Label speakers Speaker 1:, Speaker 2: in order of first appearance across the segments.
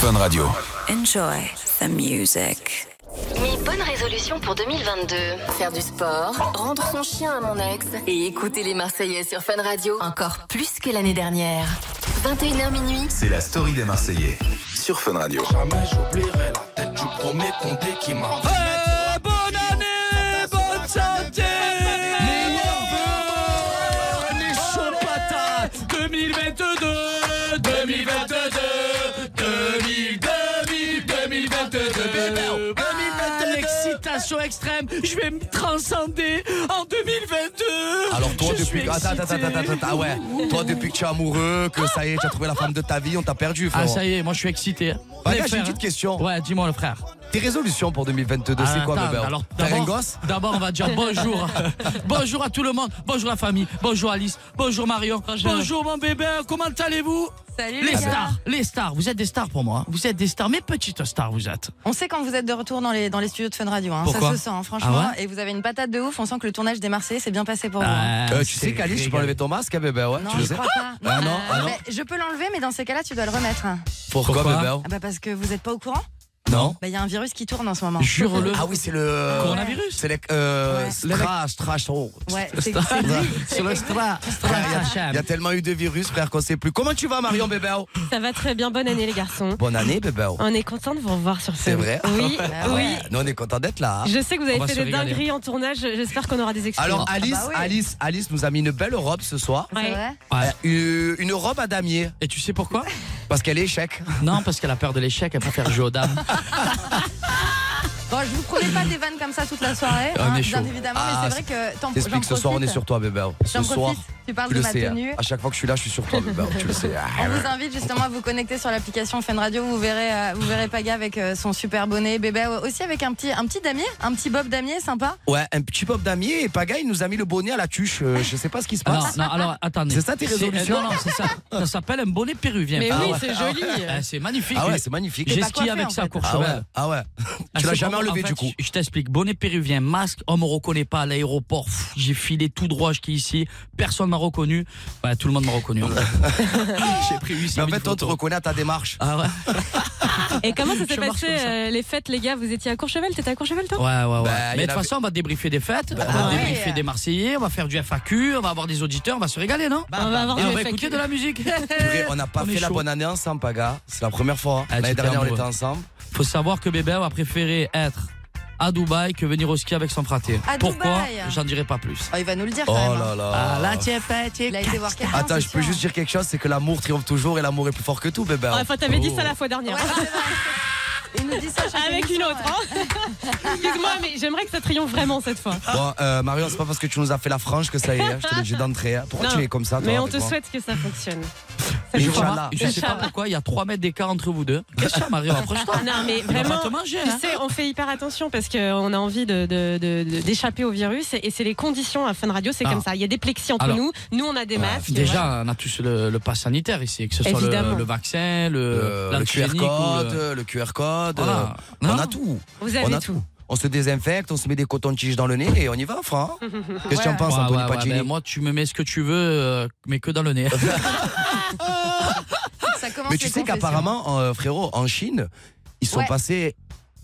Speaker 1: Fun Radio.
Speaker 2: Enjoy the music.
Speaker 3: Mes bonnes résolutions pour 2022. Faire du sport, rendre son chien à mon ex et écouter les Marseillais sur Fun Radio encore plus que l'année dernière. 21h minuit,
Speaker 1: C'est la story des Marseillais sur Fun Radio.
Speaker 4: Jamais j'oublierai la tête du premier condé qui m'a.
Speaker 5: Eh,
Speaker 6: bonne année, bonne santé Les chauds patates 2022 2022 2000, 2000, 2022 Ah, L'excitation extrême, je vais me transcender en 2022
Speaker 5: Alors toi
Speaker 6: Je suis
Speaker 5: depuis attends, attends,
Speaker 6: excité.
Speaker 5: attends, attends, attends, ah ouais. Toi depuis que tu es amoureux, que ça y est, tu as trouvé la femme de ta vie, on t'a perdu frère.
Speaker 6: Ah ça y est, moi je suis excité.
Speaker 5: Bah,
Speaker 6: Les
Speaker 5: gars, j'ai une
Speaker 6: frères,
Speaker 5: petite question.
Speaker 6: hein. Ouais, dis-moi le frère.
Speaker 5: Tes résolutions pour 2022, c'est quoi
Speaker 6: Attends,
Speaker 5: bébé
Speaker 6: alors,
Speaker 5: Faire un
Speaker 6: d'abord-
Speaker 5: gosse
Speaker 6: D'abord, on va dire bonjour. bonjour à tout le monde. Bonjour la famille. Bonjour Alice. Bonjour Marion. Bonjour, mon bébé. Comment allez-vous
Speaker 7: Salut
Speaker 6: Les
Speaker 7: les gars.
Speaker 6: stars. Les stars. Vous êtes des stars pour moi. Vous êtes des stars. Mes petites stars, vous êtes.
Speaker 7: On sait quand vous êtes de retour dans les, dans les studios de Fun Radio. hein.
Speaker 6: Pourquoi
Speaker 7: ça se sent, hein, franchement.
Speaker 6: Ah
Speaker 7: Et vous avez une patate de ouf. On sent que le tournage des Marseillais s'est bien passé pour vous.
Speaker 6: Ah,
Speaker 7: hein.
Speaker 5: Euh, Tu sais qu'Alice, tu peux enlever ton masque, hein, bébé, ouais.
Speaker 7: Non,
Speaker 5: tu le
Speaker 7: je
Speaker 5: sais
Speaker 7: crois pas.
Speaker 5: Ah non, ah non.
Speaker 7: Bah, je peux l'enlever, mais dans ces cas-là, tu dois le remettre. hein.
Speaker 5: Pourquoi,
Speaker 6: Pourquoi
Speaker 5: bébé
Speaker 7: Ah bah parce que vous n'êtes pas au courant
Speaker 5: Non.
Speaker 7: Bah, Il y a un virus qui tourne en ce moment.
Speaker 6: Jure-le.
Speaker 5: Ah oui, c'est le
Speaker 6: Coronavirus.
Speaker 5: C'est le euh,
Speaker 7: Ouais.
Speaker 5: Stra, Stra, Stra-
Speaker 7: Ouais, c'est c'est lui.
Speaker 6: Sur le stra.
Speaker 5: Stra.
Speaker 6: hein.
Speaker 5: Il y a tellement eu de virus, frère, qu'on sait plus. Comment tu vas, Marion, bébé
Speaker 8: Ça va très bien, bonne année les garçons.
Speaker 5: Bonne année, bébé.
Speaker 8: On est content de vous revoir sur
Speaker 5: C'est
Speaker 8: scène.
Speaker 5: vrai
Speaker 8: Oui,
Speaker 7: Ah
Speaker 8: oui.
Speaker 7: ouais.
Speaker 5: Nous, on est content d'être là. hein.
Speaker 8: Je sais que vous
Speaker 6: On va
Speaker 8: avez
Speaker 6: se
Speaker 8: fait des
Speaker 6: régaler.
Speaker 8: dingueries en tournage, j'espère qu'on aura des excuses.
Speaker 5: Alors,
Speaker 6: Ah
Speaker 5: Alice,
Speaker 7: bah oui.
Speaker 5: Alice, Alice nous a mis une belle robe ce soir.
Speaker 7: C'est vrai
Speaker 5: Euh, Une, une robe à damier,
Speaker 6: Et tu sais pourquoi
Speaker 5: parce qu'elle est échec.
Speaker 6: Non, parce qu'elle a peur de l'échec. Elle préfère jouer aux dames.
Speaker 7: Bon, je vous promets pas des vannes comme ça toute la soirée. hein,
Speaker 6: On est
Speaker 7: bien
Speaker 6: chaud.
Speaker 7: évidemment,
Speaker 5: Ah,
Speaker 7: mais c'est vrai que t'en
Speaker 5: T'expliques ce soir, on est sur toi, bébé. Ce
Speaker 7: J'en
Speaker 5: soir,
Speaker 7: profite. Tu parles
Speaker 5: tu
Speaker 7: de
Speaker 5: le
Speaker 7: ma
Speaker 5: sais. hein.
Speaker 7: tenue.
Speaker 5: À chaque fois que je suis là, je suis sur toi, bébé. Tu le sais.
Speaker 7: On vous invite justement à vous connecter sur l'application Fun Radio. Vous verrez, euh, vous verrez Paga avec euh, son super bonnet, bébé euh, aussi avec un petit, un petit damier, un petit bob damier sympa.
Speaker 5: Ouais, un petit pop damier et Paga, il nous a mis le bonnet à la tuche. Euh, je sais pas ce qui se
Speaker 6: Ah non,
Speaker 5: passe.
Speaker 6: non, alors attendez.
Speaker 5: C'est ça, tes résolutions
Speaker 6: Non, non, c'est ça. Ça s'appelle un bonnet péruvien.
Speaker 8: Mais
Speaker 6: Ah
Speaker 8: oui,
Speaker 6: ouais.
Speaker 8: c'est joli.
Speaker 6: Ah, C'est magnifique.
Speaker 5: Ah ouais, c'est magnifique.
Speaker 6: J'ai
Speaker 7: pas
Speaker 6: skié
Speaker 7: coiffé,
Speaker 6: avec
Speaker 7: en
Speaker 6: ça à
Speaker 7: fait.
Speaker 5: Ah ouais,
Speaker 6: Courchevel.
Speaker 5: ah ouais.
Speaker 6: Ah,
Speaker 5: Tu l'as
Speaker 6: c'est
Speaker 5: jamais
Speaker 6: bon, en
Speaker 5: enlevé
Speaker 6: fait,
Speaker 5: du coup.
Speaker 6: Je je t'explique. Bonnet péruvien, masque, on me reconnaît pas à l'aéroport. Pff, J'ai filé tout droit jusqu'ici. ici. Personne m'a reconnu. Bah, tout le monde m'a reconnu. en fait. J'ai pris 800
Speaker 5: Mais en
Speaker 6: 000
Speaker 5: fait, on te
Speaker 6: photos.
Speaker 5: reconnaît à ta démarche.
Speaker 6: Ah ouais.
Speaker 8: Et comment ça s'est
Speaker 6: Je marche
Speaker 8: passé
Speaker 6: comme ça.
Speaker 8: euh, les fêtes les gars Vous étiez à Courchevel T'étais à Courchevel toi
Speaker 6: Ouais, ouais, ouais.
Speaker 5: Bah, y
Speaker 6: Mais de
Speaker 5: en
Speaker 6: toute
Speaker 5: avait-
Speaker 6: façon, on va débriefer des fêtes, on
Speaker 7: bah
Speaker 6: va
Speaker 7: ouais.
Speaker 6: débriefer des Marseillais, on va faire du FAQ, on va avoir des auditeurs, on va se régaler, non
Speaker 8: Bah, On va avoir
Speaker 6: Et
Speaker 8: du
Speaker 6: on va
Speaker 8: FAQ.
Speaker 6: écouter de la musique.
Speaker 5: Purée, on n'a pas
Speaker 6: On est
Speaker 5: fait la
Speaker 6: chaud.
Speaker 5: bonne année ensemble, Paga. C'est la première fois. hein.
Speaker 6: Ah,
Speaker 5: L'année
Speaker 6: tu t'es
Speaker 5: dernière, on
Speaker 6: amoureux.
Speaker 5: était ensemble.
Speaker 6: Faut savoir que Bébé va préférer être à Dubaï que venir au ski avec son fraté.
Speaker 7: À
Speaker 6: Pourquoi
Speaker 7: Dubaï
Speaker 6: J'en dirai pas plus.
Speaker 7: Oh, il va nous le dire
Speaker 5: Oh
Speaker 7: quand même. hein.
Speaker 5: là là.
Speaker 6: t'es fait, t'es
Speaker 7: Il a été voir quelqu'un.
Speaker 5: Attends,
Speaker 7: c'est
Speaker 5: je peux
Speaker 7: sûr.
Speaker 5: juste dire quelque chose, c'est que l'amour triomphe toujours et l'amour est plus fort que tout, bébé. hein.
Speaker 8: Ah, Enfin, t'avais
Speaker 5: oh.
Speaker 8: dit ça la fois dernière.
Speaker 7: Ouais, c'est vrai. Il nous dit ça chaque
Speaker 8: Avec une
Speaker 7: émission,
Speaker 8: autre.
Speaker 7: ouais.
Speaker 8: hein. Excuse-moi, mais j'aimerais que ça triomphe vraiment cette fois.
Speaker 5: Bon, euh, Marion, c'est pas parce que tu nous as fait la frange que ça y est, hein, je te l'ai dit d'entrée. hein. Pourquoi
Speaker 8: Non,
Speaker 5: tu es comme ça, toi
Speaker 8: mais on
Speaker 5: avec
Speaker 8: te
Speaker 5: moi
Speaker 8: souhaite que ça fonctionne.
Speaker 6: Et je, crois-
Speaker 5: Inch'Allah.
Speaker 6: je sais pas pourquoi, il y a 3 mètres d'écart entre vous deux. Qu'est-ce que ça, Marie Rapproche-toi.
Speaker 8: Ah, Non, mais
Speaker 6: Il va pas
Speaker 8: vraiment.
Speaker 6: te manger,
Speaker 8: Tu
Speaker 6: hein.
Speaker 8: sais, on fait hyper attention parce qu'on a envie de- de- de- de- d'échapper au virus et, et c'est les conditions à Fun Radio, c'est
Speaker 6: Ah.
Speaker 8: comme ça. Il y a des plexis entre
Speaker 6: Alors.
Speaker 8: nous, nous on a des masques.
Speaker 6: Déjà, on a tous le, le pass sanitaire ici, que ce soit
Speaker 8: Évidemment.
Speaker 6: le, le vaccin, le,
Speaker 5: Euh, le QR
Speaker 6: l'antigénique ou euh, Ah.
Speaker 5: code, le... QR code,
Speaker 6: Voilà.
Speaker 5: euh, on
Speaker 6: Non.
Speaker 5: a tout.
Speaker 8: Vous
Speaker 5: on
Speaker 8: avez
Speaker 5: a
Speaker 8: tout.
Speaker 5: On se désinfecte, on se met des cotons-tiges dans le nez et on y va, Franck. Qu'est-ce que tu en
Speaker 6: Ouais,
Speaker 5: penses, Anthony
Speaker 6: ouais, ouais,
Speaker 5: Pacini
Speaker 6: ben, moi, tu me mets ce que tu veux, euh, mais que dans le nez.
Speaker 7: Ça commence
Speaker 5: Mais tu
Speaker 7: les
Speaker 5: sais
Speaker 7: confessions.
Speaker 5: qu'apparemment, euh, frérot, en Chine, ils sont
Speaker 7: Ouais.
Speaker 5: passés,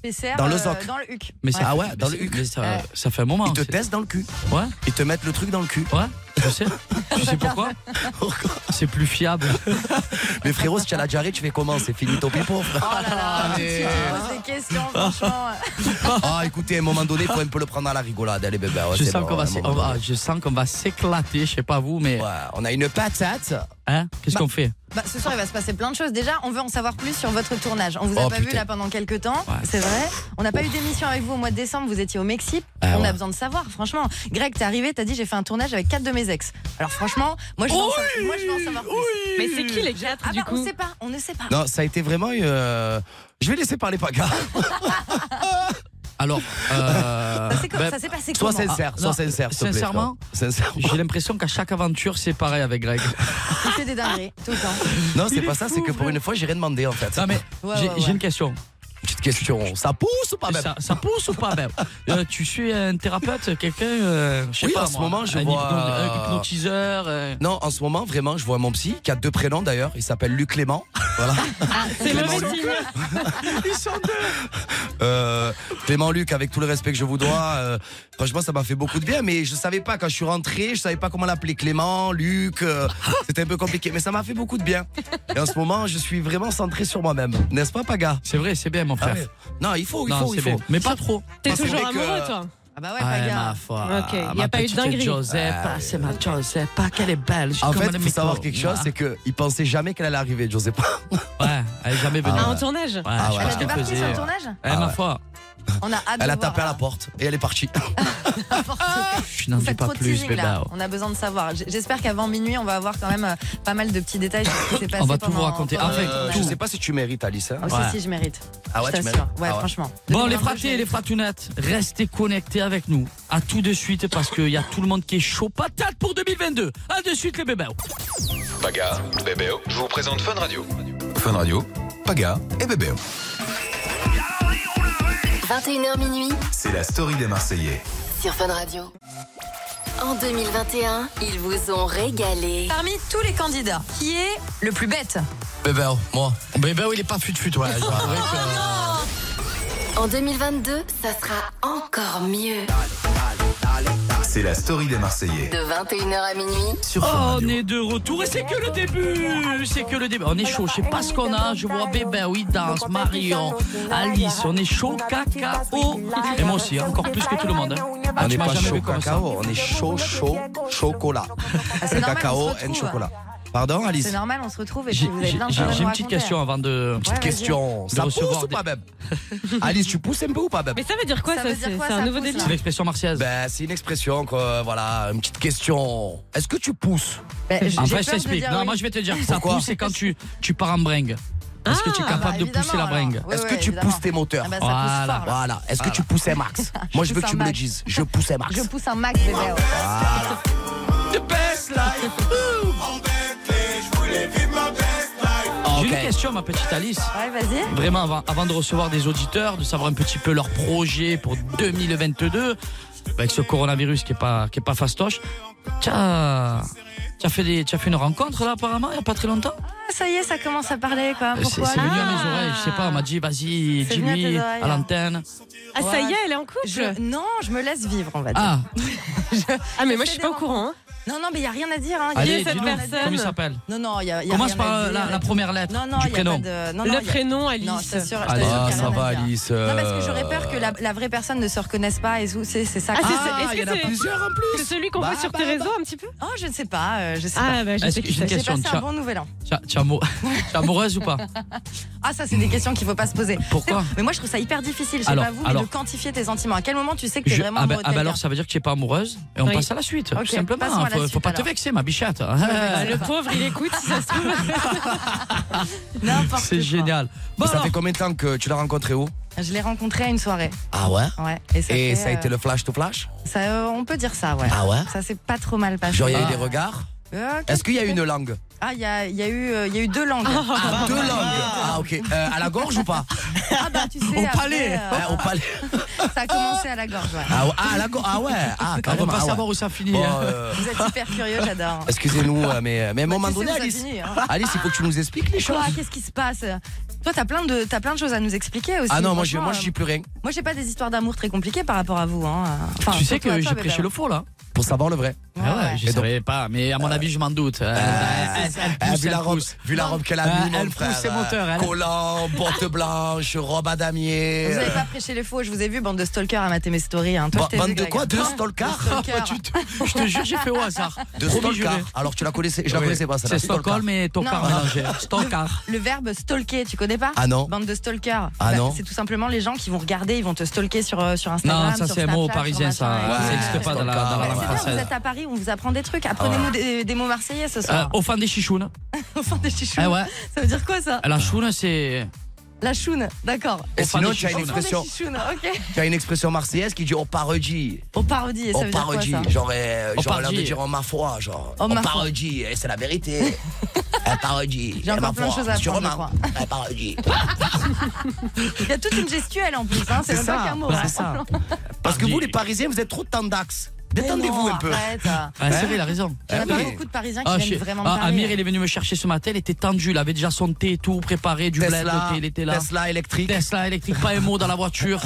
Speaker 7: PCR,
Speaker 5: dans le
Speaker 7: euh,
Speaker 5: zoc.
Speaker 7: dans le huc.
Speaker 6: Mais ça,
Speaker 7: Ouais.
Speaker 5: Ah ouais, dans le
Speaker 6: mais
Speaker 5: huc.
Speaker 6: c'est- mais ça,
Speaker 7: Ouais.
Speaker 6: ça fait un moment.
Speaker 5: ils te
Speaker 6: c'est-
Speaker 5: testent dans le cul.
Speaker 6: Ouais,
Speaker 5: Ils te mettent le truc dans le cul.
Speaker 6: ouais, je sais. Tu sais pourquoi C'est plus fiable.
Speaker 5: Mais frérot, si tu as la diarrhée, tu fais comment C'est fini ton pipo, frère.
Speaker 7: Oh
Speaker 6: Ah,
Speaker 7: là là, tu
Speaker 5: mais-
Speaker 7: te poses des questions, franchement.
Speaker 5: Ah, écoutez, à un moment donné, il faut un peu le prendre à la rigolade. Allez, bébé, ouais,
Speaker 6: Je
Speaker 5: c'est
Speaker 6: sens
Speaker 5: bon,
Speaker 6: qu'on va
Speaker 5: à un
Speaker 6: s'é-
Speaker 5: moment
Speaker 6: on va-
Speaker 5: donné.
Speaker 6: je sens qu'on va s'éclater, je sais pas vous, mais
Speaker 5: Ouais, on a une patate.
Speaker 6: hein, qu'est-ce
Speaker 5: Bah,
Speaker 6: qu'on fait
Speaker 7: Bah, ce soir, il va se passer plein de choses. Déjà, on veut en savoir plus sur votre tournage. On vous a
Speaker 5: Oh,
Speaker 7: pas vu
Speaker 5: putain.
Speaker 7: là pendant quelques temps,
Speaker 6: Ouais.
Speaker 7: c'est vrai. On n'a pas eu d'émission avec vous au mois de décembre. Vous étiez au Mexique.
Speaker 6: Ah
Speaker 7: on
Speaker 6: ouais.
Speaker 7: a besoin de savoir, franchement. Greg, t'es arrivé, t'as dit j'ai fait un tournage avec quatre de mes ex. Alors franchement, moi je veux, en, savoir, moi, je veux en savoir plus.
Speaker 8: Mais c'est qui les quatre
Speaker 7: Ah
Speaker 8: du
Speaker 7: bah, on
Speaker 8: coup
Speaker 7: sait pas, on ne sait pas.
Speaker 5: Non, ça a été vraiment. euh, Je vais laisser parler Paga.
Speaker 6: Alors, euh,
Speaker 7: Ça, c'est quoi-
Speaker 6: ben,
Speaker 7: ça s'est passé
Speaker 5: Sois
Speaker 7: comment
Speaker 5: sincère,
Speaker 6: Ah,
Speaker 5: sois
Speaker 6: non,
Speaker 5: sincère. s'il te plaît,
Speaker 6: sincèrement
Speaker 5: frérot. Sincèrement.
Speaker 6: j'ai l'impression qu'à chaque aventure, c'est pareil avec Greg.
Speaker 7: Il fait des dingueries tout le temps.
Speaker 5: Non, c'est pas ça, c'est que pour une fois, j'ai rien demandé en fait.
Speaker 6: Non mais
Speaker 7: Ouais,
Speaker 6: j'ai
Speaker 7: ouais,
Speaker 6: j'ai
Speaker 7: ouais.
Speaker 6: une question. Petite
Speaker 5: question. Ça pousse ou pas Ben? même
Speaker 6: ça, ça pousse ou pas même Euh, Tu suis un thérapeute, quelqu'un euh, je sais
Speaker 5: Oui,
Speaker 6: pas,
Speaker 5: en ce
Speaker 6: moi,
Speaker 5: moment, je
Speaker 6: un
Speaker 5: vois-
Speaker 6: hypno- un hypnotiseur. euh,
Speaker 5: Non, en ce moment, vraiment, je vois mon psy qui a deux prénoms d'ailleurs. Il s'appelle Luc Clément. Voilà.
Speaker 6: Ah,
Speaker 8: C'est mauvais signe.
Speaker 5: Euh, Clément Luc, avec tout le respect que je vous dois, euh, franchement, ça m'a fait beaucoup de bien. Mais je savais pas quand je suis rentré, je savais pas comment l'appeler Clément, Luc. euh, C'était un peu compliqué, mais ça m'a fait beaucoup de bien. Et en ce moment, je suis vraiment centré sur moi-même, n'est-ce pas, Paga Ah,
Speaker 6: C'est vrai, c'est bien, mon frère.
Speaker 5: Non, il faut, il
Speaker 6: Non,
Speaker 5: faut,
Speaker 6: c'est
Speaker 5: il faut.
Speaker 6: bien. Mais pas trop.
Speaker 8: T'es
Speaker 5: Parce que
Speaker 8: toujours
Speaker 5: dès que-
Speaker 8: amoureux, toi.
Speaker 7: Ah bah ouais,
Speaker 6: Ah, ma
Speaker 7: Paga.
Speaker 6: foi.
Speaker 8: Ok, y a
Speaker 6: ma
Speaker 8: pas eu de
Speaker 6: petite
Speaker 8: dinguerie.
Speaker 6: Joseph, ah, c'est ma Joseph, ah, qu'elle est belle. je suis
Speaker 5: En
Speaker 6: comme
Speaker 5: fait,
Speaker 6: un
Speaker 5: il faut
Speaker 6: micro.
Speaker 5: savoir quelque chose, c'est qu'il pensait jamais qu'elle allait arriver, je sais pas.
Speaker 6: Ouais, elle est jamais venue.
Speaker 8: Ah, en tournage.
Speaker 6: Ouais, je sais
Speaker 5: ouais.
Speaker 6: pas
Speaker 5: Ah,
Speaker 7: Elle
Speaker 6: ce
Speaker 7: a
Speaker 6: qu'elle
Speaker 7: débarqué sur
Speaker 6: faisait.
Speaker 7: le tournage
Speaker 6: Eh, ma foi,
Speaker 7: On a hâte de
Speaker 5: Elle a
Speaker 7: voir,
Speaker 5: tapé à la
Speaker 7: hein.
Speaker 5: porte et elle est partie.
Speaker 6: je oh. n'en
Speaker 7: Vous
Speaker 6: dis
Speaker 7: faites
Speaker 6: pas
Speaker 7: trop de
Speaker 6: plus,
Speaker 7: teasing là.
Speaker 6: Bébao.
Speaker 7: On a besoin de savoir. J- J'espère qu'avant minuit, on va avoir quand même euh, pas mal de petits détails. de ce qui s'est passé
Speaker 6: On va tout vous
Speaker 7: pendant-
Speaker 6: raconter.
Speaker 7: pendant
Speaker 6: En fait,
Speaker 7: le
Speaker 5: Euh,
Speaker 7: tournage.
Speaker 5: je sais pas si tu mérites, Alice. hein.
Speaker 7: Ah, si,
Speaker 6: Ouais.
Speaker 7: si, je mérite.
Speaker 5: Ah ouais,
Speaker 7: je
Speaker 5: tu
Speaker 7: t'assure.
Speaker 5: mérites.
Speaker 7: Ouais,
Speaker 5: Ah ouais.
Speaker 7: franchement.
Speaker 6: Bon, les
Speaker 7: 2022, je
Speaker 6: fratés et les
Speaker 7: mérite.
Speaker 6: fratounettes, restez connectés avec nous. À tout de suite, parce qu'il y a tout le monde qui est chaud patate pour 2022. À de suite, les bébés.
Speaker 1: Paga, Bébéo, je vous présente Fun Radio. Fun Radio, Paga et Bébéo.
Speaker 3: 21h minuit
Speaker 1: C'est la story des Marseillais.
Speaker 3: sur Fun Radio. En 2021, ils vous ont régalé.
Speaker 7: Parmi tous les candidats, qui est le plus bête
Speaker 5: Bébéo, moi. Bébéo, il est pas fut-fut, ouais. je dois avouer que-
Speaker 3: En 2022, ça sera encore mieux.
Speaker 1: C'est la story des Marseillais.
Speaker 3: De 21h à minuit,
Speaker 1: Sur Fun
Speaker 6: Oh, on
Speaker 1: Radio.
Speaker 6: est de retour et c'est que le début. C'est que le début. On est chaud, je sais pas ce qu'on a. Je vois bébé, oui, danse, Marion, Alice. On est chaud, cacao. Et moi aussi, hein, encore plus que tout le monde. hein. Ah,
Speaker 5: on
Speaker 6: tu
Speaker 5: n'est
Speaker 6: m'as
Speaker 5: pas
Speaker 6: jamais
Speaker 5: chaud
Speaker 6: vu comme ça.
Speaker 5: cacao, on est chaud, chaud, chocolat.
Speaker 7: c'est
Speaker 5: Le
Speaker 7: normal,
Speaker 5: cacao
Speaker 7: on se retrouve. hein.
Speaker 5: and chocolat. Pardon, Alice
Speaker 7: C'est normal, on se retrouve et puis
Speaker 6: J'ai
Speaker 7: vous avez
Speaker 6: j'ai-
Speaker 7: plein de choses à
Speaker 6: j'ai
Speaker 7: nous
Speaker 6: une petite
Speaker 7: raconter.
Speaker 6: question avant de.
Speaker 7: Ouais, vas-y.
Speaker 5: Question. Ça
Speaker 6: De
Speaker 5: pousse
Speaker 6: recevoir
Speaker 5: ou
Speaker 6: des-
Speaker 5: pas, même Alice, tu pousses un peu ou pas, même
Speaker 8: Mais ça veut dire quoi,
Speaker 7: Ça
Speaker 8: ça,
Speaker 7: veut dire
Speaker 8: C'est
Speaker 7: quoi,
Speaker 8: c'est
Speaker 7: ça
Speaker 8: un nouveau
Speaker 7: pousse,
Speaker 8: délire.
Speaker 6: C'est l'expression marseillaise.
Speaker 5: Ben, c'est une expression, quoi. Voilà, une petite question. Est-ce que tu pousses
Speaker 7: Ben, j'ai
Speaker 6: En
Speaker 7: peur
Speaker 6: vrai, je
Speaker 7: de
Speaker 6: t'explique.
Speaker 7: dire
Speaker 6: Non,
Speaker 7: oui.
Speaker 6: moi, je vais te dire. Ça
Speaker 5: Pourquoi
Speaker 6: pousse, c'est quand tu, tu pars en bringue. Est-ce que tu es
Speaker 8: Ah,
Speaker 7: Ah bah,
Speaker 6: capable de pousser la
Speaker 7: évidemment,
Speaker 6: bringue
Speaker 7: alors. Oui,
Speaker 5: Est-ce
Speaker 7: oui,
Speaker 5: que tu
Speaker 7: évidemment.
Speaker 5: pousses tes moteurs
Speaker 7: Ah bah, ça pousse
Speaker 6: Voilà.
Speaker 7: fort, là.
Speaker 5: Voilà. Est-ce que tu pousses un max Moi, je veux
Speaker 7: pousse
Speaker 5: que tu
Speaker 7: un
Speaker 5: me le
Speaker 7: max.
Speaker 5: dises. Je pousse un max.
Speaker 7: Je pousse un Mac, bébé. ouais.
Speaker 6: Ah.
Speaker 5: The best life.
Speaker 7: Ah,
Speaker 6: J'ai une question, ma petite Alice.
Speaker 7: Ouais, vas-y.
Speaker 6: Vraiment, avant, avant de recevoir des auditeurs, de savoir un petit peu leur projet pour 2022, avec ce coronavirus qui est pas, qui est pas fastoche, tu as, fait, des- t'as fait une rencontre là apparemment, il n'y a pas très longtemps
Speaker 7: Ah, ça y est, ça commence à parler, quoi.
Speaker 6: Euh, C'est c'est
Speaker 7: Pourquoi
Speaker 6: venu à mes
Speaker 8: Ah.
Speaker 6: oreilles, je sais pas, on m'a dit vas-y,
Speaker 7: C'est venu à tes
Speaker 6: dis-lui
Speaker 7: oreilles,
Speaker 6: à l'antenne.
Speaker 8: Ah, ça y est, elle est en couple.
Speaker 7: Je- Non, je me laisse vivre, on va dire.
Speaker 6: Ah,
Speaker 8: Ah, mais moi, je suis pas au courant. hein.
Speaker 7: Non, non, mais il n'y a rien à dire. Hein. Y a
Speaker 6: allez,
Speaker 7: rien à
Speaker 8: cette
Speaker 6: dis-nous,
Speaker 7: dire.
Speaker 8: personne
Speaker 6: comment il s'appelle
Speaker 7: Non, non, il y a, y a
Speaker 6: Commence
Speaker 7: rien
Speaker 6: par
Speaker 7: à
Speaker 6: euh,
Speaker 7: dire.
Speaker 6: la, la première lettre
Speaker 7: Non, non,
Speaker 6: du
Speaker 7: il y a
Speaker 6: prénom.
Speaker 7: pas de. Non, non,
Speaker 8: Le
Speaker 7: y a-
Speaker 8: prénom, Alice.
Speaker 7: Non, c'est sûr.
Speaker 6: Allez,
Speaker 5: Ah,
Speaker 6: Ah,
Speaker 5: ça va, Alice.
Speaker 7: Non, parce que j'aurais
Speaker 6: euh,
Speaker 7: peur que la, la vraie personne ne se reconnaisse pas et tout. C'est c'est ça.
Speaker 8: Ah,
Speaker 7: que-
Speaker 8: c'est-
Speaker 5: Ah,
Speaker 8: est-ce
Speaker 5: il y
Speaker 8: que
Speaker 5: en a
Speaker 8: c'est-
Speaker 5: plusieurs en
Speaker 8: C'est
Speaker 5: plus.
Speaker 8: celui qu'on
Speaker 5: Bah,
Speaker 8: voit sur
Speaker 5: bah,
Speaker 8: tes
Speaker 5: bah.
Speaker 8: réseaux un petit peu
Speaker 7: oh, je ne sais pas. euh, je sais pas.
Speaker 8: Ah, bah, je
Speaker 6: Est-ce
Speaker 8: sais
Speaker 6: que-
Speaker 8: qui
Speaker 6: j'ai
Speaker 8: c'est.
Speaker 6: une
Speaker 7: J'ai
Speaker 6: question,
Speaker 7: passé un
Speaker 6: tiens.
Speaker 7: bon nouvel an.
Speaker 6: Tu es amoureuse ou pas
Speaker 7: Ah, ça, c'est des questions qu'il ne faut pas se poser.
Speaker 6: Pourquoi
Speaker 7: C'est- Mais moi, je trouve ça hyper difficile, je sais
Speaker 6: Alors,
Speaker 7: pas vous, mais
Speaker 6: alors.
Speaker 7: de quantifier tes sentiments. À quel moment tu sais que tu es
Speaker 6: Je-
Speaker 7: vraiment
Speaker 6: ah, bah,
Speaker 7: amoureux de
Speaker 6: ah bah
Speaker 7: quelqu'un
Speaker 6: alors ça veut dire que tu n'es pas amoureuse et on
Speaker 8: Oui.
Speaker 6: passe à la suite,
Speaker 7: Ok,
Speaker 6: tout simplement.
Speaker 7: passons à la
Speaker 6: faut,
Speaker 7: suite,
Speaker 6: faut pas
Speaker 7: alors.
Speaker 6: te vexer, ma bichette.
Speaker 8: Ah, le pauvre, il écoute si ça se trouve.
Speaker 7: N'importe
Speaker 6: C'est
Speaker 7: quoi.
Speaker 6: génial. Bon,
Speaker 5: Ça
Speaker 6: alors,
Speaker 5: fait combien de temps que tu l'as rencontré où
Speaker 7: Je l'ai rencontré à une soirée.
Speaker 5: Ah ouais
Speaker 7: Ouais.
Speaker 5: Et
Speaker 7: fait,
Speaker 5: ça a été
Speaker 7: euh,
Speaker 5: le flash to flash
Speaker 7: ça, euh, on peut dire ça, ouais.
Speaker 5: Ah ouais
Speaker 7: Ça s'est pas trop mal passé.
Speaker 5: Genre, il y a eu
Speaker 6: Ah.
Speaker 5: des regards
Speaker 7: Euh,
Speaker 5: Est-ce qu'il y a une langue
Speaker 7: Ah, il y a, il y a eu, euh, il y a eu deux langues. Ah,
Speaker 5: Deux langues Ah, ok. Euh, à la gorge ou pas
Speaker 7: bah, tu sais,
Speaker 5: Au
Speaker 7: après,
Speaker 5: palais
Speaker 7: euh,
Speaker 5: Hein, Au palais
Speaker 7: ça a commencé à la gorge. ouais.
Speaker 5: Ah, ouais, ah, la go- ah ouais, ah,
Speaker 6: on va
Speaker 5: carrément.
Speaker 6: pas
Speaker 5: ah ouais.
Speaker 6: savoir où ça finit.
Speaker 5: Bon,
Speaker 6: hein.
Speaker 5: euh,
Speaker 7: Vous êtes super curieux, j'adore.
Speaker 5: Excusez-nous, euh, mais, mais à un moment
Speaker 7: tu sais
Speaker 5: donné,
Speaker 7: où ça
Speaker 5: Alice,
Speaker 7: finit, hein.
Speaker 5: Alice, il faut que tu nous expliques les choses.
Speaker 7: Quoi Qu'est-ce qui se passe Toi, t'as plein de, t'as plein de choses à nous expliquer aussi.
Speaker 5: Ah non, moi, je,
Speaker 7: franchement,
Speaker 5: moi, je dis plus rien.
Speaker 7: euh, moi, j'ai pas des histoires d'amour très compliquées par rapport à vous. hein. Enfin,
Speaker 6: tu sais que
Speaker 7: surtout à toi,
Speaker 6: j'ai
Speaker 7: Bébé.
Speaker 6: prêché le four là.
Speaker 5: Pour savoir le vrai.
Speaker 7: Ouais,
Speaker 6: Ah ouais,
Speaker 7: ouais.
Speaker 6: je
Speaker 5: Et
Speaker 6: savais pas, mais à mon avis, je m'en doute. Euh, elle- elle
Speaker 5: Ah,
Speaker 6: pousse,
Speaker 5: vu,
Speaker 6: elle
Speaker 5: la robe,
Speaker 6: pousse.
Speaker 5: vu la robe qu'elle a
Speaker 6: Ah,
Speaker 5: mis, mon
Speaker 6: elle pousse
Speaker 5: frère.
Speaker 6: ses moteurs, elle.
Speaker 5: Collant, porte blanche, robe à damier.
Speaker 7: Vous
Speaker 5: euh,
Speaker 7: avez pas prêché les faux, je vous ai vu, bande de stalkers à mater mes stories. hein. Toi,
Speaker 5: ba-
Speaker 7: je t'ai vu,
Speaker 5: Bande de
Speaker 7: Greg.
Speaker 5: quoi De stalkers bah,
Speaker 7: Stalker.
Speaker 6: Ah, tu te- Je te jure, j'ai fait au hasard.
Speaker 5: De
Speaker 6: Promis, je vais.
Speaker 5: stalkers. Alors, tu la connaissais, je la
Speaker 6: Oui.
Speaker 5: connaissais pas, ça.
Speaker 6: C'est Stockholm et Tocard
Speaker 7: Non.
Speaker 6: mélangé. Stockard.
Speaker 7: Le verbe stalker, tu connais pas
Speaker 5: Ah non.
Speaker 7: Bande de stalkers. Bah,
Speaker 5: Ah non.
Speaker 7: C'est tout simplement les gens qui vont regarder, ils vont te stalker sur, euh, sur Instagram.
Speaker 6: Non, ça
Speaker 7: sur
Speaker 6: c'est un mot
Speaker 7: Snapchat, sur
Speaker 6: parisien,
Speaker 7: machin,
Speaker 6: ça.
Speaker 7: et-
Speaker 6: Ça
Speaker 5: Ouais.
Speaker 6: n'existe pas dans la, dans la langue
Speaker 5: Ouais,
Speaker 7: C'est bien,
Speaker 6: française.
Speaker 7: vous êtes à Paris, on vous apprend des
Speaker 5: Ah.
Speaker 7: trucs. Apprenez-nous des, des mots marseillais ce
Speaker 6: Euh,
Speaker 7: soir.
Speaker 6: au fin des chichounes.
Speaker 7: Enfant des chichous.
Speaker 6: Ah ouais.
Speaker 7: Ça veut dire quoi ça
Speaker 6: La choune, c'est.
Speaker 7: La choune, d'accord.
Speaker 5: Et
Speaker 6: Au fin
Speaker 5: sinon,
Speaker 6: des
Speaker 5: tu as une
Speaker 6: chichounes.
Speaker 5: expression,
Speaker 7: chichounes, ok.
Speaker 5: Euh, tu as une expression marseillaise qui dit on parodie.
Speaker 7: On parodie, ça
Speaker 5: On
Speaker 7: veut dire quoi
Speaker 5: parodie.
Speaker 7: ça
Speaker 5: Genre, euh,
Speaker 6: On
Speaker 5: genre, l'air de
Speaker 6: parodie.
Speaker 5: dire en ma foi, genre.
Speaker 7: En
Speaker 5: On
Speaker 7: ma foi.
Speaker 5: parodie, et c'est la vérité.
Speaker 9: Elle parodie.
Speaker 7: J'ai
Speaker 9: elle
Speaker 7: encore
Speaker 9: m'en
Speaker 7: plein de
Speaker 9: fout,
Speaker 7: choses à
Speaker 9: Monsieur
Speaker 7: apprendre, je
Speaker 9: Romain, Elle parodie.
Speaker 7: Il y a toute une gestuelle en plus, hein, c'est même pas qu'un mot.
Speaker 5: c'est ça. Parce que vous, les Parisiens, vous êtes trop tendax. Détendez-vous un peu.
Speaker 6: Ah, c'est vrai, il a raison.
Speaker 7: Il n'y en a
Speaker 5: Ah
Speaker 7: pas
Speaker 5: oui.
Speaker 7: beaucoup de Parisiens qui
Speaker 6: Ah, je
Speaker 7: viennent
Speaker 6: sais-
Speaker 7: vraiment
Speaker 6: ah,
Speaker 7: me parler.
Speaker 6: Amir, il est venu me chercher ce matin, il était tendu, il avait déjà son thé et tout préparé, du blé à
Speaker 5: Tesla,
Speaker 6: côté, il était là.
Speaker 5: Tesla électrique.
Speaker 6: Tesla électrique, pas un mot dans la voiture.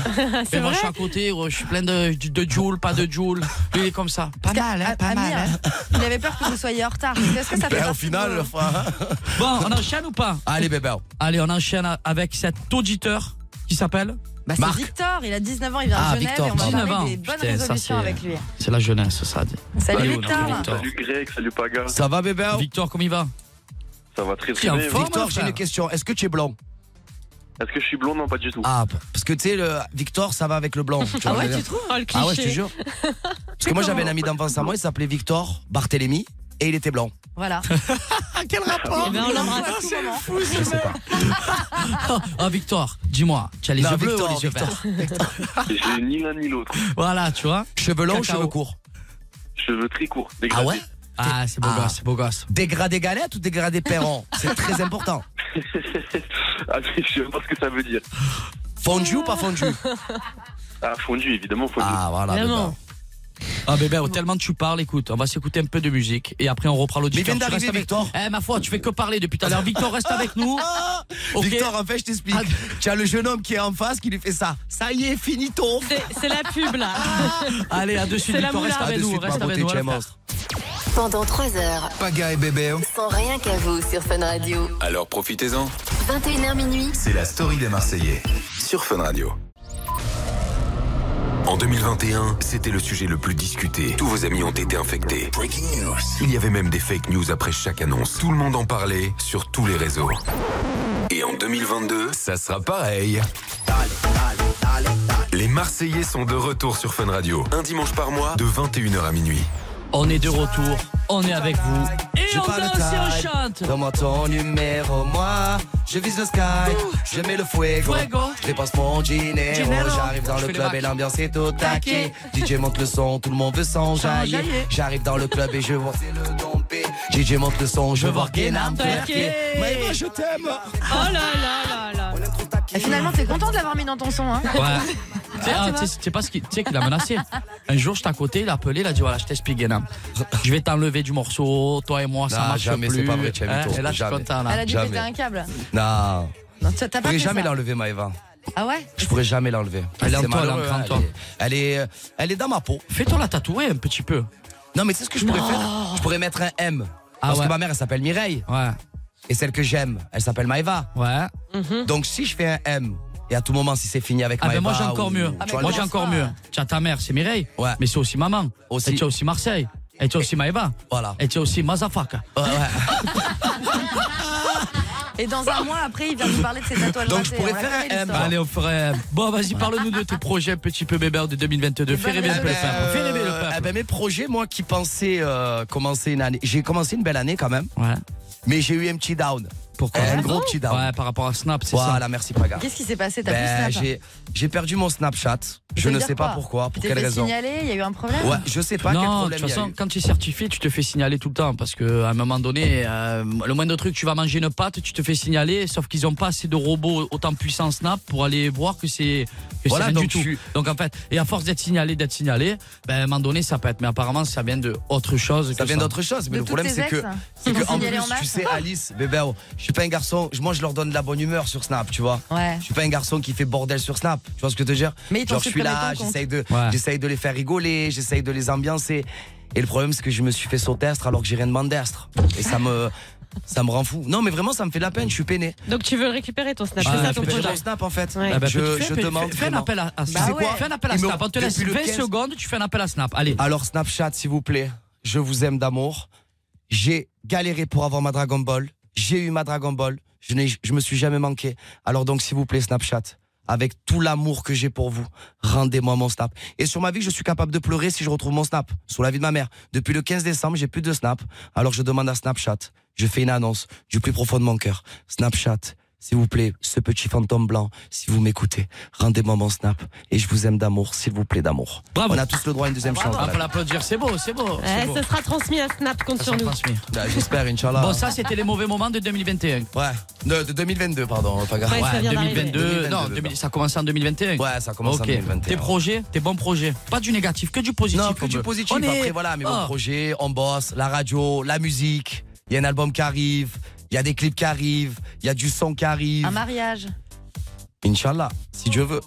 Speaker 6: Et moi, je suis à côté, oh, je suis plein de, de joules, pas de joules. Lui, il est comme ça. Pas mal, hein, pas mal.
Speaker 7: Amir,
Speaker 6: hein.
Speaker 7: il avait peur que vous soyez en retard. Est-ce que ça fait
Speaker 5: Ben, au
Speaker 7: partie de
Speaker 5: final,
Speaker 7: vos-
Speaker 5: enfin, hein.
Speaker 6: Bon, on enchaîne ou pas
Speaker 5: Allez, ben, bébé.
Speaker 6: Allez, on enchaîne a- avec cet auditeur qui s'appelle.
Speaker 7: Bah,
Speaker 5: Marc.
Speaker 7: c'est Victor, il a 19 ans, il vient de
Speaker 5: Ah,
Speaker 7: Genève
Speaker 5: Victor,
Speaker 7: et on va
Speaker 6: 19 ans.
Speaker 7: parler des bonnes
Speaker 6: Putain, ça,
Speaker 7: résolutions
Speaker 6: c'est-
Speaker 7: avec lui.
Speaker 6: C'est la jeunesse, ça.
Speaker 7: Salut
Speaker 6: Allez,
Speaker 7: Victor.
Speaker 6: on
Speaker 5: Ah.
Speaker 6: a- Victor.
Speaker 10: Salut Greg, salut Paga,
Speaker 5: Ça va, bébé
Speaker 6: Victor, comment il va
Speaker 10: ça va très
Speaker 6: Tiens,
Speaker 10: très bien.
Speaker 6: fort. mon
Speaker 5: Victor, j'ai
Speaker 6: frère.
Speaker 5: une question. Est-ce que tu es blanc
Speaker 10: Est-ce que je suis blond Non, pas du tout.
Speaker 5: Ah, parce que tu sais, le... Victor, ça va avec le blanc. tu vois
Speaker 8: Ah
Speaker 5: ce que je
Speaker 8: ouais,
Speaker 5: veux
Speaker 8: tu
Speaker 5: dire
Speaker 8: trouves Oh, le cliché.
Speaker 5: Ah ouais, je te jure. Parce que moi, j'avais un ami d'enfance à moi, il s'appelait Victor Barthélemy et il était blanc.
Speaker 7: Voilà.
Speaker 5: Ah, quel rapport Ah,
Speaker 8: Eh ben, on l'embrasse.
Speaker 5: Je sais pas.
Speaker 6: Ah, ah, Victor, dis-moi, tu as les
Speaker 5: Non,
Speaker 6: yeux bleus
Speaker 5: Victor,
Speaker 6: ou les yeux
Speaker 5: Victor.
Speaker 6: verts
Speaker 10: J'ai ni l'un ni l'autre.
Speaker 6: Voilà, tu vois.
Speaker 5: Cheveux longs ou
Speaker 6: Cacao.
Speaker 5: cheveux courts
Speaker 10: Cheveux très courts. Des
Speaker 5: Ah
Speaker 10: grattés.
Speaker 5: ouais
Speaker 6: Ah, c'est beau
Speaker 5: Ah.
Speaker 6: gosse, c'est beau gosse.
Speaker 5: Dégradé galette ou dégradé perron C'est très important.
Speaker 10: Ah, mais je sais pas ce que ça veut dire.
Speaker 5: Fondu ou pas fondu
Speaker 10: Ah, fondu, évidemment, fondu.
Speaker 5: Ah, voilà.
Speaker 8: Vraiment.
Speaker 6: Ah bébé, oh, tellement tu parles, écoute, on va s'écouter un peu de musique et après on reprend
Speaker 5: Mais il
Speaker 6: l'auditeur.
Speaker 5: vient
Speaker 6: Tu
Speaker 5: d'arriver,
Speaker 6: restes avec-
Speaker 5: Victor.
Speaker 6: Eh ma foi, tu fais que parler depuis tout à l'heure. Victor, reste avec nous.
Speaker 5: Ah
Speaker 6: Ok.
Speaker 5: Victor, en fait, je t'explique.
Speaker 6: Ah.
Speaker 5: Tu as le jeune homme qui est en face qui lui fait ça. Ça y est, finito.
Speaker 8: C'est- C'est la pub là.
Speaker 6: Allez, à de suite,
Speaker 8: C'est la
Speaker 6: Victor, reste
Speaker 8: moula.
Speaker 6: avec
Speaker 5: Ah, de
Speaker 6: nous,
Speaker 5: suite,
Speaker 6: reste
Speaker 5: ma
Speaker 6: avec
Speaker 5: beauté,
Speaker 6: nous.
Speaker 5: tu es
Speaker 6: voilà.
Speaker 5: monstre.
Speaker 3: Pendant 3 heures,
Speaker 1: Paga et bébé,
Speaker 3: sans rien qu'à vous sur Fun Radio.
Speaker 1: alors profitez-en.
Speaker 3: 21h minuit,
Speaker 1: C'est la story des Marseillais sur Fun Radio. En 2021, c'était le sujet le plus discuté. Tous vos amis ont été infectés. Breaking news. Il y avait même des fake news après chaque annonce. Tout le monde en parlait sur tous les réseaux. Et en 2022, ça sera pareil. Les Marseillais sont de retour sur Fun Radio. Un dimanche par mois, de 21h à minuit.
Speaker 6: On est de retour, on est avec vous. Et
Speaker 5: J'ai
Speaker 6: on
Speaker 5: pas le
Speaker 6: danse et on
Speaker 5: time.
Speaker 6: chante.
Speaker 5: Donne-moi ton numéro, moi. Je vise le sky, je mets le fuego.
Speaker 6: Fuego.
Speaker 5: Je dépense mon dinero.
Speaker 6: Dinero.
Speaker 5: J'arrive dans
Speaker 6: Je fais
Speaker 5: le
Speaker 6: les
Speaker 5: club et
Speaker 6: bacs.
Speaker 5: l'ambiance est au taquet.
Speaker 6: Taquet.
Speaker 5: DJ monte le son, tout le monde veut s'enjailler.
Speaker 6: S'enjailler.
Speaker 5: J'arrive dans le club et je vois c'est le dompé. DJ monte le son, je vois Guénam twerker.
Speaker 8: twerker.
Speaker 5: Maëva, je t'aime.
Speaker 8: Oh là là là là.
Speaker 7: Et finalement, t'es content de l'avoir mis dans ton son. Hein
Speaker 6: Ouais. Tu sais, ah, tu sais- tu sais pas ce qu'il tu sais qu'il a menacé. Un jour, j'étais à côté, il a appelé, il a dit voilà, je t'explique, Guénam. Je vais t'enlever du morceau, toi et moi, ça
Speaker 5: Non,
Speaker 6: marche
Speaker 5: jamais,
Speaker 6: plus.
Speaker 5: c'est pas vrai, tu as
Speaker 6: Hein,
Speaker 5: mis ton-
Speaker 6: Et là, je suis
Speaker 5: jamais.
Speaker 6: content,
Speaker 7: Elle
Speaker 6: là.
Speaker 7: a dû
Speaker 5: jamais.
Speaker 7: péter un câble.
Speaker 5: Non,
Speaker 7: Non, t'as t'as
Speaker 5: je
Speaker 7: pas
Speaker 5: pourrais
Speaker 7: fait
Speaker 5: jamais
Speaker 7: ça.
Speaker 5: l'enlever, Maëva.
Speaker 7: Ah ouais
Speaker 5: Je pourrais jamais l'enlever.
Speaker 6: Elle est en
Speaker 5: C'est
Speaker 6: toi, elle est en
Speaker 5: malheureux,
Speaker 6: train de toi.
Speaker 5: Elle est, elle est, elle est dans ma peau.
Speaker 6: Fais-toi la tatouer un petit peu.
Speaker 5: Non, mais c'est ce que je pourrais faire. Je pourrais mettre un M.
Speaker 6: Ah
Speaker 5: parce
Speaker 6: ouais.
Speaker 5: que ma mère, elle s'appelle Mireille.
Speaker 6: Ouais,
Speaker 5: Et celle que j'aime, elle s'appelle Maëva.
Speaker 6: ouais.
Speaker 7: Mhm.
Speaker 5: Donc si je fais un M, et à tout moment, si c'est fini avec
Speaker 6: Ah ben
Speaker 5: Maëva.
Speaker 6: moi j'ai encore
Speaker 5: ou-
Speaker 6: mieux.
Speaker 5: tu vois,
Speaker 6: moi
Speaker 5: le-
Speaker 6: j'ai encore
Speaker 7: pas.
Speaker 6: mieux. Tu as ta mère, c'est Mireille.
Speaker 5: Ouais.
Speaker 6: Mais c'est aussi maman.
Speaker 5: Aussi.
Speaker 6: Et tu as aussi Marseille. Et tu as aussi Maëva.
Speaker 5: Voilà.
Speaker 6: Et tu as aussi Mazafaka.
Speaker 5: Ouais, ouais.
Speaker 7: Et dans un mois après, il vient nous parler de ses tatouages
Speaker 5: Donc,
Speaker 7: ratés.
Speaker 5: je pourrais
Speaker 7: On la
Speaker 5: faire
Speaker 7: connaît,
Speaker 5: un M.
Speaker 7: l'histoire.
Speaker 6: Allez, on ferait. Bon, vas-y, parle-nous de tes projets, petit peu bébé de 2022. Fais
Speaker 7: bonnes
Speaker 6: rêver le peuple.
Speaker 7: résolutions.
Speaker 6: Fais rêver le
Speaker 5: Eh
Speaker 6: peuple.
Speaker 5: ben, mes projets, moi qui pensais euh, commencer une année. J'ai commencé une belle année quand même,
Speaker 6: Ouais.
Speaker 5: mais j'ai eu un petit down.
Speaker 6: Pourquoi
Speaker 5: Un gros petit down.
Speaker 6: Ouais, par rapport à Snap, c'est
Speaker 5: voilà, merci Paga.
Speaker 7: Ah Qu'est-ce qui s'est passé T'as
Speaker 5: Ben,
Speaker 7: plus Snap
Speaker 5: bah, j'ai j'ai perdu mon Snapchat. Je
Speaker 7: veut
Speaker 5: ne
Speaker 7: dire
Speaker 5: sais pas
Speaker 7: quoi
Speaker 5: pourquoi, pour
Speaker 7: T'es
Speaker 5: quelle
Speaker 7: fait
Speaker 5: raison.
Speaker 7: signaler, il y a eu un problème
Speaker 5: Ouais, je sais
Speaker 6: ça.
Speaker 5: pas quel
Speaker 6: Ah. Non, de
Speaker 5: problème
Speaker 6: toute
Speaker 5: il y a
Speaker 6: façon,
Speaker 5: eu.
Speaker 6: quand tu es certifié, tu te fais signaler tout le temps parce que à un moment donné, euh, le moindre truc, tu vas manger une pâte, tu te fais signaler, sauf qu'ils ont pas assez de robots autant puissants Snap pour aller voir que c'est que
Speaker 5: Voilà,
Speaker 6: c'est rien
Speaker 5: donc
Speaker 6: du tout.
Speaker 5: tu-
Speaker 6: Donc en fait, et à force d'être signalé, d'être signalé, ben, à un moment donné, ça peut être. Mais apparemment, ça vient de autre chose.
Speaker 5: Ça
Speaker 6: que
Speaker 5: vient d'autre chose, mais le
Speaker 7: De toutes
Speaker 5: problème
Speaker 7: tes
Speaker 5: c'est que,
Speaker 7: ex
Speaker 5: c'est
Speaker 7: Ils
Speaker 5: que
Speaker 7: sont
Speaker 5: en
Speaker 7: signalés
Speaker 5: plus,
Speaker 7: en masse. Ah.
Speaker 5: tu sais, Alice, bébé, oh, je suis pas un garçon. Moi, je leur donne de la bonne humeur sur Snap, tu vois.
Speaker 7: Ouais.
Speaker 5: Je suis pas un garçon qui fait bordel sur Snap. Tu vois ce que je veux te dire
Speaker 7: Mais ils t'ont
Speaker 5: Genre, je suis
Speaker 7: supprimé
Speaker 5: là,
Speaker 7: ton compte.
Speaker 5: j'essaye de,
Speaker 6: Ouais.
Speaker 5: j'essaye de les faire rigoler, j'essaye de les ambiancer. Et le problème, c'est que je me suis fait sautestre alors que j'ai rien demandé d'estre. Et ça me, ça me rend fou. Non, mais vraiment, ça me fait de la peine. Je suis peiné.
Speaker 8: Donc tu veux le récupérer ton snap,
Speaker 6: Ah,
Speaker 8: c'est ça
Speaker 6: tu
Speaker 8: ton
Speaker 6: peux-
Speaker 5: J'ai
Speaker 8: projet.
Speaker 5: mon Snap en fait. Eh ben,
Speaker 8: Ouais.
Speaker 6: Ah bah,
Speaker 5: je,
Speaker 6: fais-
Speaker 5: je
Speaker 6: fais-
Speaker 5: demande.
Speaker 6: Fais un
Speaker 5: vraiment.
Speaker 6: appel à, à
Speaker 7: Bah
Speaker 6: Snap.
Speaker 7: ouais.
Speaker 6: Fais un appel à
Speaker 5: Ils me-
Speaker 6: Snap. On te laisse
Speaker 5: depuis le
Speaker 6: 20
Speaker 5: 15.
Speaker 6: secondes, tu fais un appel à Snap. Allez.
Speaker 5: Alors Snapchat, s'il vous plaît, je vous aime d'amour. J'ai galéré pour avoir ma Dragon Ball. J'ai eu ma Dragon Ball. Je, n'ai- je me suis jamais manqué. Alors donc, s'il vous plaît, Snapchat, avec tout l'amour que j'ai pour vous, rendez-moi mon Snap. Et sur ma vie, je suis capable de pleurer si je retrouve mon Snap. Sous la vie de ma mère. Depuis le 15 décembre, j'ai plus de Snap. Alors je demande à Snapchat. Je fais une annonce du plus profond de mon cœur. Snapchat, S'il vous plaît, ce petit fantôme blanc, si vous m'écoutez, rendez-moi mon snap et je vous aime d'amour, s'il vous plaît d'amour.
Speaker 6: Bravo.
Speaker 5: On a tous le droit à une deuxième chance.
Speaker 6: Ah,
Speaker 5: voilà.
Speaker 6: faut l'applaudir, c'est beau, c'est beau. c'est
Speaker 8: Eh,
Speaker 6: beau.
Speaker 8: ce sera transmis à Snap, compte
Speaker 6: Ça
Speaker 8: sur
Speaker 6: sera
Speaker 8: nous.
Speaker 6: transmis.
Speaker 5: Bah, J'espère, Inch'Allah.
Speaker 6: Bon, ça, c'était les mauvais moments de 2021.
Speaker 5: Ouais, de, de 2022, pardon, pas grave.
Speaker 8: Ouais, ça vient d'arriver.
Speaker 6: 2022, non, 2000 ça a commencé en 2021.
Speaker 5: Ouais, ça commence en
Speaker 6: Ok.
Speaker 5: 2021.
Speaker 6: Tes projets, tes bons projets. Pas du négatif, que du positif.
Speaker 5: Non, que
Speaker 6: on
Speaker 5: du
Speaker 6: veut.
Speaker 5: positif.
Speaker 6: On est-
Speaker 5: Après, voilà, mes bons
Speaker 6: Ah.
Speaker 5: projets, on bosse, la radio, la musique, il y a un album qui arrive, il y a des clips qui arrivent, il y a du son qui arrive.
Speaker 7: Un mariage.
Speaker 5: Inch'Allah, si Dieu veut.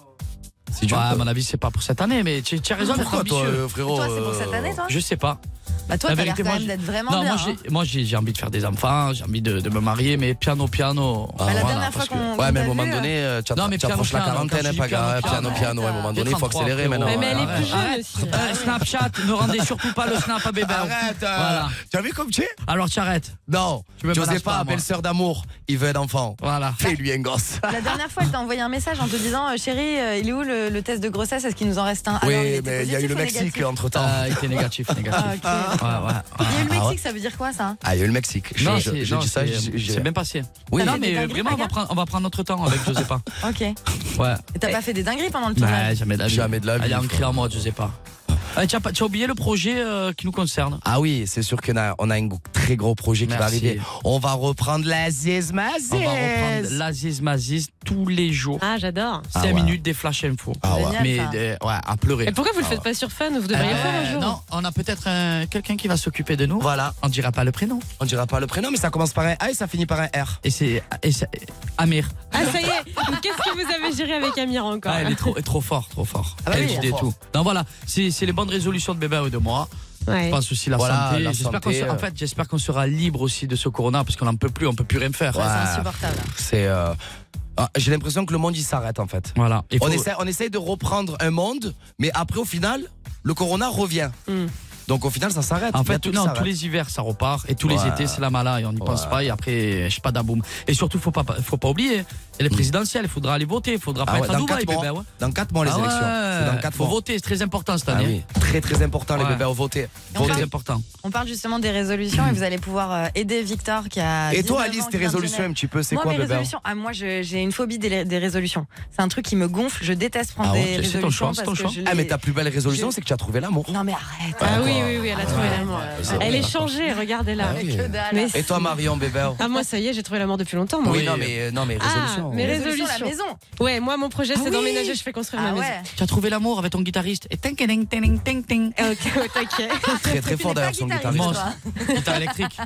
Speaker 5: Si Dieu
Speaker 6: Ouais, à
Speaker 5: veut.
Speaker 6: mon avis, c'est pas pour cette année, mais tu, tu as raison d'être
Speaker 5: Pourquoi toi,
Speaker 6: ambitieux.
Speaker 5: euh, frérot
Speaker 7: toi, c'est pour
Speaker 5: euh,
Speaker 7: cette année, toi
Speaker 6: Je sais pas.
Speaker 7: Bah, toi,
Speaker 6: La
Speaker 7: t'as l'air
Speaker 6: vérité,
Speaker 7: quand
Speaker 6: moi,
Speaker 7: même
Speaker 6: j'ai-
Speaker 7: d'être vraiment
Speaker 6: Non,
Speaker 7: bien.
Speaker 6: moi,
Speaker 7: hein.
Speaker 6: j'ai- moi, j'ai j'ai envie de faire des enfants, j'ai envie de, de me marier, mais piano, piano.
Speaker 5: Ah,
Speaker 7: Bah, la
Speaker 5: voilà,
Speaker 7: dernière
Speaker 5: parce
Speaker 7: fois
Speaker 5: que-
Speaker 7: qu'on.
Speaker 5: Ouais,
Speaker 7: qu'on
Speaker 5: mais à un
Speaker 7: t'a
Speaker 5: moment
Speaker 7: vu,
Speaker 5: donné, euh, tu
Speaker 6: Non, mais
Speaker 5: approches tu
Speaker 6: piano,
Speaker 5: approches la
Speaker 6: piano,
Speaker 5: quarantaine,
Speaker 6: quand
Speaker 5: hein,
Speaker 6: je
Speaker 5: pas
Speaker 6: dis piano,
Speaker 5: grave.
Speaker 6: piano,
Speaker 5: Piano, piano, ouais, à un moment donné, il faut
Speaker 6: 33,
Speaker 5: accélérer
Speaker 6: frérot.
Speaker 5: maintenant.
Speaker 8: Mais, mais elle est
Speaker 5: Arrête.
Speaker 8: plus jeune
Speaker 6: Arrête.
Speaker 7: hein.
Speaker 8: aussi.
Speaker 6: Euh, Snapchat, ne rendez surtout pas le snap à bébé.
Speaker 5: Arrête euh,
Speaker 6: Voilà.
Speaker 5: Tu as vu comme tu es
Speaker 6: Alors, tu arrêtes.
Speaker 5: Non,
Speaker 6: Tu me balances pas,
Speaker 5: Josépa,
Speaker 6: moi.
Speaker 5: belle-sœur d'amour, il veut un enfant.
Speaker 6: Voilà.
Speaker 5: Fais-lui un gosse.
Speaker 7: La dernière fois, elle t'a envoyé un message en te disant euh, Chérie, euh, il est où le, le test de grossesse Est-ce qu'il nous en reste un Ah, Alors,
Speaker 5: oui,
Speaker 7: était
Speaker 5: mais il y a eu
Speaker 7: positif
Speaker 5: le
Speaker 7: ou négatif
Speaker 5: Mexique hein. entre temps.
Speaker 6: Ah, il était négatif, négatif.
Speaker 7: Ah, ok.
Speaker 6: Ouais, ouais.
Speaker 7: Il y a eu le
Speaker 5: Ah ouais.
Speaker 7: Mexique, ça veut dire quoi ça
Speaker 5: Ah, il y a eu le Mexique. Je-
Speaker 6: Non,
Speaker 5: je-
Speaker 6: c'est-
Speaker 5: J'ai
Speaker 6: non,
Speaker 5: dit ça,
Speaker 6: c'est-
Speaker 5: j'ai- j'ai-
Speaker 6: c'est bien passé.
Speaker 5: Oui.
Speaker 6: non, mais
Speaker 7: T'as fait des
Speaker 6: vraiment, on va,
Speaker 7: dingueries,
Speaker 6: prendre, on va prendre notre temps avec, je sais pas.
Speaker 7: Ok. Et
Speaker 6: Ouais.
Speaker 7: t'as
Speaker 5: Eh.
Speaker 7: pas fait des dingueries pendant le tournage
Speaker 6: Bah, jamais de la vie.
Speaker 5: Jamais de la vie,
Speaker 6: Elle est ancrée
Speaker 5: frère.
Speaker 6: en moi, je sais pas. Euh, tu, as pas- tu as oublié le projet euh, qui nous concerne.
Speaker 5: Ah oui, c'est sûr qu'on a, on a un gros- très gros projet qui va
Speaker 6: Merci.
Speaker 5: arriver. On va reprendre la Ziz
Speaker 6: On va reprendre l'Aziz Maziz tous les jours.
Speaker 8: Ah, j'adore.
Speaker 6: 5
Speaker 5: ouais.
Speaker 6: minutes des flash info.
Speaker 5: Ah ouais.
Speaker 7: Génial,
Speaker 6: Mais
Speaker 7: ça.
Speaker 6: euh, ouais, à pleurer. Ah
Speaker 8: Et pourquoi vous le faites pas sur Fun Vous
Speaker 6: Euh,
Speaker 8: devriez le faire un jour.
Speaker 6: non, on a peut-être euh, quelqu'un qui va s'occuper de nous.
Speaker 5: Voilà,
Speaker 6: On dira pas le prénom. Ah,
Speaker 5: on dira pas le prénom, mais ça commence par un A et ça finit par un R.
Speaker 6: Et c'est et c'est- Amir.
Speaker 8: Ah, ça y est. Qu'est-ce que vous avez géré avec Amir encore
Speaker 6: Ah, elle est trop, elle est trop fort, trop fort.
Speaker 5: Ah bah
Speaker 6: elle
Speaker 5: oui,
Speaker 6: dit
Speaker 5: trop
Speaker 6: tout. Non, voilà, c'est c'est les bonnes résolutions de bébé et de moi. Je
Speaker 8: Ouais.
Speaker 6: pense aussi la
Speaker 5: Voilà,
Speaker 6: santé.
Speaker 5: la
Speaker 6: J'espère qu'on
Speaker 5: santé,
Speaker 6: sera- en
Speaker 5: euh.
Speaker 6: fait, j'espère qu'on sera libre aussi de ce corona parce qu'on n'en peut plus, on peut plus rien faire.
Speaker 7: Ouais,
Speaker 5: Ouais.
Speaker 7: C'est insupportable.
Speaker 5: C'est. euh, ah, J'ai l'impression que le monde il s'arrête en fait.
Speaker 6: Voilà. Il
Speaker 5: On
Speaker 6: faut-
Speaker 5: essaie, on essaie de reprendre un monde, mais après au final, le corona revient.
Speaker 8: Hmm.
Speaker 5: Donc au final, ça s'arrête.
Speaker 6: En
Speaker 5: Il y a
Speaker 6: fait,
Speaker 5: Ah, tout qui
Speaker 6: non,
Speaker 5: s'arrête.
Speaker 6: tous les hivers ça repart et tous les
Speaker 5: Ouais.
Speaker 6: étés c'est la mala et on n'y pense
Speaker 5: Ouais.
Speaker 6: pas et après je sais pas d'aboum. Et surtout faut pas faut pas oublier les présidentielles, il faudra aller voter, il faudra pas
Speaker 5: Mm. Ah ouais,
Speaker 6: être à
Speaker 5: dans
Speaker 6: Dubaï
Speaker 5: quatre mois.
Speaker 6: bébé, ouais.
Speaker 5: Dans 4 mois, les
Speaker 6: Ah
Speaker 5: élections.
Speaker 6: ouais.
Speaker 5: C'est dans 4
Speaker 6: Faut
Speaker 5: mois.
Speaker 6: voter, c'est très important cette
Speaker 5: Ah
Speaker 6: année.
Speaker 5: oui. Très très important,
Speaker 6: Ouais.
Speaker 5: les bébés, au voter.
Speaker 7: Et on
Speaker 6: Très
Speaker 7: parle,
Speaker 6: important.
Speaker 7: on parle justement des résolutions et vous allez pouvoir euh, aider Victor qui a.
Speaker 5: Et toi,
Speaker 7: 19 ans,
Speaker 5: Alice,
Speaker 7: qui
Speaker 5: tes
Speaker 7: vient de
Speaker 5: résolutions
Speaker 7: Genève.
Speaker 5: un petit peu, c'est
Speaker 7: Moi,
Speaker 5: quoi,
Speaker 7: mes
Speaker 5: bébé
Speaker 7: résolutions ah, Moi, je- j'ai une phobie des, des résolutions. C'est un truc qui me gonfle. Je déteste prendre
Speaker 6: Ah ouais,
Speaker 7: des
Speaker 6: c'est ton
Speaker 7: résolutions.
Speaker 6: choix, c'est
Speaker 7: parce
Speaker 6: ton
Speaker 7: que
Speaker 6: choix.
Speaker 7: je
Speaker 5: Ah, mais
Speaker 7: les-
Speaker 5: ta plus belle résolution,
Speaker 7: Je-
Speaker 5: c'est que tu as trouvé l'amour.
Speaker 7: Non, mais arrête.
Speaker 8: Ah
Speaker 5: D'accord.
Speaker 8: oui, oui, oui, elle a trouvé l'amour.
Speaker 5: c'est
Speaker 8: Elle
Speaker 5: vrai.
Speaker 8: est changée, regardez-la.
Speaker 5: Ah oui.
Speaker 7: Que dalle.
Speaker 8: Mais-
Speaker 5: Et toi, Marion, bébé
Speaker 8: Ah, moi, ça y est, j'ai trouvé l'amour depuis longtemps, moi.
Speaker 5: Oui, non, mais, euh, non, mais
Speaker 8: Ah,
Speaker 5: résolution.
Speaker 8: mais
Speaker 7: Résolution,
Speaker 8: résolution.
Speaker 7: la maison.
Speaker 8: Ouais, moi, mon projet, c'est
Speaker 7: Ah oui.
Speaker 8: d'emménager, je fais construire
Speaker 7: Ah
Speaker 8: ma maison.
Speaker 7: ouais.
Speaker 6: Tu as trouvé l'amour avec ton guitariste et ting ting ting ting ting.
Speaker 8: Ah, Ok, au taquet.
Speaker 5: Très, très
Speaker 7: Tu
Speaker 5: fort
Speaker 7: n'es pas
Speaker 5: d'ailleurs, son
Speaker 7: guitariste,
Speaker 5: guitariste.
Speaker 7: toi.
Speaker 6: Guitare électrique.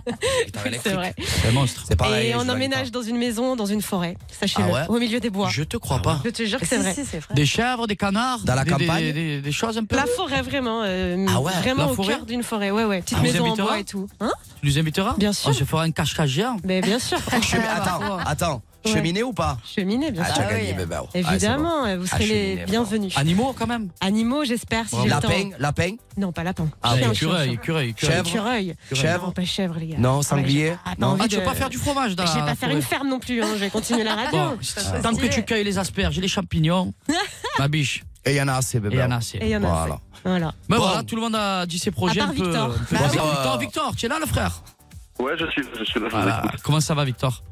Speaker 5: Guitare
Speaker 8: C'est
Speaker 5: électrique.
Speaker 8: vrai.
Speaker 6: C'est un monstre.
Speaker 5: C'est pareil.
Speaker 8: Et
Speaker 5: je
Speaker 8: on
Speaker 5: la
Speaker 8: emménage
Speaker 5: guitare.
Speaker 8: dans une maison, dans une forêt, sachez-le,
Speaker 5: Ah ouais
Speaker 8: au milieu des bois.
Speaker 6: Je te crois pas.
Speaker 8: Je te jure que
Speaker 7: Si,
Speaker 8: c'est vrai.
Speaker 7: si, c'est vrai.
Speaker 6: Des chèvres, des canards,
Speaker 5: Ah Dans la
Speaker 6: des- des-
Speaker 5: campagne
Speaker 6: des, des choses un peu.
Speaker 8: La forêt, vraiment. euh,
Speaker 5: Ah ouais,
Speaker 8: vraiment
Speaker 6: la
Speaker 8: au
Speaker 6: forêt
Speaker 8: cœur d'une forêt. Ouais, ouais. Petite
Speaker 6: Ah, vous
Speaker 8: maison en
Speaker 6: habitez là
Speaker 8: bois et tout. Hein
Speaker 6: Tu nous inviteras
Speaker 8: Bien sûr.
Speaker 6: On se fera un cache-cache géant.
Speaker 8: Mais bien sûr.
Speaker 5: Chemi- Ah, Attends, attends.
Speaker 8: Ouais.
Speaker 5: Cheminée ou pas
Speaker 8: Cheminée, bien
Speaker 5: Ah, tu
Speaker 8: sûr.
Speaker 5: as gagné,
Speaker 7: Ah, oui.
Speaker 5: bébé. Ah, c'est bon.
Speaker 8: Évidemment, vous serez
Speaker 5: cheminée,
Speaker 8: les
Speaker 5: bravo.
Speaker 8: bienvenus.
Speaker 6: Animaux quand même.
Speaker 8: Animaux, j'espère, si j'ai le temps.
Speaker 5: Lapin, lapin,
Speaker 8: Non, pas lapin.
Speaker 5: Ah,
Speaker 8: Chien,
Speaker 5: oui.
Speaker 8: chien,
Speaker 6: écureuil,
Speaker 8: chien.
Speaker 6: écureuil, écureuil.
Speaker 5: Chèvre.
Speaker 8: Écureuil.
Speaker 5: Chèvre.
Speaker 8: Non, pas chèvre, les gars.
Speaker 5: non,
Speaker 8: Ah ouais, j'ai-
Speaker 5: sanglier.
Speaker 8: ah, pas
Speaker 5: Non,
Speaker 8: envie
Speaker 6: Ah, tu veux
Speaker 8: de-
Speaker 6: pas faire du fromage dans
Speaker 8: Je vais
Speaker 6: la
Speaker 8: pas faire
Speaker 6: forêt.
Speaker 8: une ferme non plus, hein, je vais continuer la radio.
Speaker 6: Bon, tant que tu cueilles les asperges et les champignons, ma biche,
Speaker 5: et il y en a assez,
Speaker 6: et
Speaker 5: bébé.
Speaker 6: il y en a assez.
Speaker 8: Et il y en a
Speaker 5: Voilà.
Speaker 8: assez. Voilà.
Speaker 6: Mais
Speaker 5: Bon.
Speaker 6: voilà, tout le monde a dit ses projets
Speaker 8: À part
Speaker 6: un peu.
Speaker 8: Victor.
Speaker 6: un peu
Speaker 5: Bah
Speaker 6: basés.
Speaker 5: oui.
Speaker 6: Victor, Victor, tu es là le frère
Speaker 10: Ouais, je suis, je suis là, je vous
Speaker 6: Voilà.
Speaker 10: écoute.
Speaker 6: Comment ça va Victor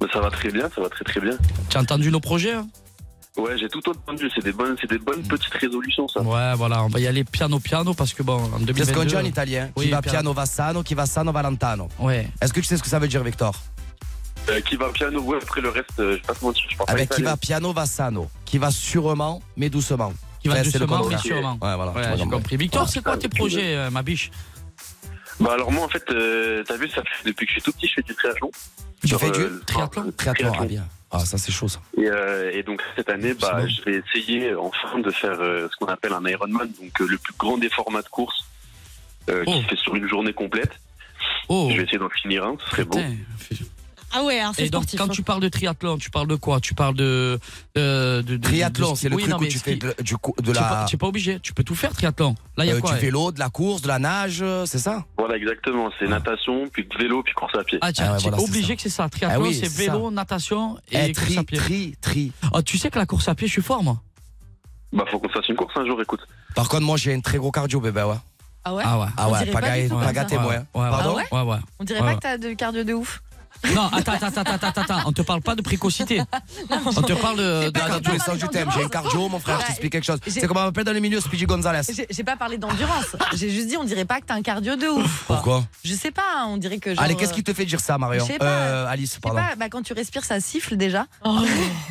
Speaker 10: Bah, Ça va très bien, ça va très très bien.
Speaker 6: Tu as entendu nos projets hein
Speaker 10: Ouais, j'ai tout entendu, c'est des bonnes, c'est des
Speaker 5: Mm.
Speaker 10: bonnes petites résolutions, ça.
Speaker 6: Ouais, voilà, on va y aller piano piano parce que bon, en 2022.
Speaker 5: C'est ce qu'on dit en italien.
Speaker 6: Oui,
Speaker 5: Qui va
Speaker 6: Pierre.
Speaker 5: piano va sano, qui va sano va lontano.
Speaker 6: Ouais.
Speaker 5: Est-ce que tu sais ce que ça veut dire, Victor
Speaker 10: Euh, qui va piano, ouais, après le reste, euh, je vais pas te mentir, je parle
Speaker 5: Avec
Speaker 10: pas
Speaker 5: Eh Ah ben, qui va
Speaker 10: italien.
Speaker 5: piano va sano, qui va sûrement mais doucement.
Speaker 6: Qui va
Speaker 5: Ouais, c'est le
Speaker 6: doucement mais
Speaker 5: contraire.
Speaker 6: sûrement.
Speaker 5: Ouais, voilà. tu
Speaker 6: Ouais,
Speaker 5: vois,
Speaker 6: j'ai
Speaker 5: comme-
Speaker 6: compris. Victor, c'est quoi tes projets, euh, ma biche
Speaker 10: Bah alors moi, en fait, euh, t'as vu, ça fait depuis que je suis tout petit, je fais du triathlon.
Speaker 5: Tu
Speaker 10: Sur,
Speaker 5: fais
Speaker 10: euh,
Speaker 5: du
Speaker 10: le-
Speaker 6: triathlon
Speaker 10: le
Speaker 5: triathlon, ah bien. Ah, ça c'est chaud ça.
Speaker 10: Et, euh, et donc cette année, bah,
Speaker 5: C'est bon.
Speaker 10: je vais essayer euh, enfin de faire euh, ce qu'on appelle un Ironman, donc euh, le plus grand des formats de course euh,
Speaker 6: Oh.
Speaker 10: qui se fait sur une journée complète.
Speaker 6: Oh
Speaker 10: Je vais essayer d'en finir un, ce serait beau.
Speaker 6: putain.
Speaker 8: Ah ouais, alors c'est
Speaker 6: Et donc,
Speaker 8: sportif.
Speaker 6: quand
Speaker 8: hein.
Speaker 6: tu parles de triathlon, tu parles de quoi Tu parles de. euh, de, de- de-
Speaker 5: Triathlon,
Speaker 6: de ski-
Speaker 5: c'est le
Speaker 6: Oui,
Speaker 5: truc
Speaker 6: non,
Speaker 5: où
Speaker 6: mais
Speaker 5: tu
Speaker 6: ski-
Speaker 5: fais de, du cou- de
Speaker 6: Tu es pas,
Speaker 5: la
Speaker 6: tu es pas obligé, tu peux tout faire triathlon. Là, il y a
Speaker 5: euh,
Speaker 6: quoi
Speaker 5: du
Speaker 6: eh
Speaker 5: vélo, de la course, de la nage, euh, c'est ça
Speaker 10: Voilà, exactement. C'est natation, puis vélo, puis course à pied.
Speaker 6: Ah, tiens,
Speaker 5: Ah ouais,
Speaker 6: c'est
Speaker 5: voilà, c'est
Speaker 6: obligé
Speaker 5: ça.
Speaker 6: que c'est ça. Triathlon,
Speaker 5: Ah oui,
Speaker 6: c'est
Speaker 5: c'est
Speaker 6: vélo, natation et
Speaker 5: Eh,
Speaker 6: course
Speaker 5: tri,
Speaker 6: à pied.
Speaker 5: tri, tri.
Speaker 6: Ah, tu sais que la course à pied, je suis fort, moi.
Speaker 10: Bah, faut qu'on se fasse une course un jour, écoute.
Speaker 5: Par contre, moi j'ai un très gros cardio, bâbé, ouais.
Speaker 7: Ah ouais
Speaker 6: Ah ouais.
Speaker 5: Ah
Speaker 7: On
Speaker 5: ouais,
Speaker 7: dirait
Speaker 5: pas
Speaker 7: pas du
Speaker 5: gâté,
Speaker 7: tout
Speaker 5: pas
Speaker 7: comme
Speaker 5: gâté,
Speaker 6: ça.
Speaker 5: moi. hein.
Speaker 6: Ouais, ouais.
Speaker 5: Pardon
Speaker 6: Ouais, ouais.
Speaker 7: On dirait
Speaker 6: Ouais.
Speaker 7: pas que t'as de cardio de ouf.
Speaker 6: Non, attends, attends, attends, attends, attends, on te parle pas de précocité. On te parle de. de-
Speaker 7: C'est pas
Speaker 5: Dans
Speaker 7: comme
Speaker 6: de-
Speaker 5: tous les sens du thème, j'ai un cardio, mon frère, je t'explique quelque chose.
Speaker 7: J'ai-
Speaker 5: C'est comment on m'appelle dans les milieux, Speedy Gonzalez.
Speaker 7: J'ai j'ai pas parlé d'endurance. J'ai juste dit, on dirait pas que t'as un cardio de ouf. quoi.
Speaker 5: Pourquoi
Speaker 7: Je sais pas, hein, on dirait que. genre,
Speaker 5: Allez, qu'est-ce qui te fait dire ça, Marion
Speaker 7: je sais pas.
Speaker 5: Euh, Alice,
Speaker 7: Je sais
Speaker 5: pardon.
Speaker 7: pas, bah, quand tu respires, ça siffle déjà.
Speaker 8: Oh.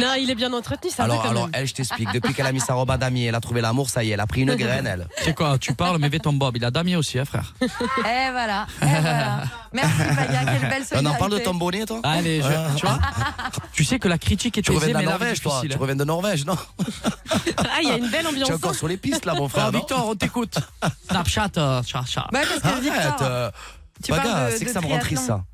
Speaker 8: non, il est bien entretenu, ça va
Speaker 5: Alors,
Speaker 8: quand
Speaker 5: alors,
Speaker 8: même.
Speaker 5: elle, je t'explique. Depuis qu'elle a mis sa robe à damier, elle a trouvé l'amour, ça y est, elle a pris une graine, elle.
Speaker 6: C'est quoi Tu parles, mais vais ton Bob. Il a damier aussi, hein, frère.
Speaker 7: Eh voilà, eh voilà. Merci, Paga, quelle belle solidarité.
Speaker 5: On en parle de ton bonnet, toi
Speaker 6: Allez, je-
Speaker 5: Ah.
Speaker 6: tu vois Tu sais que la critique est
Speaker 5: Tu reviens
Speaker 6: aisée,
Speaker 5: de la
Speaker 6: mais la vie est
Speaker 5: Norvège, toi
Speaker 6: difficile,
Speaker 5: Tu
Speaker 6: hein.
Speaker 5: reviens de Norvège, non
Speaker 8: Ah, il y a une belle
Speaker 5: Tu
Speaker 8: ambiance.
Speaker 5: es encore sur les pistes, là, mon
Speaker 6: Ah,
Speaker 5: frère. non
Speaker 6: Victor, on t'écoute. Snapchat, euh, chat, chat.
Speaker 7: Ouais, parce que Victor,
Speaker 5: Arrête euh,
Speaker 7: tu
Speaker 5: Baga,
Speaker 7: parles de-
Speaker 5: c'est que
Speaker 7: de
Speaker 5: ça me rend triste,
Speaker 7: triathlon.
Speaker 5: ça.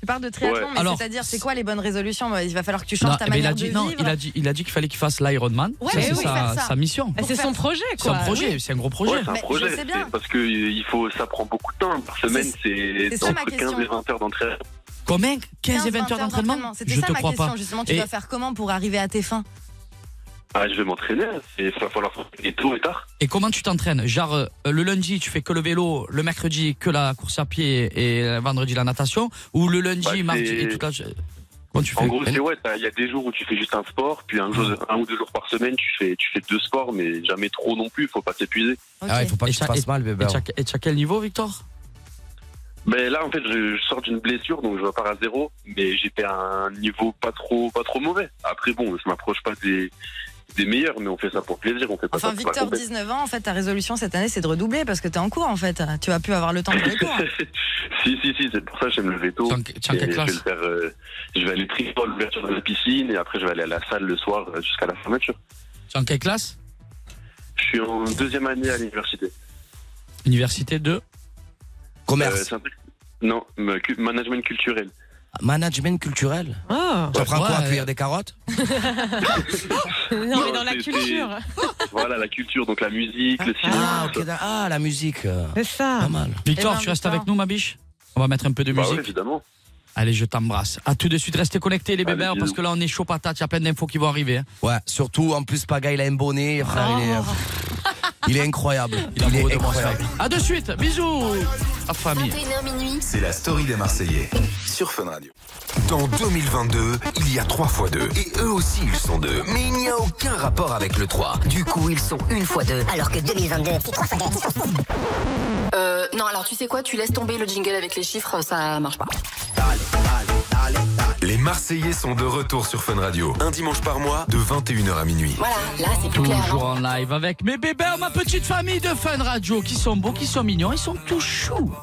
Speaker 7: tu parles de triathlon,
Speaker 10: Ouais.
Speaker 7: mais
Speaker 6: Alors-
Speaker 7: c'est-à-dire, c'est quoi les bonnes résolutions Il va falloir que tu changes
Speaker 6: Non,
Speaker 7: ta
Speaker 6: eh ben, il
Speaker 7: manière
Speaker 6: a dit,
Speaker 7: de
Speaker 6: non,
Speaker 7: vivre.
Speaker 6: il a dit, il a dit qu'il fallait qu'il fasse l'Iron Man.
Speaker 7: Ouais,
Speaker 6: ça,
Speaker 7: mais
Speaker 6: c'est
Speaker 7: oui,
Speaker 6: sa,
Speaker 7: faire ça.
Speaker 6: sa mission.
Speaker 8: Ah, C'est
Speaker 7: Pour
Speaker 8: son
Speaker 7: faire-
Speaker 8: projet,
Speaker 6: C'est
Speaker 8: quoi.
Speaker 6: un projet, c'est un gros projet.
Speaker 10: Ouais, c'est un
Speaker 7: Mais je
Speaker 10: projet,
Speaker 7: sais bien.
Speaker 10: c'est- parce que euh, il faut, ça prend beaucoup de temps. Par semaine, c'est
Speaker 7: c'est ça ma
Speaker 10: entre 15 et
Speaker 7: question.
Speaker 10: 20 heures d'entraînement.
Speaker 6: Combien 15 et 20 heures d'entraînement
Speaker 7: C'était
Speaker 6: Je
Speaker 7: ça
Speaker 6: te
Speaker 7: ma
Speaker 6: crois
Speaker 7: question,
Speaker 6: pas.
Speaker 7: justement. Tu
Speaker 6: Et-
Speaker 7: dois faire comment pour arriver à tes fins
Speaker 10: Ah, je vais m'entraîner, il va falloir s'entraîner tôt et tard.
Speaker 6: Et comment tu t'entraînes Genre, euh, le lundi, tu fais que le vélo, le mercredi, que la course à pied et le vendredi, la natation Ou le lundi,
Speaker 10: Bah, c'est-
Speaker 6: mardi et toute la. Comment tu fais
Speaker 10: En gros, c'est ouais, t'as- il y a des jours où tu fais juste un sport, puis un, jour, un ou deux jours par semaine, tu fais, tu fais deux sports, mais jamais trop non plus, faut pas s'épuiser.
Speaker 7: Ok.
Speaker 5: Ah, il faut pas que
Speaker 6: Et
Speaker 5: tu te
Speaker 6: ça-
Speaker 5: fasses mal, bébé.
Speaker 6: Et tu as- Et tu as quel niveau, Victor
Speaker 10: Mais là, en fait, je, je sors d'une blessure, donc je repars à zéro, mais j'étais à un niveau pas trop, pas trop mauvais. Après, bon, je m'approche pas des, des meilleurs, mais on fait ça pour plaisir, on fait pas
Speaker 7: Enfin,
Speaker 10: ça pour la
Speaker 7: Victor,
Speaker 10: compète.
Speaker 7: 19 ans, en fait, ta résolution cette année, c'est de redoubler parce que t'es en cours, en fait. Tu vas plus avoir le temps de les cours.
Speaker 10: si, si, si, c'est pour ça que j'aime le veto.
Speaker 6: Tu as en- tu as en quelle
Speaker 10: Et je vais
Speaker 6: classe
Speaker 10: le faire, euh, je vais aller trier l'ouverture de la piscine et après je vais aller à la salle le soir euh, jusqu'à la fermeture.
Speaker 6: Tu es en quelle classe
Speaker 10: Je suis en deuxième année à l'université.
Speaker 6: Université 2
Speaker 10: Euh,
Speaker 5: Commerce,
Speaker 10: c'est un truc- non, me- cu- management culturel.
Speaker 5: management culturel.
Speaker 8: Ah.
Speaker 5: Tu apprends
Speaker 6: Ouais,
Speaker 5: quoi à
Speaker 6: euh,
Speaker 5: cueillir des carottes
Speaker 8: Non, mais dans la
Speaker 10: c'est-
Speaker 8: culture.
Speaker 10: voilà, la culture, donc la musique, le cinéma.
Speaker 5: Ah, ok, d'accord. ah, la musique. euh,
Speaker 8: C'est ça.
Speaker 5: Pas mal.
Speaker 6: Victor,
Speaker 7: Eh ben,
Speaker 6: tu restes
Speaker 7: Victor.
Speaker 6: avec nous, ma biche On va mettre un peu de
Speaker 10: Bah ouais,
Speaker 6: musique.
Speaker 10: évidemment.
Speaker 6: Allez, je t'embrasse. À tout de suite, restez connectés, les
Speaker 10: Allez,
Speaker 6: bébés,
Speaker 10: bisous.
Speaker 6: parce que là, on est chaud patate. Il y a plein d'infos qui vont arriver. hein.
Speaker 5: Ouais, surtout, en plus, Paga, il a un bonnet. frère, il, est,
Speaker 7: Oh.
Speaker 5: il est incroyable.
Speaker 6: Il a beau
Speaker 5: est
Speaker 6: de moi,
Speaker 5: incroyable.
Speaker 6: ça. À de suite. Bisous. La famille.
Speaker 3: 21h minuit.
Speaker 1: C'est la story des Marseillais sur Fun Radio. Dans 2022, il y a 3 fois 2. Et eux aussi, ils sont deux. Mais il n'y a aucun rapport avec le 3. Du coup, ils sont une fois deux.
Speaker 9: Alors que 2022, c'est trois fois deux.
Speaker 3: Euh, non, alors tu sais quoi, tu laisses tomber le jingle avec les chiffres, ça marche pas.
Speaker 1: Les Marseillais sont de retour sur Fun Radio. Un dimanche par mois, de 21h à minuit.
Speaker 3: Voilà, là c'est plus clair.
Speaker 6: Toujours
Speaker 3: non
Speaker 6: en live avec mes bébés, ma petite famille de Fun Radio, qui sont beaux, qui sont mignons, ils sont tout choux.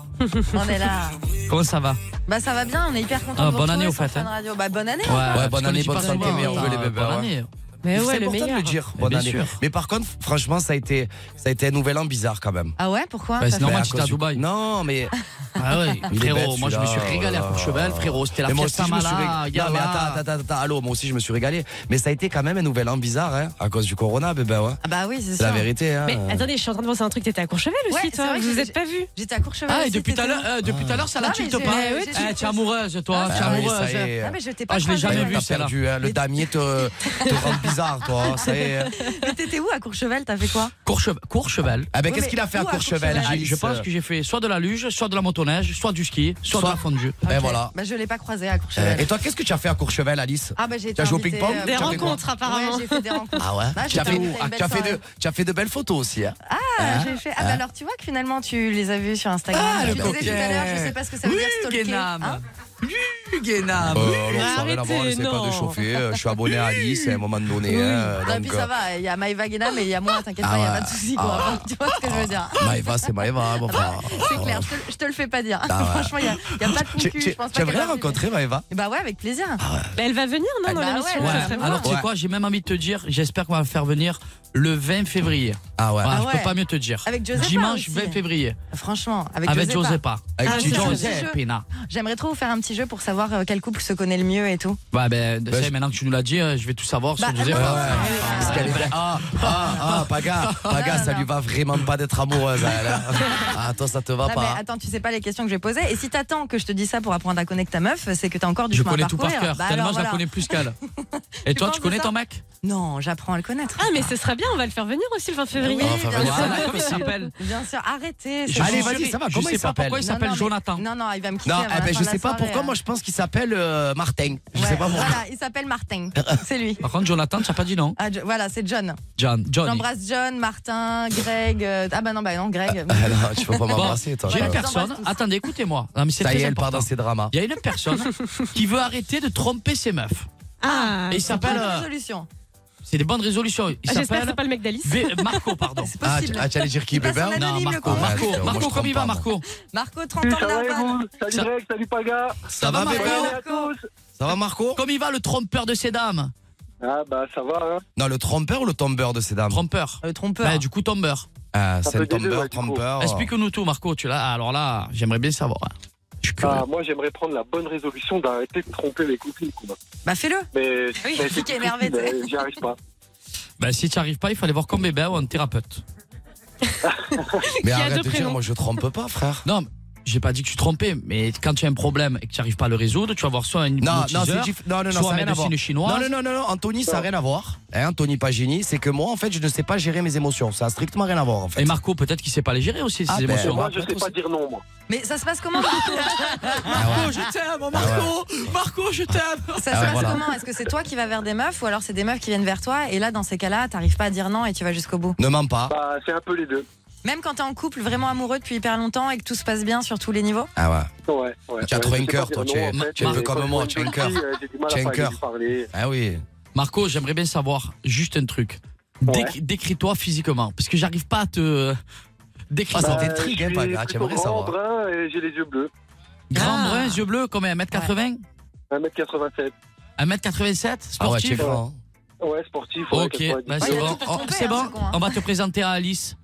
Speaker 7: On est là.
Speaker 6: Comment ça va
Speaker 7: Bah, ça va bien, on est hyper contents
Speaker 6: Ah,
Speaker 7: de vous
Speaker 6: bonne année,
Speaker 7: retrouver
Speaker 6: au
Speaker 7: sur
Speaker 6: fait, hein.
Speaker 7: Fun Radio. Bah, bonne année.
Speaker 5: bonne
Speaker 6: parce qu'on
Speaker 5: année,
Speaker 6: dit pas
Speaker 5: bonne santé,
Speaker 6: souvent,
Speaker 5: mais on
Speaker 6: hein,
Speaker 5: veut les bébés,
Speaker 6: Bonne
Speaker 5: ouais.
Speaker 6: année.
Speaker 8: Mais ouais,
Speaker 5: c'est
Speaker 8: le
Speaker 5: important de
Speaker 8: meilleur.
Speaker 5: le dire.
Speaker 6: Mais
Speaker 5: Bonne
Speaker 6: bien
Speaker 5: année.
Speaker 6: sûr.
Speaker 5: Mais par contre, franchement, ça a été, ça a été un nouvel an bizarre quand même.
Speaker 7: Ah ouais, pourquoi
Speaker 6: Bah,
Speaker 7: Ça
Speaker 6: c'est normal,
Speaker 5: Ben, à
Speaker 6: j'étais
Speaker 5: cause
Speaker 6: à
Speaker 5: du-
Speaker 6: Dubaï.
Speaker 5: Non, mais
Speaker 6: Ah ouais,
Speaker 5: Il est
Speaker 6: frérot,
Speaker 5: bête,
Speaker 6: moi je me suis
Speaker 5: celui-là. Oh.
Speaker 6: régalé à Courchevel, frérot, c'était la
Speaker 5: mais moi
Speaker 6: fiesta
Speaker 5: aussi, je me suis
Speaker 6: Mala,
Speaker 5: régalé. Non, mais
Speaker 6: Yala.
Speaker 5: attends, attends, attends, attends, allô, moi aussi, je me suis régalé. Mais ça a été quand même un nouvel an bizarre, hein, à cause du corona, bébé, ouais.
Speaker 7: Ah bah oui, c'est
Speaker 5: C'est la
Speaker 7: ça.
Speaker 5: vérité, hein.
Speaker 8: Mais attendez, je suis en train de penser à un truc. T'étais à Courchevel
Speaker 7: Ouais,
Speaker 8: aussi,
Speaker 7: c'est
Speaker 8: toi
Speaker 7: vrai que
Speaker 8: Vous vous
Speaker 7: j'ai-
Speaker 8: êtes pas vus Ah,
Speaker 7: J'étais à Courchevel.
Speaker 6: Ah, et
Speaker 7: aussi,
Speaker 6: depuis tout à
Speaker 7: t'étais
Speaker 6: l'heure,
Speaker 7: là.
Speaker 6: euh, depuis tout à l'heure, ça la
Speaker 7: Non,
Speaker 6: tilte
Speaker 7: mais j'ai-
Speaker 6: pas.
Speaker 7: mais ouais, j'ai-
Speaker 6: Eh, T'es amoureuse, toi,
Speaker 7: Ah,
Speaker 6: t'es
Speaker 5: Ah oui,
Speaker 6: amoureuse.
Speaker 5: ça y est.
Speaker 7: Ah, mais je t'ai pas
Speaker 6: Ah, je l'ai
Speaker 7: croisé.
Speaker 6: jamais
Speaker 5: T'as
Speaker 6: vu, celle-là.
Speaker 5: perdu, hein, le damier te, te rend bizarre, toi. hein. Ça y est.
Speaker 7: Mais t'étais où à Courchevel T'as fait quoi
Speaker 6: Courchevel. Courchevel.
Speaker 5: Ah ben,
Speaker 7: Oui,
Speaker 5: qu'est-ce
Speaker 7: mais
Speaker 5: qu'il a fait à
Speaker 7: où à
Speaker 5: Courchevel,
Speaker 7: Courchevel
Speaker 5: Alice
Speaker 6: Je pense que j'ai fait soit de la luge, soit de la motoneige, soit du ski, soit,
Speaker 5: Soit-
Speaker 6: de la fondue.
Speaker 5: Ben
Speaker 7: Ok.
Speaker 6: Ah.
Speaker 5: voilà.
Speaker 7: Bah, je l'ai pas croisé à
Speaker 5: Euh,
Speaker 7: Courchevel.
Speaker 5: Et toi, qu'est-ce que tu as fait à Courchevel, Alice
Speaker 7: Ah bah j'ai été
Speaker 5: T'as joué au
Speaker 7: invitée,
Speaker 5: ping-pong
Speaker 7: euh,
Speaker 5: Tu
Speaker 8: Des
Speaker 5: as fait quoi
Speaker 8: rencontres, apparemment.
Speaker 7: Ouais, j'ai fait des rencontres.
Speaker 5: Ah ouais
Speaker 7: Ah,
Speaker 5: Tu as
Speaker 7: j'étais
Speaker 5: fait,
Speaker 7: invitée à une belle
Speaker 5: tu as fait de,
Speaker 7: soirée.
Speaker 5: tu as fait de belles photos aussi. Hein.
Speaker 7: Ah, j'ai fait. Ah, bah alors tu vois que finalement tu les as vus sur Instagram.
Speaker 6: Ah,
Speaker 7: tu
Speaker 6: le
Speaker 7: disais tout à
Speaker 6: coquin.
Speaker 7: l'heure, je sais pas ce que ça veut dire stalker. hein. Ah
Speaker 5: Oh,
Speaker 6: Guénam.
Speaker 5: ça n'a rien à voir,
Speaker 8: arrêtez,
Speaker 5: n'essaie pas
Speaker 8: non.
Speaker 5: de chauffer. Euh, Je suis abonné à Alice à un moment donné.
Speaker 7: Oui.
Speaker 5: hein,
Speaker 7: Non, et
Speaker 5: donc,
Speaker 7: Ah, puis ça va, il y a Maïva Guénam et il y a moi, t'inquiète
Speaker 5: Ah
Speaker 7: pas, il n'y
Speaker 5: ouais.
Speaker 7: a pas de soucis. quoi.
Speaker 5: Ah.
Speaker 7: tu vois ce que je veux dire
Speaker 5: euh, Maëva, c'est Maëva, hein, mon frère.
Speaker 7: C'est clair, je te, je te le fais pas dire.
Speaker 5: Ah ouais.
Speaker 7: Franchement, il n'y a, il y a pas de
Speaker 5: Tu-
Speaker 7: concu.
Speaker 5: tu-
Speaker 7: je pense pas
Speaker 5: Tu aimerais
Speaker 7: qu'elle
Speaker 5: la
Speaker 7: va venir.
Speaker 5: rencontrer, Maëva
Speaker 7: Bah ouais, avec plaisir.
Speaker 8: Bah, elle va venir, non, dans
Speaker 7: Bah
Speaker 8: l'émission
Speaker 7: ouais,
Speaker 8: ça
Speaker 7: ouais.
Speaker 8: serait bien.
Speaker 6: Alors, tu sais
Speaker 5: Ah Ouais.
Speaker 6: quoi, j'ai même envie de te dire, j'espère qu'on va le faire venir le 20 février.
Speaker 5: Ah ouais.
Speaker 6: Voilà,
Speaker 7: Ah
Speaker 6: Je
Speaker 7: ouais.
Speaker 6: peux pas mieux te dire.
Speaker 7: Avec Giuseppa
Speaker 6: Dimanche
Speaker 7: aussi.
Speaker 6: 20 février.
Speaker 7: Franchement, avec,
Speaker 6: Avec
Speaker 7: Giuseppa.
Speaker 6: Giuseppa.
Speaker 5: Avec
Speaker 8: Ah,
Speaker 5: Titi
Speaker 8: ça,
Speaker 5: Jones.
Speaker 8: c'est-
Speaker 6: Giuseppina.
Speaker 7: J'aimerais trop vous faire un petit jeu pour savoir euh, quel couple se connaît le mieux et tout.
Speaker 6: Bah, ben, tu sais,
Speaker 5: je-
Speaker 6: maintenant que tu nous l'as dit, euh, je vais tout savoir sur
Speaker 7: Bah,
Speaker 6: Giuseppa.
Speaker 7: moi,
Speaker 5: Ouais. Parce qu'elle est vra- Ah, ah, ah, Paga, Paga,
Speaker 7: non,
Speaker 5: ça
Speaker 7: non.
Speaker 5: lui va vraiment pas d'être amoureuse. à Elle, hein. Ah, toi, ça te va
Speaker 7: Non,
Speaker 5: pas.
Speaker 7: mais attends, tu sais pas les questions que je vais poser. Et si t'attends que je te dise ça pour apprendre à connaître ta meuf, c'est que t'as encore du
Speaker 6: Je
Speaker 7: chemin à
Speaker 6: connais tout par
Speaker 7: parcourir.
Speaker 6: cœur,
Speaker 7: Bah
Speaker 6: tellement
Speaker 7: alors,
Speaker 6: je la
Speaker 7: voilà.
Speaker 6: connais plus qu'elle. Et toi,
Speaker 7: penses
Speaker 6: tu connais
Speaker 7: ça
Speaker 6: ton mec
Speaker 7: Non, j'apprends à le connaître.
Speaker 8: Ah, mais ce sera bien, on va le faire venir aussi le 20
Speaker 6: Ah,
Speaker 8: février.
Speaker 6: Oh,
Speaker 7: Oui, bien sûr.
Speaker 5: Ah,
Speaker 6: comment il s'appelle
Speaker 7: Bien sûr, arrêtez.
Speaker 6: Je
Speaker 7: c'est
Speaker 6: Allez,
Speaker 7: bon.
Speaker 6: vas-y, ça va, Je comment il sais pas s'appelle pourquoi il
Speaker 7: Non,
Speaker 6: s'appelle
Speaker 7: non, mais-
Speaker 6: Jonathan.
Speaker 7: Non, non, il va me quitter.
Speaker 5: Non,
Speaker 7: avant
Speaker 5: eh
Speaker 7: la
Speaker 5: ben,
Speaker 7: fin
Speaker 5: je
Speaker 7: de la
Speaker 5: sais pas
Speaker 7: soirée,
Speaker 5: pourquoi,
Speaker 7: hein.
Speaker 5: moi je pense qu'il s'appelle euh, Martin. Je sais pas pourquoi.
Speaker 7: Voilà, il s'appelle Martin. C'est lui.
Speaker 6: Par contre, Jonathan, tu n'as pas dit non.
Speaker 7: Ah, Jo- voilà, c'est John.
Speaker 6: John, Johnny.
Speaker 7: J'embrasse John, Martin, Greg. euh, Ah bah non, bah non, Greg.
Speaker 5: Ah non, tu peux pas
Speaker 6: Bon,
Speaker 5: m'embrasser, toi.
Speaker 6: J'ai une
Speaker 7: Ouais.
Speaker 6: personne. Attendez, écoutez-moi. Non, mais c'est
Speaker 5: Ça y
Speaker 6: très
Speaker 5: est, elle part
Speaker 6: important.
Speaker 5: dans ses dramas.
Speaker 6: Il y a une personne qui veut arrêter de tromper ses meufs.
Speaker 8: Ah,
Speaker 6: Et il s'appelle.
Speaker 7: Bonne
Speaker 6: euh,
Speaker 7: résolution.
Speaker 6: C'est des bonnes résolutions.
Speaker 10: Ah,
Speaker 6: Il
Speaker 8: j'espère que c'est
Speaker 6: s'appelle.
Speaker 8: pas le mec d'Alice.
Speaker 6: Vé- Marco, pardon.
Speaker 7: C'est
Speaker 5: Ah,
Speaker 7: possible.
Speaker 5: tu- ah, tu allais dire qui,
Speaker 7: Il passe
Speaker 5: bébé
Speaker 7: en
Speaker 6: Non,
Speaker 7: Anonyme, le
Speaker 6: Marco,
Speaker 7: con.
Speaker 6: Marco,
Speaker 5: Ouais, moi, je
Speaker 6: Marco,
Speaker 5: trompe
Speaker 6: comment il
Speaker 5: pas,
Speaker 6: va,
Speaker 5: moi.
Speaker 6: Marco
Speaker 7: Marco, 30 ans de la vanne.
Speaker 10: Salut
Speaker 6: Ça-
Speaker 10: Greg, salut Paga
Speaker 5: Ça va,
Speaker 6: Marco
Speaker 5: bébé
Speaker 7: Marco.
Speaker 5: Ça va, Marco
Speaker 6: Comme il va, le trompeur de ces dames
Speaker 10: Ah bah ça va, hein.
Speaker 5: Non, le trompeur ou le tombeur de ces dames
Speaker 6: Trompeur.
Speaker 7: Le trompeur.
Speaker 6: Bah, du coup, tombeur.
Speaker 5: Ah, C'est
Speaker 10: peut
Speaker 5: le
Speaker 10: des deux,
Speaker 5: tombeur,
Speaker 10: ouais, du coup.
Speaker 5: trompeur.
Speaker 6: Explique-nous tout, Marco. Tu l'as. Ah, Alors là, j'aimerais bien savoir. Je suis curieux.
Speaker 10: Ah, moi j'aimerais prendre la bonne résolution d'arrêter de tromper mes copines. quoi.
Speaker 7: Bah fais-le.
Speaker 10: Mais
Speaker 7: Oui,
Speaker 10: mais
Speaker 7: qui est
Speaker 10: difficile,
Speaker 7: énervé, tu sais.
Speaker 10: euh, j'y arrive pas.
Speaker 6: Bah, si tu n'y arrives pas, il fallait voir comme bébé ou un thérapeute.
Speaker 5: Mais
Speaker 8: a
Speaker 5: arrête
Speaker 8: deux
Speaker 5: de dire,
Speaker 8: prénoms.
Speaker 5: moi je trompe pas, frère.
Speaker 6: Non, mais j'ai pas dit que tu trompais, mais quand tu as un problème et que tu n'arrives pas à le résoudre, tu vas voir soit un
Speaker 5: Non, non, c'est
Speaker 6: hypnotiseur,
Speaker 5: diff- non, non, non,
Speaker 6: soit
Speaker 5: ça
Speaker 6: un
Speaker 5: n'a rien à voir.
Speaker 6: médecine chinoise.
Speaker 5: Non, non, non, non, non, Anthony, ça n'a
Speaker 10: Non.
Speaker 5: rien à voir. Hein, Anthony Pagini, c'est que moi, en fait, je ne sais pas gérer mes émotions. Ça a strictement rien à voir, en fait.
Speaker 6: Et Marco, peut-être qu'il sait pas les gérer aussi, ses
Speaker 5: Ah, ben,
Speaker 10: Et
Speaker 6: émotions.
Speaker 5: va
Speaker 10: moi je sais
Speaker 5: peut-être
Speaker 10: pas
Speaker 5: aussi.
Speaker 10: dire non, moi.
Speaker 7: Mais ça se passe comment Marco
Speaker 5: Ah ouais.
Speaker 6: je t'aime, hein, Marco,
Speaker 5: Marco,
Speaker 6: Marco, je t'aime.
Speaker 7: Ça
Speaker 5: Ah
Speaker 7: se
Speaker 5: ouais,
Speaker 7: passe
Speaker 5: voilà.
Speaker 7: comment Est-ce que c'est toi qui vas vers des meufs ou alors c'est des meufs qui viennent vers toi et là dans ces cas-là t'arrives pas à dire non et tu vas jusqu'au bout
Speaker 5: Ne mens pas.
Speaker 10: Bah c'est un peu les deux.
Speaker 7: Même quand t'es en couple vraiment amoureux depuis hyper longtemps et que tout se passe bien sur tous les niveaux
Speaker 5: Ah ouais.
Speaker 10: Ouais, ouais.
Speaker 5: Tu as
Speaker 10: Ouais,
Speaker 5: trop
Speaker 10: je
Speaker 5: un
Speaker 10: sais
Speaker 5: cœur,
Speaker 10: pas
Speaker 5: toi,
Speaker 10: dire
Speaker 5: tu
Speaker 10: non,
Speaker 5: es-
Speaker 10: en fait.
Speaker 5: tu es un peu
Speaker 10: Et
Speaker 5: comme
Speaker 10: quand
Speaker 5: moi,
Speaker 10: je
Speaker 5: tu as un
Speaker 10: vois une
Speaker 5: cœur.
Speaker 10: fille, euh, J'ai du mal
Speaker 5: Tu as
Speaker 10: à
Speaker 5: un
Speaker 10: pas aller
Speaker 5: cœur.
Speaker 10: lui parler.
Speaker 5: Ah oui.
Speaker 6: Marco, j'aimerais bien savoir juste un truc. Déc- Décris-toi physiquement, parce que j'arrive pas à te. euh, Décris
Speaker 5: Ah, ça
Speaker 6: toi
Speaker 5: fait intrigue, hein, Paga.
Speaker 10: Bah, Je
Speaker 5: Tu
Speaker 10: suis
Speaker 5: aimerais
Speaker 10: plutôt grand,
Speaker 5: savoir.
Speaker 10: brun et j'ai les yeux bleus.
Speaker 6: Grand
Speaker 7: Ah.
Speaker 6: brun, yeux bleus, combien 1m80
Speaker 10: 1m87.
Speaker 6: 1m87 Sportif
Speaker 5: Ah ouais, tu es grand. hein. Ah,
Speaker 10: Ouais, sportif. ouais,
Speaker 6: Ok,
Speaker 10: 90.
Speaker 6: bah,
Speaker 7: Ouais,
Speaker 6: c'est
Speaker 7: il a
Speaker 6: bon.
Speaker 7: tout fait
Speaker 6: Oh,
Speaker 7: tromper,
Speaker 6: C'est
Speaker 7: hein,
Speaker 6: bon,
Speaker 7: ce con, hein.
Speaker 6: on va te présenter à Alice.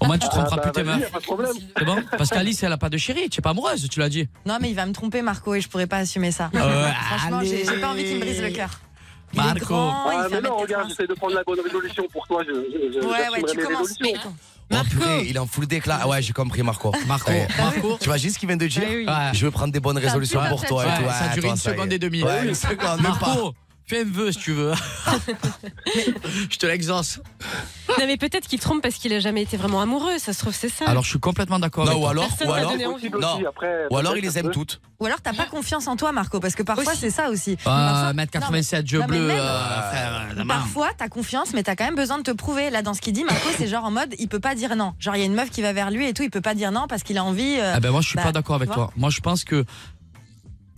Speaker 6: Au moins, tu
Speaker 10: Ah,
Speaker 6: tromperas
Speaker 10: bah,
Speaker 6: plus tes
Speaker 10: vas-y, y
Speaker 6: meufs.
Speaker 10: a pas de problème.
Speaker 6: C'est bon Parce qu'Alice, elle a pas de chérie, tu n'es pas amoureuse, tu l'as dit.
Speaker 7: Non mais il va me tromper Marco et je pourrais pas assumer ça.
Speaker 6: Euh,
Speaker 7: Franchement j'ai j'ai pas envie qu'il me brise le cœur. Il est
Speaker 6: Marco.
Speaker 7: grand,
Speaker 10: Ah,
Speaker 7: il fait
Speaker 10: mais non, regarde,
Speaker 7: 1m80.
Speaker 10: j'essaie de prendre la bonne résolution pour toi. Je, je, je-
Speaker 7: Ouais ouais
Speaker 10: j'assumerai
Speaker 7: tu
Speaker 10: mes
Speaker 7: commences.
Speaker 10: résolutions.
Speaker 5: Oh purée, il est en full déclat. Ah ouais, j'ai compris, Marco.
Speaker 6: Marco,
Speaker 5: Ça y est.
Speaker 6: Marco.
Speaker 5: Tu imagines ce qu'il vient de
Speaker 7: Bah
Speaker 5: dire
Speaker 8: Ah oui.
Speaker 6: Ouais.
Speaker 5: Je veux prendre des bonnes résolutions
Speaker 7: plus
Speaker 5: pour toi.
Speaker 6: Ouais,
Speaker 5: et tout.
Speaker 6: ça
Speaker 5: Ouais,
Speaker 6: a duré
Speaker 5: toi,
Speaker 6: une
Speaker 5: y est.
Speaker 6: seconde et demie.
Speaker 5: Ouais, une seconde, même pas.
Speaker 6: Marco, fais un vœu si tu veux. Je te l'exauce.
Speaker 8: Non, mais peut-être qu'il trompe parce qu'il a jamais été vraiment amoureux, ça se trouve, c'est ça.
Speaker 6: Alors, je suis complètement d'accord
Speaker 5: Non,
Speaker 6: avec
Speaker 5: ou
Speaker 6: toi.
Speaker 5: alors,
Speaker 8: Personne
Speaker 5: ou
Speaker 8: t'a
Speaker 5: alors,
Speaker 8: donné envie.
Speaker 10: Possible aussi,
Speaker 5: Non.
Speaker 10: après,
Speaker 5: ou alors,
Speaker 10: peut-être
Speaker 5: ils les
Speaker 10: que-
Speaker 5: aiment toutes.
Speaker 7: Ou alors t'as pas confiance en toi Marco parce que parfois
Speaker 8: Aussi.
Speaker 7: c'est ça aussi.
Speaker 6: Ah,
Speaker 7: Parfois- Non, mais-
Speaker 6: 1m87, yeux
Speaker 7: non, mais
Speaker 6: bleus,
Speaker 7: même-
Speaker 6: euh, frère, la main.
Speaker 7: Parfois, t'as confiance, mais t'as quand même besoin de te prouver. Là, dans ce qu'il dit, Marco, c'est genre en mode, il peut pas dire non. Genre, il y a une meuf qui va vers lui et tout, il peut pas dire non parce qu'il a envie. euh,
Speaker 6: Ah ben moi je suis
Speaker 7: Bah,
Speaker 6: pas d'accord avec
Speaker 7: tu vois.
Speaker 6: toi. Moi je pense que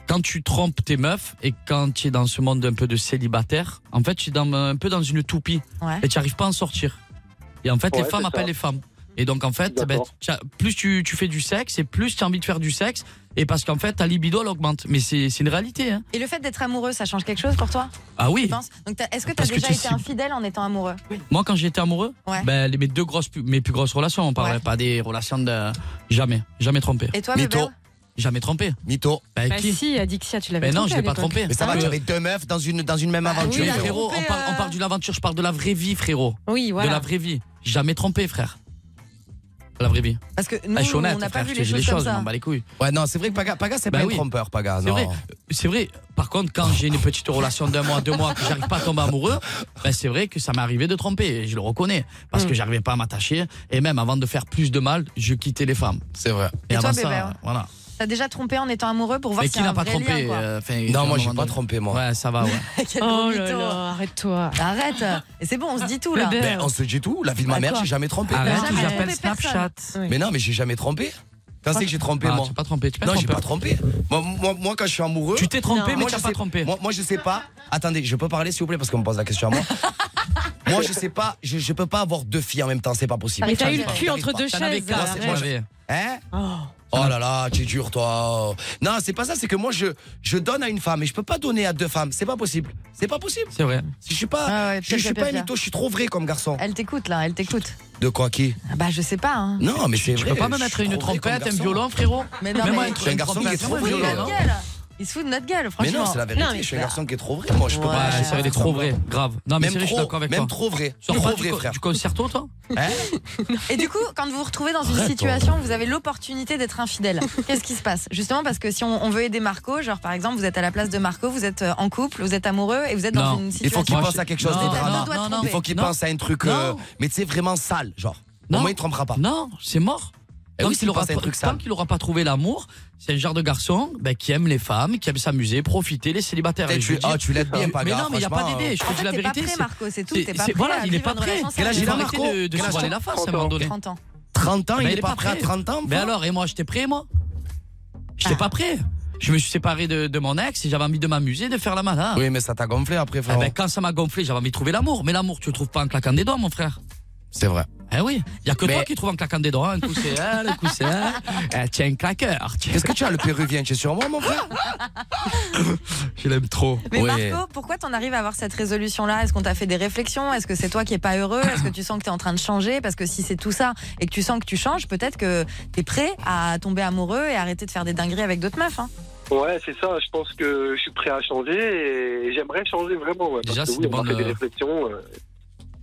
Speaker 6: quand tu trompes tes meufs et quand tu es dans ce monde un peu de célibataire, en fait tu es dans, un peu dans une toupie
Speaker 7: Ouais.
Speaker 6: et tu n'arrives pas à en sortir. Et en fait les
Speaker 10: Ouais,
Speaker 6: femmes
Speaker 10: c'est
Speaker 6: appellent
Speaker 10: ça.
Speaker 6: les femmes. Et donc en fait, ben,
Speaker 10: D'accord.
Speaker 6: tu as- plus tu, tu fais du sexe et plus tu as envie de faire du sexe et parce qu'en fait ta libido elle augmente. Mais c'est c'est une réalité. Hein.
Speaker 7: Et le fait d'être amoureux, ça change quelque chose pour toi
Speaker 6: Ah oui,
Speaker 7: Tu penses Donc, t'as- est-ce que t'as
Speaker 6: Parce que
Speaker 7: déjà
Speaker 6: tu
Speaker 7: été
Speaker 6: sais-
Speaker 7: infidèle en étant amoureux
Speaker 6: moi quand j'étais amoureux,
Speaker 7: Ouais.
Speaker 6: ben, les- mes deux grosses, pu- mes plus grosses relations, on parlait
Speaker 7: Ouais.
Speaker 6: pas des relations de... Jamais, jamais trompé.
Speaker 7: Et toi,
Speaker 5: Mytho.
Speaker 7: Bébé
Speaker 6: Jamais trompé.
Speaker 5: Mytho.
Speaker 6: Ben,
Speaker 8: Bah
Speaker 6: qui
Speaker 8: si, Adixia, tu l'avais
Speaker 6: Ben non,
Speaker 8: trompé
Speaker 6: je
Speaker 8: à
Speaker 6: l'ai pas
Speaker 8: l'époque. Ah,
Speaker 6: trompé.
Speaker 5: Mais ça va,
Speaker 6: Que-
Speaker 5: tu avais deux meufs dans une, dans une même aventure.
Speaker 6: Oui,
Speaker 7: il Bah a
Speaker 6: frérot,
Speaker 5: frérot.
Speaker 7: trompé,
Speaker 6: on parle, on
Speaker 7: euh,
Speaker 6: parle d'une aventure, je parle de la vraie vie, frérot.
Speaker 8: Oui,
Speaker 6: De la
Speaker 8: voilà.
Speaker 6: vraie vie. Jamais trompé, frère. La vraie vie.
Speaker 7: Parce que nous,
Speaker 6: Ah, je suis honnête,
Speaker 7: on n'a
Speaker 6: frère,
Speaker 7: pas vu
Speaker 6: je
Speaker 7: les
Speaker 6: te dis
Speaker 7: choses,
Speaker 6: les
Speaker 7: comme
Speaker 6: choses, je
Speaker 7: ça.
Speaker 6: m'en bats les couilles.
Speaker 5: Ouais, non, c'est vrai que Paga, Paga c'est
Speaker 6: Bah
Speaker 5: pas
Speaker 6: oui.
Speaker 5: un trompeur, Paga.
Speaker 6: C'est
Speaker 5: non.
Speaker 6: vrai. C'est vrai. Par contre, quand j'ai une petite relation d'un mois, deux mois, que j'arrive pas à tomber amoureux, ben c'est vrai que ça m'est arrivé de tromper. et je le reconnais. Parce
Speaker 7: Hmm.
Speaker 6: que j'arrivais pas à m'attacher. Et même avant de faire plus de mal, je quittais les femmes.
Speaker 5: C'est vrai.
Speaker 6: Et,
Speaker 7: Et toi,
Speaker 6: avant
Speaker 7: bébé, hein.
Speaker 6: ça,
Speaker 7: ouais.
Speaker 6: voilà.
Speaker 7: T'as déjà trompé en étant amoureux pour voir
Speaker 6: Mais
Speaker 7: si
Speaker 6: qui n'a pas trompé euh, enfin, à un
Speaker 5: Non, moi, j'ai
Speaker 6: moment
Speaker 5: pas
Speaker 6: donné.
Speaker 5: trompé, moi.
Speaker 6: Ouais, ça va, ouais.
Speaker 8: Oh là là, arrête-toi.
Speaker 7: Bah, Arrête Et c'est bon, on se dit tout là.
Speaker 8: Bébé.
Speaker 5: Ben, on se dit tout. La vie de ma
Speaker 7: Bah,
Speaker 5: mère,
Speaker 7: toi.
Speaker 5: j'ai jamais trompé.
Speaker 6: Arrête, ou
Speaker 7: jamais trompé
Speaker 6: j'appelle
Speaker 7: personne.
Speaker 6: Snapchat.
Speaker 8: Ouais.
Speaker 5: Mais non, mais j'ai jamais trompé. Quand c'est que j'ai trompé,
Speaker 6: Ah,
Speaker 5: moi
Speaker 6: tu n'as pas trompé. Tu peux
Speaker 5: Non, j'ai
Speaker 6: tromper.
Speaker 5: pas trompé. Moi, moi, moi, quand je suis amoureux.
Speaker 6: Tu t'es trompé, mais
Speaker 5: moi,
Speaker 6: tu n'as
Speaker 5: je
Speaker 6: pas
Speaker 5: sais-
Speaker 6: trompé.
Speaker 5: Moi, moi, je sais pas. Attendez, je peux parler, s'il vous plaît, parce qu'on me pose la question à moi. moi, je sais pas. Je, je peux pas avoir deux filles en même temps, c'est pas possible.
Speaker 8: Mais t'as eu
Speaker 5: J'arrive
Speaker 8: le
Speaker 5: pas,
Speaker 8: cul
Speaker 5: j'arrive
Speaker 8: entre
Speaker 5: pas.
Speaker 8: deux
Speaker 6: T'en avais
Speaker 8: chaises.
Speaker 6: quatre,
Speaker 8: arrête.
Speaker 6: moi, j'avais-
Speaker 5: Hein
Speaker 8: Oh.
Speaker 5: Oh là là, tu es dur, toi. Non, c'est pas ça, c'est que moi, je, je donne à une femme et je peux pas donner à deux femmes. C'est pas possible. C'est pas possible.
Speaker 6: C'est vrai.
Speaker 5: Je suis pas,
Speaker 7: Ah ouais,
Speaker 5: je, je suis
Speaker 7: Pierre,
Speaker 5: pas
Speaker 7: Pierre,
Speaker 5: mytho, je suis trop vrai comme garçon.
Speaker 7: Elle t'écoute là, elle t'écoute.
Speaker 5: De quoi qui
Speaker 7: Ah Bah, je sais pas. hein.
Speaker 5: Non, mais c'est
Speaker 6: Tu
Speaker 5: vrai.
Speaker 6: peux pas me
Speaker 5: je
Speaker 6: mettre
Speaker 5: suis
Speaker 6: une
Speaker 5: trop vrai comme
Speaker 6: trompette, un
Speaker 5: garçon.
Speaker 6: violon, frérot
Speaker 7: Mais non,
Speaker 6: Même
Speaker 7: mais-
Speaker 6: moi,
Speaker 5: Je suis un garçon qui est
Speaker 6: trompette,
Speaker 5: trop
Speaker 6: un
Speaker 7: Fous-lui
Speaker 5: violent,
Speaker 7: la
Speaker 6: violon.
Speaker 5: hein.
Speaker 7: gueule Ils se foutent de notre gueule,
Speaker 5: Mais
Speaker 7: franchement.
Speaker 5: non, c'est la vérité. je suis un garçon qui est trop vrai, moi. Je peux
Speaker 6: Ouais,
Speaker 5: pas.
Speaker 6: c'est vrai, il est trop vrai, grave. Non, mais c'est
Speaker 5: Même
Speaker 6: vrai, je suis
Speaker 5: trop-
Speaker 6: d'accord avec
Speaker 5: même
Speaker 6: toi.
Speaker 5: trop vrai.
Speaker 6: Tu sors
Speaker 5: Trop
Speaker 6: pas du
Speaker 5: vrai,
Speaker 6: co-
Speaker 5: frère.
Speaker 6: Du concerto, toi
Speaker 5: Hein
Speaker 7: Et du coup, quand vous vous retrouvez dans une
Speaker 6: Arrête,
Speaker 7: situation où vous avez l'opportunité d'être infidèle, qu'est-ce qui se passe Justement parce que si on, on veut aider Marco, genre par exemple, vous êtes à la place de Marco, vous êtes euh, en couple, vous êtes amoureux et vous êtes dans
Speaker 5: Non.
Speaker 7: une
Speaker 5: Il
Speaker 7: situation.
Speaker 5: faut qu'il pense à quelque chose,
Speaker 7: Vous
Speaker 5: des
Speaker 7: êtes à deux
Speaker 5: dramas.
Speaker 7: doigts de
Speaker 5: Il
Speaker 7: tromper.
Speaker 5: faut qu'il pense à un truc, euh, mais tu sais, vraiment sale, genre. Au moins, il ne trompera pas.
Speaker 6: Non, c'est mort.
Speaker 5: Eh
Speaker 6: Tant
Speaker 5: oui,
Speaker 6: qu'il
Speaker 5: s'il
Speaker 6: aura
Speaker 5: pense à un
Speaker 6: pas-
Speaker 5: truc
Speaker 6: tant
Speaker 5: sale.
Speaker 6: qu'il n'aura pas trouvé l'amour, c'est le genre de garçon ben, qui aime les femmes, qui aime s'amuser, profiter, les célibataires.
Speaker 5: Peut-être
Speaker 6: Et je
Speaker 5: tu-
Speaker 6: dis-
Speaker 5: ah, tu l'aides bien, pas
Speaker 6: Mais
Speaker 5: grave,
Speaker 6: non, mais il n'y a pas
Speaker 5: franchement,
Speaker 6: d'idée. Je
Speaker 7: En
Speaker 6: te dis
Speaker 7: fait,
Speaker 6: la
Speaker 7: t'es pas
Speaker 6: vérité.
Speaker 7: prêt,
Speaker 6: c'est-
Speaker 7: Marco, c'est tout.
Speaker 6: c'est-
Speaker 7: T'es pas
Speaker 6: c'est-
Speaker 7: prêt.
Speaker 6: voilà,
Speaker 7: à
Speaker 6: il est
Speaker 7: vivre
Speaker 6: pas
Speaker 7: une
Speaker 6: prêt.
Speaker 7: relation
Speaker 6: Quel âge il
Speaker 7: sérieuse.
Speaker 6: a, Marco Arrêtez de- de se
Speaker 7: Quel âge
Speaker 6: voiler
Speaker 7: t'as
Speaker 6: la face, à un moment donné.
Speaker 7: 30 ans.
Speaker 5: 30 ans,
Speaker 6: Ben,
Speaker 5: il est pas prêt à
Speaker 6: prêt.
Speaker 5: 30 ans. Ah.
Speaker 6: Mais alors, et moi, j'étais prêt, moi J'étais pas prêt. Je me suis séparé de, de mon ex et j'avais envie de m'amuser, de faire la malade.
Speaker 5: Oui, mais ça t'a gonflé après,
Speaker 6: Eh
Speaker 5: frère.
Speaker 6: ben, quand ça m'a gonflé, j'avais envie de trouver l'amour. Mais l'amour, tu le trouves pas en claquant des doigts, mon frère.
Speaker 5: C'est vrai.
Speaker 6: Eh oui, il y a que toi qui trouves en claquant des doigts. Un coup c'est elle, un coup c'est elle. Eh, tiens, un claqueur.
Speaker 5: Qu'est-ce que tu as, le péruvien Tu es sur moi, mon frère
Speaker 6: Je l'aime trop.
Speaker 7: Mais Marco, pourquoi t'en arrives à avoir cette résolution-là Est-ce qu'on t'a fait des réflexions Est-ce que c'est toi qui es pas heureux Est-ce que tu sens que t'es en train de changer Parce que si c'est tout ça et que tu sens que tu changes, peut-être que t'es prêt à tomber amoureux et arrêter de faire des dingueries avec d'autres meufs. hein.
Speaker 10: Ouais, c'est ça. Je pense que je suis prêt à changer et j'aimerais changer vraiment. Ouais,
Speaker 6: Déjà,
Speaker 10: parce que
Speaker 6: c'est
Speaker 10: oui,
Speaker 6: des
Speaker 10: on m'a
Speaker 6: bonnes,
Speaker 10: fait des
Speaker 6: euh,
Speaker 10: réflexions. euh,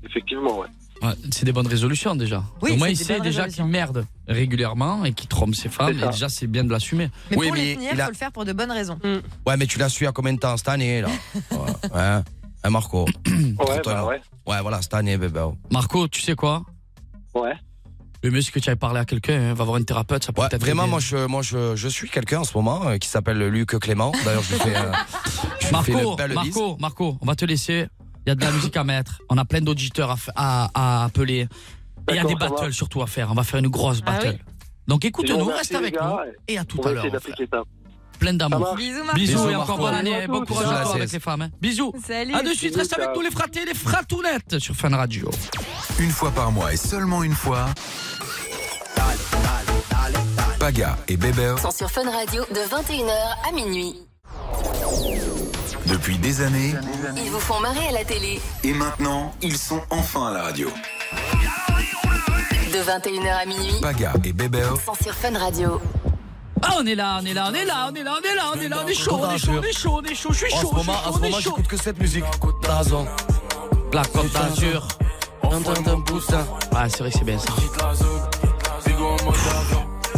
Speaker 10: effectivement, ouais.
Speaker 6: Ouais, c'est des bonnes résolutions déjà.
Speaker 10: Oui,
Speaker 6: Au moins,
Speaker 10: c'est
Speaker 6: il
Speaker 10: des
Speaker 6: sait
Speaker 10: bonnes
Speaker 6: déjà
Speaker 10: résolutions.
Speaker 6: qu'il merde régulièrement et qu'il trompe ses femmes.
Speaker 5: C'est
Speaker 6: Et
Speaker 5: ça.
Speaker 6: déjà, c'est bien de l'assumer.
Speaker 7: Mais pour les tenir, il faut le faire pour de bonnes raisons.
Speaker 5: Ouais, mais tu l'as su à combien de temps cette année, là Ouais. Hein, Hein, Marco Ouais, ouais. Ouais, voilà, cette année, bébé. oh.
Speaker 6: Marco, tu sais quoi
Speaker 10: Ouais.
Speaker 6: Le mieux, c'est que tu ailles parler à quelqu'un. hein. Va voir un thérapeute, ça peut
Speaker 5: Ouais,
Speaker 6: peut-être
Speaker 5: vraiment,
Speaker 6: aider.
Speaker 5: moi, je, moi je, je suis quelqu'un en ce moment euh, qui s'appelle Luc Clément. D'ailleurs, je lui fais. euh, je lui fais
Speaker 6: Marco,
Speaker 5: une belle bise.
Speaker 6: Marco, Marco, on va te laisser. Il y a de la musique à mettre. On a plein d'auditeurs à, f- à- à appeler. Et il y a
Speaker 10: D'accord,
Speaker 6: des
Speaker 10: ça va.
Speaker 6: battles surtout à faire. On va faire une grosse
Speaker 10: Ah oui.
Speaker 6: battle. Donc
Speaker 10: Je
Speaker 6: écoute-nous,
Speaker 10: vous
Speaker 6: reste
Speaker 10: remercie,
Speaker 6: avec
Speaker 10: les
Speaker 6: nous.
Speaker 10: gars,
Speaker 6: Et à tout
Speaker 10: on
Speaker 6: à
Speaker 10: va
Speaker 6: l'heure.
Speaker 10: essayer d'appliquer ça.
Speaker 6: Plein
Speaker 10: Ça
Speaker 6: d'amour.
Speaker 10: marche. Bisous,
Speaker 6: Bisous,
Speaker 10: Marco.
Speaker 6: et encore bonne
Speaker 10: Bisous à
Speaker 6: année. Bon
Speaker 10: tous.
Speaker 6: courage
Speaker 10: Bisous à
Speaker 6: à
Speaker 10: la
Speaker 6: toi avec
Speaker 10: CS.
Speaker 6: les femmes. hein. Bisous.
Speaker 7: Salut.
Speaker 6: À de suite, reste avec nous les fratés et les fratounettes sur Fun Radio.
Speaker 1: Une fois par mois et seulement une fois. Paga et Bébert,
Speaker 3: Sont sur Fun Radio de 21h à minuit.
Speaker 1: depuis des années.
Speaker 3: Ils vous font marrer à la télé
Speaker 1: Et maintenant, ils sont enfin à la radio.
Speaker 3: de 21h à minuit.
Speaker 1: Paga et Bébert,
Speaker 3: Sont sur Fun Radio.
Speaker 6: Ah, on est là, on est là, on est là, on est là, on est là, on est là, on est chaud, on est chaud, on est chaud, on est chaud, je suis
Speaker 5: En ce
Speaker 6: chaud, je suis
Speaker 5: moment,
Speaker 6: chaud,
Speaker 5: en ce
Speaker 6: on est
Speaker 5: moment,
Speaker 6: chaud.
Speaker 5: j'écoute que cette musique. T'as raison.
Speaker 6: La Côte d'Azur. Ah, c'est vrai que c'est bien ça.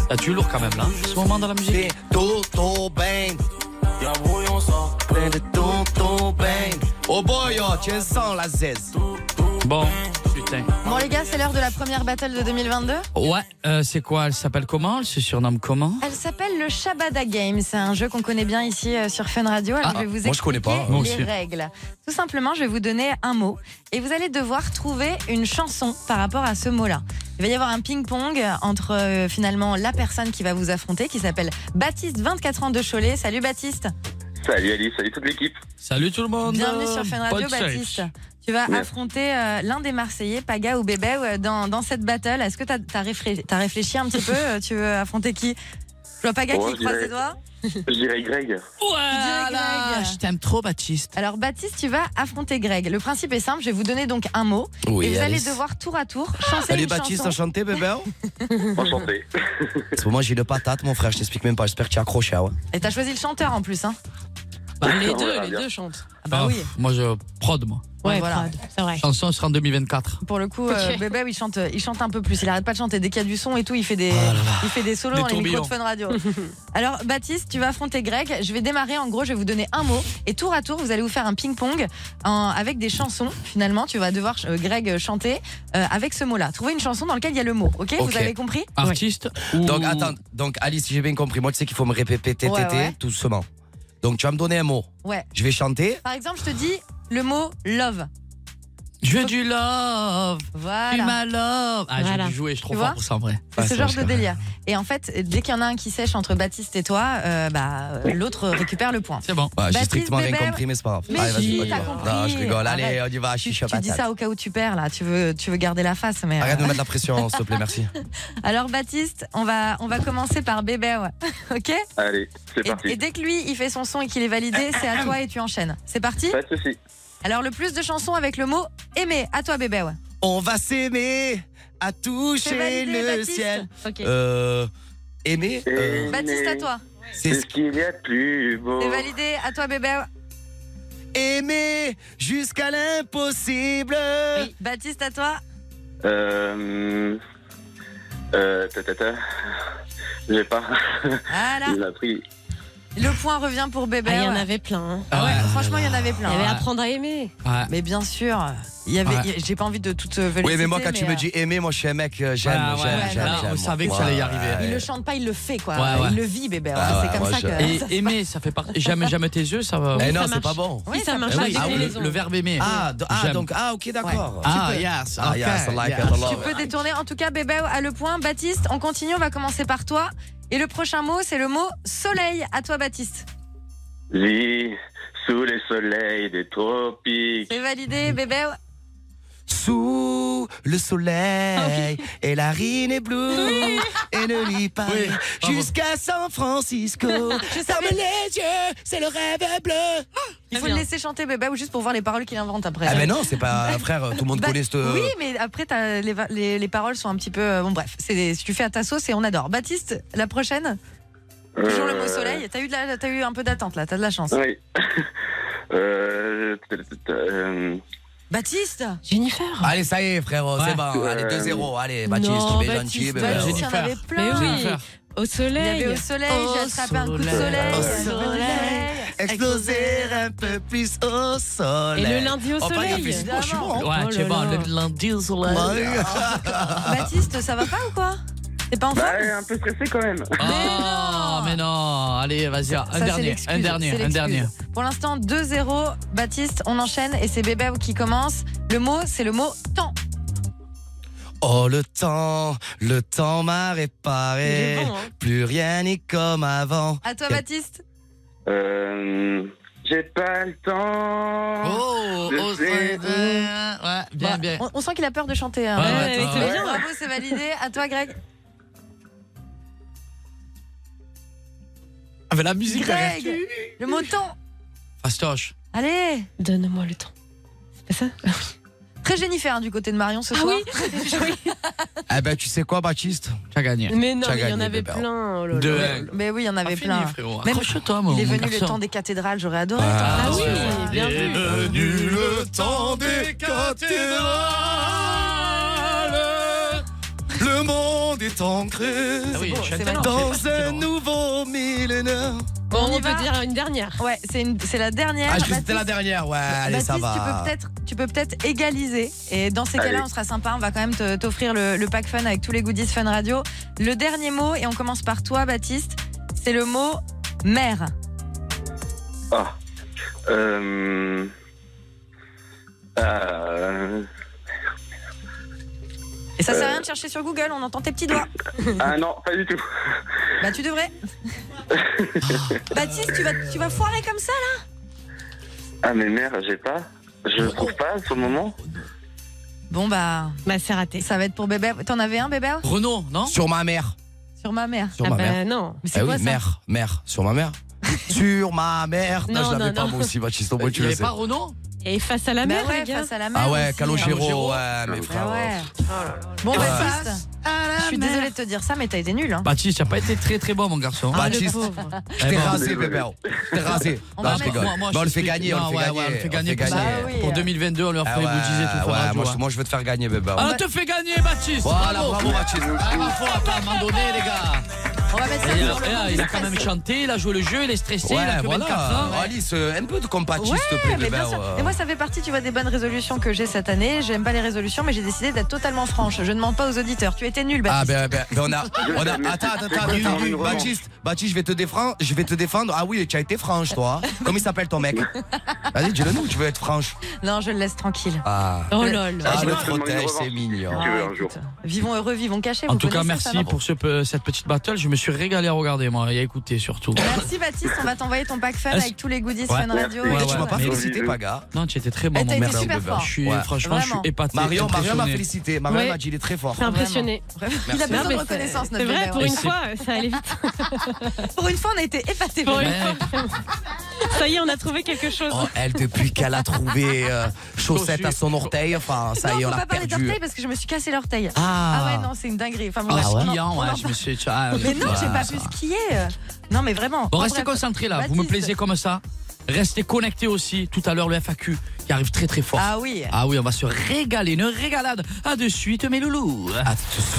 Speaker 6: T'as du lourd quand même là. Ce moment dans la musique.
Speaker 5: Toto Bang. Plein de Toto Bang. Oh boy, oh, tiens ça, la zèze.
Speaker 6: Bon, putain.
Speaker 7: Bon les gars, c'est l'heure de la première battle de 2022.
Speaker 6: Ouais, euh, c'est quoi Elle s'appelle comment Elle se surnomme comment
Speaker 7: Elle s'appelle le Shabada Game. C'est un jeu qu'on connaît bien ici euh, sur Fun Radio. Alors,
Speaker 6: Ah,
Speaker 7: je vais vous
Speaker 6: moi, je connais
Speaker 7: expliquer
Speaker 6: pas. Moi aussi.
Speaker 7: les règles. Tout simplement, je vais vous donner un mot et vous allez devoir trouver une chanson par rapport à ce mot-là. Il va y avoir un ping-pong entre euh, finalement la personne qui va vous affronter, qui s'appelle Baptiste, 24 ans de Cholet. Salut Baptiste.
Speaker 10: Salut Ali, salut toute l'équipe.
Speaker 6: Salut tout le monde.
Speaker 7: Bienvenue sur Fun Radio,
Speaker 6: Bonne chance.
Speaker 7: Baptiste. Tu vas
Speaker 10: Merci.
Speaker 7: affronter euh, l'un des Marseillais, Paga ou Bébé, euh, dans, dans cette battle. Est-ce que tu as, réfléchi un petit peu euh, Tu veux affronter qui Je vois Paga
Speaker 10: Ouais, je
Speaker 7: qui croise
Speaker 10: dirais-
Speaker 7: les doigts.
Speaker 10: Je dirais Greg.
Speaker 6: Voilà, Ah, je t'aime trop, Baptiste.
Speaker 7: Alors, Baptiste, tu vas affronter Greg. Le principe est simple, je vais vous donner donc un mot.
Speaker 5: Oui,
Speaker 7: et
Speaker 5: Alice.
Speaker 7: vous allez devoir tour à tour
Speaker 10: Ah,
Speaker 7: chanter
Speaker 5: Salut
Speaker 7: une
Speaker 5: Baptiste,
Speaker 7: chanson.
Speaker 5: enchanté, bébé. oh.
Speaker 10: Enchanté.
Speaker 5: En ce moment, j'ai le patate, mon frère. Je t'explique même pas. J'espère que tu es accroché. ah ouais.
Speaker 7: Et t'as choisi le chanteur en plus. Hein.
Speaker 6: Bah,
Speaker 8: les
Speaker 6: on
Speaker 8: deux,
Speaker 6: verra
Speaker 8: les
Speaker 6: bien.
Speaker 8: deux chantent.
Speaker 7: bah
Speaker 5: Ah.
Speaker 7: oui.
Speaker 6: Ah Moi, je prod, moi.
Speaker 7: Ouais, voilà.
Speaker 8: c'est vrai.
Speaker 6: Chanson sera en 2024.
Speaker 7: Pour le coup, euh,
Speaker 8: Ok.
Speaker 7: Bébé, il chante, il chante un peu plus. Il arrête pas de chanter. Dès qu'il y a du son et tout, il fait des, il fait des solos
Speaker 6: Ah Des
Speaker 7: dans les micros de
Speaker 6: tourbillons.
Speaker 7: Fun Radio. Alors, Baptiste, tu vas affronter Greg. Je vais démarrer. En gros, je vais vous donner un mot. Et tour à tour, vous allez vous faire un ping-pong en- avec des chansons. Finalement, tu vas devoir, euh, Greg, euh, chanter euh, avec ce mot-là. Trouver une chanson dans laquelle il y a le mot. ok,
Speaker 5: Ok.
Speaker 7: vous avez compris
Speaker 6: Artiste ou-
Speaker 5: Donc, attends. Donc, Alice, si j'ai bien compris, moi, tu sais qu'il faut me répéter tété,
Speaker 7: Ouais, ouais.
Speaker 5: tout doucement. Donc, tu vas me donner un mot.
Speaker 7: Ouais.
Speaker 5: Je vais chanter.
Speaker 7: Par exemple, je te dis le mot love.
Speaker 6: Je veux du love. Tu
Speaker 7: Voilà.
Speaker 6: m'as love. Ah, j'ai
Speaker 7: Voilà.
Speaker 6: dû jouer, je suis trop
Speaker 7: Tu
Speaker 6: fort
Speaker 7: vois
Speaker 6: pour ça en vrai.
Speaker 5: Ah,
Speaker 7: C'est ce genre de délire. Et en fait, dès qu'il y en a un qui sèche entre Baptiste et toi, euh, bah,
Speaker 5: Oh.
Speaker 7: euh, l'autre récupère le point.
Speaker 6: C'est bon.
Speaker 5: Ouais, Bah, j'ai
Speaker 7: Baptiste
Speaker 5: strictement rien
Speaker 7: Bébert.
Speaker 5: compris, mais c'est pas grave.
Speaker 7: Mais
Speaker 5: Allez,
Speaker 7: si,
Speaker 5: vas-y, on y
Speaker 7: t'as
Speaker 5: va.
Speaker 7: compris.
Speaker 5: Non, je rigole. Allez,
Speaker 7: Arrête.
Speaker 5: on y va. Chicha,
Speaker 7: Tu dis
Speaker 5: patate.
Speaker 7: ça au cas où tu perds là, tu veux, tu veux garder la face. Mais euh,
Speaker 5: Arrête de me mettre la pression, s'il te plaît, merci.
Speaker 7: Alors Baptiste, on va, on va commencer par bébé, ouais. ok
Speaker 10: Allez, c'est
Speaker 7: et,
Speaker 10: parti.
Speaker 7: et dès que lui, il fait son son et qu'il est validé, c'est à toi et tu enchaînes. C'est parti
Speaker 10: Pas de soucis.
Speaker 7: Alors le plus de chansons avec le mot aimer, à toi bébé, ouais.
Speaker 5: On va s'aimer à toucher
Speaker 7: C'est validé,
Speaker 5: le
Speaker 7: Baptiste.
Speaker 5: ciel.
Speaker 7: Ok.
Speaker 5: Euh, aimer. euh,
Speaker 7: Baptiste, à toi.
Speaker 5: C'est ce
Speaker 10: qu'il y a de plus beau.
Speaker 5: Oh.
Speaker 7: C'est validé, à toi bébé.
Speaker 5: Aimer jusqu'à l'impossible.
Speaker 7: Baptiste, à toi.
Speaker 10: Euh. Euh. Ta, ta, ta. J'ai pas.
Speaker 7: Ah, là.
Speaker 10: Il m'a pris.
Speaker 7: Le point revient pour bébé.
Speaker 8: Ah, il y en
Speaker 7: avait plein.
Speaker 6: Ah
Speaker 7: franchement, il y en avait plein.
Speaker 8: Il y avait
Speaker 7: apprendre à aimer. Mais bien sûr. Il y avait.
Speaker 5: Ah. Ouais.
Speaker 7: il y a- J'ai pas envie de euh, tout te
Speaker 5: Oui, mais moi, quand tu me dis aimer, moi, je suis un mec, euh, j'aime,
Speaker 6: Ouais, ouais,
Speaker 5: j'aime,
Speaker 6: ouais,
Speaker 5: j'aime.
Speaker 6: là,
Speaker 5: j'aime,
Speaker 6: on
Speaker 5: moi.
Speaker 6: savait que ça allait y arriver. hein.
Speaker 7: Il le chante pas, il le fait quoi.
Speaker 6: Ouais, ouais.
Speaker 7: Il le vit bébé. hein.
Speaker 6: Ah,
Speaker 7: c'est
Speaker 6: ouais,
Speaker 7: comme
Speaker 6: moi,
Speaker 7: ça
Speaker 6: je-
Speaker 7: que.
Speaker 6: Et aimer, ça fait partie. Jamais, jamais tes yeux, ça va.
Speaker 5: Eh non, c'est pas bon.
Speaker 7: Oui, ça marche
Speaker 6: Eh
Speaker 7: avec
Speaker 6: ah
Speaker 7: les
Speaker 6: le,
Speaker 7: raisons.
Speaker 6: le verbe aimer.
Speaker 5: Ah, do- ah,
Speaker 6: J'aime.
Speaker 5: donc, ah, ok, d'accord.
Speaker 6: Ah,
Speaker 5: Tu peux.
Speaker 6: yes,
Speaker 5: Ah,
Speaker 6: okay,
Speaker 5: yes, I like
Speaker 6: yes.
Speaker 5: it a lot.
Speaker 7: Tu peux détourner. En tout cas, bébé a le point. Baptiste, on continue. On va commencer par toi. Et le prochain mot, c'est le mot soleil. À toi, Baptiste.
Speaker 10: Vis sous les soleils des tropiques.
Speaker 7: C'est validé,
Speaker 5: Mm.
Speaker 7: bébé.
Speaker 5: Sous le
Speaker 7: Ah,
Speaker 5: soleil, et la rine est bleue, et ne lis pas jusqu'à San Francisco.
Speaker 7: Je
Speaker 5: Ferme
Speaker 7: savais.
Speaker 5: les yeux, c'est le rêve bleu.
Speaker 7: Il faut le laisser chanter, bébé, ou juste pour voir les paroles qu'il invente après.
Speaker 5: Ah, mais non, c'est pas, frère, tout le monde euh.
Speaker 7: Bah,
Speaker 5: connaît ce.
Speaker 7: Oui, mais après, t'as- les, va- les- les paroles sont un petit peu. euh, Bon, bref, c'est tu fais à ta sauce et on adore. Baptiste, la prochaine Toujours le mot
Speaker 10: Euh,
Speaker 7: soleil. T'as eu, de la- t'as eu un peu d'attente là, t'as de la chance.
Speaker 10: Oui. euh, ta, ta, ta, euh,
Speaker 7: Baptiste
Speaker 8: Jennifer.
Speaker 5: Allez, ça y est, frérot,
Speaker 6: Ouais.
Speaker 5: c'est bon. Allez,
Speaker 10: Euh,
Speaker 5: 2-0. Allez, Baptiste,
Speaker 8: non,
Speaker 5: tu es
Speaker 8: Baptiste,
Speaker 5: gentil, bébé.
Speaker 7: Baptiste, il y en
Speaker 6: Jennifer.
Speaker 7: avait
Speaker 8: Mais
Speaker 7: plein.
Speaker 8: oui.
Speaker 6: Jennifer.
Speaker 8: Au
Speaker 7: Il y
Speaker 8: soleil. Oh,
Speaker 7: avait au soleil,
Speaker 8: Au
Speaker 7: j'ai attrapé un coup de
Speaker 6: soleil.
Speaker 7: soleil.
Speaker 5: Au
Speaker 8: soleil.
Speaker 5: Exploser un peu plus au soleil.
Speaker 8: Et le lundi au
Speaker 5: Oh, pas grave,
Speaker 8: soleil.
Speaker 5: c'est bon, je suis bon.
Speaker 6: Ouais,
Speaker 8: Oh
Speaker 6: tu es
Speaker 8: là
Speaker 6: bon,
Speaker 8: là.
Speaker 6: le lundi au soleil.
Speaker 5: Ouais.
Speaker 7: Ah. Baptiste, ça va pas ou quoi T'es pas en
Speaker 10: bah,
Speaker 7: forme
Speaker 10: un peu stressé quand même.
Speaker 6: Oh, mais non. Allez, vas-y, un
Speaker 7: Ça, c'est
Speaker 6: dernier,
Speaker 7: l'excuse,
Speaker 6: un dernier,
Speaker 7: c'est
Speaker 6: un dernier.
Speaker 7: l'excuse. Pour l'instant, 2-0. Baptiste, on enchaîne et c'est Bébé qui commence. Le mot, c'est le mot temps.
Speaker 5: Oh, le temps, le temps m'a
Speaker 8: Il est
Speaker 5: réparé.
Speaker 8: bon, hein.
Speaker 5: Plus rien n'est comme avant.
Speaker 7: À toi,
Speaker 5: Quel-
Speaker 7: Baptiste.
Speaker 10: Euh, J'ai pas le temps.
Speaker 6: Oh,
Speaker 10: Je
Speaker 6: oh,
Speaker 10: sais.
Speaker 6: ouais, ouais, bien,
Speaker 7: Bah,
Speaker 6: bien.
Speaker 7: On, on sent qu'il a peur de chanter. hein.
Speaker 6: Ouais,
Speaker 8: ouais,
Speaker 6: attends,
Speaker 8: c'est
Speaker 6: ouais.
Speaker 8: bien.
Speaker 7: Bravo, c'est validé. À toi, Greg.
Speaker 6: Ah, mais la musique, derrière.
Speaker 7: Greg, le mot temps.
Speaker 6: Fastoche.
Speaker 7: Allez.
Speaker 8: Donne-moi le temps. C'est ça
Speaker 7: Très Jennifer hein, du côté de Marion ce
Speaker 8: Ah
Speaker 7: soir.
Speaker 8: oui
Speaker 5: Eh ben, tu sais quoi, Baptiste
Speaker 6: Tu as gagné.
Speaker 8: Mais non,
Speaker 5: T'as
Speaker 8: mais il y en
Speaker 5: gagné,
Speaker 8: avait
Speaker 5: bébé.
Speaker 8: plein. oh là là.
Speaker 6: Deux.
Speaker 7: Mais oui, il y en
Speaker 6: Ah,
Speaker 7: avait
Speaker 6: fini,
Speaker 7: plein.
Speaker 6: frérot.
Speaker 7: Même-
Speaker 6: Accroche-toi, mon
Speaker 7: Il est venu le
Speaker 6: garçon.
Speaker 7: temps des cathédrales, j'aurais adoré.
Speaker 8: Ah oui,
Speaker 6: ouais.
Speaker 8: bien vu.
Speaker 5: venu le temps des cathédrales. Le monde est ancré
Speaker 6: Ah oui,
Speaker 7: C'est beau,
Speaker 6: je suis
Speaker 7: c'est
Speaker 6: un talent,
Speaker 7: maintenant.
Speaker 6: c'est pas- c'est bon.
Speaker 5: nouveau millénaire.
Speaker 8: Bon,
Speaker 7: On y
Speaker 8: on peut
Speaker 7: va.
Speaker 8: dire une dernière.
Speaker 7: Ouais, c'est une- c'est la dernière.
Speaker 5: Ah, je
Speaker 7: Baptiste,
Speaker 5: c'était la dernière, ouais, allez, ça
Speaker 7: Baptiste,
Speaker 5: va.
Speaker 7: tu peux peut-être, tu peux peut-être égaliser. Et dans ces
Speaker 10: Allez.
Speaker 7: cas-là, on sera sympa. On va quand même te- t'offrir le, le pack fun avec tous les goodies Fun Radio. Le dernier mot, et on commence par toi, Baptiste. C'est le mot mère.
Speaker 10: Ah. Euh, euh,
Speaker 7: Et ça sert
Speaker 5: Euh.
Speaker 7: à rien de chercher sur Google. On entend tes petits doigts.
Speaker 10: ah non, pas du tout.
Speaker 7: Bah, tu devrais. Baptiste, tu vas, tu vas foirer comme ça là.
Speaker 10: Ah mais merde, j'ai pas. Je trouve pas sur le moment.
Speaker 7: Bon bah,
Speaker 8: Bah, c'est raté.
Speaker 7: ça va être pour bébé. T'en avais un bébé
Speaker 6: Renaud, non
Speaker 5: Sur ma mère.
Speaker 7: sur ma mère.
Speaker 5: Sur
Speaker 8: ah
Speaker 5: ma
Speaker 8: bah
Speaker 5: mère.
Speaker 8: non.
Speaker 7: ben Mais c'est
Speaker 5: Eh
Speaker 7: quoi
Speaker 5: oui,
Speaker 7: ça
Speaker 5: mère, mère, sur ma mère. sur ma mère. Non,
Speaker 8: Non,
Speaker 5: je l'avais
Speaker 8: non,
Speaker 5: pas
Speaker 8: non.
Speaker 5: moi aussi, Baptiste, au moins,
Speaker 6: Il
Speaker 5: tu
Speaker 6: n'y
Speaker 5: le
Speaker 6: avait
Speaker 5: sais.
Speaker 7: Ah
Speaker 6: pas Renaud
Speaker 8: Et face à la
Speaker 7: Bah
Speaker 8: mer,
Speaker 7: ouais,
Speaker 8: les gars.
Speaker 7: face à la mère
Speaker 5: Ah ouais,
Speaker 7: aussi.
Speaker 5: Calogero,
Speaker 6: Calogero.
Speaker 5: ouais, mais
Speaker 7: Ah
Speaker 5: frère.
Speaker 7: ouais. Bon,
Speaker 6: Eh ben,
Speaker 5: Ouais.
Speaker 7: Baptiste, je suis désolée de te dire ça, mais t'as été nul. Hein.
Speaker 6: Baptiste, tu n'as pas été très très bon, mon garçon.
Speaker 5: Bah, Baptiste. Je
Speaker 6: Eh
Speaker 5: t'ai
Speaker 6: ben,
Speaker 5: rasé, bébé. Je t'ai rasé.
Speaker 7: On
Speaker 5: Non,
Speaker 7: va
Speaker 5: je
Speaker 7: mettre-
Speaker 5: rigole.
Speaker 6: Moi, moi,
Speaker 5: Bah, on
Speaker 6: je
Speaker 5: le fait
Speaker 6: suis-
Speaker 5: gagner,
Speaker 6: Non,
Speaker 5: on le
Speaker 6: ouais,
Speaker 5: fait
Speaker 6: ouais, on le fait
Speaker 5: gagner.
Speaker 6: gagner pour
Speaker 7: gagner. Bah oui.
Speaker 6: Pour 2022, on leur
Speaker 5: Ah
Speaker 6: fait
Speaker 5: ouais,
Speaker 6: bougiser tout
Speaker 5: ouais,
Speaker 6: fort.
Speaker 5: moi, je- moi, je veux te faire gagner, bébé.
Speaker 6: Ah, on te fait gagner, Baptiste.
Speaker 5: Voilà,
Speaker 6: bravo.
Speaker 5: bravo, Baptiste.
Speaker 6: Ah, bravo, attends, à un moment donné, les gars.
Speaker 7: On va mettre ça
Speaker 6: Et,
Speaker 7: sur le
Speaker 6: euh,
Speaker 7: monde
Speaker 6: il
Speaker 7: du
Speaker 6: a quand
Speaker 7: stress.
Speaker 6: même chanté, il a joué le jeu, il est stressé, il a
Speaker 5: Ouais,
Speaker 6: que hein. 24
Speaker 5: voilà.
Speaker 6: ans.
Speaker 5: Alice, euh, un peu de compatie,
Speaker 7: Ouais,
Speaker 5: s'il te plaît, euh.
Speaker 7: mais
Speaker 5: bébé.
Speaker 7: bien sûr.
Speaker 5: ouais.
Speaker 7: Et moi, ça fait partie, tu vois, des bonnes résolutions que j'ai cette année. J'aime pas les résolutions, mais j'ai décidé d'être totalement franche. Je ne demande pas aux auditeurs. Tu étais nul,
Speaker 5: Ah
Speaker 7: Baptiste.
Speaker 5: ben, ben, ben, on a, on a attends attends attends,
Speaker 10: Une,
Speaker 5: attends.
Speaker 10: une revanche.
Speaker 5: Baptiste Baptiste je vais te défendre je vais te défendre ah oui tu as été franche toi comment il s'appelle ton mec vas-y dis-le nous tu veux être franche
Speaker 7: Non, je le laisse tranquille.
Speaker 5: ah,
Speaker 8: Oh là là.
Speaker 5: ah
Speaker 10: j'ai
Speaker 5: le
Speaker 10: pas-
Speaker 5: protège c'est mignon
Speaker 10: Tu veux un
Speaker 7: écoute, Vivons heureux, vivons cachés.
Speaker 6: En
Speaker 7: vous
Speaker 6: tout cas,
Speaker 7: connaissez ça,
Speaker 6: merci
Speaker 7: non
Speaker 6: pour ce pe- cette petite battle. Je me suis régalé à regarder, moi, et à écouter surtout.
Speaker 7: Merci, Baptiste. On va t'envoyer ton pack fun
Speaker 6: Est-ce-
Speaker 7: avec tous les goodies
Speaker 5: Ouais.
Speaker 7: Fun Radio.
Speaker 6: Ouais,
Speaker 7: et
Speaker 6: ouais,
Speaker 7: tout.
Speaker 5: tu m'as pas
Speaker 6: mais-
Speaker 5: félicité Paga
Speaker 6: Non, tu étais très bon,
Speaker 7: Eh, t'as
Speaker 6: mon
Speaker 7: été
Speaker 6: mère.
Speaker 7: super fort.
Speaker 6: Je suis,
Speaker 5: Ouais.
Speaker 6: franchement, je suis
Speaker 7: Vraiment.
Speaker 6: épaté.
Speaker 5: Marion Marion m'a
Speaker 6: impressionné.
Speaker 5: félicité Marion
Speaker 8: Ouais.
Speaker 5: m'a dit il est très fort
Speaker 8: C'est impressionné.
Speaker 7: Il a
Speaker 5: Merci.
Speaker 7: besoin
Speaker 8: Non,
Speaker 7: de
Speaker 8: mais
Speaker 7: reconnaissance,
Speaker 8: C'est
Speaker 7: notre
Speaker 8: vrai,
Speaker 7: bébé,
Speaker 8: pour
Speaker 7: ouais.
Speaker 8: une
Speaker 6: c'est-
Speaker 8: fois, ça allait vite.
Speaker 7: Pour une fois, on a été épatés.
Speaker 8: Pour
Speaker 7: bébé.
Speaker 8: une
Speaker 6: Ouais.
Speaker 8: Ça y est, on a trouvé quelque chose.
Speaker 5: Oh, elle, depuis qu'elle a trouvé euh, chaussette à son orteil, enfin, ça
Speaker 7: non,
Speaker 5: y est, on
Speaker 7: faut
Speaker 5: l'a
Speaker 7: pas parler
Speaker 5: perdu.
Speaker 7: d'orteil parce que je me suis cassé l'orteil.
Speaker 5: Ah.
Speaker 7: ouais, non, c'est une dinguerie. Enfin, bon,
Speaker 6: Ah,
Speaker 7: bref,
Speaker 6: ouais.
Speaker 7: non,
Speaker 6: Client,
Speaker 7: on
Speaker 6: ouais,
Speaker 7: en
Speaker 6: je me suis. ah,
Speaker 7: Mais non, j'ai pas
Speaker 6: ça.
Speaker 7: pu skier. Non, mais vraiment.
Speaker 6: Bon,
Speaker 7: En
Speaker 6: restez
Speaker 7: bref.
Speaker 6: concentrés là, vous me
Speaker 7: Baptiste.
Speaker 6: plaisez comme ça. Restez connectés aussi. Tout à l'heure, le FAQ qui arrive très très fort.
Speaker 7: Ah oui.
Speaker 6: Ah oui, on va se régaler, une régalade. À de suite, mes loulous.
Speaker 1: Ah,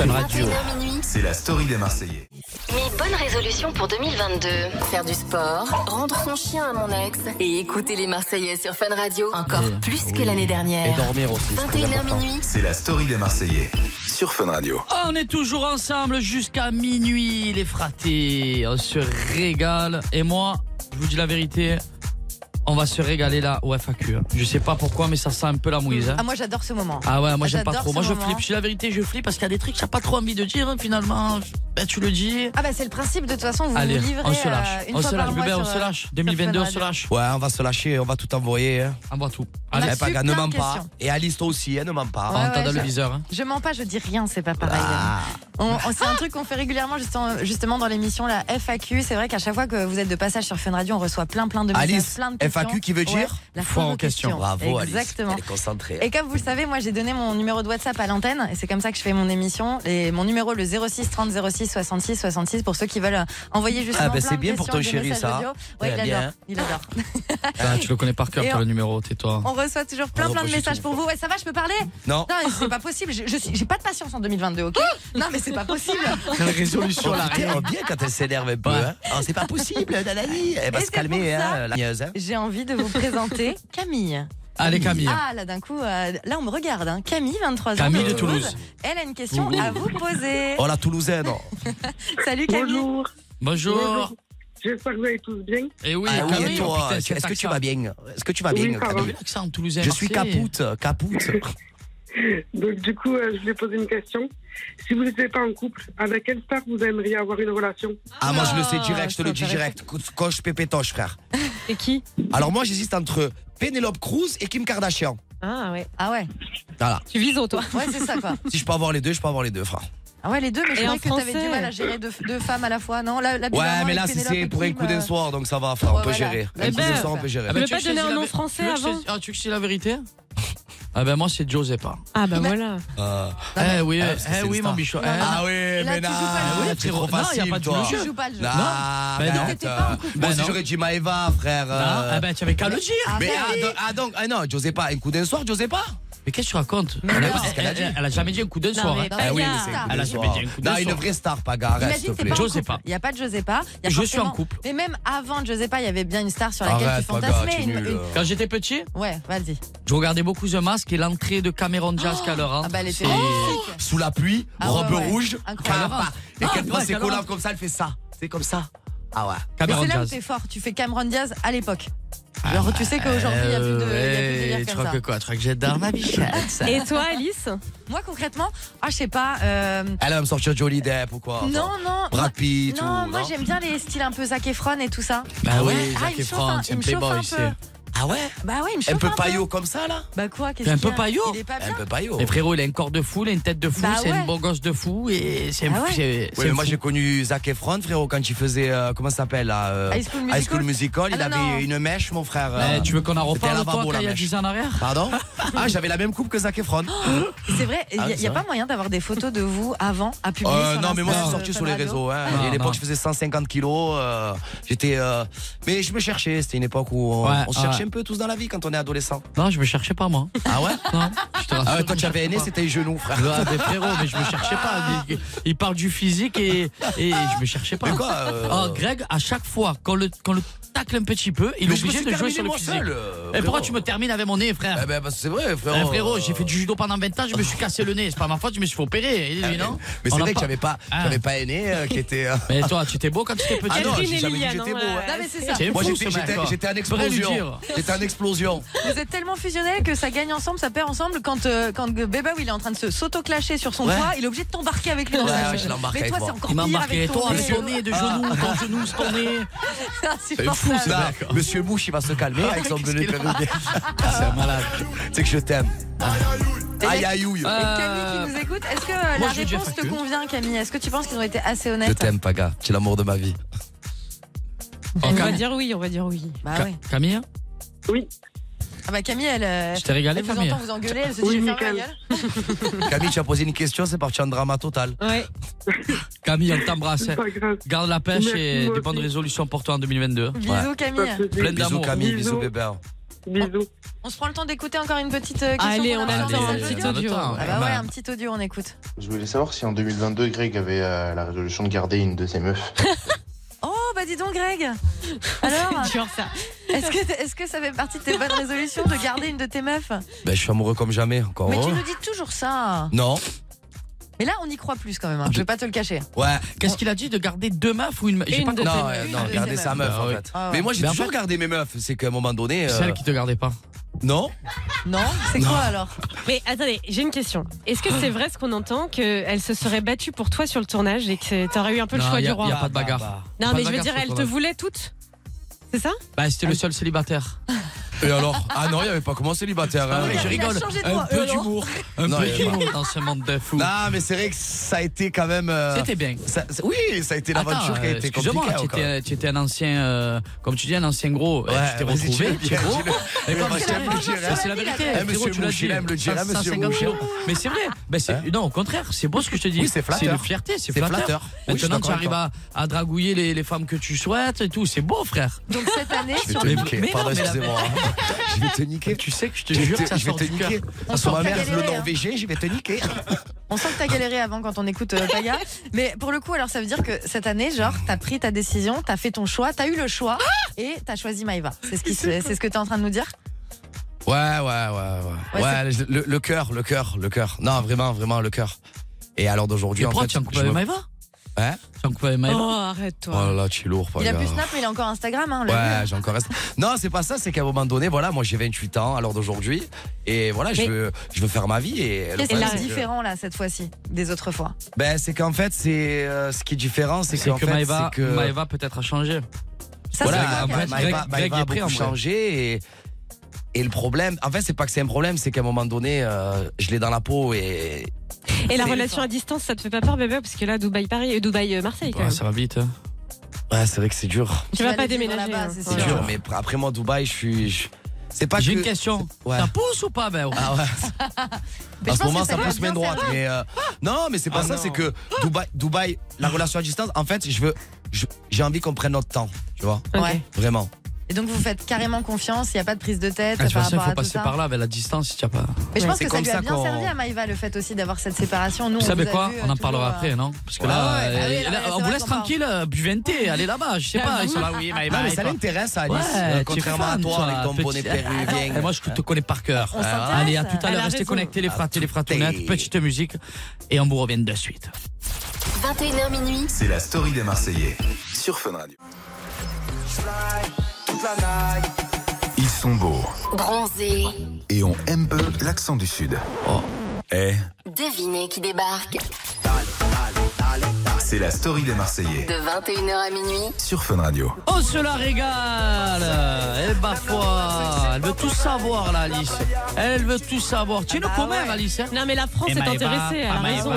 Speaker 6: À Radio.
Speaker 3: 21h minuit.
Speaker 1: C'est la story des Marseillais.
Speaker 3: Mes bonnes résolutions pour 2022. Faire du sport, rendre son chien à mon ex et écouter les Marseillais sur Fun Radio encore
Speaker 1: Et-
Speaker 3: plus
Speaker 6: Ah
Speaker 3: que
Speaker 1: oui.
Speaker 3: l'année dernière.
Speaker 1: Et dormir aussi, c'est très
Speaker 3: 21h
Speaker 1: important.
Speaker 3: minuit.
Speaker 1: C'est la story des Marseillais. Sur Fun Radio.
Speaker 6: On est toujours ensemble jusqu'à minuit, les fratés. On se régale. Et moi, je vous dis la vérité, on va se régaler là au FAQ. hein. Je sais pas pourquoi, mais ça sent un peu la mouise. hein.
Speaker 7: Ah, moi, j'adore ce moment.
Speaker 6: Ah ouais, moi j'aime pas
Speaker 7: J'adore
Speaker 6: trop.
Speaker 7: ce
Speaker 6: Moi je
Speaker 7: moment.
Speaker 6: flippe. Je dis la vérité, je flippe parce qu'il y a des trucs que t'as pas trop envie de dire hein, finalement. Ben, tu le dis.
Speaker 7: Ah, bah, c'est le principe. De toute façon, vous
Speaker 6: Allez,
Speaker 7: vous livrez.
Speaker 6: on se
Speaker 7: euh,
Speaker 6: lâche.
Speaker 7: une
Speaker 6: on
Speaker 7: fois
Speaker 6: se
Speaker 7: par
Speaker 6: lâche,
Speaker 7: mois
Speaker 6: bébé, on
Speaker 7: sur,
Speaker 6: se
Speaker 7: euh,
Speaker 6: lâche.
Speaker 7: sur
Speaker 6: 2022,
Speaker 7: Fun
Speaker 6: on se
Speaker 7: Radio.
Speaker 6: lâche.
Speaker 5: Ouais, on va se lâcher, on va tout envoyer. hein.
Speaker 6: On voit tout.
Speaker 7: On a
Speaker 5: Allez,
Speaker 7: su
Speaker 5: Paga, ne
Speaker 7: plein
Speaker 5: mens
Speaker 7: de
Speaker 5: pas.
Speaker 7: questions.
Speaker 5: Et Alice, toi aussi, hein, ne mens pas.
Speaker 7: Ah Ouais, ouais, je-
Speaker 6: hein.
Speaker 7: Je mens pas, je dis rien, c'est pas pareil.
Speaker 5: Ah.
Speaker 7: On, on- c'est un truc qu'on fait régulièrement justement, justement dans l'émission la FAQ. C'est vrai qu'à chaque fois que vous êtes de passage sur Fun Radio, on reçoit plein plein de messages,
Speaker 5: Alice,
Speaker 7: plein de questions.
Speaker 5: FAQ qui veut dire
Speaker 7: Ouais, la
Speaker 5: Foi
Speaker 7: foi
Speaker 5: en
Speaker 7: en
Speaker 5: question.
Speaker 7: question.
Speaker 5: Bravo, Alice.
Speaker 7: Exactement.
Speaker 5: Elle est concentrée. hein.
Speaker 7: Et comme vous le savez, moi j'ai donné mon numéro de WhatsApp à l'antenne et c'est comme ça que je fais mon émission. Et mon numéro le 06 30 06 66 66 pour ceux qui veulent euh, envoyer
Speaker 5: Ah,
Speaker 7: justement.
Speaker 5: bah,
Speaker 7: plein
Speaker 5: c'est
Speaker 7: de
Speaker 5: bien pour
Speaker 7: questions,
Speaker 5: ton
Speaker 7: des
Speaker 5: chéri,
Speaker 7: messages
Speaker 5: ça.
Speaker 7: audio. Ouais,
Speaker 5: Ouais,
Speaker 7: il
Speaker 5: bien.
Speaker 7: adore. Il adore.
Speaker 6: Putain, Ah, tu le connais par cœur,
Speaker 7: Et
Speaker 6: toi,
Speaker 7: on-
Speaker 6: le numéro, tais-toi.
Speaker 7: On reçoit toujours
Speaker 6: On
Speaker 7: plein plein de
Speaker 6: reproche
Speaker 7: messages
Speaker 6: tout.
Speaker 7: pour vous. Ouais, ça va, je peux parler
Speaker 6: Non.
Speaker 7: Non, c'est pas possible. Je- je suis- J'ai pas de patience en 2022, ok Non, mais c'est pas possible.
Speaker 5: La résolution,
Speaker 6: la
Speaker 5: rien. bien quand elle s'énerve un peu. hein. Oh, c'est pas possible, Danani. Elle va
Speaker 7: Et
Speaker 5: se
Speaker 7: c'est
Speaker 5: calmer,
Speaker 7: pour ça
Speaker 5: hein, la niaise. hein.
Speaker 7: J'ai envie de vous présenter Camille.
Speaker 6: Allez, Camille.
Speaker 7: Ah là d'un coup, euh, là on me regarde. hein. Camille, 23 ans.
Speaker 6: Camille de Toulouse.
Speaker 7: Elle a une question à vous poser.
Speaker 5: Oh, la Toulousaine. oh.
Speaker 7: Salut Camille.
Speaker 11: Bonjour.
Speaker 6: Bonjour.
Speaker 11: J'espère que vous allez tous bien.
Speaker 6: Et oui,
Speaker 5: Ah oui,
Speaker 6: Camille,
Speaker 5: et toi,
Speaker 6: putain,
Speaker 5: est-ce
Speaker 6: cet
Speaker 5: que tu
Speaker 6: accent.
Speaker 5: vas bien Est-ce que tu vas
Speaker 11: Oui,
Speaker 5: bien,
Speaker 11: ça va.
Speaker 5: Camille
Speaker 6: L'accent toulousain.
Speaker 5: Je suis
Speaker 6: Marseille.
Speaker 5: capoute, capoute.
Speaker 11: Donc, du coup, euh, je voulais poser une question. Si vous n'étiez pas en couple, avec quelle star vous aimeriez avoir une relation
Speaker 5: Ah, moi, je le sais direct, je te le
Speaker 11: c'est
Speaker 5: dis direct. Coche pépétoche, frère.
Speaker 8: Et qui
Speaker 5: Alors, moi, j'hésite entre Penelope Cruz et Kim Kardashian.
Speaker 8: Ah ouais.
Speaker 7: Ah ouais.
Speaker 5: Voilà.
Speaker 8: Tu vises au toi.
Speaker 7: Ouais, c'est ça quoi.
Speaker 5: Si je peux avoir les deux, je peux avoir les deux, frère.
Speaker 7: Ah ouais, les deux, mais je
Speaker 8: Et en
Speaker 7: croyais que t'avais
Speaker 8: français
Speaker 7: du mal à gérer deux, deux femmes à la fois, non là, là, bizarrement,
Speaker 5: Ouais, mais là,
Speaker 7: avec
Speaker 5: si
Speaker 7: Pénélope
Speaker 5: c'est
Speaker 7: et
Speaker 5: pour un
Speaker 7: Kim,
Speaker 5: coup d'un
Speaker 7: euh,
Speaker 5: soir, donc ça va, frère, on
Speaker 7: ouais,
Speaker 5: peut
Speaker 7: voilà.
Speaker 5: gérer.
Speaker 7: Eh
Speaker 5: Un coup d'un
Speaker 8: ben,
Speaker 5: soir, on peut gérer.
Speaker 6: Ah,
Speaker 8: Tu veux
Speaker 6: tu
Speaker 8: pas
Speaker 6: veux que je
Speaker 8: donner
Speaker 6: te
Speaker 8: un
Speaker 6: dise
Speaker 8: nom
Speaker 6: la-
Speaker 8: français
Speaker 6: tu veux que je te
Speaker 8: avant
Speaker 6: dise- Ah, tu veux que je te dise la vérité Ah ben moi c'est Giuseppa.
Speaker 8: Ah bah voilà.
Speaker 5: Euh,
Speaker 6: Eh oui,
Speaker 5: parce que
Speaker 6: eh
Speaker 5: c'est
Speaker 6: oui
Speaker 5: une
Speaker 6: mon
Speaker 5: star.
Speaker 6: bichot. Eh,
Speaker 5: Ah oui,
Speaker 7: là,
Speaker 5: mais
Speaker 7: tu
Speaker 5: non,
Speaker 7: joues pas le
Speaker 5: ouais,
Speaker 7: jeu.
Speaker 5: c'est trop
Speaker 6: Non, y a
Speaker 5: facile,
Speaker 6: pas de
Speaker 5: toi.
Speaker 6: jeu.
Speaker 7: Tu joues pas le jeu.
Speaker 5: Non,
Speaker 6: Ben non.
Speaker 5: arrête. euh,
Speaker 7: T'étais pas en couple.
Speaker 5: Moi
Speaker 6: Ben
Speaker 5: aussi,
Speaker 6: non.
Speaker 5: j'aurais dit Maeva, frère.
Speaker 6: Non,
Speaker 5: euh.
Speaker 6: ah ben tu avais qu'à le dire.
Speaker 5: Mais
Speaker 7: ben
Speaker 5: ah,
Speaker 7: oui.
Speaker 5: donc- ah donc, ah non, j'osais pas. Un coup d'un soir, j'osais pas.
Speaker 6: Mais qu'est-ce que tu racontes
Speaker 7: Mais
Speaker 6: elle,
Speaker 7: non.
Speaker 6: a, elle- elle- elle a jamais dit un coup de soir.
Speaker 8: mais
Speaker 6: hein.
Speaker 8: pas
Speaker 5: Ah oui,
Speaker 8: Paga.
Speaker 5: mais c'est un coup
Speaker 6: Elle
Speaker 5: d'un
Speaker 6: a
Speaker 5: soir.
Speaker 6: jamais dit un coup d'un
Speaker 5: Non, une
Speaker 6: soir.
Speaker 5: vraie star, Paga, arrête, s'il
Speaker 7: Imagine,
Speaker 5: te
Speaker 7: t'es
Speaker 5: plaît.
Speaker 7: pas en
Speaker 6: Joseph
Speaker 7: couple.
Speaker 6: pas.
Speaker 7: Il n'y a pas de Josépa.
Speaker 6: Je suis en couple.
Speaker 7: Mais même avant Josépa, il y avait bien une star sur laquelle
Speaker 5: Arrête,
Speaker 7: tu
Speaker 5: Paga,
Speaker 7: fantasmais.
Speaker 5: t'es
Speaker 7: une-
Speaker 5: nul.
Speaker 7: une-
Speaker 6: Quand j'étais petit,
Speaker 7: Ouais, vas-y.
Speaker 6: je regardais beaucoup The Mask et l'entrée de Cameron Diaz qu'elle rentre.
Speaker 7: Ah bah, elle était
Speaker 6: c'est-
Speaker 7: magnifique.
Speaker 5: Sous la pluie,
Speaker 7: Ah ouais,
Speaker 5: robe
Speaker 7: ouais.
Speaker 5: rouge,
Speaker 7: Incroyable.
Speaker 5: calapa. Et
Speaker 6: Ah,
Speaker 5: qu'elle
Speaker 6: ouais,
Speaker 5: prend ses
Speaker 6: Calapa.
Speaker 5: collabs comme ça, elle fait ça. C'est comme ça. Ah ouais.
Speaker 7: Mais
Speaker 6: Cameron
Speaker 7: c'est là où
Speaker 6: Diaz. Ah
Speaker 7: t'es fort. Tu fais Cameron Diaz à l'époque. Alors tu sais qu'aujourd'hui, il n'y a plus de, il y a plus de délire
Speaker 6: Eh, Tu
Speaker 7: comme
Speaker 6: crois
Speaker 7: ça.
Speaker 6: que quoi Tu crois que j'adore ma bichette ça
Speaker 8: Et toi, Alice
Speaker 7: Moi, concrètement, ah, je sais pas. euh,
Speaker 5: Elle va me sortir Johnny Depp ou quoi
Speaker 7: non, non.
Speaker 5: Brad Pitt ou-
Speaker 7: Non, moi
Speaker 5: non
Speaker 7: j'aime bien les styles un peu Zac Efron et tout ça.
Speaker 6: Bah oui,
Speaker 7: Ah,
Speaker 6: Zac
Speaker 7: il me chauffe
Speaker 6: Efron,
Speaker 7: un-
Speaker 6: c'est
Speaker 7: il
Speaker 6: un
Speaker 7: me chauffe
Speaker 6: playboy,
Speaker 7: un peu.
Speaker 6: c'est- Ah,
Speaker 5: Ah ouais
Speaker 7: Bah ouais, il me chauffe
Speaker 5: Un
Speaker 7: un
Speaker 5: peu paillot comme ça, là
Speaker 7: Bah quoi qu'est-ce
Speaker 6: T'es un
Speaker 7: qu'il
Speaker 6: peu
Speaker 7: y a
Speaker 6: paillot.
Speaker 7: Il est pas
Speaker 5: Un
Speaker 7: bien.
Speaker 5: peu paillot.
Speaker 6: Mais frérot, il a un corps de fou, il a une tête de fou,
Speaker 7: Bah
Speaker 6: c'est
Speaker 7: ouais.
Speaker 6: un beau gosse de fou et c'est un
Speaker 7: Ah ouais.
Speaker 6: c'est-
Speaker 5: Oui,
Speaker 6: c'est
Speaker 5: mais
Speaker 6: un
Speaker 5: moi
Speaker 6: fou.
Speaker 5: j'ai connu Zac Efron, frérot, quand il faisait. euh, comment ça s'appelle là euh,
Speaker 7: High School Musical.
Speaker 5: High School Musical,
Speaker 7: Ah,
Speaker 5: il
Speaker 7: non,
Speaker 5: avait
Speaker 7: non.
Speaker 5: une mèche, mon frère.
Speaker 6: Eh,
Speaker 5: euh,
Speaker 6: tu veux qu'on en
Speaker 5: c'était à
Speaker 6: reparle toi
Speaker 5: lavabo,
Speaker 6: quand
Speaker 5: la
Speaker 6: il y a
Speaker 5: mèche.
Speaker 6: 10 ans en arrière
Speaker 5: Pardon Ah, j'avais la même coupe que Zac Efron.
Speaker 7: C'est vrai, il
Speaker 5: Ah oui,
Speaker 7: n'y a,
Speaker 5: c'est
Speaker 7: pas
Speaker 5: vrai.
Speaker 7: moyen d'avoir des photos de vous avant à publier.
Speaker 5: Euh,
Speaker 7: sur
Speaker 5: non, mais moi
Speaker 7: l'Insta
Speaker 5: je suis sorti
Speaker 7: de Fun
Speaker 5: sur les
Speaker 7: Radio.
Speaker 5: réseaux. Hein.
Speaker 6: Non,
Speaker 5: à
Speaker 6: non.
Speaker 5: l'époque, je faisais 150 kilos. euh, J'étais. euh, mais je me cherchais. C'était une époque où on,
Speaker 6: Ouais,
Speaker 5: on se
Speaker 6: ouais.
Speaker 5: cherchait un peu tous dans la vie quand on est adolescent.
Speaker 6: Non, je me cherchais pas moi.
Speaker 5: Ah ouais
Speaker 6: Non, je te rassure,
Speaker 5: Ah ouais,
Speaker 6: je
Speaker 5: quand
Speaker 6: me
Speaker 5: tu avais
Speaker 6: cherchais
Speaker 5: aîné,
Speaker 6: pas.
Speaker 5: c'était les genoux, frère.
Speaker 6: Ah, mais frérot, mais je me cherchais pas. Il, il parle du physique et, et je me cherchais pas.
Speaker 5: Mais quoi euh,
Speaker 6: Ah, Greg, à chaque fois qu'on le, qu'on le tacle un petit peu, il
Speaker 5: mais
Speaker 6: est
Speaker 5: je me
Speaker 6: obligé
Speaker 5: suis
Speaker 6: de jouer
Speaker 5: terminé
Speaker 6: sur le
Speaker 5: moi
Speaker 6: physique.
Speaker 5: seul, euh,
Speaker 6: et pourquoi
Speaker 5: frérot.
Speaker 6: tu me termines avec mon nez, frère
Speaker 5: Eh ben, parce que c'est vrai, frérot.
Speaker 6: Eh, frérot, j'ai fait
Speaker 5: euh,
Speaker 6: du judo pendant 20 ans, je me suis cassé le nez. C'est pas ma faute, je me suis fait opérer. Il dit, non
Speaker 5: Ah, Mais
Speaker 6: On
Speaker 5: c'est
Speaker 6: a
Speaker 5: vrai que
Speaker 6: pas-
Speaker 5: j'avais pas,
Speaker 6: Ah.
Speaker 5: j'avais pas aîné euh, qui était. euh,
Speaker 6: Mais toi, tu étais beau quand tu étais petit.
Speaker 5: Ah non,
Speaker 8: Catherine
Speaker 5: j'ai
Speaker 8: et
Speaker 5: jamais dit que
Speaker 8: Liliane,
Speaker 5: j'étais
Speaker 8: ouais,
Speaker 5: beau. hein.
Speaker 8: ouais.
Speaker 7: Non, mais c'est ça.
Speaker 6: C'est
Speaker 5: Moi
Speaker 6: fou,
Speaker 5: j'étais
Speaker 6: ce mec,
Speaker 5: j'étais-
Speaker 6: quoi.
Speaker 5: j'étais un
Speaker 6: Faudrait lui
Speaker 5: explosion.
Speaker 6: dire.
Speaker 5: J'étais un explosion.
Speaker 7: Vous êtes tellement fusionnels que ça gagne ensemble, ça perd ensemble. Quand, euh, quand Beba, il est en train de se s'auto-clasher sur son
Speaker 5: Ouais.
Speaker 7: toit, il est obligé de t'embarquer avec lui. dans
Speaker 5: Ouais,
Speaker 7: sa
Speaker 5: ouais,
Speaker 7: vie.
Speaker 5: je l'embarque
Speaker 7: Mais
Speaker 5: avec
Speaker 7: toi,
Speaker 5: moi.
Speaker 7: c'est encore
Speaker 6: Il m'a
Speaker 7: pire
Speaker 6: marqué,
Speaker 7: avec ton
Speaker 6: toi,
Speaker 7: nez.
Speaker 6: avec ton nez
Speaker 7: Ah.
Speaker 6: de genou, ton genou, c'est ton nez.
Speaker 7: C'est
Speaker 5: C'est fou
Speaker 7: insupportable.
Speaker 5: ce mec. hein. Monsieur Mouche il va se calmer
Speaker 11: Ah,
Speaker 5: avec son bonnet perruqué. C'est un malade. Tu sais que je t'aime. Aïe aïe ouille.
Speaker 7: Et Camille qui nous écoute, est-ce que euh, la
Speaker 6: je vais dire
Speaker 7: réponse te
Speaker 6: que-
Speaker 7: convient, Camille Est-ce que tu penses qu'ils ont été assez
Speaker 5: Je
Speaker 7: honnêtes
Speaker 5: t'aime Paga, tu es l'amour de ma vie.
Speaker 8: On va
Speaker 6: Camille.
Speaker 8: dire oui, on va dire oui.
Speaker 7: Bah
Speaker 6: Ca-
Speaker 7: oui.
Speaker 6: Camille
Speaker 7: Ah bah Camille, elle. euh,
Speaker 6: Je t'ai régalé,
Speaker 7: elle vous
Speaker 6: Camille.
Speaker 7: entend vous engueuler, elle se dit
Speaker 11: Oui,
Speaker 7: je vais faire
Speaker 11: Mickaël.
Speaker 7: ma gueule.
Speaker 5: Camille, tu as posé une question, c'est parti en drama total.
Speaker 8: Ouais.
Speaker 6: Camille, on t'embrasse.
Speaker 11: C'est
Speaker 6: hein.
Speaker 11: pas grave.
Speaker 6: Garde la pêche
Speaker 11: Merci,
Speaker 6: et
Speaker 11: moi
Speaker 6: des bonnes
Speaker 11: aussi.
Speaker 6: résolutions pour toi en 2022.
Speaker 7: Bisous Camille.
Speaker 11: Pas de soucis.
Speaker 6: Plein
Speaker 5: Bisous
Speaker 6: d'amour.
Speaker 5: Camille,
Speaker 11: Bisous.
Speaker 5: bisous bébé.
Speaker 11: Bisous.
Speaker 7: On se prend le temps d'écouter encore une petite euh, question.
Speaker 8: Allez,
Speaker 7: qu'on
Speaker 8: on a
Speaker 7: a
Speaker 8: le
Speaker 7: lancée
Speaker 8: temps,
Speaker 7: dans
Speaker 8: un
Speaker 7: le
Speaker 8: petit
Speaker 7: studio.
Speaker 8: audio.
Speaker 6: Ah,
Speaker 7: Ah bah ouais, un petit audio, on écoute.
Speaker 12: Je voulais savoir si en 2022, Greg avait euh, la résolution de garder une de ses meufs.
Speaker 7: Oh bah dis donc Greg. Alors,
Speaker 8: C'est dur, ça.
Speaker 7: est-ce que, est-ce que ça fait partie de tes bonnes résolutions de garder une de tes meufs
Speaker 5: Ben, je suis amoureux comme jamais, encore
Speaker 7: Mais tu
Speaker 5: heureux.
Speaker 7: nous dis toujours ça.
Speaker 5: Non,
Speaker 7: Mais là, on y croit plus quand même. hein, Je vais pas te le cacher.
Speaker 5: ouais.
Speaker 6: Qu'est-ce qu'il a dit de garder deux meufs ou une meuf J'ai
Speaker 8: Une
Speaker 6: pas
Speaker 8: de-
Speaker 6: compris.
Speaker 5: Non, ouais,
Speaker 7: une
Speaker 5: non,
Speaker 7: de
Speaker 5: garder
Speaker 7: ses
Speaker 5: sa
Speaker 6: meufs.
Speaker 5: meuf en
Speaker 6: Ah oui.
Speaker 5: fait.
Speaker 7: Ah ouais.
Speaker 5: Mais moi j'ai
Speaker 6: Mais en
Speaker 5: toujours
Speaker 6: fait-
Speaker 5: gardé mes meufs, c'est qu'à un moment donné. euh,
Speaker 6: Celle qui te gardait pas.
Speaker 5: Non
Speaker 7: Non C'est quoi alors
Speaker 8: Mais attendez, j'ai une question. Est-ce que c'est vrai ce qu'on entend qu'elle se serait battue pour toi sur le tournage et que t'aurais eu un peu le
Speaker 6: Non,
Speaker 8: choix
Speaker 6: y a-
Speaker 8: du roi
Speaker 6: y a pas de bagarre. Bah,
Speaker 8: Non,
Speaker 6: Pas
Speaker 8: mais
Speaker 6: de
Speaker 8: je veux
Speaker 6: bagarre
Speaker 8: dire,
Speaker 6: sur
Speaker 8: elle te
Speaker 6: tournage.
Speaker 8: voulait toutes C'est ça
Speaker 6: Bah, c'était le seul célibataire.
Speaker 5: Et alors Ah non, il n'y avait pas comment célibataire. hein.
Speaker 7: Ah oui, Je rigole. Il a changé de
Speaker 6: Un
Speaker 7: voix,
Speaker 6: peu
Speaker 7: alors
Speaker 6: d'humour. Un
Speaker 5: Non,
Speaker 6: peu
Speaker 5: il y avait
Speaker 6: d'humour dans ce monde de fous.
Speaker 5: Non, mais c'est vrai que ça a été quand même. euh,
Speaker 6: C'était bien.
Speaker 5: ça- ça- oui, ça a été
Speaker 6: Attends,
Speaker 5: l'aventure qui a
Speaker 6: euh,
Speaker 5: été
Speaker 6: excuse-moi,
Speaker 5: compliquée.
Speaker 6: tu
Speaker 5: encore.
Speaker 6: étais, tu étais un ancien, euh, comme tu dis, un ancien gros. Euh,
Speaker 5: Ouais,
Speaker 6: tu t'es
Speaker 5: vas-y,
Speaker 6: retrouvé,
Speaker 5: dis-le,
Speaker 6: tu es gros.
Speaker 5: dis-le.
Speaker 6: Mais
Speaker 5: Mais
Speaker 6: comme
Speaker 5: parce
Speaker 6: c'est
Speaker 5: que
Speaker 6: la
Speaker 5: la
Speaker 6: vérité,
Speaker 5: vengeance
Speaker 6: c'est la
Speaker 7: sur la
Speaker 6: vérité.
Speaker 7: vie,
Speaker 5: là. Eh,
Speaker 6: frérot,
Speaker 5: monsieur
Speaker 6: tu l'as
Speaker 5: Mouchi,
Speaker 6: dit.
Speaker 5: il aime le dire, hein, monsieur
Speaker 6: 150
Speaker 5: Mouchi.
Speaker 6: kilos. Mais c'est vrai. Ben, c'est-
Speaker 5: Hein
Speaker 6: non, au contraire, c'est beau ce que je te dis.
Speaker 5: Oui, c'est flatteur.
Speaker 6: C'est une fierté, c'est
Speaker 5: C'est
Speaker 6: flatteur.
Speaker 5: flatteur. Oui, je suis
Speaker 6: Maintenant,
Speaker 5: d'accord
Speaker 6: tu arrives à, à dragouiller les, les femmes que tu souhaites et tout. C'est beau, frère.
Speaker 7: Donc cette année,
Speaker 5: Je vais
Speaker 7: sur
Speaker 5: te
Speaker 6: Mais-
Speaker 5: niquer,
Speaker 6: mais non,
Speaker 5: pardon,
Speaker 6: mais la-
Speaker 5: excusez-moi. hein. Je vais te niquer.
Speaker 6: Tu sais que je te
Speaker 5: Je
Speaker 6: jure
Speaker 5: vais
Speaker 6: que
Speaker 5: te,
Speaker 6: ça
Speaker 5: je vais
Speaker 6: sort
Speaker 5: te
Speaker 6: du cœur.
Speaker 5: niquer.
Speaker 7: On
Speaker 5: Sur ma
Speaker 7: s'en fait
Speaker 5: mère, le
Speaker 7: galérer, hein.
Speaker 5: norvégien, je vais te niquer.
Speaker 7: on sent que t'as galéré avant quand on écoute euh, Paga. Mais pour le coup, alors ça veut dire que cette année, genre, t'as pris ta décision, t'as fait ton choix, t'as eu le choix et t'as choisi Maïva. C'est ce, qui se- c'est ce que t'es en train de nous dire
Speaker 5: Ouais, ouais, ouais, ouais.
Speaker 7: Ouais,
Speaker 5: Ouais, le, le cœur, le cœur, le cœur. Non, vraiment, vraiment, le cœur. Et alors d'aujourd'hui,
Speaker 6: Tu
Speaker 5: en
Speaker 6: prends,
Speaker 5: fait.
Speaker 6: tu es en couple
Speaker 5: je
Speaker 6: avec
Speaker 5: me-
Speaker 6: Maëva
Speaker 5: Hein
Speaker 6: Tu es en couple avec Maëva
Speaker 8: Oh, arrête-toi.
Speaker 5: Oh là là, tu es lourd, pas
Speaker 7: Il a
Speaker 5: gars.
Speaker 7: plus Snap, mais il a encore Instagram. Hein, on l'a vu, hein.
Speaker 5: Ouais, j'ai encore resté. Non, c'est pas ça, c'est qu'à un moment donné, voilà, moi j'ai 28 ans à l'heure d'aujourd'hui. Et voilà, je
Speaker 8: Mais-
Speaker 5: veux, je veux faire ma vie. Et le
Speaker 7: Qu'est-ce
Speaker 5: problème,
Speaker 7: qui
Speaker 8: là,
Speaker 7: est
Speaker 5: c'est que-
Speaker 7: différent là cette fois-ci des autres fois
Speaker 5: Ben, c'est qu'en fait, c'est euh, ce qui est différent, c'est
Speaker 6: C'est
Speaker 5: qu'en
Speaker 6: que
Speaker 5: fait,
Speaker 6: Maëva,
Speaker 5: c'est que.
Speaker 6: Maëva peut-être a changé.
Speaker 7: Ça,
Speaker 6: Voilà,
Speaker 7: c'est vrai
Speaker 6: en
Speaker 7: qu'il y a
Speaker 6: fait,
Speaker 7: un
Speaker 6: Maëva-
Speaker 7: changement.
Speaker 5: Maëva,
Speaker 6: Greg
Speaker 5: Maëva
Speaker 6: est
Speaker 5: a
Speaker 6: prêt,
Speaker 5: beaucoup
Speaker 6: en vrai.
Speaker 5: changé et, et le problème, en fait, c'est pas que c'est un problème, c'est qu'à un moment donné, euh, je l'ai dans la peau et.
Speaker 8: Et la
Speaker 5: C'est-
Speaker 8: relation à distance, ça te fait pas peur, bébé Parce que là, euh, Dubaï-Paris, et Dubaï-Marseille, quand
Speaker 6: Ouais,
Speaker 8: même.
Speaker 6: ça va vite. hein.
Speaker 5: Ouais, c'est vrai que c'est dur.
Speaker 8: Tu vas pas
Speaker 7: aller vivre
Speaker 8: déménager,
Speaker 7: là-bas,
Speaker 8: hein.
Speaker 7: c'est
Speaker 5: C'est
Speaker 7: sûr.
Speaker 5: dur, mais après moi, Dubaï, je suis. je- C'est pas
Speaker 6: J'ai
Speaker 5: que.
Speaker 6: une question.
Speaker 5: Ouais.
Speaker 6: Ça pousse ou pas, Ben
Speaker 5: Ah ouais.
Speaker 7: Mais
Speaker 5: en
Speaker 7: je
Speaker 5: ce
Speaker 7: pense
Speaker 5: moment,
Speaker 7: que
Speaker 5: ça
Speaker 7: va
Speaker 5: pousse
Speaker 7: bien
Speaker 5: main droite. Mais euh, non, mais c'est pas
Speaker 6: Ah
Speaker 5: ça.
Speaker 6: non.
Speaker 5: C'est que Dubaï, Dubaï, la relation à distance. En fait, je veux, je- j'ai envie qu'on prenne notre temps. Tu vois,
Speaker 7: faire.
Speaker 8: Ok.
Speaker 7: Ouais.
Speaker 5: vraiment.
Speaker 7: Et donc vous faites carrément confiance, il n'y a pas de prise de tête
Speaker 6: Ah,
Speaker 7: par
Speaker 6: tu vois ça, il
Speaker 7: rapport
Speaker 6: faut
Speaker 7: à tout
Speaker 6: passer
Speaker 7: ça.
Speaker 6: par là avec la distance si tu as pas.
Speaker 7: Mais je
Speaker 5: Ouais,
Speaker 7: pense
Speaker 5: c'est
Speaker 7: que ça
Speaker 5: comme
Speaker 7: lui a
Speaker 5: ça
Speaker 7: bien
Speaker 5: qu'on-
Speaker 7: servi à Maïva le fait aussi d'avoir cette séparation. Nous, on
Speaker 6: Vous savez
Speaker 7: a
Speaker 6: quoi
Speaker 7: vu, euh,
Speaker 6: On en
Speaker 7: toujours,
Speaker 6: parlera
Speaker 7: euh,
Speaker 6: après, non Parce que
Speaker 5: Ouais.
Speaker 6: là,
Speaker 7: Ah
Speaker 6: euh,
Speaker 7: ouais, ah oui,
Speaker 6: là,
Speaker 7: là, c'est
Speaker 6: on vous
Speaker 7: vrai
Speaker 6: laisse
Speaker 7: qu'on parle.
Speaker 6: tranquille, euh, buvez un thé, allez là-bas, je sais pas, ils sont là, oui, bye
Speaker 5: Non, mais
Speaker 6: bye.
Speaker 5: ça
Speaker 6: quoi.
Speaker 5: l'intéresse à
Speaker 6: Ouais,
Speaker 5: Alice.
Speaker 6: tu es
Speaker 5: contrairement à
Speaker 6: fan,
Speaker 5: toi, avec ton
Speaker 6: petit-
Speaker 5: bonnet péruvien.
Speaker 6: Eh, moi, je te connais par cœur.
Speaker 7: On s'intéresse.
Speaker 6: Allez, à tout à
Speaker 8: Elle
Speaker 6: l'heure,
Speaker 8: a
Speaker 6: restez
Speaker 8: raison.
Speaker 6: connectés, les fratés, les fratounettes,
Speaker 5: tout à
Speaker 6: petite musique, et on vous revient de suite.
Speaker 3: 21h minuit,
Speaker 1: C'est la story des Marseillais sur Fun Radio. Ils sont beaux
Speaker 3: bronzé.
Speaker 1: et on aime peu l'accent du Sud. Eh,
Speaker 3: Devinez qui débarque
Speaker 1: c'est la story des Marseillais
Speaker 3: de 21h à minuit
Speaker 1: sur Fun Radio.
Speaker 6: Oh, cela régale Eh bah foi Elle veut tout savoir, là, Alice. Elle veut tout savoir. Tu es
Speaker 7: bah
Speaker 6: comment,
Speaker 7: ouais.
Speaker 6: Alice hein
Speaker 8: Ah Non, mais la France
Speaker 6: Et
Speaker 8: est
Speaker 6: Maëva,
Speaker 8: intéressée, elle
Speaker 6: ah,
Speaker 8: a
Speaker 6: Maëva.
Speaker 8: raison.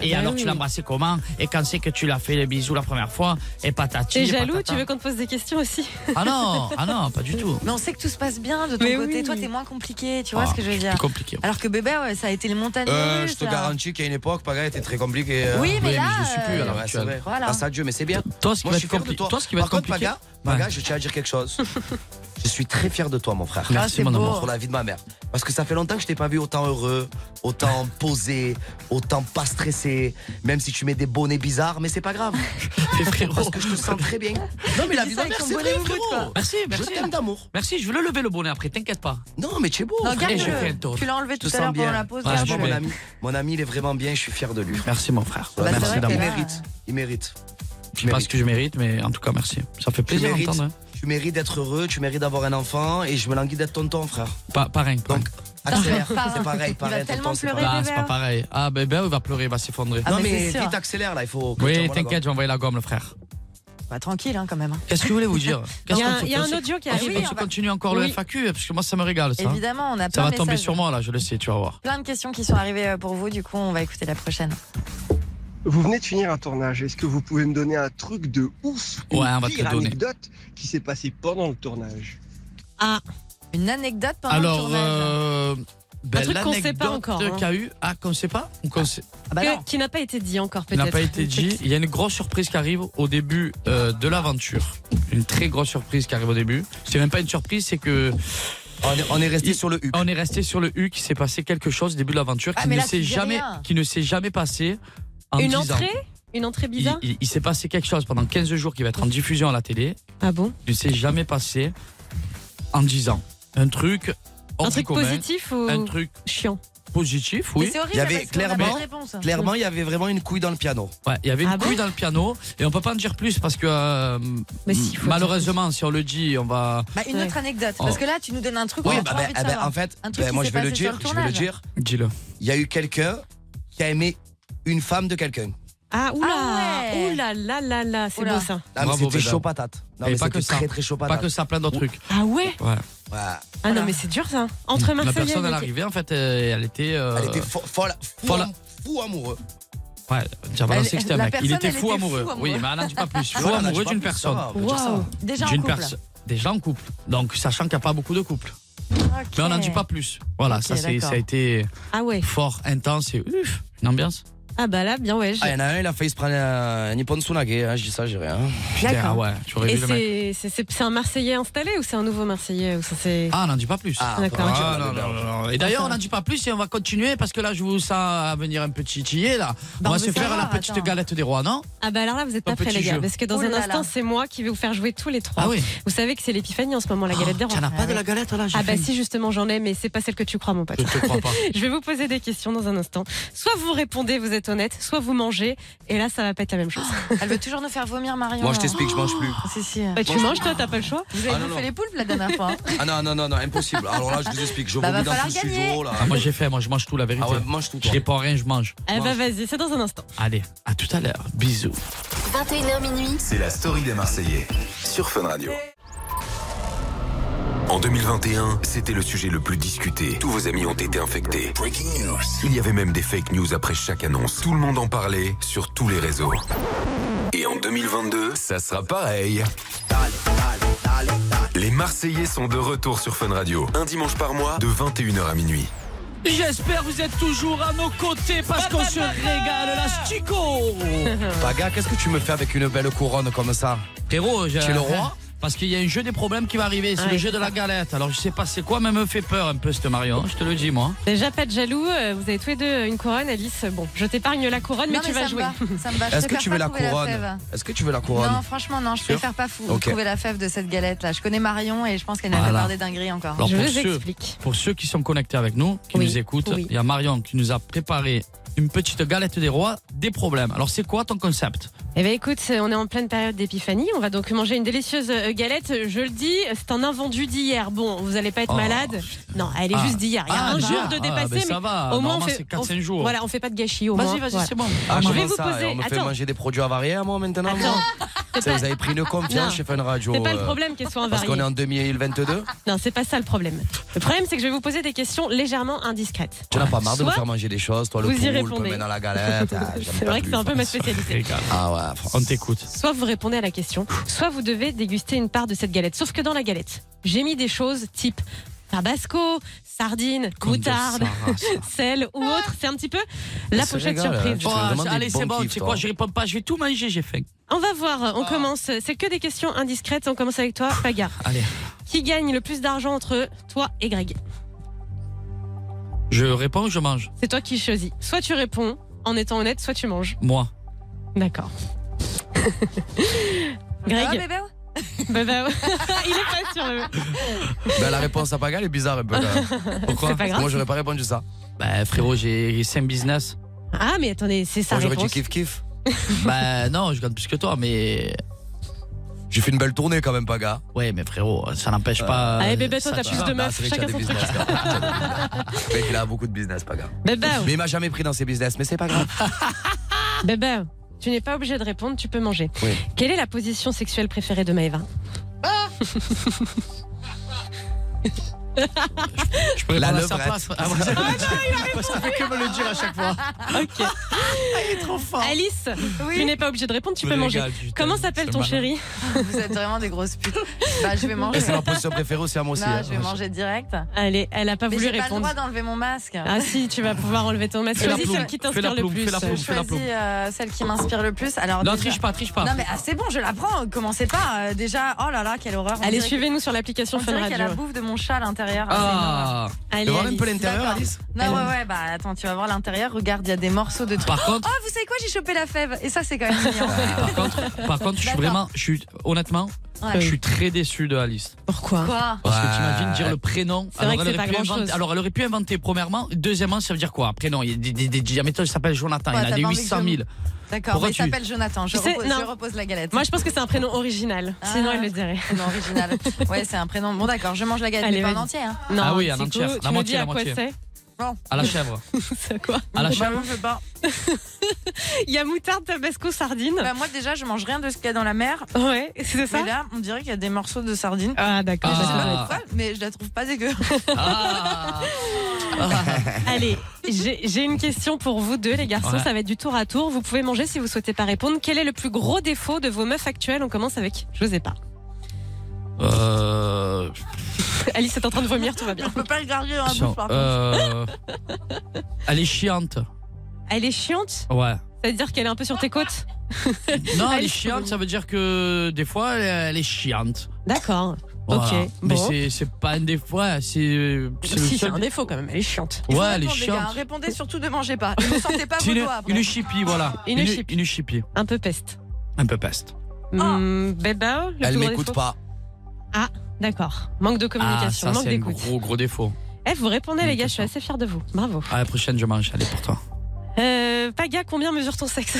Speaker 6: Et
Speaker 8: Bah
Speaker 6: alors,
Speaker 8: oui.
Speaker 6: tu l'as embrassé comment Et quand c'est que tu l'as fait le bisou la première fois Et patati.
Speaker 8: T'es
Speaker 6: et
Speaker 8: jaloux
Speaker 6: patata.
Speaker 8: Tu veux qu'on te pose des questions aussi
Speaker 6: Ah non, ah non, pas du tout.
Speaker 7: Mais on sait que tout se passe bien de ton
Speaker 8: Mais
Speaker 7: côté.
Speaker 8: oui.
Speaker 7: Toi, t'es moins compliqué, tu vois
Speaker 6: Ah,
Speaker 7: ce que je veux dire
Speaker 6: Plus compliqué.
Speaker 7: Alors que bébé, ouais, ça a été les montagnes
Speaker 5: Euh,
Speaker 7: russes,
Speaker 5: je te
Speaker 7: là.
Speaker 5: garantis qu'à une époque, Paga était très compliqué.
Speaker 7: Oui,
Speaker 6: Oui,
Speaker 7: mais
Speaker 6: mais
Speaker 7: là.
Speaker 6: je le suis plus,
Speaker 7: euh,
Speaker 6: alors.
Speaker 5: ouais, c'est vrai.
Speaker 7: Voilà.
Speaker 5: Grâce à Dieu, mais c'est bien.
Speaker 6: Toi, ce qui
Speaker 5: Moi,
Speaker 6: va
Speaker 5: je
Speaker 6: être
Speaker 5: suis fier de
Speaker 6: compliqué.
Speaker 5: toi.
Speaker 6: Toi, ce qui va
Speaker 5: Par
Speaker 6: être
Speaker 5: contre,
Speaker 6: compliqué.
Speaker 5: Paga, Paga,
Speaker 6: Ouais.
Speaker 5: je tiens à dire quelque chose. Je suis très fier de toi, mon frère.
Speaker 7: Ah,
Speaker 6: Merci,
Speaker 7: c'est
Speaker 6: mon
Speaker 7: beau.
Speaker 6: amour.
Speaker 5: pour la vie de ma mère. Parce que ça fait longtemps que je t'ai pas vu autant heureux, autant posé, autant pas stressé. Même si tu mets des bonnets bizarres, mais c'est pas grave.
Speaker 6: T'es frérot.
Speaker 5: Parce que je te sens très bien. Non, mais la vie de ma mère, c'est vrai, frérot.
Speaker 6: Merci,
Speaker 5: Je
Speaker 6: merci.
Speaker 5: t'aime d'amour.
Speaker 6: Merci, je vais le lever le bonnet après, t'inquiète pas.
Speaker 5: Non, mais tu es beau.
Speaker 7: Non,
Speaker 5: frère.
Speaker 6: Et je fais un
Speaker 7: Garde-le.
Speaker 6: tour.
Speaker 7: Tu l'as enlevé
Speaker 5: Je
Speaker 7: tout
Speaker 5: te
Speaker 7: à l'heure
Speaker 5: sens
Speaker 7: pendant
Speaker 5: bien.
Speaker 7: la pause.
Speaker 6: Ouais,
Speaker 5: Franchement,
Speaker 6: je
Speaker 7: garde-le.
Speaker 5: mon ami, mon ami, il est vraiment bien. Je suis fier de lui.
Speaker 6: Merci, mon frère.
Speaker 7: Bah, c'est vrai
Speaker 6: merci
Speaker 7: que
Speaker 6: d'amour.
Speaker 7: là-
Speaker 5: Il mérite. Il mérite.
Speaker 6: Je sais pas ce que je mérite, mais en tout cas, merci. Ça fait plaisir
Speaker 5: mérites.
Speaker 6: d'entendre. hein.
Speaker 5: Tu mérites d'être heureux, tu mérites d'avoir un enfant et je me languis d'être tonton, frère.
Speaker 6: Pas, pareil. pareil.
Speaker 5: Donc, accélère.
Speaker 7: Parrain.
Speaker 5: C'est pareil,
Speaker 7: Ah, Il va
Speaker 5: pareil,
Speaker 7: tellement
Speaker 5: tonton. c'est
Speaker 7: pleurer.
Speaker 5: pareil.
Speaker 6: Bah,
Speaker 7: bébé,
Speaker 6: c'est
Speaker 7: hein.
Speaker 6: pas pareil. Ah, bébé, il va pleurer, il va s'effondrer.
Speaker 7: Ah,
Speaker 5: Non,
Speaker 7: mais
Speaker 5: mais
Speaker 7: c'est sûr.
Speaker 5: vite, accélère là, il faut. que tu
Speaker 6: Oui,
Speaker 5: envoies la
Speaker 6: t'inquiète, je vais envoyer la gomme, le frère.
Speaker 7: Bah, tranquille, hein, quand même.
Speaker 6: Qu'est-ce que je voulais vous dire
Speaker 8: Il
Speaker 6: Qu'est-ce
Speaker 8: y a
Speaker 6: qu'on Ah,
Speaker 8: un-
Speaker 6: se-
Speaker 8: il y a
Speaker 6: on
Speaker 8: un
Speaker 6: se-
Speaker 8: audio qui
Speaker 6: on se-
Speaker 8: arrive.
Speaker 7: oui,
Speaker 6: on se
Speaker 7: on va-
Speaker 6: continue encore le
Speaker 8: Oui.
Speaker 6: FAQ, hein, parce que moi, ça me régale, ça.
Speaker 7: Évidemment, on a
Speaker 6: Ça
Speaker 7: plein
Speaker 6: va
Speaker 7: de
Speaker 6: tomber
Speaker 7: messages.
Speaker 6: sur moi, là, je le sais, tu vas voir.
Speaker 7: Plein de questions qui sont arrivées euh, pour vous, du coup, on va écouter la prochaine.
Speaker 13: Vous venez de finir un tournage. Est-ce que vous pouvez me donner un truc de ouf
Speaker 6: Ouais,
Speaker 13: une
Speaker 6: on va te
Speaker 13: pire
Speaker 6: le donner.
Speaker 13: anecdote qui s'est passée pendant le tournage
Speaker 7: Ah, une anecdote pendant le
Speaker 6: Alors,
Speaker 7: tournage.
Speaker 6: euh, ben,
Speaker 8: Un truc qu'on sait pas
Speaker 6: l'anecdote
Speaker 8: encore, hein.
Speaker 6: qu'a eu, ah, qu'on sait pas ou qu'on sait-
Speaker 7: Ah, bah
Speaker 8: Que- qui n'a pas été dit encore
Speaker 6: Il
Speaker 8: peut-être.
Speaker 6: n'a pas été dit. Il y a une grosse surprise qui arrive au début euh, de l'aventure. Une très grosse surprise qui arrive au début. C'est même pas une surprise, c'est que. On est, resté sur le U. On est resté sur le U qui s'est passé quelque chose au début de l'aventure
Speaker 8: Ah,
Speaker 6: qui,
Speaker 8: mais
Speaker 6: ne
Speaker 8: là, tu
Speaker 6: s'est
Speaker 8: dis
Speaker 6: jamais,
Speaker 8: rien.
Speaker 6: qui ne s'est jamais passé en
Speaker 8: Une
Speaker 6: 10 ans.
Speaker 8: entrée Une entrée
Speaker 6: Il,
Speaker 8: bizarre
Speaker 6: il- il s'est passé quelque chose pendant 15 jours qui va être en diffusion à la télé.
Speaker 8: Ah bon
Speaker 6: Il ne s'est jamais passé en 10 ans. Un truc. hors
Speaker 8: Un
Speaker 6: du
Speaker 8: truc
Speaker 6: commun.
Speaker 8: positif ou
Speaker 6: Un truc
Speaker 8: chiant
Speaker 6: Positif, oui.
Speaker 8: Mais c'est horrible,
Speaker 5: Il y avait clairement, clairement, il y avait vraiment une couille dans le piano.
Speaker 6: Ouais, il y avait
Speaker 8: Ah
Speaker 6: une couille dans le piano et on peut pas en dire plus parce que euh, malheureusement si on le dit on va
Speaker 7: Bah, une autre anecdote,
Speaker 6: Oh.
Speaker 7: parce que là, tu nous donnes un truc.
Speaker 5: Oui,
Speaker 7: on a
Speaker 5: bah,
Speaker 7: trop
Speaker 5: bah,
Speaker 7: envie de
Speaker 5: eh ben,
Speaker 7: savoir.
Speaker 5: en fait,
Speaker 7: Un truc
Speaker 5: bah,
Speaker 7: qui
Speaker 5: moi
Speaker 7: s'est
Speaker 5: je vais le
Speaker 7: passé sur
Speaker 5: dire, je vais le
Speaker 7: tournage.
Speaker 5: dire.
Speaker 6: Dis-le.
Speaker 5: Il y a eu quelqu'un qui a aimé une femme de quelqu'un.
Speaker 8: Ah oula
Speaker 7: Ah ouais.
Speaker 8: Oula là là là, c'est
Speaker 7: Oula.
Speaker 8: beau ça.
Speaker 5: Ah, mais
Speaker 6: Bravo,
Speaker 5: c'était
Speaker 6: mesdames.
Speaker 5: chaud patate.
Speaker 6: Et
Speaker 5: mais
Speaker 6: pas que
Speaker 5: c'était
Speaker 6: ça.
Speaker 5: Très, très chaud
Speaker 6: Pas
Speaker 5: patate.
Speaker 6: que ça, plein d'autres trucs.
Speaker 8: Ah ouais
Speaker 6: Ouais.
Speaker 8: Ah non mais c'est dur ça. Entre
Speaker 6: La
Speaker 8: Marseillais
Speaker 6: personne à
Speaker 8: et-
Speaker 6: l'arrivée en fait euh, elle était euh,
Speaker 5: Elle était fo- folle, fou,
Speaker 6: Folle.
Speaker 5: am- fou amoureux.
Speaker 6: Ouais, tiens, balancez
Speaker 5: Elle-
Speaker 6: que c'était un
Speaker 5: la
Speaker 6: mec. Il
Speaker 5: personne,
Speaker 6: était
Speaker 5: elle
Speaker 6: fou,
Speaker 5: était
Speaker 6: amoureux.
Speaker 5: fou
Speaker 6: Oui,
Speaker 5: amoureux.
Speaker 6: mais elle n'en dit pas plus. Fou
Speaker 5: Voilà,
Speaker 6: amoureux
Speaker 5: n'en dit
Speaker 6: d'une
Speaker 5: pas plus, ça
Speaker 6: personne.
Speaker 5: va, on peut dire ça. Wow.
Speaker 7: Déjà en
Speaker 6: D'une
Speaker 7: couple.
Speaker 6: perso- Déjà en couple. Donc, sachant qu'il n'y a pas beaucoup de couples. Mais on n'en dit pas plus. Voilà,
Speaker 8: Ok,
Speaker 6: ça, c'est-
Speaker 8: d'accord.
Speaker 6: ça a été
Speaker 8: Ah ouais.
Speaker 6: fort, intense et ouf, une ambiance.
Speaker 8: Ah bah là bien ouais. j'ai-
Speaker 5: Ah, il y en a un, il a failli se prendre un, un Nippon Tsunage, hein, je dis ça, j'ai rien.
Speaker 6: Putain, ouais, tu aurais
Speaker 8: Et
Speaker 6: vu le mec.
Speaker 8: c'est- c'est c'est- c'est un Marseillais installé ou c'est un nouveau Marseillais ou ça c'est
Speaker 6: Ah, on n'en dit pas plus.
Speaker 8: Ah, D'accord.
Speaker 6: Ah, non, non, non, non. Et d'ailleurs, on n'en dit pas plus et on va continuer parce que là, je vous sens à venir un peu titiller là.
Speaker 8: Bah,
Speaker 6: on va
Speaker 8: on
Speaker 6: se
Speaker 8: veut
Speaker 6: faire
Speaker 8: savoir,
Speaker 6: la petite
Speaker 8: attends.
Speaker 6: galette des rois, non
Speaker 8: Ah bah alors là vous êtes
Speaker 6: Un
Speaker 8: pas prêts
Speaker 6: petit
Speaker 8: les gars
Speaker 6: jeu. Ah
Speaker 8: parce que dans
Speaker 6: Oh
Speaker 8: un
Speaker 6: là
Speaker 8: instant
Speaker 6: là.
Speaker 8: c'est moi qui vais vous faire jouer tous les trois. Vous savez que c'est l'épiphanie en ce moment la galette des rois.
Speaker 6: t'en as pas de Oh, la galette là j'ai
Speaker 8: Ah bah
Speaker 6: faim.
Speaker 8: si justement j'en ai mais c'est pas celle que tu crois mon pote.
Speaker 6: Je te crois pas.
Speaker 8: Je vais vous poser des questions dans un instant. Soit vous répondez vous êtes honnête, soit vous mangez et là ça va pas être la même chose.
Speaker 7: Elle veut toujours nous faire vomir,
Speaker 8: Ah,
Speaker 7: Marion.
Speaker 5: Moi, je t'explique, je mange plus.
Speaker 7: Si, si.
Speaker 8: Bah, tu manges, toi, t'as pas le choix.
Speaker 7: Vous
Speaker 5: Ah,
Speaker 7: avez
Speaker 5: non,
Speaker 7: bouffé
Speaker 5: non.
Speaker 7: les poulpes la dernière fois. hein.
Speaker 5: Ah non, non, non, non, impossible. Alors là, je vous explique, je
Speaker 7: Bah, va
Speaker 5: vomis dans tout
Speaker 7: falloir
Speaker 5: le
Speaker 7: gagner.
Speaker 5: studio, là.
Speaker 6: Ah, moi j'ai fait, moi je mange tout la vérité.
Speaker 5: Ah ouais, mange tout,
Speaker 6: Je réponds rien, je mange.
Speaker 8: Eh bah vas-y c'est dans un instant.
Speaker 6: Allez, à tout à l'heure. Bisous.
Speaker 3: 21h minuit.
Speaker 1: C'est la story des Marseillais sur Fun Radio. En 2021, c'était le sujet le plus discuté. Tous vos amis ont été infectés. Il y avait même des fake news après chaque annonce. Tout le monde en parlait sur tous les réseaux. Et en 2022, ça sera pareil. Les Marseillais sont de retour sur Fun Radio. Un dimanche par mois, de 21h à minuit.
Speaker 6: J'espère vous êtes toujours à nos côtés parce qu'on se régale la Stico.
Speaker 5: Paga, qu'est-ce que tu me fais avec une belle couronne comme ça
Speaker 6: Frérot, j'ai
Speaker 5: Tu es le roi
Speaker 6: parce qu'il y a un jeu des problèmes qui va arriver, c'est
Speaker 8: Ouais.
Speaker 6: le jeu de la galette. Alors je sais pas c'est quoi, mais me fait peur un peu cette Marion, je te le dis moi.
Speaker 8: Déjà pas de jaloux, euh, vous avez tous les deux une couronne Alice. Bon je t'épargne la couronne mais
Speaker 7: Non,
Speaker 8: tu vas
Speaker 7: ça me
Speaker 8: jouer.
Speaker 7: va, ça me va. Bah, Je
Speaker 5: Est-ce que
Speaker 7: préfère
Speaker 5: tu veux
Speaker 7: pas
Speaker 5: la
Speaker 7: trouver
Speaker 5: couronne
Speaker 7: fève.
Speaker 5: Est-ce que tu veux la couronne
Speaker 7: Non, franchement, non, je
Speaker 5: Sûr
Speaker 7: préfère pas fou.
Speaker 5: Ok.
Speaker 7: trouver la fève de cette galette là. Je connais Marion et je pense qu'elle nous
Speaker 6: Voilà.
Speaker 7: a fait des dingueries encore.
Speaker 6: Alors, pour, ceux, pour ceux qui sont connectés avec nous, qui nous écoutent, il y a Marion qui nous a préparé une petite galette des rois des problèmes. Alors c'est quoi ton concept
Speaker 8: Eh bien écoute, on est en pleine période d'épiphanie, on va donc manger une délicieuse euh, galette. Je le dis, c'est un invendu d'hier. Bon, vous n'allez pas être
Speaker 6: Oh.
Speaker 8: malade. Non, elle est
Speaker 6: Ah.
Speaker 8: juste d'hier. Il y a
Speaker 6: Ah,
Speaker 8: un
Speaker 6: d'hier.
Speaker 8: jour de
Speaker 6: Ah,
Speaker 8: dépasser,
Speaker 6: ben ça va.
Speaker 8: mais au moins on
Speaker 6: Normalement,
Speaker 8: fait
Speaker 6: c'est quatre,
Speaker 8: on-
Speaker 6: cinq jours.
Speaker 8: Voilà, on fait pas de gâchis au
Speaker 6: Vas-y,
Speaker 8: moins.
Speaker 6: vas-y,
Speaker 8: Voilà.
Speaker 6: c'est bon.
Speaker 5: Ah,
Speaker 8: je
Speaker 5: comment
Speaker 8: vais vous
Speaker 5: ça
Speaker 8: poser.
Speaker 5: Et On me fait
Speaker 8: Attends.
Speaker 5: manger des produits avariés à moi maintenant moi Tu sais, Vous avez pris une confiance
Speaker 8: Non.
Speaker 5: chez Fun Radio.
Speaker 8: C'est pas le
Speaker 5: euh,
Speaker 8: problème qu'elle soit
Speaker 5: Parce qu'on est en
Speaker 8: invariée.
Speaker 5: 2022
Speaker 8: Non, c'est pas ça le problème. Le problème, c'est que je vais vous poser des questions légèrement indiscrètes.
Speaker 5: Tu n'as pas marre de nous
Speaker 8: Soit-
Speaker 5: faire manger des choses, toi le
Speaker 8: vous y
Speaker 5: poulpe,
Speaker 8: répondez.
Speaker 5: maintenant la galette. ah, j'aime
Speaker 8: C'est
Speaker 5: pas
Speaker 8: vrai que
Speaker 5: plus.
Speaker 8: c'est un peu ma spécialité.
Speaker 5: Ah ouais,
Speaker 6: On t'écoute.
Speaker 8: Soit vous répondez à la question, soit vous devez déguster une part de cette galette. Sauf que dans la galette, j'ai mis des choses type tabasco, sardines, moutarde,
Speaker 6: Sarah, ça.
Speaker 8: sel ou autre. C'est un petit peu la
Speaker 6: Ça
Speaker 8: pochette
Speaker 6: régale,
Speaker 8: surprise.
Speaker 6: hein. Oh, allez, c'est Ah. bon, tu sais quoi, je Ah. réponds pas, je vais tout manger, j'ai faim.
Speaker 8: On va voir, on commence. C'est que des questions indiscrètes. On commence avec toi, Paga.
Speaker 6: Allez.
Speaker 8: Qui gagne le plus d'argent entre toi et Greg
Speaker 6: Je réponds ou je mange
Speaker 8: C'est toi qui choisis. Soit tu réponds en étant honnête, soit tu manges.
Speaker 6: Moi.
Speaker 8: D'accord. Greg.
Speaker 7: Ah, bébé, ouais.
Speaker 8: Bah, bah, ouais. Il est pas sûr. le-
Speaker 5: Ben, la réponse à Paga, elle est bizarre un peu. quand même. Pourquoi
Speaker 8: C'est pas grave.
Speaker 5: Moi, j'aurais pas répondu ça.
Speaker 6: Bah frérot, j'ai 5 business.
Speaker 8: Ah, mais attendez, c'est ça.
Speaker 5: Moi, j'aurais dit kiff kiff.
Speaker 6: bah non, je gagne plus que toi, mais.
Speaker 5: J'ai fait une belle tournée quand même, Paga.
Speaker 6: Ouais, mais frérot, ça n'empêche
Speaker 5: Euh,
Speaker 6: pas. euh,
Speaker 8: Allez, bébé, toi, t'as plus de meufs,
Speaker 5: c'est vrai
Speaker 8: chacun
Speaker 5: qu'il
Speaker 8: son
Speaker 5: Bah, y a
Speaker 8: truc. Bah,
Speaker 5: des business, Le mec, il a beaucoup de business, Paga.
Speaker 8: Bébé,
Speaker 5: Mais il m'a jamais pris dans ses business, mais c'est pas grave.
Speaker 8: bébé, Ah, tu n'es pas obligé de répondre, tu peux manger.
Speaker 5: Oui.
Speaker 8: Quelle est la
Speaker 7: Ah!
Speaker 8: position sexuelle préférée de Maëva
Speaker 6: Je pourrais
Speaker 5: La
Speaker 6: prendre sa
Speaker 5: levrette.
Speaker 6: place. Ah, bon, Parce qu'il fait que me le dire à chaque fois. Ah,
Speaker 8: Ok.
Speaker 7: Il est trop fort.
Speaker 8: Alice, tu n'es pas obligée de répondre, tu
Speaker 5: Je
Speaker 8: peux
Speaker 5: me
Speaker 8: manger.
Speaker 5: régale, putain,
Speaker 8: Comment s'appelle
Speaker 5: ce
Speaker 8: ton
Speaker 5: malin.
Speaker 8: chéri
Speaker 7: Vous êtes vraiment des grosses putes. Bah, je vais manger.
Speaker 5: Et c'est ma position préférée aussi à moi aussi.
Speaker 7: Non,
Speaker 5: hein.
Speaker 7: je vais manger direct.
Speaker 8: Allez, Ah, elle a pas
Speaker 7: Mais
Speaker 8: voulu
Speaker 7: j'ai pas le
Speaker 8: répondre.
Speaker 7: droit d'enlever mon masque.
Speaker 8: Ah si, tu vas pouvoir enlever ton masque.
Speaker 6: Fais la
Speaker 8: Choisis
Speaker 6: ploum,
Speaker 8: celle qui
Speaker 6: fais la
Speaker 8: t'inspire le
Speaker 6: ploum,
Speaker 8: plus.
Speaker 6: fais la
Speaker 7: Je
Speaker 6: ploum, fais la
Speaker 7: choisis
Speaker 6: ploum.
Speaker 7: euh, celle qui m'inspire le plus. Alors,
Speaker 6: Non,
Speaker 7: déjà-
Speaker 6: triche pas, triche pas.
Speaker 7: Non, mais ah, c'est bon, je la prends. Commencez pas. euh, déjà, oh là là, quelle horreur. On
Speaker 8: Allez,
Speaker 7: dirait-
Speaker 8: suivez-nous sur l'application
Speaker 7: On
Speaker 8: Fun
Speaker 7: dirait qu'il y a la
Speaker 8: Radio.
Speaker 7: bouffe de mon chat à l'intérieur.
Speaker 6: Ah.
Speaker 5: Tu
Speaker 7: Allez,
Speaker 5: vas voir un peu
Speaker 7: Alice,
Speaker 5: l'intérieur,
Speaker 7: d'accord.
Speaker 5: Alice
Speaker 7: Non, ouais, ouais, bah attends, tu vas voir l'intérieur. Regarde, il y a des morceaux de trucs.
Speaker 6: Par contre-
Speaker 7: Oh, vous savez quoi, j'ai chopé la fève. Et ça, c'est quand même mignon.
Speaker 6: Par contre, par contre, je suis
Speaker 7: D'accord.
Speaker 6: vraiment, je suis honnêtement,
Speaker 7: Ouais.
Speaker 6: je suis très déçu de Alice.
Speaker 8: Pourquoi
Speaker 7: Quoi
Speaker 6: Parce
Speaker 5: Ouais.
Speaker 6: que t'imagines dire le prénom.
Speaker 8: C'est vrai que
Speaker 6: elle
Speaker 8: c'est
Speaker 6: aurait
Speaker 8: pas
Speaker 6: pu
Speaker 8: grand-chose.
Speaker 6: inventer- alors elle aurait pu inventer premièrement, deuxièmement ça veut dire quoi Prénom, il y a des, des, des, des- mettons, il s'appelle Jonathan,
Speaker 7: Ouais,
Speaker 6: il
Speaker 7: t'as
Speaker 6: a des
Speaker 7: pas envie que
Speaker 6: 800
Speaker 7: je-
Speaker 6: 000.
Speaker 7: D'accord,
Speaker 6: Pourquoi
Speaker 7: mais il
Speaker 6: tu-
Speaker 7: s'appelle Jonathan. Je
Speaker 8: Tu sais,
Speaker 7: repose,
Speaker 8: non.
Speaker 7: je repose la galette.
Speaker 8: Moi, je pense que c'est un prénom original. Sinon,
Speaker 7: Ah.
Speaker 8: elle le dirait.
Speaker 7: Non, original. Ouais, c'est un prénom. Bon, d'accord, je mange la galette,
Speaker 8: Allez,
Speaker 7: mais pas en
Speaker 8: vas-y.
Speaker 7: entier. Hein.
Speaker 8: Non,
Speaker 6: Ah oui, un
Speaker 8: c'est
Speaker 6: entier,
Speaker 8: cool.
Speaker 6: la
Speaker 8: Tu me
Speaker 6: moitié,
Speaker 8: dis
Speaker 6: la
Speaker 8: à quoi
Speaker 6: moitié.
Speaker 8: c'est
Speaker 7: Bon.
Speaker 6: À la chèvre.
Speaker 8: C'est à quoi
Speaker 6: À la
Speaker 7: Bah,
Speaker 6: chèvre.
Speaker 7: moi, je veux pas.
Speaker 8: Il y a moutarde, tabasco, sardine.
Speaker 7: Bah, moi, déjà, je mange rien de ce qu'il y a dans la mer.
Speaker 8: Ouais, c'est ça
Speaker 7: Mais là, on dirait qu'il y a des morceaux de sardines.
Speaker 8: Ah, d'accord.
Speaker 7: Je sais
Speaker 6: Ah.
Speaker 7: pas pourquoi, mais je la trouve pas dégueu.
Speaker 6: Ah.
Speaker 8: Allez, j'ai j'ai une question pour vous deux, les garçons.
Speaker 6: Ouais.
Speaker 8: Ça va être du tour à tour. Vous pouvez manger si vous souhaitez pas répondre. Quel est le plus gros défaut de vos meufs actuelles On commence avec Josépa.
Speaker 6: Euh,
Speaker 8: Alice est en train de vomir, tout va bien.
Speaker 7: Je peux pas le garder dans
Speaker 8: Ah,
Speaker 7: la
Speaker 6: attention,
Speaker 7: bouche, par contre.
Speaker 6: euh, elle est chiante.
Speaker 8: Elle est chiante
Speaker 6: Ouais.
Speaker 8: C'est-à-dire qu'elle est un peu sur tes côtes
Speaker 6: Non, elle
Speaker 8: Allez,
Speaker 6: est chiante, ça veut dire que des fois elle, elle est chiante.
Speaker 8: D'accord.
Speaker 6: Voilà.
Speaker 8: Ok.
Speaker 6: Mais
Speaker 8: bon.
Speaker 6: c'est- c'est pas un défaut, c'est c'est le
Speaker 8: Si, c'est
Speaker 6: seul.
Speaker 8: un défaut quand même. Elle est chiante.
Speaker 7: Il faut
Speaker 6: Ouais, elle est
Speaker 7: répondre, les gars.
Speaker 6: chiante.
Speaker 7: Répondez surtout, ne mangez pas. Ne sortez pas vos
Speaker 6: Une,
Speaker 7: doigts après.
Speaker 6: une chipie, voilà.
Speaker 8: Une chippie.
Speaker 6: Une chipie.
Speaker 8: Un peu peste.
Speaker 6: Un peu peste.
Speaker 7: Ah.
Speaker 8: Hum, Bébao, le
Speaker 5: Elle
Speaker 8: plus gros
Speaker 5: m'écoute
Speaker 8: défaut
Speaker 5: pas.
Speaker 8: Ah, d'accord. Manque de
Speaker 6: Ah,
Speaker 8: communication,
Speaker 6: ça,
Speaker 8: manque
Speaker 6: c'est un
Speaker 8: d'écoute.
Speaker 6: gros, gros défaut.
Speaker 8: Eh, vous répondez, les gars, je suis assez fière de vous. Bravo.
Speaker 6: À la prochaine, je mange. Allez, pour toi.
Speaker 8: Euh, Paga, combien mesure ton sexe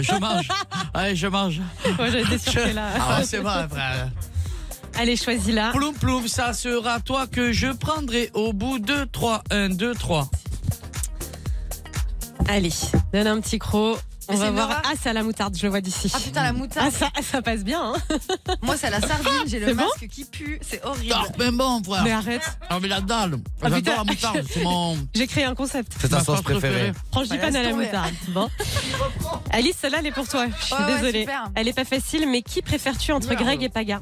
Speaker 6: Je mange. Allez, je mange.
Speaker 8: Moi, j'avais été sûre que
Speaker 6: Je-
Speaker 8: là.
Speaker 6: Ah, ouais, c'est vrai, frère.
Speaker 8: Allez, choisis-la.
Speaker 6: Ploum, ploum, ça sera toi que je prendrai au bout de 3, 1, 2, 3.
Speaker 8: Allez, donne un petit croc. On
Speaker 7: Mais
Speaker 8: va
Speaker 7: c'est
Speaker 8: voir.
Speaker 7: Nora.
Speaker 8: Ah, c'est à la moutarde, je le vois d'ici.
Speaker 7: Ah putain, la
Speaker 8: Ah,
Speaker 7: moutarde.
Speaker 8: ça, ça passe bien, hein.
Speaker 7: Moi, c'est la sardine, j'ai le
Speaker 8: C'est bon
Speaker 7: masque qui pue. C'est horrible.
Speaker 6: Ah,
Speaker 5: ben
Speaker 6: mais bon, frère.
Speaker 8: Mais arrête.
Speaker 6: Non, mais la dalle.
Speaker 8: Ah, putain.
Speaker 6: J'adore la moutarde. C'est mon.
Speaker 8: J'ai créé un concept.
Speaker 5: C'est ta
Speaker 6: ma
Speaker 5: sauce
Speaker 6: phrase
Speaker 5: préférée.
Speaker 8: Franche du
Speaker 7: Bah,
Speaker 8: pan à
Speaker 7: laisse
Speaker 8: la
Speaker 7: tomber.
Speaker 8: moutarde. Bon. Alice, celle-là, elle est pour toi. Je suis
Speaker 7: Ouais, ouais,
Speaker 8: désolée.
Speaker 7: super.
Speaker 8: elle est pas facile, mais qui préfères-tu entre
Speaker 6: Oula,
Speaker 8: Greg
Speaker 6: ouais.
Speaker 8: et Paga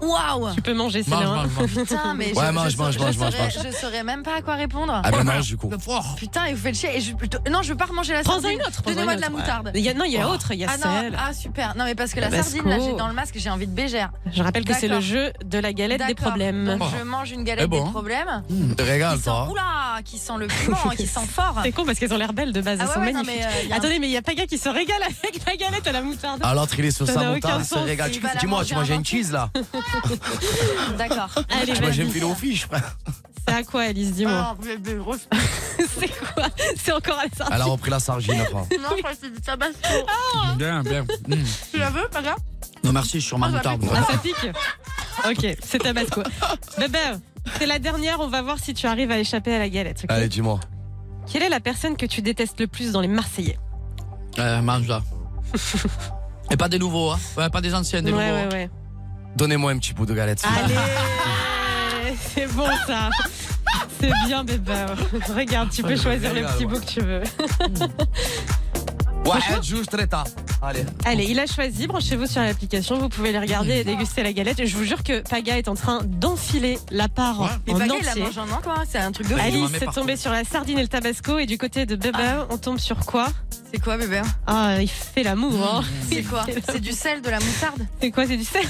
Speaker 7: Waouh
Speaker 8: Tu peux manger, c'est
Speaker 6: Mange,
Speaker 8: là. hein.
Speaker 6: mange, mange.
Speaker 7: Putain, mais
Speaker 5: Ouais,
Speaker 7: je,
Speaker 5: mange,
Speaker 7: je,
Speaker 5: mange,
Speaker 7: saurais-
Speaker 5: mange,
Speaker 7: je
Speaker 5: mange,
Speaker 7: saurais-
Speaker 5: mange.
Speaker 7: je saurais même pas à quoi répondre.
Speaker 5: Ah ben mange du coup.
Speaker 6: Le fort.
Speaker 7: Putain, et vous faites chier. Et je, plutôt- non, je veux pas remanger la
Speaker 8: Prends-en
Speaker 7: sardine.
Speaker 8: une autre. prends-en
Speaker 7: Donnez-moi
Speaker 8: une
Speaker 7: de la
Speaker 8: autre.
Speaker 7: moutarde.
Speaker 8: Il y a- non, il y a
Speaker 6: Oh.
Speaker 8: autre. Il y a
Speaker 7: Ah non,
Speaker 8: celle.
Speaker 7: ah super. Non, mais parce que la
Speaker 8: Tabasco.
Speaker 7: sardine, là, j'ai dans le masque, j'ai envie de bégère.
Speaker 8: Je rappelle que c'est le
Speaker 7: D'accord.
Speaker 8: jeu de la galette des
Speaker 7: D'accord.
Speaker 8: problèmes.
Speaker 7: Donc, je mange une galette
Speaker 6: Eh bon.
Speaker 7: des problèmes.
Speaker 5: Tu te
Speaker 7: Qui
Speaker 5: régales
Speaker 7: sent,
Speaker 5: hein. toi. hein.
Speaker 7: oula, qui sent le piment, hein, qui sent fort.
Speaker 8: C'est con parce qu'elles ont l'air belles de base,
Speaker 7: Ah
Speaker 8: elles
Speaker 7: ouais,
Speaker 8: sont
Speaker 7: ouais, non,
Speaker 8: magnifiques.
Speaker 7: mais, euh, y a un-
Speaker 8: Attendez, mais il y a Paga qui se régale avec la galette à la moutarde.
Speaker 5: Alors l'autre il est sur
Speaker 8: Ça
Speaker 5: sa
Speaker 8: n'a aucun
Speaker 5: montagne, il se
Speaker 8: sens,
Speaker 5: régale.
Speaker 7: il
Speaker 5: Tu-
Speaker 7: va la
Speaker 5: Dis-moi,
Speaker 7: manger
Speaker 5: tu manges
Speaker 7: avant
Speaker 5: une cheese là
Speaker 7: D'accord.
Speaker 8: Allez,
Speaker 5: Tu manges
Speaker 8: vas-y.
Speaker 5: un filet aux fiches frère.
Speaker 8: C'est à quoi, Alice Dis-moi.
Speaker 7: Ah, vous êtes des grosses-
Speaker 8: C'est quoi C'est encore à la sardine.
Speaker 5: Elle a repris la sardine après.
Speaker 7: Non, je crois que c'est du tabasco.
Speaker 8: Ah
Speaker 6: Bien, bien. Mm.
Speaker 7: Tu la veux, Paga
Speaker 6: Non, merci, sur ma
Speaker 7: Ah, ça
Speaker 6: moutarde.
Speaker 8: Ah, ça pique Ok, c'est tabasco. Bébé, c'est la dernière, on va voir si tu arrives à échapper à la galette. ok
Speaker 5: Allez, dis-moi.
Speaker 8: Quelle est la personne que tu détestes le plus dans les Marseillais
Speaker 6: Euh, mange là. Et pas des nouveaux, hein. Ouais, pas des anciens, des
Speaker 8: Ouais,
Speaker 6: nouveaux.
Speaker 8: ouais, ouais.
Speaker 5: Donnez-moi un petit bout de galette. s'il vous plaît.
Speaker 8: Allez C'est bon ça C'est bien, bébé. Regarde, tu peux
Speaker 5: je
Speaker 8: choisir le
Speaker 5: régale,
Speaker 8: petit
Speaker 5: moi.
Speaker 8: bout que tu veux. Ah.
Speaker 5: Ouais, elle joue très tard. Allez.
Speaker 8: Allez, il a choisi. Branchez-vous sur l'application. Vous pouvez les regarder et déguster la galette. Je vous jure que Paga est en train d'enfiler la part
Speaker 7: Mais
Speaker 8: en
Speaker 7: Paga, il la
Speaker 8: entier.
Speaker 7: mange en un, quoi. C'est un truc de
Speaker 6: Allez.
Speaker 7: ouf. Ah.
Speaker 6: Il m'en
Speaker 8: Alice
Speaker 6: met
Speaker 8: est
Speaker 6: partout.
Speaker 8: tombée sur la sardine et le tabasco. Et du côté de Bébé, on tombe sur quoi
Speaker 7: C'est quoi, bébé Mmh.
Speaker 8: Ah, il fait l'amour. Hein.
Speaker 7: C'est quoi C'est du sel, de la moutarde
Speaker 8: C'est quoi C'est du sel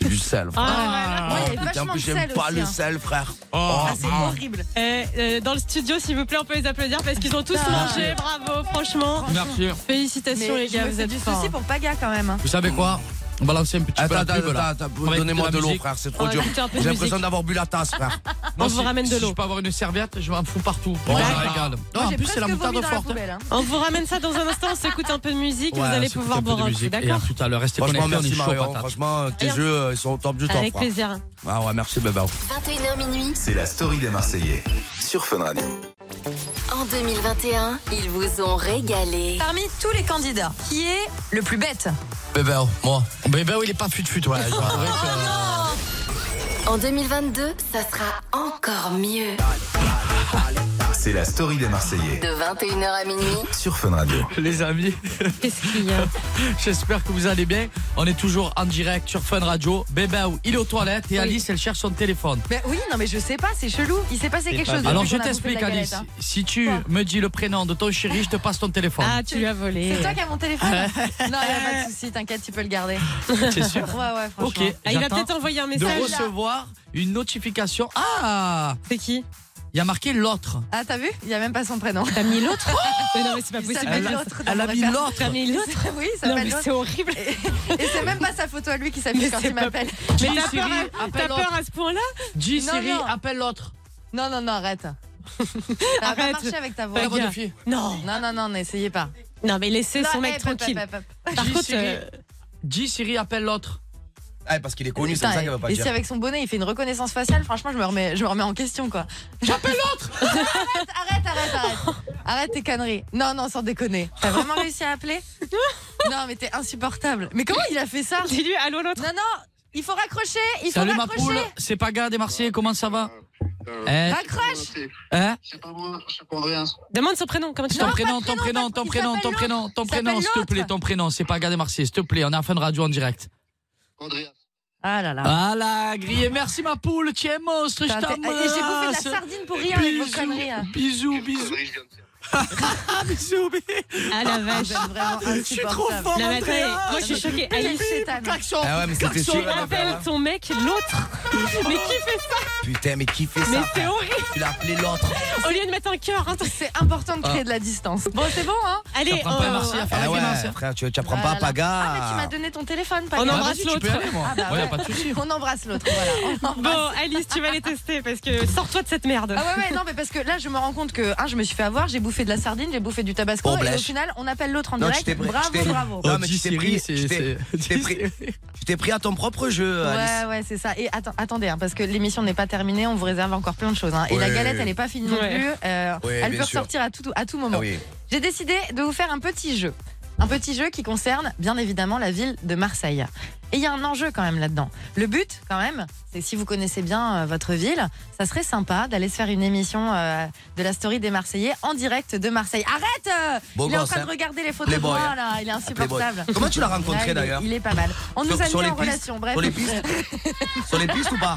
Speaker 5: C'est du sel. frère.
Speaker 8: Ah,
Speaker 7: ouais,
Speaker 5: Ah,
Speaker 7: il y a
Speaker 5: putain, en
Speaker 7: vachement
Speaker 5: plus,
Speaker 7: de
Speaker 5: j'aime
Speaker 7: sel
Speaker 5: pas
Speaker 7: aussi,
Speaker 5: le
Speaker 7: hein.
Speaker 5: sel, frère.
Speaker 6: Oh.
Speaker 7: Ah, c'est horrible.
Speaker 8: Eh, euh, Dans le studio, s'il vous plaît, on peut les applaudir parce qu'ils ont tous
Speaker 7: Putain.
Speaker 8: mangé. Bravo, franchement.
Speaker 6: Merci.
Speaker 8: Félicitations,
Speaker 7: Ah. Mais
Speaker 8: les gars,
Speaker 7: je me
Speaker 8: vous
Speaker 7: fais
Speaker 8: êtes
Speaker 7: du
Speaker 8: forts.
Speaker 7: souci pour Paga quand même.
Speaker 6: Vous savez quoi On va lancer un petit peu
Speaker 5: Attends,
Speaker 6: la
Speaker 5: attends,
Speaker 6: pub, là.
Speaker 5: attends, attends,
Speaker 6: On va
Speaker 5: donnez-moi
Speaker 6: écouter
Speaker 5: de
Speaker 6: la
Speaker 5: l'eau,
Speaker 6: musique.
Speaker 5: frère, c'est
Speaker 8: On
Speaker 5: trop
Speaker 8: va
Speaker 5: dur.
Speaker 8: écouter un peu de
Speaker 5: J'ai
Speaker 8: musique.
Speaker 5: l'impression d'avoir bu la tasse, frère.
Speaker 8: On
Speaker 6: Moi,
Speaker 8: vous
Speaker 6: si-
Speaker 8: ramène de
Speaker 6: Si
Speaker 8: l'eau.
Speaker 6: je peux avoir une serviette, je m'en fous partout. Moi,
Speaker 8: D'accord.
Speaker 6: je la régale. Non,
Speaker 7: Moi,
Speaker 6: Ah, en
Speaker 7: j'ai
Speaker 6: plus, c'est la
Speaker 7: presque vomi
Speaker 6: moutarde
Speaker 7: dans la
Speaker 6: forte.
Speaker 7: poubelle. hein.
Speaker 8: On vous ramène ça dans un instant. On s'écoute un peu de musique.
Speaker 5: Ouais,
Speaker 8: vous allez
Speaker 5: on s'écoute
Speaker 8: pouvoir
Speaker 6: Un peu de
Speaker 8: boire un coup,
Speaker 6: musique. Et à
Speaker 8: d'accord
Speaker 6: tout à l'heure, restez
Speaker 5: Franchement,
Speaker 6: connectés, on est
Speaker 5: merci
Speaker 6: chaud
Speaker 5: Marion.
Speaker 6: patate.
Speaker 5: hein. Franchement, tes
Speaker 8: Rien.
Speaker 5: jeux, euh, ils sont au top du top.
Speaker 8: hein. Avec
Speaker 5: frère.
Speaker 8: plaisir.
Speaker 5: Ah ouais, merci, bébé.
Speaker 3: 21h minuit
Speaker 1: C'est la story des Marseillais sur Fun Radio.
Speaker 3: en 2021. Ils vous ont régalé.
Speaker 7: Parmi tous les candidats, qui est le plus bête
Speaker 5: Bébé, moi. Bébé, il est pas fut-fut, ouais. je vois.
Speaker 3: En 2022, ça sera encore mieux.
Speaker 1: C'est la story des Marseillais
Speaker 3: De 21h à minuit,
Speaker 1: sur Fun Radio.
Speaker 6: Les amis, J'espère que vous allez bien. On est toujours en direct sur Fun Radio. Bébao, il est aux toilettes et
Speaker 7: Oui.
Speaker 6: Alice, elle cherche son téléphone.
Speaker 7: Mais oui, non, mais je sais pas, c'est chelou. Il s'est passé quelque chose. depuis
Speaker 6: Alors
Speaker 7: qu'on
Speaker 6: je
Speaker 7: a bouffé
Speaker 6: t'explique,
Speaker 7: de la
Speaker 6: Alice.
Speaker 7: galette, hein.
Speaker 6: Si tu me dis le prénom de ton chéri, je te passe ton téléphone.
Speaker 8: Ah, tu lui as volé.
Speaker 7: C'est toi qui as mon téléphone Non, il n'y a pas de souci, t'inquiète, tu peux le garder.
Speaker 6: T'es sûr
Speaker 7: Ouais, ouais, franchement. Ah,
Speaker 6: Ok.
Speaker 8: Ah,
Speaker 6: j'attends De recevoir une notification. Ah
Speaker 8: C'est qui
Speaker 6: Il y a marqué l'autre.
Speaker 7: Ah, t'as vu Il n'y a même pas son prénom. Oh
Speaker 8: T'as mis l'autre Mais non, mais c'est pas possible.
Speaker 7: Il s'appelle
Speaker 8: Elle a-
Speaker 7: l'autre.
Speaker 8: elle a mis l'autre. T'as mis l'autre
Speaker 7: Oui, il s'appelle
Speaker 8: Non, mais
Speaker 7: l'autre.
Speaker 8: c'est horrible.
Speaker 7: Et, et c'est même pas sa photo à lui qui
Speaker 8: Mais
Speaker 7: s'affiche quand
Speaker 8: c'est
Speaker 7: il
Speaker 8: pas-
Speaker 7: m'appelle.
Speaker 8: Mais t'as peur, à- t'as peur à ce point-là
Speaker 6: Dis
Speaker 7: Non,
Speaker 6: Siri,
Speaker 7: non.
Speaker 6: appelle l'autre.
Speaker 7: Non, non, non, arrête. Ça va pas
Speaker 8: Arrête.
Speaker 7: marcher avec ta voix.
Speaker 8: Pas grave. Non.
Speaker 7: Non, non, non, n'essayez pas.
Speaker 8: Non, mais laissez
Speaker 7: Non,
Speaker 8: son
Speaker 7: eh,
Speaker 8: mec
Speaker 7: pep,
Speaker 8: tranquille.
Speaker 7: pep, pep, pep.
Speaker 8: Par
Speaker 6: Dis
Speaker 8: contre,
Speaker 6: Siri.
Speaker 8: euh,
Speaker 6: Dis Siri, appelle l'autre.
Speaker 5: Ah, parce qu'il est connu, c'est
Speaker 7: Putain,
Speaker 5: pour ça qu'elle va pas
Speaker 7: et
Speaker 5: dire.
Speaker 7: si avec son bonnet il fait une reconnaissance faciale, franchement, je me remets, je me remets en question quoi.
Speaker 6: J'appelle l'autre
Speaker 7: Arrête, arrête, arrête. Arrête tes conneries. Non, non, sans déconner. T'as vraiment réussi à appeler Non, mais t'es insupportable. Mais comment il a fait ça
Speaker 8: Dis-lui, allô l'autre.
Speaker 7: Non, non, il faut raccrocher. Il faut
Speaker 6: Salut ma
Speaker 7: raccrocher.
Speaker 6: poule, c'est Paga des Marseillais, comment ça va Eh,
Speaker 7: Raccroche.
Speaker 6: hein
Speaker 8: Demande son prénom. Comment tu
Speaker 6: ton
Speaker 8: t'appelles
Speaker 6: prénom, ton prénom, ton prénom, ton prénom, ton prénom, s'il te plaît, ton prénom, c'est Paga des Marseillais, s'il te plaît, on est en fin de radio en direct.
Speaker 7: Ah là là.
Speaker 6: Ah la grillé, merci ma poule, tu es monstre, je
Speaker 7: Putain, t'es-
Speaker 6: t'aime.
Speaker 7: et J'ai bouffé de la sardine pour rien avec vos
Speaker 6: Bisous.
Speaker 7: conneries. hein.
Speaker 6: Bisous, bisous. Ah, bisous, bisous.
Speaker 8: Ah la vache.
Speaker 7: Vous êtes vraiment
Speaker 6: Je suis trop
Speaker 7: insupportable.
Speaker 6: fort,
Speaker 8: Non, mais
Speaker 6: Andrea.
Speaker 8: attendez, moi, je suis choquée.
Speaker 7: Pépé,
Speaker 8: Alice,
Speaker 7: c'est ta main.
Speaker 6: Klaxon,
Speaker 5: Ah ouais, mais c'était
Speaker 6: klaxon.
Speaker 5: sûr,
Speaker 8: Il appelle son mec l'autre. Mais qui fait ça
Speaker 5: Putain, mais qui fait
Speaker 8: Mais
Speaker 5: ça
Speaker 8: c'est horrible.
Speaker 5: Tu l'as appelé l'autre.
Speaker 8: Au lieu de mettre un cœur. hein, t'as-
Speaker 7: C'est important de créer de la distance. Bon, c'est bon, hein
Speaker 8: Allez,
Speaker 6: T'apprends pas à
Speaker 8: on-
Speaker 6: Marseille à faire
Speaker 5: Ah
Speaker 6: la
Speaker 5: ouais,
Speaker 6: finance. hein.
Speaker 5: frère, tu tu apprends pas
Speaker 7: Voilà.
Speaker 5: à Paga.
Speaker 7: Ah, mais tu m'as donné ton téléphone, pas
Speaker 8: On
Speaker 7: grave.
Speaker 8: embrasse
Speaker 6: Vas-y, tu peux y
Speaker 8: l'autre.
Speaker 6: aller, moi.
Speaker 7: Ah bah
Speaker 6: Ouais, y a
Speaker 7: ouais.
Speaker 6: pas de souci.
Speaker 7: On embrasse l'autre, voilà. On embrasse.
Speaker 8: Bon, Alice, tu vas les tester parce que sors-toi de cette merde.
Speaker 7: Ah ouais, ouais, non, mais parce que là, je me rends compte que, un, je me suis fait avoir, j'ai bouffé de la sardine, j'ai bouffé du tabasco,
Speaker 5: Oh,
Speaker 7: et au
Speaker 5: blâche.
Speaker 7: final, on appelle l'autre en
Speaker 5: Non, tu
Speaker 7: direct.
Speaker 5: t'es pris-
Speaker 7: Bravo,
Speaker 5: tu t'es-
Speaker 7: bravo.
Speaker 5: Non,
Speaker 6: Oh,
Speaker 5: mais
Speaker 6: dis
Speaker 5: tu t'es
Speaker 6: Siri,
Speaker 5: pris,
Speaker 6: c'est-
Speaker 5: tu t'es-
Speaker 6: c'est-
Speaker 5: tu t'es pris, tu t'es pris à ton propre jeu,
Speaker 7: Ouais,
Speaker 5: Alice.
Speaker 7: ouais, c'est ça. Et atten- attendez, hein, parce que l'émission n'est pas terminée, on vous réserve encore plein de choses. hein. Et la
Speaker 5: Ouais.
Speaker 7: galette, elle n'est pas finie non
Speaker 8: Ouais.
Speaker 7: plus. euh,
Speaker 5: Ouais,
Speaker 7: elle
Speaker 5: bien
Speaker 7: peut
Speaker 5: sûr.
Speaker 7: ressortir à tout, à tout moment.
Speaker 5: Ah oui.
Speaker 7: J'ai décidé de vous faire un petit jeu. Un petit jeu qui concerne bien évidemment la ville de Marseille. Et il y a un enjeu quand même là-dedans. Le but quand même, c'est si vous connaissez bien euh, votre ville, ça serait sympa d'aller se faire une émission euh, de la story des Marseillais en direct de Marseille. Arrête euh,
Speaker 5: Bon
Speaker 7: Il est en
Speaker 5: gosse,
Speaker 7: train
Speaker 5: hein.
Speaker 7: de regarder les photos de
Speaker 5: Playboy,
Speaker 7: moi
Speaker 5: hein.
Speaker 7: là, il est
Speaker 5: Playboy.
Speaker 7: insupportable.
Speaker 5: Comment tu l'as
Speaker 7: Là, il
Speaker 5: rencontré
Speaker 7: est-
Speaker 5: d'ailleurs
Speaker 7: Il est pas mal. On
Speaker 5: Sur-
Speaker 7: nous a
Speaker 5: sur
Speaker 7: mis
Speaker 5: les
Speaker 7: en
Speaker 5: pistes
Speaker 7: relation, bref.
Speaker 5: Sur les pistes Sur les pistes ou pas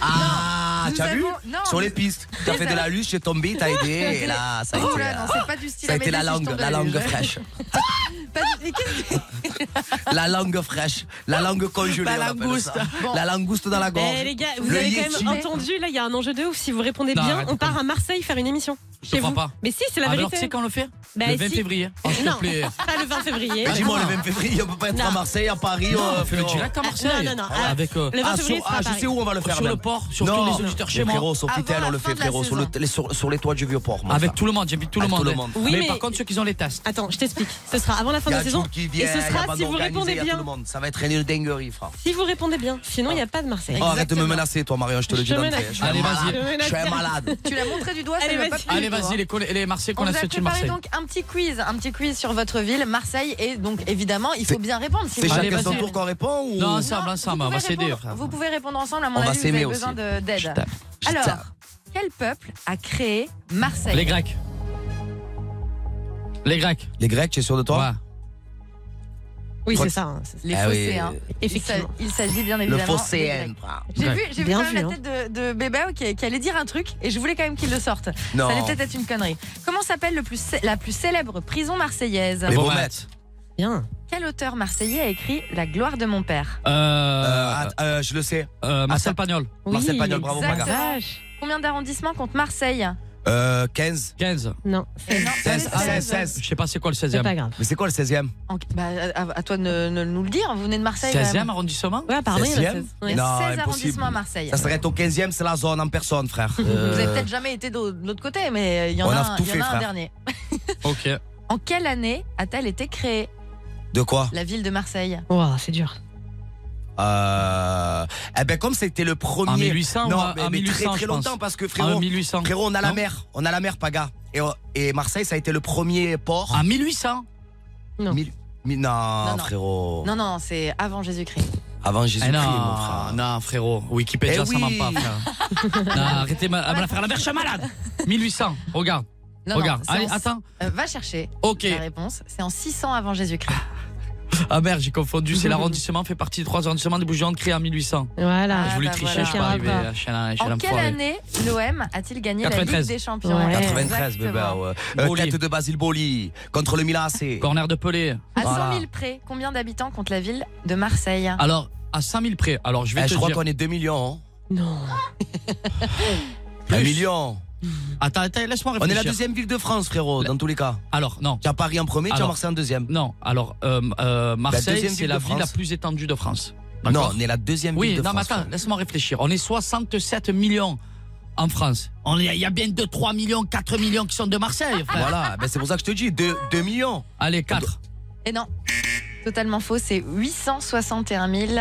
Speaker 5: Ah,
Speaker 7: Nous
Speaker 5: tu as vu
Speaker 7: avons- non,
Speaker 5: Sur les
Speaker 7: nous-
Speaker 5: pistes. T'as fait de la luce, t'es tombé, t'as aidé, et là, ça a été,
Speaker 7: Oh là, non, c'est pas du style
Speaker 5: ça a été la
Speaker 7: Amélie, si je
Speaker 5: langue,
Speaker 7: tombe
Speaker 5: la
Speaker 7: dans les
Speaker 5: langue
Speaker 7: jeux.
Speaker 5: fraîche.
Speaker 7: Pas du- mais qu'est-ce que-
Speaker 5: La langue fraîche, la langue congelée.
Speaker 6: La
Speaker 5: on appelle
Speaker 6: langouste.
Speaker 5: ça.
Speaker 7: Bah, Bon.
Speaker 5: La langouste dans la gorge.
Speaker 8: Eh, les gars, vous
Speaker 5: Le
Speaker 8: avez quand
Speaker 5: yéti.
Speaker 8: même entendu, là, il y a un enjeu de ouf. Si vous répondez
Speaker 6: Non,
Speaker 8: bien,
Speaker 6: arrête,
Speaker 8: on part à Marseille faire une émission.
Speaker 6: Je
Speaker 8: Chez
Speaker 6: crois
Speaker 8: vous.
Speaker 6: pas.
Speaker 8: Mais si, c'est la
Speaker 6: Alors, tu
Speaker 8: vérité.
Speaker 6: sais quand on le fait
Speaker 8: Bah,
Speaker 6: Le 20
Speaker 8: si.
Speaker 6: février. Oh, s'il
Speaker 8: Non,
Speaker 6: te plaît.
Speaker 8: pas le 20 février.
Speaker 5: Mais Dis-moi, le 20 février, on peut pas être à
Speaker 8: Non.
Speaker 5: Marseille, à Paris.
Speaker 6: Ah, Non,
Speaker 5: euh,
Speaker 6: on fait le
Speaker 5: frérot.
Speaker 6: direct à
Speaker 8: Ah,
Speaker 6: Marseille.
Speaker 8: non, non, non.
Speaker 6: Ah, Avec euh,
Speaker 8: Le 20
Speaker 5: Ah,
Speaker 8: février,
Speaker 5: sur-
Speaker 8: c'est
Speaker 5: ah,
Speaker 8: pas
Speaker 5: je
Speaker 8: Paris.
Speaker 5: sais où on va le faire.
Speaker 6: sur
Speaker 5: même.
Speaker 6: le port, sur tous les auditeurs chez
Speaker 5: Mais
Speaker 6: moi.
Speaker 5: Frérot, sur
Speaker 7: Avant
Speaker 5: Vitel,
Speaker 7: la
Speaker 5: on le
Speaker 7: fin
Speaker 5: fait,
Speaker 7: de la
Speaker 5: frérot. Sur, le-
Speaker 7: saison.
Speaker 5: les- sur, sur les toits du Vieux-Port. mon
Speaker 6: Avec
Speaker 5: frère.
Speaker 6: tout le monde, j'invite tout le
Speaker 5: Avec
Speaker 6: monde.
Speaker 5: tout le monde.
Speaker 8: Oui,
Speaker 6: mais,
Speaker 8: mais-
Speaker 6: par contre, ceux qui ont les tasses.
Speaker 8: Attends, je t'explique. Ce sera avant la fin
Speaker 5: Il
Speaker 8: de
Speaker 5: y
Speaker 8: la
Speaker 5: a
Speaker 8: saison.
Speaker 5: tout qui
Speaker 8: et
Speaker 5: vient,
Speaker 8: ce
Speaker 5: il y a
Speaker 8: sera
Speaker 5: pas
Speaker 8: si vous
Speaker 5: d'organisé,
Speaker 8: répondez
Speaker 5: il y a tout le
Speaker 8: bien.
Speaker 5: monde. Ça va être une dinguerie, frère.
Speaker 8: Si vous répondez bien. Sinon, il n'y a pas de Marseille.
Speaker 5: Oh, arrête de me menacer, toi, Marion, je te le
Speaker 8: Je
Speaker 5: dis
Speaker 8: te
Speaker 5: d'entrée.
Speaker 8: menace.
Speaker 5: Je suis un
Speaker 6: Allez, vas-y.
Speaker 5: malade.
Speaker 8: Je te
Speaker 5: Je suis un
Speaker 8: menace.
Speaker 5: malade.
Speaker 7: Tu l'as montré du doigt, ça
Speaker 8: Allez,
Speaker 7: lui a pas
Speaker 8: vas-y.
Speaker 7: plu,
Speaker 6: Allez,
Speaker 7: toi, hein.
Speaker 6: vas-y, les, col- les Marseillais
Speaker 7: On
Speaker 6: qu'on
Speaker 7: vous a
Speaker 6: a de
Speaker 7: préparé
Speaker 6: Marseille.
Speaker 7: donc un petit quiz, un petit quiz sur votre ville, Marseille, et donc évidemment, il faut
Speaker 5: C'est-
Speaker 7: bien répondre. Si
Speaker 5: C'est
Speaker 7: vous-
Speaker 6: Allez,
Speaker 5: chacun son
Speaker 6: vas-y.
Speaker 5: tour qu'on répond ou
Speaker 6: Non, ensemble, ensemble,
Speaker 7: vous
Speaker 6: on va
Speaker 7: pouvez
Speaker 6: s'aider.
Speaker 7: répondre- Vous pouvez répondre ensemble, à mon
Speaker 5: On va
Speaker 7: avis, vous
Speaker 5: s'aimer
Speaker 7: avez
Speaker 5: aussi.
Speaker 7: besoin de- d'aide.
Speaker 5: Je
Speaker 7: Alors,
Speaker 5: tape.
Speaker 7: quel peuple a créé Marseille
Speaker 6: Les Grecs. Les Grecs.
Speaker 5: Les Grecs, tu es sûr de toi
Speaker 6: Ouais.
Speaker 8: Oui, c'est ça. hein, c'est ça.
Speaker 7: Les
Speaker 5: Ah oui.
Speaker 7: Phocéens. Il s'a-
Speaker 8: Effectivement.
Speaker 7: Il s'agit bien
Speaker 5: Le
Speaker 7: évidemment. des
Speaker 5: phocéen.
Speaker 7: Grecs. J'ai vu, j'ai vu
Speaker 8: Bien
Speaker 7: quand même
Speaker 8: vu,
Speaker 7: la tête de, de Bébé qui, qui allait dire un truc et je voulais quand même qu'il le sorte.
Speaker 5: Non.
Speaker 7: Ça allait peut-être être une connerie. Comment s'appelle le plus cé- la plus célèbre prison marseillaise bah,
Speaker 5: Les
Speaker 6: Bon,
Speaker 5: Baumettes.
Speaker 8: Bien.
Speaker 7: Quel auteur marseillais a écrit La gloire de mon père
Speaker 5: Euh,
Speaker 6: Euh,
Speaker 5: att- euh, Je le sais.
Speaker 6: euh, Marcel
Speaker 5: attends.
Speaker 6: Pagnol.
Speaker 8: Oui.
Speaker 5: Marcel Pagnol, bravo,
Speaker 7: Exact.
Speaker 5: Braga.
Speaker 7: Combien d'arrondissements compte Marseille
Speaker 5: Euh, 15.
Speaker 6: 15.
Speaker 8: Non,
Speaker 7: Et non,
Speaker 5: 16,
Speaker 7: c'est seize.
Speaker 5: 16, 16.
Speaker 6: Je sais pas c'est quoi le
Speaker 8: c'est
Speaker 6: 16e.
Speaker 8: pas grave.
Speaker 5: Mais c'est quoi le 16e
Speaker 7: En- bah, à, à toi de ne- ne nous le dire, vous venez de Marseille. quand même.
Speaker 6: 16e arrondissement
Speaker 8: Ouais, apparemment, il y en a
Speaker 5: Seizième
Speaker 8: 16.
Speaker 7: Il y
Speaker 8: Ouais.
Speaker 7: a
Speaker 5: Non,
Speaker 7: 16
Speaker 5: impossible.
Speaker 7: arrondissements à Marseille.
Speaker 5: Ça s'arrête au 15e, c'est la zone en personne, frère.
Speaker 7: Vous avez
Speaker 5: Euh,
Speaker 7: peut-être jamais été d'au- de l'autre côté, mais euh, il y en
Speaker 5: on
Speaker 7: a,
Speaker 5: a
Speaker 7: un,
Speaker 5: tout
Speaker 7: il y en
Speaker 5: fait,
Speaker 7: a un
Speaker 5: frère.
Speaker 7: dernier.
Speaker 6: Ok.
Speaker 7: En quelle année a-t-elle été créée,
Speaker 5: De quoi
Speaker 7: la ville de Marseille
Speaker 8: Ouah, Ah, c'est dur.
Speaker 5: euh... Eh ben comme c'était le
Speaker 6: En
Speaker 5: premier.
Speaker 6: 1800 ou
Speaker 5: Non,
Speaker 6: en
Speaker 5: mais, mais
Speaker 6: 1800
Speaker 5: très très
Speaker 6: je
Speaker 5: longtemps
Speaker 6: pense.
Speaker 5: parce que
Speaker 6: En
Speaker 5: frérot,
Speaker 6: 1800.
Speaker 5: frérot, on a la
Speaker 6: Non
Speaker 5: mer, on a la mer, Paga. Et, on- et Marseille, ça a été le premier port.
Speaker 6: En 1800
Speaker 8: non.
Speaker 5: Mille- mi- non,
Speaker 7: Non, non.
Speaker 5: frérot.
Speaker 7: Non, non, c'est avant Jésus-Christ.
Speaker 5: avant Jésus-Christ,
Speaker 6: Eh non,
Speaker 5: mon frère.
Speaker 6: Non, frérot, Wikipédia,
Speaker 5: Eh
Speaker 6: ça
Speaker 5: oui.
Speaker 6: ment pas, frère. non, arrêtez, ma, ah, me la frère, la mère, je suis malade 1800, regarde.
Speaker 7: Non, non,
Speaker 6: regarde,
Speaker 7: c'est
Speaker 6: allez,
Speaker 7: en-
Speaker 6: attends.
Speaker 7: Euh, va chercher
Speaker 6: Ok.
Speaker 7: la réponse. C'est en 600 avant Jésus-Christ.
Speaker 6: Ah merde, j'ai confondu, c'est l'arrondissement, fait partie des trois arrondissements des Bouches-du-Rhône créés en 1800.
Speaker 8: Voilà.
Speaker 6: J'ai voulu
Speaker 7: bah
Speaker 6: tricher,
Speaker 7: voilà.
Speaker 6: Ah, je suis pas arrivé
Speaker 7: Aucun
Speaker 6: à Chalin,
Speaker 7: En quelle année l'OM a-t-il gagné la
Speaker 6: 93.
Speaker 7: Ligue des Champions
Speaker 6: Ouais.
Speaker 5: 93, bébé. ouais. Euh, tête de Basile Boli contre le Milan AC.
Speaker 6: Corner de Pelé.
Speaker 7: À 100 000 près, combien d'habitants compte la ville de Marseille
Speaker 6: Alors, à 5000 près, alors je vais
Speaker 5: Eh,
Speaker 6: te
Speaker 5: je crois
Speaker 6: dire-
Speaker 5: qu'on est 2 millions. hein.
Speaker 8: Non.
Speaker 5: Un million.
Speaker 6: Attends, attends, laisse-moi
Speaker 5: On est
Speaker 6: réfléchir.
Speaker 5: la deuxième ville de France, frérot, dans tous les cas.
Speaker 6: Alors, non.
Speaker 5: Tu as Paris en premier, tu as
Speaker 6: Alors,
Speaker 5: Marseille en deuxième.
Speaker 6: Non, alors, euh, euh, Marseille,
Speaker 5: deuxième
Speaker 6: c'est
Speaker 5: ville
Speaker 6: la
Speaker 5: de
Speaker 6: ville la
Speaker 5: France.
Speaker 6: plus étendue de France.
Speaker 5: Non,
Speaker 6: D'accord
Speaker 5: on est la deuxième
Speaker 6: Oui,
Speaker 5: ville de
Speaker 6: non,
Speaker 5: France.
Speaker 6: mais attends, laisse-moi réfléchir. On est 67 millions en France. On est- Il y a bien 2, 3 millions, 4 millions qui sont de Marseille, frère.
Speaker 5: Voilà, ben c'est pour ça que je te dis, 2, millions.
Speaker 6: Allez, 4.
Speaker 7: Et non, totalement faux, c'est 861 000.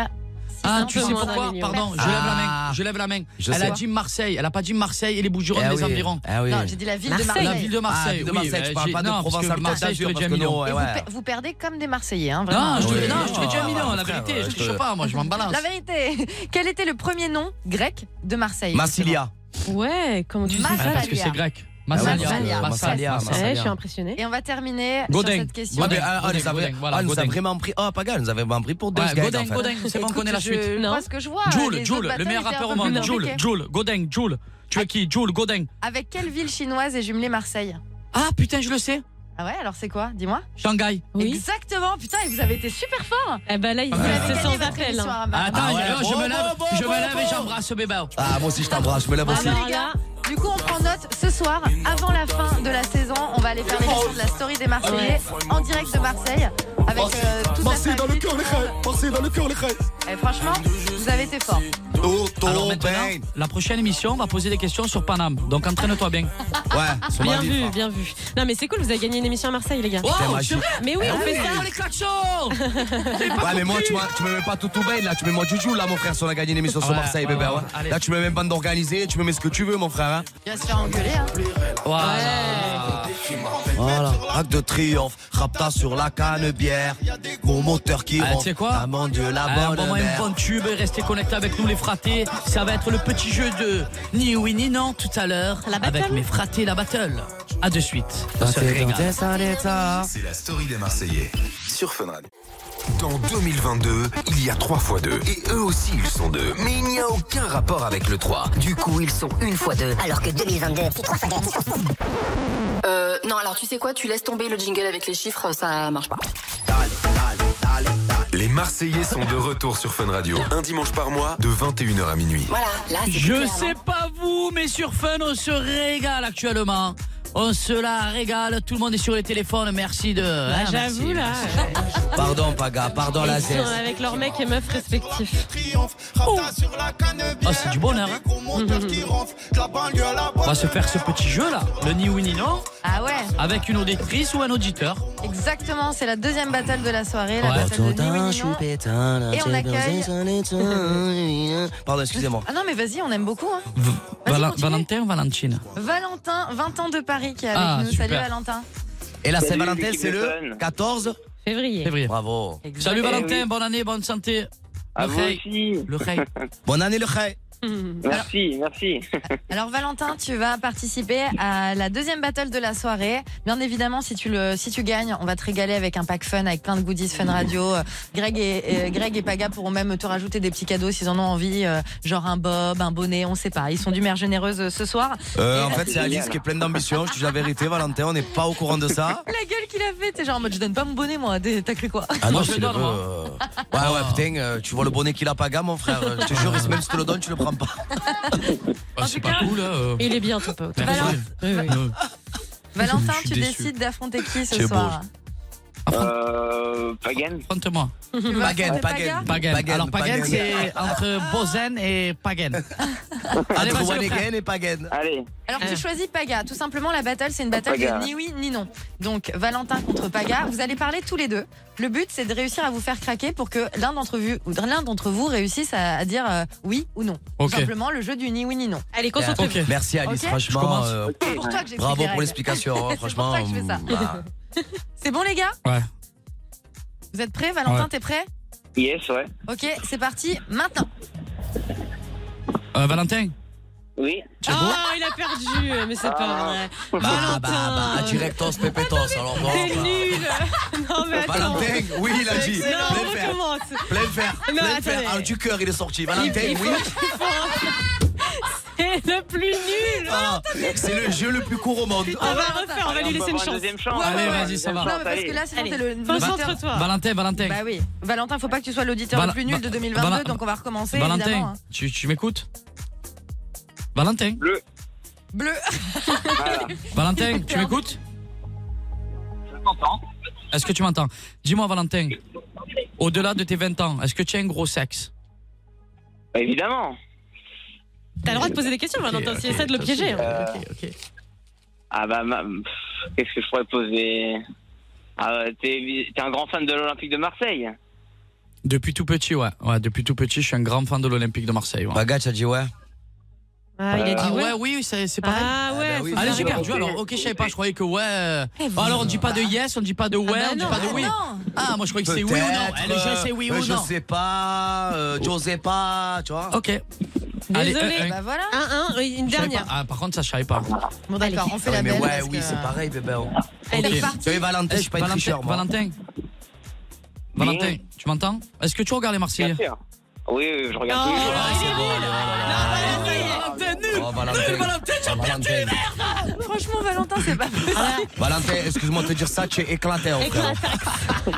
Speaker 6: Ah, tu sais pourquoi Pardon,
Speaker 7: Ah.
Speaker 6: je lève la main. Je lève la main.
Speaker 5: Ah. Je
Speaker 6: elle a
Speaker 5: sais.
Speaker 6: dit Marseille. Elle a pas dit Marseille et les bouches
Speaker 5: Eh
Speaker 6: les
Speaker 5: oui.
Speaker 6: environs.
Speaker 5: Eh oui. Non, j'ai
Speaker 7: dit la ville de Marseille.
Speaker 6: La ville de Marseille.
Speaker 5: Ah, de
Speaker 6: oui,
Speaker 5: Marseille,
Speaker 6: euh,
Speaker 5: tu parles
Speaker 6: j'ai-
Speaker 5: pas de
Speaker 6: non,
Speaker 5: Provence,
Speaker 6: parce que
Speaker 5: Alpes,
Speaker 6: Marseille, je te
Speaker 5: d'Azur,
Speaker 6: l'ai déjà
Speaker 5: parce
Speaker 6: mis
Speaker 5: que
Speaker 6: non.
Speaker 5: non, ouais, ouais.
Speaker 7: Vous, vous perdez comme des Marseillais, hein, vraiment.
Speaker 6: Non, je te
Speaker 5: Oui.
Speaker 6: non, je te l'ai déjà mis non, la
Speaker 5: Frère,
Speaker 6: vérité. Je
Speaker 5: ouais,
Speaker 6: te
Speaker 5: je
Speaker 6: triche
Speaker 5: te-
Speaker 6: pas, moi, je m'en balance.
Speaker 7: La vérité. Quel était le premier nom grec de Marseille
Speaker 5: Massilia.
Speaker 8: Ouais, comment tu dis
Speaker 7: Marseille.
Speaker 8: ça
Speaker 6: Parce que c'est grec.
Speaker 5: Ah ouais,
Speaker 6: Massalia. Massalia.
Speaker 5: Massalia. Massalia.
Speaker 8: Ouais, je suis
Speaker 6: Massalia.
Speaker 8: impressionnée.
Speaker 7: Et on va terminer
Speaker 6: Godin.
Speaker 7: sur cette question.
Speaker 5: Ah, mais,
Speaker 6: Godin,
Speaker 5: ah, ah, nous
Speaker 6: Godin,
Speaker 5: avait-
Speaker 6: voilà,
Speaker 5: ah, nous a
Speaker 6: Godin.
Speaker 5: vraiment pris. Oh, Pagal, nous avait vraiment pris pour deux.
Speaker 6: Ouais,
Speaker 5: ce gars,
Speaker 6: Godin,
Speaker 5: en fait.
Speaker 6: Godin, c'est bon, on connaît la suite.
Speaker 7: Je vois ce que je vois. les
Speaker 6: Joule,
Speaker 7: autres
Speaker 6: Joule, le
Speaker 7: batailles
Speaker 6: meilleur
Speaker 7: étaient un
Speaker 6: rappeur
Speaker 7: peu
Speaker 6: au
Speaker 7: plus Ah.
Speaker 6: monde. Joule,
Speaker 7: compliquées.
Speaker 6: Joule, Godin, Joule. Tu veux qui Joule, Godin.
Speaker 7: Avec quelle ville chinoise est jumelée Marseille
Speaker 6: Ah putain, je le sais.
Speaker 7: Ah ouais, alors c'est quoi Dis-moi.
Speaker 6: Shanghai.
Speaker 7: Exactement, putain, et vous avez été super fort.
Speaker 8: Eh ben là, il-
Speaker 7: Vous avez
Speaker 8: c'est
Speaker 7: gagné
Speaker 8: sans
Speaker 7: votre
Speaker 8: appel.
Speaker 7: émission,
Speaker 8: hein.
Speaker 7: Armand.
Speaker 6: Attends,
Speaker 5: Ah ouais,
Speaker 6: je, je me
Speaker 5: bon,
Speaker 6: lève,
Speaker 5: bon,
Speaker 6: je
Speaker 5: bon,
Speaker 6: me lève et
Speaker 5: bon.
Speaker 6: j'embrasse ce bébé.
Speaker 5: oh, Ah, moi aussi, je t'embrasse, je me lève aussi.
Speaker 8: Alors
Speaker 7: les
Speaker 8: là,
Speaker 7: Du coup, on prend note ce soir, avant la fin de la saison, on va aller faire
Speaker 5: Oh.
Speaker 7: l'émission de la story des Marseillais en direct de Marseille avec euh, toute la famille. tout le monde.
Speaker 5: Marseille dans le cœur, les frères.
Speaker 7: Et franchement, vous avez été fort.
Speaker 5: Oh,
Speaker 6: Alors
Speaker 5: ton
Speaker 6: maintenant,
Speaker 5: pain.
Speaker 6: la prochaine émission, on va poser des questions sur Paname. Donc entraîne-toi bien.
Speaker 5: Ouais, sur ma
Speaker 8: Bien
Speaker 5: vie.
Speaker 8: vu, bien vu. Non mais c'est cool, vous avez gagné une émission à Marseille les gars.
Speaker 6: Wow,
Speaker 5: magique.
Speaker 6: c'est vrai
Speaker 8: Mais oui, on fait ça.
Speaker 6: Oh, les klaxons
Speaker 5: Ouais, mais moi, tu, m'as- tu me mets pas tout tout bête, là. Tu mets moi Juju, là, mon frère, si on a gagné une émission sur
Speaker 6: Ouais,
Speaker 5: Marseille,
Speaker 6: ouais,
Speaker 5: bébé.
Speaker 6: ouais,
Speaker 5: ouais.
Speaker 6: allez.
Speaker 5: Là, tu me mets même bande organisée, tu me mets ce que tu veux, mon frère. hein.
Speaker 7: Tu vas se faire engueuler, hein.
Speaker 6: Voilà.
Speaker 5: Voilà, acte de triomphe, rapta sur la canne bière. Mon moteur qui
Speaker 6: Ah, tu
Speaker 5: rentre,
Speaker 6: sais quoi
Speaker 5: amant de la
Speaker 6: Ah,
Speaker 5: bonne
Speaker 6: Envoie-moi un
Speaker 5: mère.
Speaker 6: bon tube et restez connectés avec nous les fratés. Ça va être le petit jeu de ni oui ni non tout à l'heure
Speaker 8: La
Speaker 6: avec
Speaker 8: battle.
Speaker 6: mes fratés la battle. À de suite. On se régale.
Speaker 1: C'est la story des Marseillais sur Fun Radio. Dans 2022, il y a 3 fois 2. Et eux aussi, ils sont deux.
Speaker 9: Mais il n'y a
Speaker 1: Aucun rapport avec le 3.
Speaker 9: Du coup, ils sont une fois deux, alors que 2022, c'est trois fois deux, ils sont fous.
Speaker 3: Euh, non, alors tu sais quoi, tu laisses tomber le jingle avec les chiffres, ça marche pas.
Speaker 1: Les Marseillais sont de retour sur Fun Radio. Un dimanche par mois, de 21h à minuit.
Speaker 3: Voilà, là c'est plus
Speaker 6: Je
Speaker 3: clair, hein.
Speaker 6: sais
Speaker 3: non
Speaker 6: pas vous, mais sur Fun, on se régale actuellement. On se la régale. Tout le monde est sur les téléphones. Merci de.
Speaker 8: Ah,
Speaker 6: hein, merci,
Speaker 8: J'avoue là,
Speaker 6: merci.
Speaker 5: Pardon, Paga, pardon la
Speaker 8: ils sont
Speaker 5: zeste.
Speaker 8: avec leurs mecs et meufs respectifs. Oh.
Speaker 6: Ah, c'est du bonheur. hein. On va se faire ce petit jeu là. Le ni oui ni non.
Speaker 7: Ah ouais,
Speaker 6: Avec une auditrice ou un auditeur.
Speaker 7: exactement, c'est la deuxième battle de la soirée, la
Speaker 6: Ouais.
Speaker 7: battle de ni oui, ni non. Et on accueille-
Speaker 5: Pardon, excusez-moi.
Speaker 7: Ah non, mais vas-y, on aime beaucoup, hein.
Speaker 6: V-
Speaker 7: Vas-y,
Speaker 6: Vala-
Speaker 7: continue.
Speaker 6: Valentin ou Valentine
Speaker 7: Valentin, 20 ans de Paris qui est avec
Speaker 6: Ah,
Speaker 7: nous.
Speaker 6: super.
Speaker 7: Salut Valentin.
Speaker 5: Et la
Speaker 10: Salut,
Speaker 5: Saint-Valentin,
Speaker 10: l'équipe
Speaker 5: c'est
Speaker 10: de
Speaker 5: le
Speaker 10: Fun.
Speaker 5: 14
Speaker 8: Février.
Speaker 6: Février.
Speaker 5: Bravo.
Speaker 6: Salut
Speaker 10: Eh
Speaker 6: Valentin,
Speaker 10: oui.
Speaker 6: bonne année, bonne santé.
Speaker 10: À
Speaker 6: Le
Speaker 10: vous
Speaker 6: rey.
Speaker 10: aussi.
Speaker 6: Le rey.
Speaker 5: Bonne année, le Khay.
Speaker 10: Merci, merci.
Speaker 7: Alors Valentin, tu vas participer à la deuxième battle de la soirée. Bien évidemment, si tu le, si tu gagnes, on va te régaler avec un pack fun, avec plein de goodies Fun Radio. Euh, Greg et, et- Greg et Paga pourront même te rajouter des petits cadeaux s'ils en ont envie, euh, genre un bob, un bonnet, on sait pas. Ils sont d'humeur généreuse euh, ce soir.
Speaker 5: Euh, en fait, c'est Alice qui est pleine d'ambition. Je te dis la vérité, Valentin, on n'est pas au courant de ça.
Speaker 7: Oh, La gueule qu'il a fait, t'es genre en mode je donne pas mon bonnet moi. T'es- T'as cru quoi
Speaker 5: Ah
Speaker 6: Moi,
Speaker 5: non,
Speaker 6: je
Speaker 5: c'est
Speaker 6: le
Speaker 5: le
Speaker 6: donne,
Speaker 5: veux,
Speaker 6: moi.
Speaker 5: euh, Ouais, ouais, putain, euh, tu vois le bonnet qu'il a, Paga, mon frère. euh, Je te jure, même si tu le donnes, tu le prends pas.
Speaker 6: Bah, c'est pas cool là. euh.
Speaker 8: Il est bien ton pote.
Speaker 6: Merci.
Speaker 8: Oui, oui.
Speaker 6: Euh,
Speaker 7: Valentin,
Speaker 6: Je suis
Speaker 7: tu
Speaker 6: déçu.
Speaker 7: décides d'affronter qui ce
Speaker 5: C'est beau.
Speaker 7: soir
Speaker 10: Euh, Pagan
Speaker 6: Affronte-moi.
Speaker 7: Tu veux
Speaker 5: Pagan,
Speaker 7: affronter
Speaker 5: Pagan.
Speaker 6: Pagan.
Speaker 5: Pagan,
Speaker 6: Alors Pagan,
Speaker 5: Pagan.
Speaker 6: c'est entre Bozen et Pagan. Allez,
Speaker 5: Entre
Speaker 6: vas-y, le frère.
Speaker 5: Wanegen et Pagan.
Speaker 10: Allez,
Speaker 7: Alors
Speaker 5: Hein.
Speaker 8: Euh.
Speaker 5: Ah.
Speaker 7: tu choisis Paga. Tout simplement, la battle, c'est une battle
Speaker 10: Paga.
Speaker 7: de ni oui ni non. Donc Valentin contre Paga. Vous allez parler tous les deux. Le but, c'est de réussir à vous faire craquer pour que l'un d'entre vous ou l'un d'entre vous réussisse à, à dire euh, oui ou non.
Speaker 6: Ok.
Speaker 7: Tout simplement, le jeu du ni oui ni non.
Speaker 8: Allez, concentrez-vous.
Speaker 6: Ok.
Speaker 5: Bah, Merci, Alice,
Speaker 7: Ok.
Speaker 6: Je
Speaker 5: franchement.
Speaker 6: commence.
Speaker 5: euh,
Speaker 7: C'est pour toi que j'ai fait
Speaker 5: Bravo
Speaker 7: les
Speaker 5: pour
Speaker 7: règles.
Speaker 5: l'explication, hein, franchement.
Speaker 7: pour ça que je fais ça.
Speaker 5: bah,
Speaker 7: C'est bon les gars
Speaker 6: Ouais.
Speaker 7: Vous êtes prêts Valentin,
Speaker 6: Ouais.
Speaker 7: t'es prêt
Speaker 14: Yes, ouais.
Speaker 7: Ok, c'est parti maintenant.
Speaker 6: Euh, Valentin
Speaker 14: Oui.
Speaker 8: Oh, il a perdu, mais c'est pas vrai.
Speaker 6: Bah,
Speaker 8: Valentin,
Speaker 6: bah, directos, pépetos, alors
Speaker 8: t'es
Speaker 5: bah.
Speaker 8: nul. Non, mais attends.
Speaker 5: Valentin, oui, il a dit.
Speaker 8: Non,
Speaker 5: Plein
Speaker 8: on
Speaker 5: fer.
Speaker 8: recommence.
Speaker 5: Plein fer,
Speaker 8: Non,
Speaker 5: plein fer.
Speaker 8: attendez.
Speaker 5: Ah, du cœur, il est sorti. Valentin,
Speaker 8: Il- il faut-
Speaker 5: oui.
Speaker 8: il faut- C'est le plus nul.
Speaker 5: Ah, c'est le jeu le plus court au monde.
Speaker 8: On va refaire, on va lui laisser une chance.
Speaker 6: Allez, vas-y, ça va.
Speaker 7: Non, mais parce que là, sinon,
Speaker 8: Allez,
Speaker 7: t'es le.
Speaker 6: Valentin, Valentin, Valentin.
Speaker 7: Bah oui. Valentin, faut pas que tu sois l'auditeur
Speaker 6: Val-
Speaker 7: le plus nul de
Speaker 6: Val-
Speaker 7: 2022,
Speaker 6: Val-
Speaker 7: donc on va recommencer. évidemment,
Speaker 6: Valentin,
Speaker 7: hein.
Speaker 6: tu, tu m'écoutes Valentin
Speaker 14: Bleu.
Speaker 7: Bleu.
Speaker 10: Ah.
Speaker 6: Valentin, tu m'écoutes Est-ce que tu m'entends Dis-moi, Valentin, au-delà de tes 20 ans, est-ce que tu as un gros sexe
Speaker 14: Bah, Évidemment.
Speaker 8: T'as le droit de poser des questions, Valentin, si essaie de le piéger. hein.
Speaker 14: Ah bah, ma- pff, qu'est-ce que je pourrais poser ah, ouais, T'es t'es un grand fan de l'Olympique de Marseille
Speaker 6: Hein. Depuis tout petit, ouais. ouais. Depuis tout petit, je suis un grand fan de l'Olympique de Marseille. Ouais. Bagat, t'as dit ouais.
Speaker 8: Ah, il a dit
Speaker 6: Ah
Speaker 8: ouais.
Speaker 6: ouais, oui, oui, c'est c'est pareil.
Speaker 5: Eh
Speaker 8: Ah ouais,
Speaker 5: ben
Speaker 8: faut
Speaker 6: Allez,
Speaker 8: faire
Speaker 6: j'ai
Speaker 8: gaffe.
Speaker 6: perdu alors. Ok, je savais pas, je croyais que ouais. euh, bah alors, on dit pas de yes, on dit pas de ouais, on dit
Speaker 8: non,
Speaker 6: pas de
Speaker 8: bah
Speaker 6: oui.
Speaker 8: non.
Speaker 6: Ah, moi, je croyais que c'est oui ou non.
Speaker 5: Peut-être,
Speaker 6: Allez, je sais oui
Speaker 5: euh,
Speaker 6: ou non.
Speaker 5: Je sais pas, euh, Josepa, tu vois.
Speaker 6: Ok. Allez,
Speaker 8: Désolé.
Speaker 6: un, un.
Speaker 7: Bah voilà.
Speaker 8: Un, un, une
Speaker 6: Je savais
Speaker 8: dernière.
Speaker 6: pas. Ah, par contre, ça, je savais pas.
Speaker 7: Bon, d'accord, on fait
Speaker 5: Ouais,
Speaker 7: la
Speaker 5: mais
Speaker 7: belle.
Speaker 5: ouais,
Speaker 7: parce
Speaker 5: oui,
Speaker 7: que-
Speaker 5: c'est pareil, bébé. hein.
Speaker 7: Elle est
Speaker 6: Ok.
Speaker 7: partie.
Speaker 5: Tu vois, Valentin, je suis pas une
Speaker 6: Valentin-
Speaker 5: tricheur, moi.
Speaker 6: Valentin Valentin, tu m'entends Est-ce que tu regardes les Marseillais
Speaker 14: Oui, oui, je regarde tous les jours. oh
Speaker 6: Valentin, nul
Speaker 5: Valentin. Valentin,
Speaker 7: Franchement, Valentin, c'est pas possible.
Speaker 5: Valentin, excuse-moi de te dire ça, tu es éclaté, en frère.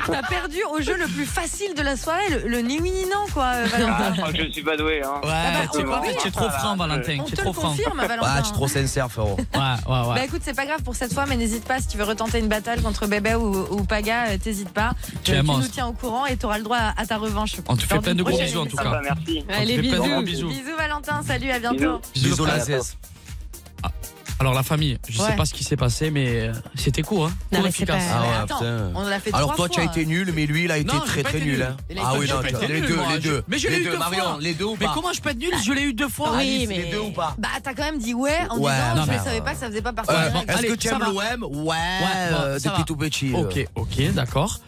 Speaker 7: T'as perdu au jeu le plus facile de la soirée, le, le ni oui ni non, quoi, euh,
Speaker 14: Ah,
Speaker 7: Valentin.
Speaker 14: je crois que je suis pas doué. Hein.
Speaker 6: Ouais, tu crois que tu es trop franc, Valentin.
Speaker 7: On
Speaker 6: Tu es
Speaker 7: te
Speaker 6: trop
Speaker 7: le
Speaker 6: franc.
Speaker 7: confirme, Valentin.
Speaker 5: Ouais, tu es trop sincère, frérot.
Speaker 6: Ouais, Ah ouais,
Speaker 7: Bah
Speaker 6: ouais.
Speaker 7: écoute, c'est pas grave pour cette fois, mais n'hésite pas si tu veux retenter une bataille contre Bébé ou, ou Paga, euh, t'hésites pas.
Speaker 6: Tu
Speaker 7: Euh,
Speaker 6: es un
Speaker 7: tu nous
Speaker 6: monstre.
Speaker 7: tiens au courant et t'auras le droit à, à ta revanche.
Speaker 6: On te fait
Speaker 7: Lors
Speaker 6: plein
Speaker 7: d'une
Speaker 6: de gros
Speaker 7: prochaine
Speaker 6: bisous, en tout
Speaker 7: émission.
Speaker 6: cas.
Speaker 14: merci.
Speaker 8: Allez,
Speaker 6: On te fait plein de
Speaker 8: bisous.
Speaker 6: gros bisous.
Speaker 7: Bisous Valentin, salut, à bientôt.
Speaker 5: Bisous,
Speaker 6: frère.
Speaker 5: la CS.
Speaker 6: Alors, la famille, je
Speaker 7: Ouais.
Speaker 6: sais pas ce qui s'est passé, mais euh, c'était court, hein.
Speaker 7: Non,
Speaker 6: Court
Speaker 7: mais c'est
Speaker 6: efficace.
Speaker 7: pas- Ah ouais, Mais attends, putain. on l'a fait
Speaker 5: Alors
Speaker 7: trois
Speaker 5: toi, tu as
Speaker 7: fois.
Speaker 5: été nul, mais lui, il a été
Speaker 6: Non, j'ai
Speaker 5: très
Speaker 6: pas
Speaker 5: très
Speaker 6: été
Speaker 5: nul.
Speaker 6: nul.
Speaker 5: hein.
Speaker 6: Il a
Speaker 5: Ah
Speaker 6: été-
Speaker 5: oui,
Speaker 6: j'ai
Speaker 5: non,
Speaker 6: pas
Speaker 5: tu-
Speaker 6: été
Speaker 5: les
Speaker 6: nul,
Speaker 5: deux,
Speaker 6: moi.
Speaker 5: les deux.
Speaker 6: Mais je l'ai
Speaker 5: Les
Speaker 6: eu
Speaker 5: deux,
Speaker 6: deux fois.
Speaker 5: Marion, les deux ou
Speaker 6: Mais
Speaker 5: pas
Speaker 6: comment je peux être nul Je l'ai eu deux fois.
Speaker 8: Oui,
Speaker 6: Alice,
Speaker 8: mais-
Speaker 6: les deux ou pas
Speaker 7: Bah t'as quand même dit ouais en
Speaker 5: Ouais,
Speaker 7: disant
Speaker 6: non,
Speaker 7: je
Speaker 6: mais-
Speaker 7: savais pas que ça faisait pas partie
Speaker 5: Euh,
Speaker 7: de la règle.
Speaker 5: Est-ce
Speaker 6: Allez,
Speaker 5: que tu
Speaker 6: ça
Speaker 5: aimes
Speaker 6: va.
Speaker 5: l'OM Ouais,
Speaker 6: bon,
Speaker 5: euh,
Speaker 6: ça
Speaker 5: depuis
Speaker 6: va.
Speaker 5: tout petit. euh.
Speaker 6: Ok, ok, d'accord.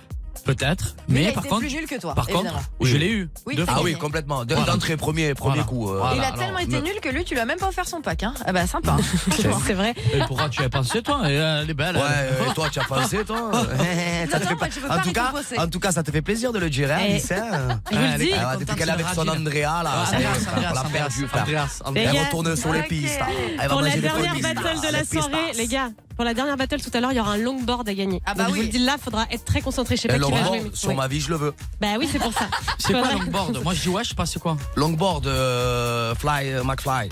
Speaker 6: Peut-être.
Speaker 7: Mais il a
Speaker 6: Mais
Speaker 7: été
Speaker 6: par contre,
Speaker 7: plus nul que toi,
Speaker 6: par contre,
Speaker 7: évidemment.
Speaker 6: je l'ai eu.
Speaker 7: Oui,
Speaker 6: deux
Speaker 7: t'as
Speaker 6: fois.
Speaker 5: Ah
Speaker 7: gagné.
Speaker 5: oui, complètement. De-
Speaker 6: Voilà.
Speaker 5: D'entrée, premier, premier
Speaker 6: Voilà.
Speaker 5: coup. euh.
Speaker 6: Voilà.
Speaker 7: il a
Speaker 6: alors,
Speaker 7: tellement été
Speaker 6: me-
Speaker 7: nul que lui, tu lui as même pas offert son pack. Hein. Ah bah sympa. hein. Franchement.
Speaker 8: C'est vrai.
Speaker 6: Et pourquoi tu as pensé, toi Et, euh, Elle est belle.
Speaker 5: Ouais,
Speaker 6: elle.
Speaker 5: euh, toi, tu as pensé, toi Eh, ça
Speaker 7: Non,
Speaker 5: te fait
Speaker 7: non, moi, je veux pas
Speaker 5: en, tout cas,
Speaker 7: récompenser.
Speaker 5: en tout cas, ça te fait plaisir de le dire, hein,
Speaker 8: Eh,
Speaker 5: Alicia
Speaker 8: Je vous le
Speaker 6: elle
Speaker 8: dis.
Speaker 6: est-
Speaker 5: Ah, Depuis
Speaker 6: contente
Speaker 5: qu'elle est
Speaker 6: de
Speaker 5: avec son
Speaker 6: Brasilia.
Speaker 5: Andrea, là, c'est-
Speaker 6: Andreas,
Speaker 5: on l'a
Speaker 6: Andreas,
Speaker 5: perdu, frère.
Speaker 6: Andreas, Andreas.
Speaker 8: Les
Speaker 5: Elle
Speaker 8: gars.
Speaker 5: retourne sur les
Speaker 7: Ok,
Speaker 5: pistes.
Speaker 7: allez.
Speaker 5: Elle va
Speaker 8: Pour la
Speaker 5: manger Ah, des
Speaker 8: dernière
Speaker 5: fruits.
Speaker 8: battle de la
Speaker 5: Les pistes.
Speaker 8: soirée, les gars, pour la dernière battle tout à l'heure, il y aura un longboard à gagner.
Speaker 7: Ah bah
Speaker 8: Donc, Je vous
Speaker 7: oui.
Speaker 8: le dis là, faudra être très concentré. Je sais pas
Speaker 5: Et
Speaker 8: qui va jouer.
Speaker 5: longboard,
Speaker 8: mais-
Speaker 5: Eh, sur
Speaker 8: ouais.
Speaker 5: ma vie, je le veux.
Speaker 8: Bah oui, c'est pour ça.
Speaker 6: C'est quoi
Speaker 8: Faudra-
Speaker 6: longboard Moi, je dis ouais, je sais pas c'est quoi.
Speaker 5: Longboard, euh, Fly, euh, McFly.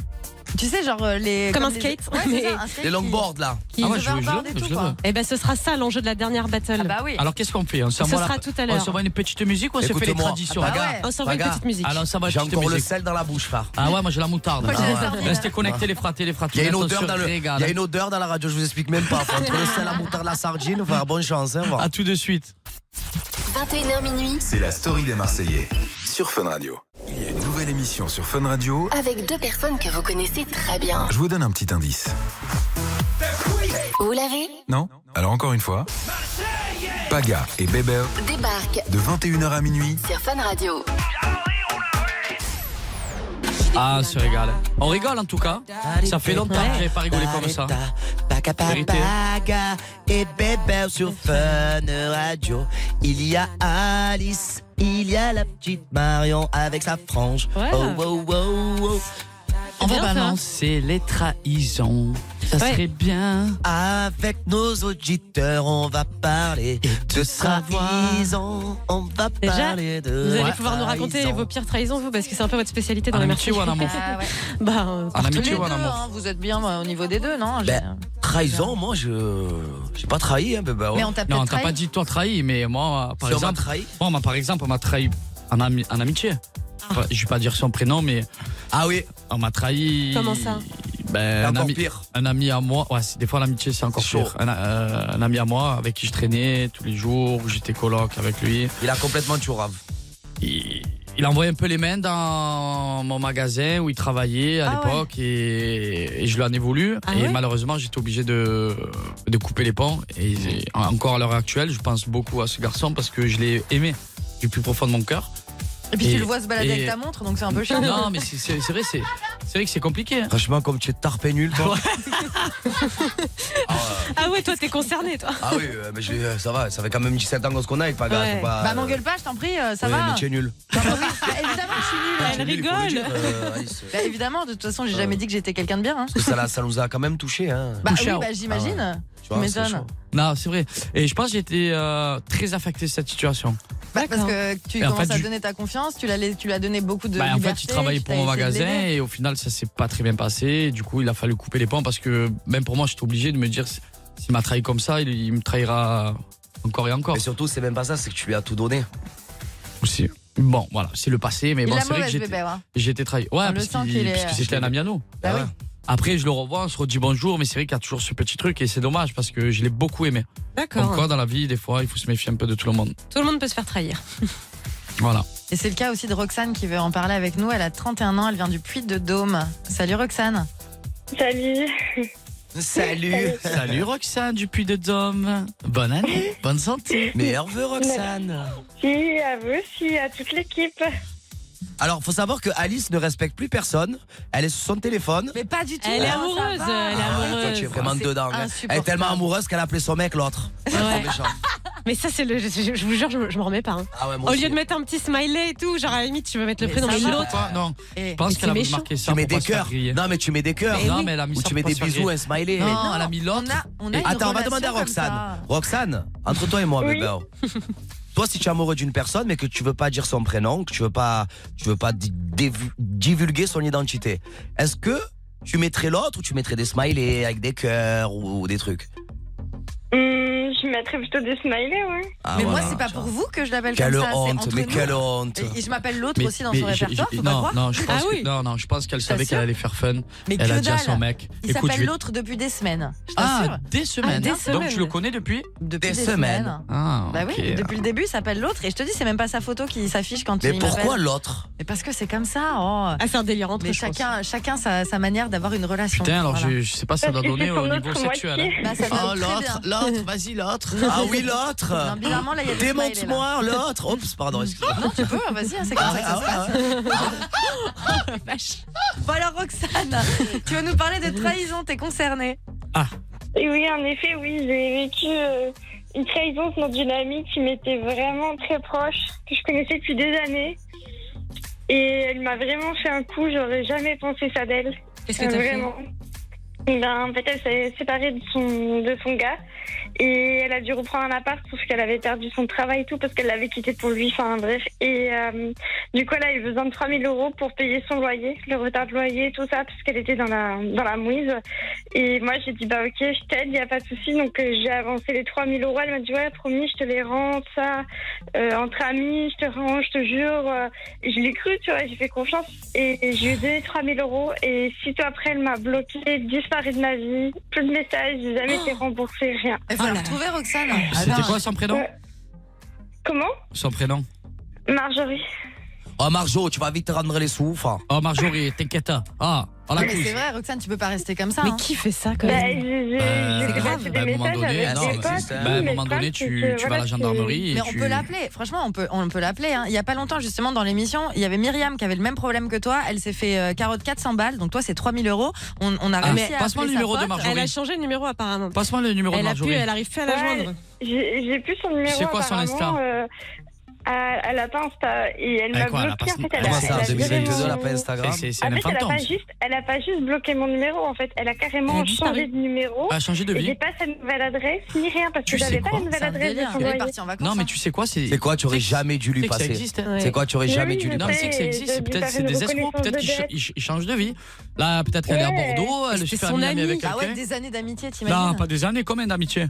Speaker 7: Tu sais, genre euh, les.
Speaker 8: Comme un
Speaker 7: les-
Speaker 8: skate.
Speaker 7: Ouais, c'est ça, un skate
Speaker 5: Les
Speaker 7: qui-
Speaker 5: longboards, là.
Speaker 8: Qui-
Speaker 6: Ah ouais,
Speaker 7: se
Speaker 6: je
Speaker 7: met
Speaker 6: veux,
Speaker 7: en
Speaker 6: je
Speaker 7: barre
Speaker 6: veux,
Speaker 7: et tout,
Speaker 6: je le
Speaker 7: quoi.
Speaker 6: veux.
Speaker 8: Eh ben, ce sera ça l'enjeu de la dernière battle.
Speaker 7: Ah bah oui.
Speaker 6: Alors, qu'est-ce qu'on fait On s'envoie
Speaker 8: sera
Speaker 6: la-
Speaker 8: tout à l'heure.
Speaker 6: On s'envoie une petite musique ou on se fait les
Speaker 5: Écoute-moi,
Speaker 6: traditions
Speaker 7: Ah bah ouais.
Speaker 8: On s'envoie une
Speaker 5: Baga,
Speaker 8: petite musique.
Speaker 6: Alors, on s'envoie une
Speaker 5: J'ai
Speaker 6: petite
Speaker 5: encore le
Speaker 6: musique.
Speaker 5: sel dans la bouche, frère.
Speaker 6: Ah ouais, moi j'ai la moutarde.
Speaker 7: Moi, j'ai
Speaker 6: Ah
Speaker 7: les
Speaker 6: ouais.
Speaker 7: sardines.
Speaker 6: Restez connectés les fratés, les fratés.
Speaker 5: Il y, a une odeur dans le, il y a une odeur dans la radio, je vous explique même pas. Enfin, entre le sel, la moutarde, la sardine, enfin, bonne chance. Hein, voilà.
Speaker 6: A tout de suite.
Speaker 3: 21h minuit
Speaker 1: C'est la story des Marseillais sur Fun Radio. Il y a une nouvelle émission sur Fun Radio.
Speaker 3: avec deux personnes que vous connaissez très bien.
Speaker 1: Je vous donne un petit indice.
Speaker 3: Vous l'avez
Speaker 1: Non Alors encore une fois. Paga et Bébert
Speaker 3: Débarque
Speaker 1: de 21h à minuit.
Speaker 3: sur Fun Radio.
Speaker 6: Ah, on se régale. On rigole en tout cas. Ça fait longtemps que j'avais pas rigolé comme ça.
Speaker 5: Paga,
Speaker 6: Vérité.
Speaker 5: paga et bébé sur Fun Radio. Il y a Alice, il y a la petite Marion avec sa frange.
Speaker 8: Ouais.
Speaker 5: Oh, oh, oh, oh.
Speaker 6: On va
Speaker 8: bien, ça.
Speaker 6: balancer les trahisons. Ça
Speaker 8: Ouais.
Speaker 6: serait bien.
Speaker 5: Avec nos auditeurs, on va parler de trahison. On va
Speaker 8: Déjà,
Speaker 5: parler de.
Speaker 8: Vous allez
Speaker 5: la
Speaker 8: pouvoir nous raconter
Speaker 5: trahison.
Speaker 8: vos pires trahisons, vous, parce que c'est un peu votre spécialité dans
Speaker 6: En
Speaker 8: la
Speaker 6: amitié
Speaker 8: Marseille.
Speaker 6: ou en amour
Speaker 7: Ah ouais.
Speaker 8: Bah, euh,
Speaker 6: En
Speaker 7: Tous les
Speaker 6: amitié
Speaker 7: deux,
Speaker 6: ou en amour Bah,
Speaker 7: hein, vous êtes bien euh, au niveau des deux, non
Speaker 5: Ben, Trahison, moi, je. J'ai pas trahi, hein, bébé. ouais.
Speaker 7: Mais on t'a
Speaker 6: Non,
Speaker 7: peut-être
Speaker 6: t'as
Speaker 7: trahi.
Speaker 6: pas dit toi trahi, mais moi, par
Speaker 5: Si on m'a
Speaker 6: exemple.
Speaker 5: trahi.
Speaker 6: Moi, on m'a, par exemple, on m'a trahi en, ami- en amitié.
Speaker 7: Ah.
Speaker 6: Enfin, je vais pas dire son prénom, mais
Speaker 5: Ah oui,
Speaker 6: on m'a trahi.
Speaker 8: Comment ça
Speaker 6: ben, un,
Speaker 5: encore
Speaker 6: ami,
Speaker 5: pire.
Speaker 6: un ami à moi. Ouais, c'est- des fois, l'amitié, c'est encore
Speaker 5: C'est chaud.
Speaker 6: pire. Un, euh, un ami à moi avec qui je traînais tous les jours, où j'étais coloc avec lui.
Speaker 5: Il a complètement tué au rave.
Speaker 6: il, il envoyait un peu les mains dans mon magasin où il travaillait à
Speaker 7: Ah ouais.
Speaker 6: l'époque et, et je lui en ai voulu.
Speaker 8: Ah
Speaker 6: et
Speaker 8: ouais
Speaker 6: malheureusement, j'étais obligé de, de couper les ponts. Et encore à l'heure actuelle, je pense beaucoup à ce garçon parce que je l'ai aimé du plus profond de mon cœur.
Speaker 7: Et puis tu le vois se balader avec ta montre, donc c'est un peu chiant.
Speaker 6: Non, mais c'est- c'est c'est vrai, c'est c'est vrai que c'est compliqué. hein.
Speaker 5: Franchement, comme tu es tarpé nul, toi. euh,
Speaker 8: Ah ouais, toi, t'es concerné, toi.
Speaker 5: Ah oui, euh, mais je- euh, ça va, ça fait quand même 17 ans qu'on se connaît, pas grave.
Speaker 8: Ouais.
Speaker 5: faut Pas,
Speaker 7: Bah, m'engueule pas, je t'en prie, euh, ça
Speaker 5: oui,
Speaker 7: va.
Speaker 5: mais tu es nul.
Speaker 7: Ah, évidemment, je suis nulle.
Speaker 5: Tu es nul, il faut le dire, euh, Alice.
Speaker 7: Bah, évidemment, de toute façon, j'ai
Speaker 6: Euh.
Speaker 7: jamais dit que j'étais quelqu'un de bien. hein.
Speaker 5: Parce que ça, l'a- ça nous a quand même touché. Hein. Ah
Speaker 7: Bah oui, bah, j'imagine.
Speaker 5: Tu
Speaker 7: Tu
Speaker 5: vois, c'est
Speaker 7: m'étonnes.
Speaker 5: chaud.
Speaker 6: Non, c'est vrai. Et je pense que j'étais euh, très affecté de cette situation.
Speaker 7: Bah, parce que tu
Speaker 6: Et en
Speaker 7: commences
Speaker 6: fait,
Speaker 7: à
Speaker 6: du-
Speaker 7: donner ta confiance, tu l'as la- tu lui as donné beaucoup de
Speaker 6: Bah, en fait,
Speaker 7: liberté,
Speaker 6: il travaillait
Speaker 7: tu
Speaker 6: pour
Speaker 7: t'as
Speaker 6: mon
Speaker 7: essayé de
Speaker 6: magasin
Speaker 7: l'aider.
Speaker 6: et au final, ça s'est pas très bien passé. Du coup, il a fallu couper les ponts parce que même pour moi, j'étais obligé de me dire si- s'il m'a trahi comme ça, il, il me trahira encore et encore.
Speaker 5: Et surtout, c'est même pas ça, c'est que tu lui as tout donné.
Speaker 6: Aussi. Bon, voilà, c'est le passé, mais
Speaker 7: Il
Speaker 6: bon,
Speaker 7: a
Speaker 6: c'est vrai que
Speaker 7: mauvaise
Speaker 6: j'étais-
Speaker 7: bébé, ouais.
Speaker 6: j'ai été trahi. Ouais,
Speaker 7: On le
Speaker 6: parce,
Speaker 7: sent
Speaker 6: qu'il-
Speaker 7: qu'il est-
Speaker 6: parce que c'était un Amiano.
Speaker 7: Bah oui.
Speaker 6: Après, je le revois, on se redit bonjour, mais c'est vrai qu'il y a toujours ce petit truc et c'est dommage parce que je l'ai beaucoup aimé.
Speaker 8: D'accord.
Speaker 6: Encore dans la vie, des fois, il faut se méfier un peu de tout le monde.
Speaker 8: Tout le monde peut se faire trahir.
Speaker 6: Voilà.
Speaker 7: Et c'est le cas aussi de Roxane qui veut en parler avec nous. Elle a 31 ans, elle vient du Puy de Dôme. Salut Roxane.
Speaker 15: Salut.
Speaker 5: Salut.
Speaker 6: Salut Roxane du Puy de Dôme. Bonne année, bonne santé.
Speaker 5: Meilleurs vœux, Roxane.
Speaker 15: Merci à vous aussi, à toute l'équipe.
Speaker 5: Alors, faut savoir que Alice ne respecte plus personne. Elle est sur son téléphone.
Speaker 7: Mais pas du tout.
Speaker 8: Elle est
Speaker 7: hein, ça
Speaker 8: amoureuse,
Speaker 7: va.
Speaker 8: elle est
Speaker 5: Ah ouais, toi, tu es vraiment
Speaker 8: C'est
Speaker 5: dedans. hein. Elle est
Speaker 8: insupportable.
Speaker 5: tellement amoureuse qu'elle a appelé son mec l'autre. C'est trop méchant.
Speaker 8: Mais ça, c'est le. Je, je- je vous jure, je, me- je m'en remets pas. hein.
Speaker 5: Ah ouais, moi
Speaker 8: Au
Speaker 5: aussi.
Speaker 8: lieu de mettre un petit smiley et tout, genre à la limite, tu veux mettre le
Speaker 6: Mais
Speaker 8: prénom
Speaker 6: ça
Speaker 8: de
Speaker 6: va.
Speaker 8: l'autre.
Speaker 6: Non,
Speaker 8: Et-
Speaker 6: je pense
Speaker 8: et
Speaker 6: qu'elle
Speaker 8: c'est
Speaker 6: a
Speaker 8: méchant.
Speaker 6: marqué ça.
Speaker 5: Tu mets
Speaker 6: pour pas
Speaker 5: des
Speaker 6: se faire
Speaker 5: cœurs.
Speaker 6: griller.
Speaker 5: Non, mais tu mets des cœurs.
Speaker 6: Mais Non, oui. mais elle a mis
Speaker 5: Ou
Speaker 6: ça
Speaker 5: tu
Speaker 6: pour
Speaker 5: mets
Speaker 6: pas
Speaker 5: des
Speaker 6: se faire
Speaker 5: bisous,
Speaker 6: griller.
Speaker 5: un smiley.
Speaker 6: Non, elle a mis l'autre.
Speaker 7: On a une
Speaker 5: Attends, on va demander à
Speaker 7: relation comme ça.
Speaker 5: Roxane. Roxane, entre toi et moi,
Speaker 7: Oui.
Speaker 5: bébé. Toi, si tu es amoureux d'une personne, mais que tu veux pas dire son prénom, que tu veux pas, tu veux pas di- dévu- divulguer son identité, est-ce que tu mettrais l'autre ou tu mettrais des smileys avec des cœurs ou, ou des trucs
Speaker 15: Hum, je mettrais plutôt des smileys, ouais.
Speaker 5: Ah,
Speaker 7: mais
Speaker 5: voilà.
Speaker 7: moi, c'est pas pour vous que je l'appelle
Speaker 5: Quelle
Speaker 7: comme ça. c'est
Speaker 5: honte,
Speaker 7: entre
Speaker 5: mais
Speaker 7: nous.
Speaker 5: quelle honte.
Speaker 7: Et, et je m'appelle l'autre
Speaker 6: Mais-
Speaker 7: aussi dans
Speaker 6: mais
Speaker 7: son
Speaker 6: j'ai-
Speaker 7: répertoire,
Speaker 6: j'ai-
Speaker 7: faut pas
Speaker 6: non,
Speaker 7: croire.
Speaker 6: non, je pense
Speaker 7: ah oui.
Speaker 6: que- non, non, je pense qu'elle savait qu'elle allait faire fun.
Speaker 7: Mais
Speaker 6: elle
Speaker 7: que
Speaker 6: a dit à
Speaker 7: dalle.
Speaker 6: son mec.
Speaker 7: Il
Speaker 6: écoute, je
Speaker 7: s'appelle
Speaker 6: vais-
Speaker 7: l'autre depuis des semaines. Je t'assure.
Speaker 6: Ah, des semaines.
Speaker 7: des
Speaker 6: hein. Donc tu
Speaker 7: semaines.
Speaker 6: le connais depuis
Speaker 7: Depuis des semaines.
Speaker 6: Ah,
Speaker 7: Bah oui,
Speaker 6: ok.
Speaker 7: depuis le début, il s'appelle l'autre. Et je te dis, c'est même pas sa photo qui s'affiche quand
Speaker 5: Mais
Speaker 7: il
Speaker 5: pourquoi
Speaker 7: m'appelle.
Speaker 5: l'autre
Speaker 7: Mais parce que c'est comme ça. Oh.
Speaker 8: Ah, c'est un délire entre
Speaker 7: Mais chacun, chacun sa, sa manière d'avoir une relation.
Speaker 6: Putain, alors
Speaker 7: Voilà.
Speaker 6: je, je sais pas si ça doit donner au niveau sexuel. hein.
Speaker 7: Bah, ça donne
Speaker 5: Oh,
Speaker 7: très
Speaker 5: l'autre,
Speaker 7: bien.
Speaker 5: l'autre, vas-y, l'autre. Ah oui, l'autre.
Speaker 7: Non, bizarrement, là, il y a des
Speaker 5: Démonte-moi l'autre. Oups, pardon, excuse-moi.
Speaker 7: Non, tu peux, vas-y, hein, c'est comme ça que ça
Speaker 6: Ah,
Speaker 7: se passe. Ah, Bon alors Roxane, tu vas nous parler de trahison, t'es concernée.
Speaker 15: Et oui, en effet, oui, j'ai vécu euh, une trahison venant d'une amie qui m'était vraiment très proche, que je connaissais depuis des années. Et elle m'a vraiment fait un coup, j'aurais jamais pensé ça d'elle. Euh,
Speaker 8: Qu'est-ce que t'as fait
Speaker 15: Vraiment. Ben, en fait, elle s'est séparée de son, de son gars. Et elle a dû reprendre un appart parce qu'elle avait perdu son travail et tout, parce qu'elle l'avait quitté pour lui, enfin bref. Et euh, du coup, elle a eu besoin de 3000 euros pour payer son loyer, le retard de loyer, tout ça, parce qu'elle était dans la, dans la mouise. Et moi, j'ai dit, bah ok, je t'aide, il a pas de souci. Donc, euh, j'ai avancé les 3000 euros. Elle m'a dit, ouais, promis, je te les rends, ça, euh, entre amis, je te rends, je te jure. Euh, Je l'ai cru, tu vois, j'ai fait confiance. Et, et je lui ai donné 3000 euros. Et six mois après, elle m'a bloqué, disparu de ma vie. Plus de messages, j'ai jamais été
Speaker 8: Oh.
Speaker 15: remboursée, rien.
Speaker 7: Il
Speaker 6: Oh
Speaker 7: faut la retrouver Roxane.
Speaker 6: C'était quoi son prénom
Speaker 15: Euh, Comment
Speaker 6: Son prénom
Speaker 15: Marjorie.
Speaker 5: Oh, Marjo, tu vas vite te rendre les sous. enfin.
Speaker 6: Oh, Marjorie, t'inquiète. pas. Ah, on la
Speaker 7: Mais
Speaker 6: couche.
Speaker 7: c'est vrai Roxane, tu peux pas rester comme ça.
Speaker 8: Mais
Speaker 7: hein.
Speaker 8: qui fait ça quand
Speaker 15: Bah,
Speaker 8: même
Speaker 15: j'ai- j'ai-
Speaker 6: Euh,
Speaker 15: j'ai
Speaker 6: grave.
Speaker 15: passé
Speaker 6: Bah, à un
Speaker 15: des
Speaker 6: moment
Speaker 15: messages
Speaker 6: donné,
Speaker 15: avec
Speaker 6: non,
Speaker 15: des
Speaker 6: mais
Speaker 15: potes.
Speaker 6: c'est ça. Bah, à un moment
Speaker 15: mais le problème,
Speaker 6: donné,
Speaker 15: c'est
Speaker 6: tu-
Speaker 15: que,
Speaker 6: tu vas à la
Speaker 15: c'est-
Speaker 6: gendarmerie et
Speaker 7: Mais on
Speaker 6: tu-
Speaker 7: peut l'appeler, franchement, on peut, on peut l'appeler. hein. Il y a pas longtemps, justement, dans l'émission, il y avait Myriam qui avait le même problème que toi. Elle s'est fait euh, carotte 400 balles, donc toi, c'est 3000 euros. On, on a
Speaker 6: Ah,
Speaker 7: réussi à.
Speaker 6: passe-moi le
Speaker 7: appeler sa
Speaker 6: numéro de
Speaker 7: pote.
Speaker 6: Marjorie.
Speaker 8: Elle a changé de numéro apparemment.
Speaker 6: Passe-moi le numéro de
Speaker 8: elle a pu,
Speaker 6: Marjorie.
Speaker 8: elle arrive plus à la
Speaker 15: Ouais,
Speaker 8: joindre.
Speaker 15: J'ai j'ai plus son numéro.
Speaker 6: C'est quoi son Insta
Speaker 15: apparemment, euh, elle, elle a pas Insta et elle m'a
Speaker 6: Eh, quoi,
Speaker 15: bloqué.
Speaker 6: elle a pas
Speaker 15: en fait,
Speaker 6: Insta-
Speaker 15: elle a-
Speaker 5: Comment ça, en
Speaker 15: elle a viré
Speaker 5: 2022, elle a
Speaker 15: mon-
Speaker 5: pas Instagram
Speaker 6: C'est- c'est- c'est
Speaker 15: En
Speaker 6: une
Speaker 15: fait, elle a
Speaker 6: fantôme.
Speaker 15: pas juste, elle a pas juste bloqué mon numéro. En fait, elle a
Speaker 8: Elle a
Speaker 15: carrément
Speaker 8: disparu.
Speaker 15: changé de numéro.
Speaker 6: Elle a changé de
Speaker 15: Et
Speaker 6: vie.
Speaker 15: J'ai pas sa nouvelle adresse ni rien parce
Speaker 6: Tu
Speaker 15: que
Speaker 6: sais
Speaker 15: j'avais pas
Speaker 6: quoi
Speaker 15: la nouvelle
Speaker 7: C'est un
Speaker 15: adresse de
Speaker 7: délire.
Speaker 15: son
Speaker 7: Elle est
Speaker 15: loyer.
Speaker 7: partie en vacances.
Speaker 6: Non, mais tu sais quoi C'est
Speaker 5: C'est quoi, tu aurais jamais dû lui
Speaker 6: C'est que ça
Speaker 5: passer
Speaker 6: existe, hein.
Speaker 5: C'est quoi, tu aurais
Speaker 15: Mais
Speaker 5: jamais
Speaker 15: oui,
Speaker 5: dû lui
Speaker 15: je
Speaker 6: Non,
Speaker 5: passer
Speaker 6: mais c'est que ça
Speaker 15: Et
Speaker 6: existe.
Speaker 15: de-
Speaker 6: Peut-être
Speaker 15: de
Speaker 6: c'est
Speaker 15: faire une
Speaker 6: des escrocs.
Speaker 15: reconnaissance
Speaker 6: Peut-être
Speaker 15: de
Speaker 6: qu'ils ch-
Speaker 15: dette.
Speaker 6: ils ch- ils changent de vie. Là, peut-être qu'elle est à
Speaker 15: Ouais.
Speaker 6: Bordeaux. Elle se
Speaker 8: C'était
Speaker 6: fait
Speaker 8: son
Speaker 6: un ami
Speaker 8: ami.
Speaker 6: avec
Speaker 7: Ah ouais,
Speaker 6: quelqu'un.
Speaker 7: des années d'amitié, t'imagines
Speaker 6: Non, pas des années. Combien d'amitié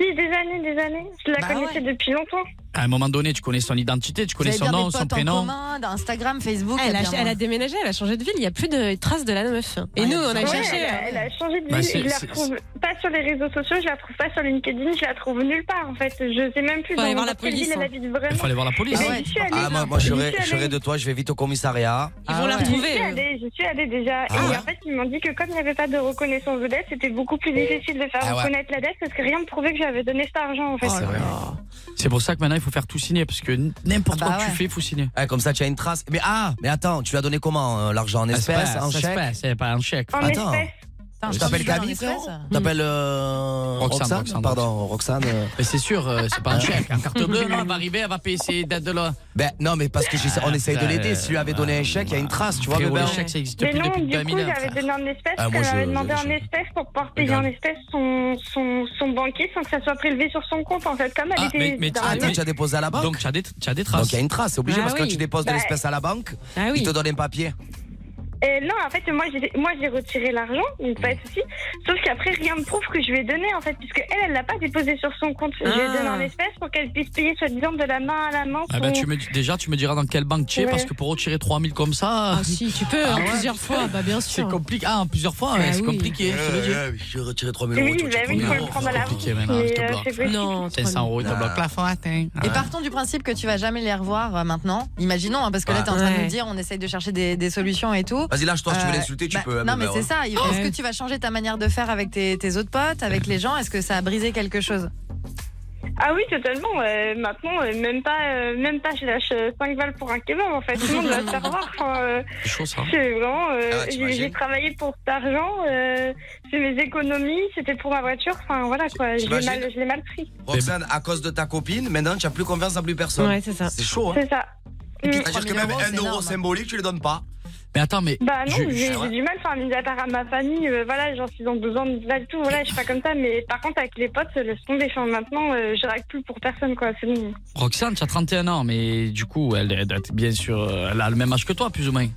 Speaker 15: Si des années, des années. Je la
Speaker 7: Bah
Speaker 15: connaissais depuis longtemps.
Speaker 6: À un moment donné, tu connais son identité, tu
Speaker 7: Vous
Speaker 6: connais
Speaker 7: allez
Speaker 6: son
Speaker 7: dire des
Speaker 6: nom, son
Speaker 7: potes en
Speaker 6: prénom.
Speaker 7: commun, d'Instagram, Facebook.
Speaker 8: Ah, Elle a,
Speaker 7: il y a bien
Speaker 8: elle a
Speaker 7: moins.
Speaker 8: déménagé, elle a changé de ville, il n'y a plus de traces de la meuf. Et
Speaker 7: Ah,
Speaker 8: nous,
Speaker 7: il y a
Speaker 8: on a
Speaker 7: plus
Speaker 15: Ouais,
Speaker 8: cherché. hein. euh.
Speaker 15: elle, a- elle a changé de
Speaker 6: Bah,
Speaker 15: ville.
Speaker 6: c'est-
Speaker 15: je la
Speaker 6: c'est-
Speaker 15: retrouve pas sur les réseaux sociaux, je la retrouve pas sur LinkedIn, je la trouve nulle part en fait. Je sais même plus.
Speaker 8: Faut aller
Speaker 15: dans
Speaker 8: voir la
Speaker 15: quelle
Speaker 8: police,
Speaker 15: ville
Speaker 8: hein.
Speaker 15: Elle habite vraiment.
Speaker 6: Il fallait voir la police.
Speaker 7: Ah ouais.
Speaker 15: Mais j'y suis allée.
Speaker 5: Ah, moi, moi je
Speaker 15: J'y
Speaker 5: serais
Speaker 15: suis
Speaker 5: je serais
Speaker 15: allée.
Speaker 5: de toi, je vais vite au commissariat.
Speaker 8: Ils
Speaker 6: Ah.
Speaker 8: vont la
Speaker 15: J'y suis
Speaker 8: retrouver. euh.
Speaker 15: allée, j'y suis allée déjà.
Speaker 5: Ah
Speaker 15: et
Speaker 5: ouais.
Speaker 15: en fait, ils m'ont dit que comme il n'y avait pas de reconnaissance de dette, c'était beaucoup plus difficile de faire
Speaker 5: Ah ouais.
Speaker 7: Oh
Speaker 15: reconnaître la dette parce que rien ne prouvait que j'avais donné cet argent en fait.
Speaker 5: C'est vrai.
Speaker 6: C'est pour ça que maintenant il faut faire tout signer parce que n- n'importe quoi que tu fais, il faut signer.
Speaker 5: Ouais, comme ça, tu as une trace. Mais ah, mais attends, tu lui as donné comment euh, l'argent En espèces En chèque
Speaker 6: C'est pas un chèque.
Speaker 5: En Attends. espèces. Je t'appelle Camille, frérot Je t'appelle euh,
Speaker 6: Roxane, Roxane,
Speaker 5: Pardon, Roxane. euh.
Speaker 6: Mais c'est sûr, euh, c'est pas un chèque. En carte bleue, non, elle va arriver, elle va payer ses dettes de l'eau.
Speaker 5: Ben non, mais parce que j'essa- on essaye de l'aider. Si lui avait donné un chèque, il y a une trace, tu vois.
Speaker 6: Ah, Frérot,
Speaker 5: bébé.
Speaker 6: le chèque, ça existe
Speaker 15: Mais non, du coup, j'avais donné en espèces,
Speaker 5: Ah, moi,
Speaker 15: qu'elle
Speaker 5: je-
Speaker 15: avait demandé
Speaker 5: je-
Speaker 15: en espèces pour pouvoir payer en
Speaker 5: Regarde.
Speaker 15: espèces son, son, son banquier sans que ça soit prélevé sur son compte, en fait, comme
Speaker 5: Ah,
Speaker 6: Ah,
Speaker 15: elle était dans la rue.
Speaker 5: déposé à la banque
Speaker 6: Donc tu as des, tu as des traces.
Speaker 5: Donc il y a une trace, c'est obligé,
Speaker 15: Ah
Speaker 5: parce que
Speaker 15: oui.
Speaker 5: quand tu déposes de
Speaker 15: Bah,
Speaker 5: l'espèce à la banque,
Speaker 15: Ah oui.
Speaker 5: ils te donnent un papier.
Speaker 6: Oh,
Speaker 15: Euh, non, en fait, moi, j'ai, moi, j'ai retiré l'argent, donc pas de souci. Sauf qu'après, rien ne prouve que je lui ai donné, en fait, puisque elle, elle l'a pas déposé sur son compte. Je lui ai
Speaker 6: Ah.
Speaker 15: donné en espèces pour qu'elle puisse payer, soi-disant, de la main à la main.
Speaker 5: bah,
Speaker 6: Ah ben,
Speaker 15: son-
Speaker 6: tu me, dis- déjà, tu me diras dans quelle banque tu es,
Speaker 15: Ouais.
Speaker 6: parce que pour retirer 3000 comme ça.
Speaker 8: Ah si, tu peux, en plusieurs fois, bah bien sûr.
Speaker 6: C'est compliqué. Ah, en plusieurs fois, ouais,
Speaker 8: Ah
Speaker 6: c'est
Speaker 8: oui.
Speaker 6: compliqué. je te le dis.
Speaker 5: Euh, J'ai retiré 3000
Speaker 6: Oui,
Speaker 5: euros. tu
Speaker 6: bah
Speaker 5: vois, tu
Speaker 6: oui,
Speaker 5: prends
Speaker 6: faut
Speaker 5: mille
Speaker 6: le
Speaker 5: euros.
Speaker 6: prendre à la
Speaker 5: compliqué,
Speaker 6: route.
Speaker 5: maintenant,
Speaker 6: Mais,
Speaker 5: je te
Speaker 6: euh,
Speaker 5: bloque.
Speaker 6: c'est possible. Non, 500 euros, il te
Speaker 5: Ah.
Speaker 6: bloque. Plafond hein. atteint.
Speaker 7: Et partons du principe que tu vas jamais les revoir euh, maintenant. Imaginons, hein, parce que là,
Speaker 5: Ouais.
Speaker 7: t'es en train de
Speaker 5: Ouais.
Speaker 7: nous dire, on essaye de chercher des, des solutions et tout.
Speaker 5: Vas-y, lâche-toi, si tu veux
Speaker 7: Euh,
Speaker 5: l'insulter, tu
Speaker 7: bah,
Speaker 5: peux, hein,
Speaker 7: Non,
Speaker 5: mais
Speaker 7: mais
Speaker 5: bah,
Speaker 7: c'est
Speaker 5: ouais.
Speaker 7: ça. Est-ce que tu vas changer ta manière de faire avec tes, tes autres potes, avec les gens Est-ce que ça a brisé quelque chose
Speaker 15: Ah oui, totalement. euh, maintenant, euh, même pas, euh, même pas, je lâche 5 balles pour un kebab. En fait, tout le monde va le savoir. Enfin, euh,
Speaker 6: C'est chaud, ça.
Speaker 15: c'est vraiment. euh,
Speaker 6: Ah ouais,
Speaker 15: j'ai-
Speaker 6: t'imagines
Speaker 15: J'ai travaillé pour cet argent. euh, c'est mes économies. C'était pour ma voiture. Enfin, voilà quoi. Je l'ai
Speaker 5: T'imagines
Speaker 15: mal, je l'ai mal pris.
Speaker 5: Roxane, à cause de ta copine, maintenant tu n'as plus confiance en plus personne.
Speaker 15: Ouais, c'est ça.
Speaker 5: C'est chaud, hein.
Speaker 15: C'est ça. Mm.
Speaker 5: C'est-à-dire que même un euro symbolique, tu ne le donnes pas.
Speaker 6: Mais attends, mais.
Speaker 15: Bah non,
Speaker 5: Je-
Speaker 15: j'ai
Speaker 5: je-
Speaker 15: j'ai du mal, enfin, mis à part à ma famille, euh, voilà, genre s'ils ont besoin de là et tout, voilà, je suis pas comme ça, mais par contre, avec les potes, euh, laisse tomber, enfin, maintenant, euh, je règle plus pour personne, quoi, c'est bon.
Speaker 6: Roxane, tu as 31 ans, mais du coup, elle, elle doit être bien sûr. euh, Elle a le même âge que toi, plus ou moins.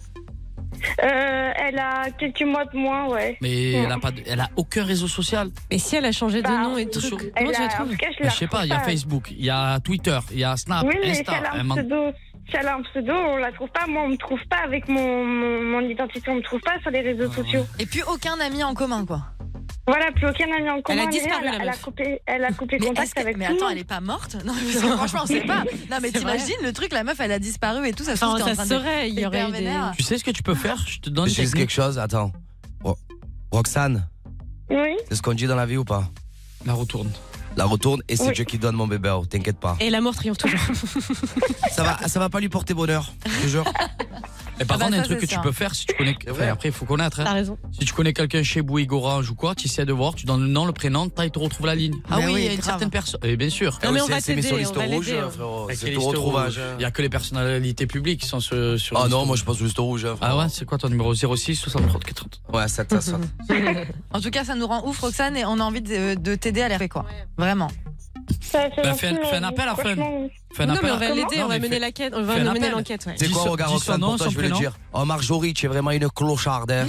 Speaker 15: Euh, elle a quelques mois de moins, ouais.
Speaker 6: Mais
Speaker 15: Ouais.
Speaker 6: elle, a pas de- elle a aucun réseau social.
Speaker 8: Mais si elle a changé de
Speaker 15: Bah,
Speaker 8: nom et de truc,
Speaker 15: elle
Speaker 8: comment tu
Speaker 15: a-
Speaker 8: la
Speaker 15: en
Speaker 8: trouves
Speaker 15: tout cas, je
Speaker 6: Je
Speaker 15: la
Speaker 6: sais pas,
Speaker 15: retrouve
Speaker 6: il y a Facebook, il y a Twitter, il y a Snap,
Speaker 15: Oui, mais si
Speaker 6: Insta. hein,
Speaker 15: elle a
Speaker 6: elle
Speaker 15: un
Speaker 6: manque-
Speaker 15: pseudo, si elle a un pseudo, on la trouve pas. Moi, on me trouve pas avec mon, mon, mon identité, on me trouve pas sur les réseaux sociaux.
Speaker 7: Et puis aucun ami en commun, quoi.
Speaker 15: Voilà, plus aucun ami en commun.
Speaker 7: a
Speaker 15: ni rien.
Speaker 7: disparu, la
Speaker 15: elle, a
Speaker 7: meuf.
Speaker 15: coupé, elle a coupé
Speaker 7: Mais,
Speaker 15: contact
Speaker 7: est-ce que-
Speaker 15: avec
Speaker 7: mais
Speaker 15: tout le
Speaker 7: attends,
Speaker 15: monde.
Speaker 7: elle est pas morte Non, mais parce que franchement, on sait pas. Non, mais
Speaker 15: C'est
Speaker 7: t'imagines le truc, la meuf, elle a disparu et tout, ça se
Speaker 8: Enfin,
Speaker 7: trouve, t'es en
Speaker 8: ça
Speaker 7: train
Speaker 8: se saurait, il y
Speaker 7: hyper
Speaker 8: aurait eu des-
Speaker 7: vénère.
Speaker 6: Tu sais ce que tu peux faire Je te donne
Speaker 5: Je
Speaker 6: des
Speaker 5: juste quelque chose, attends. Ro- Roxane,
Speaker 15: Oui.
Speaker 5: c'est ce qu'on dit dans la vie ou pas
Speaker 6: La retourne.
Speaker 5: La retourne et c'est
Speaker 8: Oui.
Speaker 5: Dieu qui donne mon bébé, oh, t'inquiète pas.
Speaker 8: Et l'amour triomphe toujours.
Speaker 5: Ça va, ça va pas lui porter bonheur, je te jure.
Speaker 6: Mais par
Speaker 8: Ah bah,
Speaker 6: contre, il y a un
Speaker 8: ça,
Speaker 6: truc que
Speaker 8: c'est
Speaker 6: tu
Speaker 8: ça.
Speaker 6: peux faire si tu connais. Enfin, après, il faut connaître. hein.
Speaker 8: T'as raison.
Speaker 6: Si tu connais quelqu'un chez Bouygues Orange ou quoi, tu essaies de voir, tu donnes le nom, le prénom, taille, tu retrouves la ligne. Ah
Speaker 8: Mais
Speaker 6: oui,
Speaker 8: oui,
Speaker 6: il y a une
Speaker 8: grave.
Speaker 6: certaine personne. Et bien sûr.
Speaker 8: Non, mais on va t'aider, on va l'aider,
Speaker 6: hein,
Speaker 8: on-
Speaker 6: Avec
Speaker 5: c'est
Speaker 6: les
Speaker 5: tout
Speaker 6: listes
Speaker 5: retrouvage,
Speaker 6: rouges.
Speaker 5: hein.
Speaker 6: Il n'y a que les personnalités publiques qui sont sur. sur
Speaker 5: Ah
Speaker 6: les
Speaker 5: non,
Speaker 6: listes
Speaker 5: moi je pense juste au rouge.
Speaker 6: Ah ouais, c'est quoi ton numéro 06 63 40
Speaker 5: Ouais, ça te ça.
Speaker 7: En tout cas, ça nous rend ouf, Roxane, et on a envie de, de t'aider à l'air quoi. Vraiment.
Speaker 15: Ça, ça
Speaker 6: Bah,
Speaker 15: va
Speaker 6: fais,
Speaker 15: plus,
Speaker 6: un- fais un
Speaker 15: euh,
Speaker 6: appel à Fun.
Speaker 15: franchement.
Speaker 6: Fais un
Speaker 8: Non,
Speaker 6: appel
Speaker 8: mais
Speaker 6: à
Speaker 8: on va
Speaker 6: Fun.
Speaker 8: l'aider,
Speaker 6: Non,
Speaker 8: on va
Speaker 6: mais
Speaker 8: mener
Speaker 6: fais-
Speaker 8: l'enquête, on va
Speaker 6: fais un
Speaker 8: mener
Speaker 6: appel.
Speaker 8: l'enquête, ouais.
Speaker 5: C'est quoi,
Speaker 6: son-
Speaker 5: regarde,
Speaker 6: dis son
Speaker 5: Roxane,
Speaker 6: nom,
Speaker 5: pour toi,
Speaker 6: son
Speaker 5: je vais le
Speaker 6: prénom.
Speaker 5: dire. Oh, Marjorie, tu es vraiment une clocharde, hein.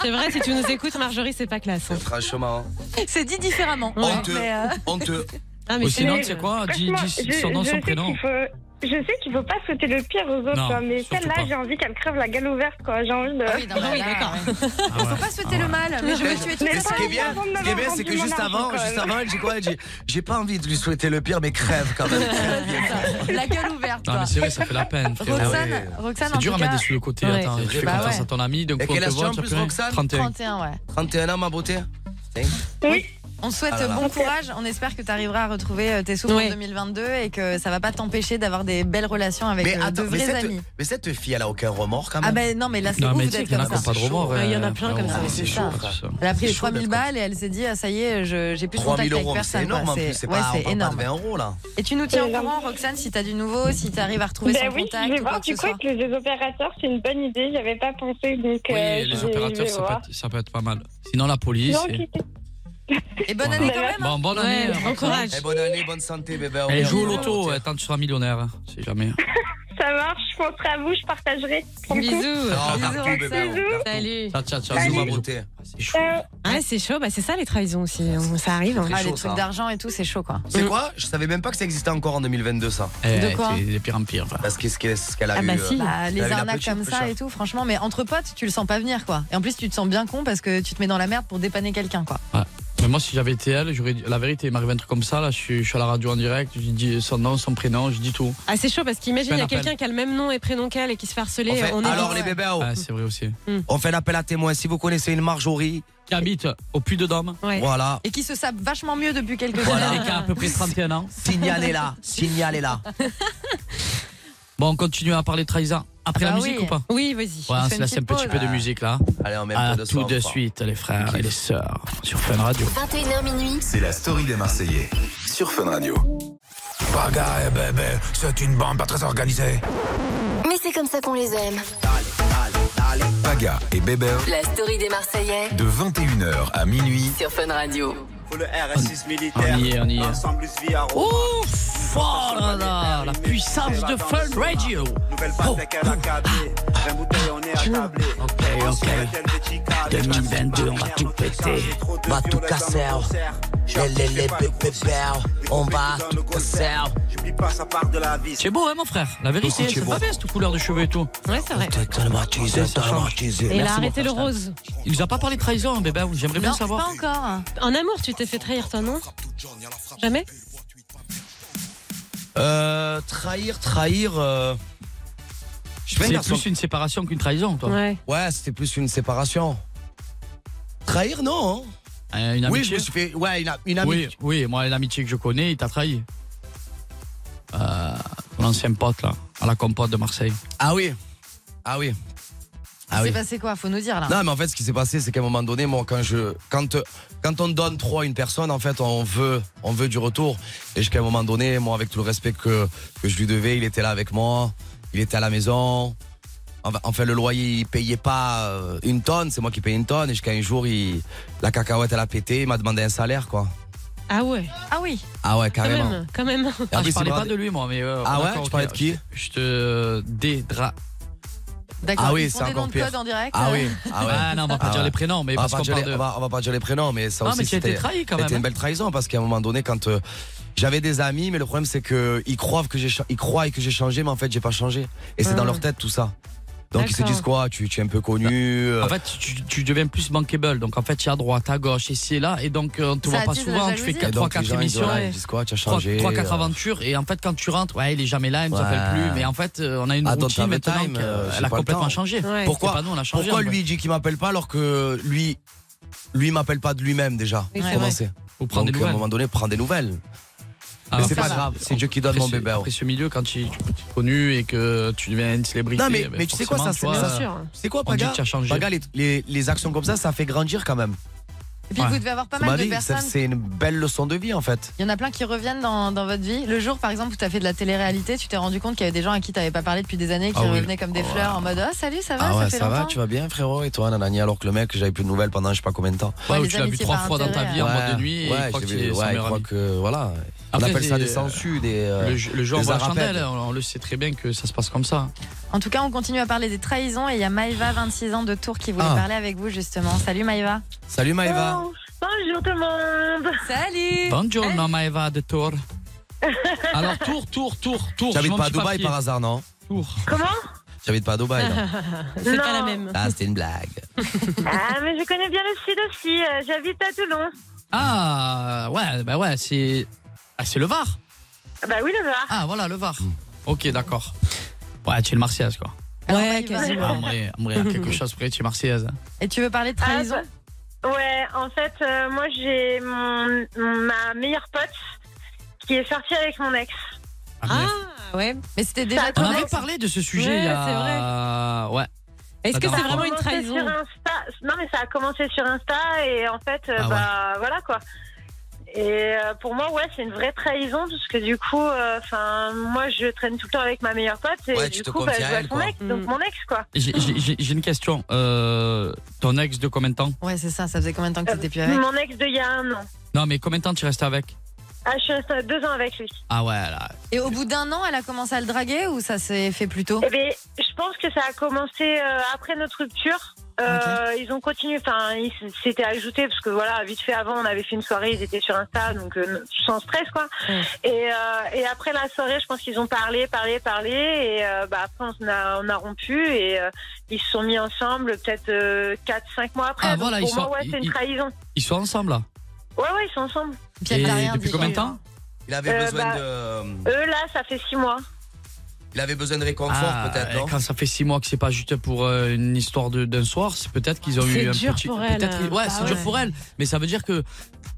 Speaker 8: C'est vrai, si tu nous écoutes, Marjorie, c'est pas classe. hein.
Speaker 5: Franchement.
Speaker 7: C'est dit différemment.
Speaker 8: Ouais.
Speaker 5: Honteux,
Speaker 7: Mais, euh,
Speaker 5: honteux.
Speaker 8: Ah, mais
Speaker 6: Ou
Speaker 8: c'est-
Speaker 6: sinon, tu sais quoi Dis
Speaker 15: Franchement,
Speaker 6: dis
Speaker 15: je-
Speaker 6: son nom,
Speaker 15: je
Speaker 6: son
Speaker 15: sais
Speaker 6: prénom.
Speaker 15: qu'il faut- Je sais qu'il faut pas souhaiter le pire aux autres,
Speaker 6: Non,
Speaker 15: quoi, mais
Speaker 6: surtout
Speaker 15: celle-là,
Speaker 6: pas.
Speaker 15: j'ai envie qu'elle crève la gueule ouverte, quoi. J'ai envie de.
Speaker 7: Ah oui, non, mais là,
Speaker 5: Ah
Speaker 7: Faut pas souhaiter le mal, mais je vais tuer tout
Speaker 5: Mais
Speaker 7: le
Speaker 5: ce qui est bien,
Speaker 7: monde.
Speaker 5: ce qui est bien, c'est que juste avant, juste avant, elle dit quoi Elle dit J'ai pas envie de lui souhaiter le pire, mais crève quand même.
Speaker 7: La gueule ouverte,
Speaker 6: Non,
Speaker 7: quoi.
Speaker 6: mais c'est vrai, ça fait la peine. frérot.
Speaker 7: Roxane,
Speaker 6: Ah ouais.
Speaker 7: Roxane,
Speaker 6: C'est
Speaker 7: en
Speaker 6: dur à
Speaker 7: tout
Speaker 6: mettre
Speaker 7: cas-
Speaker 6: des sous de côté.
Speaker 7: Ouais.
Speaker 6: Attends, tu fais
Speaker 7: Bah
Speaker 6: confiance
Speaker 7: ouais.
Speaker 6: à ton ami. Donc,
Speaker 5: Et
Speaker 6: on
Speaker 5: quel
Speaker 6: te
Speaker 5: âge tu as
Speaker 6: voit,
Speaker 5: en
Speaker 6: tu as
Speaker 5: plus,
Speaker 6: plus rien.
Speaker 5: Roxane
Speaker 6: 31.
Speaker 7: 31, ouais.
Speaker 5: 31 ans, ma beauté
Speaker 15: Oui.
Speaker 7: On te souhaite
Speaker 5: Ah là là.
Speaker 7: bon courage. On espère que tu arriveras à retrouver euh, tes souffles
Speaker 8: Ouais.
Speaker 7: en 2022 et que ça va pas t'empêcher d'avoir des belles relations avec
Speaker 5: Mais
Speaker 7: euh, de
Speaker 5: attends, mais
Speaker 7: vrais
Speaker 5: cette,
Speaker 7: amis.
Speaker 5: mais cette fille, elle a aucun remords quand même.
Speaker 7: Ah ben non, mais là c'est
Speaker 6: Non, mais tu
Speaker 7: ouf
Speaker 6: sais
Speaker 7: d'être
Speaker 6: qu'il y en
Speaker 7: comme
Speaker 6: a qui
Speaker 7: ça.
Speaker 6: n'ont pas de remords.
Speaker 8: Ouais, il y en a
Speaker 6: euh,
Speaker 8: plein comme
Speaker 6: frérot.
Speaker 8: ça.
Speaker 5: Ah, c'est chaud, frère.
Speaker 7: Elle a pris
Speaker 5: C'est
Speaker 7: les
Speaker 5: chaud,
Speaker 7: 3000
Speaker 5: d'être
Speaker 7: balles et elle s'est dit, ah, ça y est, je- j'ai plus de
Speaker 5: 3
Speaker 7: contact
Speaker 5: 000
Speaker 7: avec
Speaker 5: euros,
Speaker 7: personne.
Speaker 5: c'est énorme
Speaker 7: quoi.
Speaker 5: en plus, c'est
Speaker 7: ouais,
Speaker 5: pas, on parle
Speaker 7: c'est
Speaker 5: pas de
Speaker 7: énorme.
Speaker 5: 20 euros là.
Speaker 7: Et tu nous tiens au
Speaker 15: C'est
Speaker 7: courant, Roxane, si t'as du nouveau, si t'arrives à retrouver
Speaker 15: Ben
Speaker 7: son
Speaker 15: oui,
Speaker 7: contact
Speaker 15: je vais
Speaker 7: ou euh, quoi
Speaker 15: voir
Speaker 7: que ce
Speaker 15: du coup
Speaker 7: soit.
Speaker 15: avec les opérateurs, c'est une bonne idée, j'avais pas pensé. Donc,
Speaker 6: Oui,
Speaker 15: euh, je-
Speaker 6: les
Speaker 15: je vais
Speaker 6: opérateurs, ça
Speaker 15: voir.
Speaker 6: peut, être, ça peut être pas mal. Sinon, la police.
Speaker 15: Non,
Speaker 6: et-
Speaker 15: ok.
Speaker 7: Et bonne
Speaker 6: Voilà.
Speaker 7: année quand même.
Speaker 6: Bon,
Speaker 7: hein.
Speaker 6: bonne année.
Speaker 8: Ouais,
Speaker 6: Roxane.
Speaker 8: bon courage.
Speaker 5: Eh, bonne année, bonne santé,
Speaker 8: Euh,
Speaker 5: bébé.
Speaker 6: Elle joue au
Speaker 5: Ouais,
Speaker 6: loto, ouais, tant que tu seras millionnaire. hein, Si jamais.
Speaker 15: Ça marche, je penserai à vous, je partagerai. Trop
Speaker 8: Bisous.
Speaker 15: cool.
Speaker 5: on
Speaker 8: Bisous,
Speaker 5: parle plus,
Speaker 8: Roxane.
Speaker 5: Ah, bébé, on parle plus.
Speaker 8: Salut.
Speaker 6: Ciao, ciao, ciao.
Speaker 5: Bisous, ma
Speaker 6: bisous.
Speaker 5: beauté.
Speaker 6: C'est chaud.
Speaker 15: Euh,
Speaker 8: Ah, c'est chaud, bah c'est ça les trahisons aussi, on- ça arrive. hein.
Speaker 5: très
Speaker 7: Ah,
Speaker 5: chaud,
Speaker 7: les trucs
Speaker 5: ça.
Speaker 7: d'argent et tout, c'est chaud quoi.
Speaker 5: C'est quoi Mm. Je savais même pas que ça existait encore en 2022 ça.
Speaker 6: Eh,
Speaker 7: De quoi
Speaker 6: C'est de pire en pire. enfin.
Speaker 5: Parce qu'est-ce qu'elle ce qu'elle a
Speaker 8: Ah
Speaker 5: eu
Speaker 8: bah
Speaker 5: euh,
Speaker 8: si.
Speaker 7: Bah, les
Speaker 5: elle a eu la
Speaker 7: arnaques
Speaker 5: petite,
Speaker 7: comme
Speaker 5: le
Speaker 7: ça
Speaker 5: chat.
Speaker 7: et tout, franchement, mais entre potes, tu le sens pas venir quoi. Et en plus, tu te sens bien con parce que tu te mets dans la merde pour dépanner quelqu'un quoi.
Speaker 6: Mais moi, si j'avais été elle, j'aurais dit la vérité. Il m'arrive un truc comme ça, là, je suis, je suis à la radio en direct, je dis son nom, son prénom, je dis tout.
Speaker 8: Ah, c'est chaud parce qu'imagine, il y a
Speaker 6: Peine à
Speaker 8: quelqu'un qui a le même nom et prénom qu'elle et qui se fait harceler.
Speaker 5: On fait-
Speaker 8: on est
Speaker 5: alors
Speaker 8: dans-
Speaker 5: les bébés oh. à eau.
Speaker 6: Ah, c'est vrai aussi.
Speaker 5: On fait l'appel à témoins. Si vous connaissez une Marjorie
Speaker 6: qui habite au Puy de Dôme,
Speaker 7: Ouais.
Speaker 5: voilà.
Speaker 7: Et qui se savent vachement mieux depuis quelques
Speaker 6: Voilà,
Speaker 7: années.
Speaker 6: les gars, à peu près 31 ans.
Speaker 5: Signalez-la, signalez-la.
Speaker 6: Bon, on continue à parler de trahison. Après
Speaker 8: Ah
Speaker 6: la
Speaker 8: bah
Speaker 6: musique
Speaker 8: oui.
Speaker 6: ou pas
Speaker 8: Oui,
Speaker 6: Ouais,
Speaker 8: vas-y. On se fait
Speaker 6: c'est là,
Speaker 8: une
Speaker 6: c'est un
Speaker 8: petite
Speaker 6: petit peu de
Speaker 8: pause.
Speaker 6: musique là.
Speaker 5: Allez, on met
Speaker 6: à
Speaker 5: un peu de
Speaker 6: tout
Speaker 5: soir,
Speaker 6: de
Speaker 5: fort.
Speaker 6: suite, les frères et les sœurs sur Fun Radio.
Speaker 3: 21h minuit.
Speaker 1: C'est la story des Marseillais sur Fun Radio. Bagaille, bébé, c'est une bande pas très organisée.
Speaker 3: Mais c'est comme ça qu'on les aime.
Speaker 1: Paga et Bébé,
Speaker 3: La story des Marseillais
Speaker 1: de 21h à minuit.
Speaker 3: sur Fun Radio.
Speaker 15: Pour le RSS
Speaker 1: On y est, on y est.
Speaker 15: Ensemble, via
Speaker 6: Ouf Oh là là, la puissance de Fun Radio Oh.
Speaker 15: Nouvelle pastèque à la cablée. Vingt bouteilles, on est attablé.
Speaker 6: Ok, ok. 2022, on va tout péter.
Speaker 15: On va tout casser. oh. Les, les, les, On va tout casser. J'oublie pas, ça part de la vie.
Speaker 6: C'est beau, hein, mon frère La vérité, c'est pas bien cette couleur de cheveux et tout.
Speaker 8: Ouais, c'est vrai.
Speaker 6: traumatisé, traumatisé.
Speaker 8: Et il a arrêté le rose.
Speaker 6: Il nous a pas parlé de trahison, hein, bébé. J'aimerais bien savoir.
Speaker 8: encore. En amour, tu t'es fait trahir, toi, non Jamais
Speaker 5: Euh, trahir, trahir. euh, je suis pas
Speaker 6: C'est
Speaker 5: garçon.
Speaker 6: plus une séparation qu'une trahison, toi.
Speaker 8: Ouais.
Speaker 5: Ouais, c'était plus une séparation. Trahir, non.
Speaker 6: hein. Euh, une amitié.
Speaker 5: Oui, je me suis fait. Ouais, une, a- une
Speaker 6: Oui,
Speaker 5: amitié.
Speaker 6: oui, moi, l'amitié que je connais, il t'a trahi. Euh, mon ancien pote, là, à la compote de Marseille.
Speaker 5: Ah oui. Ah oui. Ah
Speaker 7: C'est
Speaker 5: oui.
Speaker 7: passé quoi Faut nous dire là.
Speaker 5: Non, mais en fait, ce qui s'est passé, c'est qu'à un moment donné, moi, quand je, quand, euh, quand on donne trop à une personne, en fait, on veut, on veut du retour. Et jusqu'à un moment donné, moi, avec tout le respect que, que je lui devais, il était là avec moi, il était à la maison. Enfin, enfin, le loyer, il payait pas euh, une tonne, c'est moi qui payais une tonne. Et jusqu'à un jour, il, la cacahuète, elle a pété, il m'a demandé un salaire, quoi.
Speaker 8: Ah ouais. Ah oui.
Speaker 5: Ah ouais,
Speaker 8: Quand
Speaker 5: carrément.
Speaker 8: même, quand même.
Speaker 6: Ah,
Speaker 5: oui,
Speaker 6: je
Speaker 5: c'est
Speaker 6: parlais pas
Speaker 5: bradé.
Speaker 6: de lui, moi, mais. euh,
Speaker 5: Ah ouais
Speaker 6: d'accord,
Speaker 5: Tu
Speaker 6: ok.
Speaker 5: parlais de qui
Speaker 6: Je te dédra.
Speaker 7: D'accord,
Speaker 5: Ah oui,
Speaker 7: ils font
Speaker 5: c'est
Speaker 7: des
Speaker 5: encore
Speaker 7: noms de
Speaker 5: pire.
Speaker 7: code en direct.
Speaker 5: Ah
Speaker 7: euh.
Speaker 5: oui, ah ouais.
Speaker 6: Ah non, on va pas
Speaker 5: Ah
Speaker 6: dire
Speaker 5: ouais.
Speaker 6: les prénoms, mais
Speaker 5: on va
Speaker 6: parce
Speaker 5: pas
Speaker 6: qu'on
Speaker 5: dire
Speaker 6: parle
Speaker 5: les-
Speaker 6: de-
Speaker 5: on va, on va pas dire les prénoms, mais ça
Speaker 6: Non,
Speaker 5: aussi
Speaker 6: mais tu as été
Speaker 5: c'était-
Speaker 6: trahi quand
Speaker 5: c'était
Speaker 6: même, hein.
Speaker 5: une belle trahison parce qu'à un moment donné, quand euh, j'avais des amis, mais le problème c'est que ils croient que j'ai, cha- ils croient que j'ai changé, mais en fait j'ai pas changé. Et c'est
Speaker 6: Ah.
Speaker 5: dans leur tête tout ça. Donc ils se
Speaker 6: D'accord.
Speaker 5: disent quoi tu, tu es un peu connu. euh,
Speaker 6: En fait, tu, tu deviens plus bankable. Donc, en fait, tu es à droite, à gauche, ici et là. Et donc, euh, on te
Speaker 5: Ça
Speaker 6: voit pas
Speaker 5: attise la
Speaker 6: souvent. Tu fais
Speaker 5: jalousie. Et donc,
Speaker 6: 3-4
Speaker 5: les gens, ils disent,
Speaker 6: émissions.
Speaker 5: ouais, ils disent quoi, tu as changé,
Speaker 6: 3-4
Speaker 5: euh.
Speaker 6: aventures. Et en fait, quand tu rentres, ouais, il est jamais là, il nous
Speaker 5: Ouais.
Speaker 6: appelle plus. Mais en fait, euh, on a une
Speaker 5: Ah, don't
Speaker 6: routine
Speaker 5: have a
Speaker 6: maintenant.
Speaker 5: time,
Speaker 6: que,
Speaker 5: euh, j'ai
Speaker 6: elle a
Speaker 5: pas le
Speaker 6: complètement
Speaker 5: temps.
Speaker 6: changé.
Speaker 5: Pourquoi,
Speaker 6: C'est pas nous, on a changé.
Speaker 5: pourquoi
Speaker 6: en fait.
Speaker 5: lui il dit qu'il m'appelle pas alors que lui, lui il m'appelle pas de lui-même déjà
Speaker 6: Oui,
Speaker 5: pour
Speaker 6: c'est
Speaker 5: commencer.
Speaker 6: vrai. Ou prendre des
Speaker 5: Donc, à un
Speaker 6: nouvelles.
Speaker 5: moment donné, prends des nouvelles.
Speaker 6: Ah,
Speaker 5: mais c'est
Speaker 6: ça
Speaker 5: pas
Speaker 6: va.
Speaker 5: grave, c'est Dieu qui donne
Speaker 6: Après,
Speaker 5: mon
Speaker 6: c'est-
Speaker 5: bébé.
Speaker 6: Après ce milieu, quand tu tu- tu es connu et que tu deviens une célébrité.
Speaker 5: Non, mais,
Speaker 6: ben,
Speaker 5: mais tu sais quoi, ça,
Speaker 6: forcément,
Speaker 5: c'est-
Speaker 6: tu
Speaker 5: ça-
Speaker 6: vois,
Speaker 5: c'est quoi,
Speaker 6: on dit
Speaker 5: Paga
Speaker 6: que tu as changé.
Speaker 5: Paga, les, les- les actions comme ça, ça fait grandir quand même.
Speaker 7: Et puis vous devez avoir pas
Speaker 5: C'est
Speaker 7: mal
Speaker 5: ma
Speaker 7: de
Speaker 5: vie, c'est-
Speaker 7: personnes.
Speaker 5: C'est une belle leçon de vie, en fait.
Speaker 7: Il y en a plein qui reviennent dans, dans votre vie. Le jour, par exemple, où tu as fait de la télé-réalité, tu t'es rendu compte qu'il y avait des gens à qui tu n'avais pas parlé depuis des années qui
Speaker 5: Ah oui.
Speaker 7: revenaient comme des fleurs en mode Oh, salut, ça va,
Speaker 5: ah ouais,
Speaker 7: ça fait
Speaker 5: ça va,
Speaker 7: longtemps.
Speaker 5: tu vas bien, frérot, et toi, nanani, alors que le mec, j'avais plus de nouvelles pendant je sais pas combien de temps.
Speaker 6: Ouais,
Speaker 7: Ouais,
Speaker 6: ou
Speaker 7: les
Speaker 6: tu l'as vu
Speaker 7: amitiés
Speaker 6: trois
Speaker 7: par
Speaker 6: fois dans ta
Speaker 7: intérêt,
Speaker 6: vie en boîte de nuit et
Speaker 5: ouais,
Speaker 6: il croit
Speaker 5: je
Speaker 6: qu'il
Speaker 5: vais-
Speaker 6: est son
Speaker 5: ouais, il
Speaker 6: meilleur
Speaker 5: croit
Speaker 6: ami.
Speaker 5: que, voilà.
Speaker 6: Après,
Speaker 5: on appelle ça
Speaker 6: c'est-
Speaker 5: des sensus, des. euh,
Speaker 6: Le, jeu- le jeu
Speaker 5: des
Speaker 6: envoie la
Speaker 5: arapettes.
Speaker 6: chandelle, on, on le sait très bien que ça se passe comme ça.
Speaker 7: En tout cas, on continue à parler des trahisons et il y a Maïva, 26 ans de Tours, qui voulait
Speaker 6: Ah.
Speaker 7: parler avec vous justement. Salut Maïva.
Speaker 5: Salut Maëva.
Speaker 7: Bonjour tout le monde. Salut.
Speaker 6: Bonjour, maman Maeva de Tours.
Speaker 14: euh,
Speaker 6: Alors, Tours, Tours, Tours, Tours.
Speaker 5: T'habites
Speaker 6: j'ai mon
Speaker 5: pas à
Speaker 6: petit
Speaker 5: Dubaï
Speaker 6: papier.
Speaker 5: par hasard, non
Speaker 6: Tours.
Speaker 14: Comment
Speaker 5: J'habite pas à Dubaï, non
Speaker 8: C'est pas la même.
Speaker 5: Ah, c'était une blague.
Speaker 14: Ah, mais je connais bien le sud aussi. euh, J'habite à Toulon.
Speaker 6: Ah, ouais, bah ouais, c'est. Ah, c'est le Var
Speaker 14: Bah oui, le Var.
Speaker 6: Ah, voilà, le Var. Ok, d'accord. Ouais, tu es le Marseillaise, quoi.
Speaker 7: Ouais,
Speaker 6: Ah, en vrai, en vrai, il y a quelque chose près, tu es Marseillaise. hein.
Speaker 7: Et tu veux parler de trahison
Speaker 14: Ah, bah, Ouais, en fait, euh, moi j'ai mon, ma meilleure pote qui est sortie avec mon ex.
Speaker 8: Ah ouais.
Speaker 7: Mais c'était déjà
Speaker 6: Bah, On
Speaker 7: ton
Speaker 6: avait
Speaker 7: ex
Speaker 6: parlé de ce sujet
Speaker 14: Ouais,
Speaker 6: il y a. Ouais. Ça dérange pas.
Speaker 14: Ça a commencé sur Insta- Non, mais ça a commencé sur Insta et en fait, euh,
Speaker 6: Ah ouais.
Speaker 14: bah voilà quoi. Et euh, pour moi, ouais, c'est une vraie trahison parce que du coup, euh, enfin, moi, je traîne tout le temps avec ma meilleure pote et
Speaker 6: Ouais, tu
Speaker 14: du
Speaker 6: te
Speaker 14: coup, bah,
Speaker 6: confies
Speaker 14: je
Speaker 6: à
Speaker 14: vois
Speaker 6: elle,
Speaker 14: son
Speaker 6: quoi.
Speaker 14: ex, donc mon ex quoi.
Speaker 6: J'ai- J'ai j'ai- j'ai une question. Euh, ton ex de combien de temps
Speaker 7: Ouais, c'est ça, ça faisait combien de temps que t'étais plus avec
Speaker 14: Mon ex de il y a un an.
Speaker 6: Non, mais combien de temps tu restes avec
Speaker 14: Ah, je suis restée deux ans avec lui.
Speaker 6: Ah ouais, là.
Speaker 7: Et au bout d'un an, elle a commencé à le draguer ou ça s'est fait plus tôt
Speaker 14: Eh bien, je pense que ça a commencé euh, après notre rupture. Euh, Ils ont continué, enfin, ils s- s'étaient ajoutés parce que voilà, vite fait avant, on avait fait une soirée, ils étaient sur Insta, donc euh, sans stress quoi. Et, euh, et après la soirée, je pense qu'ils ont parlé, parlé, parlé, et euh, bah, après on a, on a rompu et euh, ils se sont mis ensemble peut-être 4-5 mois après.
Speaker 6: Ah,
Speaker 14: Donc,
Speaker 6: voilà,
Speaker 14: pour
Speaker 6: ils
Speaker 14: moi,
Speaker 6: sont-
Speaker 14: ouais, c'est
Speaker 6: ils-
Speaker 14: une trahison.
Speaker 6: Ils sont ensemble là
Speaker 14: Ouais, ouais, ils sont ensemble.
Speaker 6: Bien, Et t'as rien depuis dit, combien de temps
Speaker 5: Il avait
Speaker 14: Euh,
Speaker 5: besoin
Speaker 14: bah,
Speaker 5: de.
Speaker 14: Eux, là, ça fait six mois.
Speaker 5: Il avait besoin de réconfort
Speaker 6: Ah,
Speaker 5: peut-être,
Speaker 6: et
Speaker 5: non
Speaker 6: Quand ça fait six mois que c'est pas juste pour euh, une histoire de- d'un soir, c'est peut-être qu'ils ont
Speaker 5: C'est
Speaker 6: eu un
Speaker 5: dur
Speaker 6: petit.
Speaker 5: pour
Speaker 6: peut-être-
Speaker 5: elle,
Speaker 6: Ouais,
Speaker 5: bah
Speaker 6: c'est
Speaker 5: ouais.
Speaker 6: dur pour elle. Mais ça veut dire que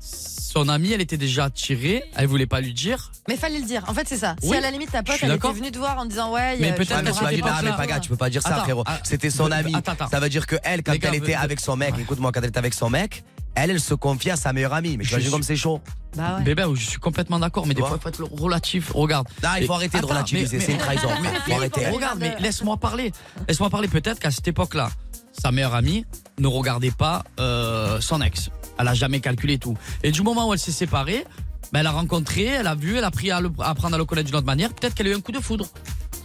Speaker 6: son amie, elle était déjà attirée, elle voulait pas lui dire.
Speaker 7: Mais fallait le dire. En fait, c'est ça. Si
Speaker 6: Oui,
Speaker 7: à la limite ta
Speaker 6: je
Speaker 7: pote,
Speaker 6: suis
Speaker 7: elle était
Speaker 6: d'accord.
Speaker 7: venue te voir en disant ouais.
Speaker 6: Mais
Speaker 7: euh,
Speaker 6: peut-être
Speaker 7: je
Speaker 6: qu'elle
Speaker 7: suis
Speaker 6: s'est
Speaker 7: attirée
Speaker 6: pas
Speaker 7: par
Speaker 5: Ah, mais
Speaker 7: toi.
Speaker 5: Paga, tu peux pas dire ça,
Speaker 6: Attends,
Speaker 5: frérot.
Speaker 6: attends,
Speaker 5: C'était son
Speaker 6: attends,
Speaker 5: ami.
Speaker 6: attends.
Speaker 5: Ça veut dire que elle, quand
Speaker 6: Les gars,
Speaker 5: elle était
Speaker 6: vous-
Speaker 5: avec son mec, écoute-moi, quand elle était avec son mec, elle, elle se confiait à sa meilleure amie. Mais
Speaker 6: Je
Speaker 5: tu imagines
Speaker 6: suis-
Speaker 5: comme c'est chaud.
Speaker 7: Bah
Speaker 6: Bébé, je suis complètement d'accord, mais des
Speaker 5: vois
Speaker 6: fois, il faut être relatif. Regarde.
Speaker 5: Non, il faut arrêter de relativiser, c'est une trahison.
Speaker 6: mais-
Speaker 5: Faut
Speaker 6: mais-
Speaker 5: arrêter.
Speaker 6: Regarde, mais laisse-moi parler. Laisse-moi parler. Peut-être qu'à cette époque-là, sa meilleure amie ne regardait pas euh, son ex. Elle a jamais calculé tout. Et du moment où elle s'est séparée, ben, elle a rencontré, elle a vu, elle a appris à, le- à apprendre à le connaître d'une autre manière. Peut-être qu'elle a eu un coup de foudre.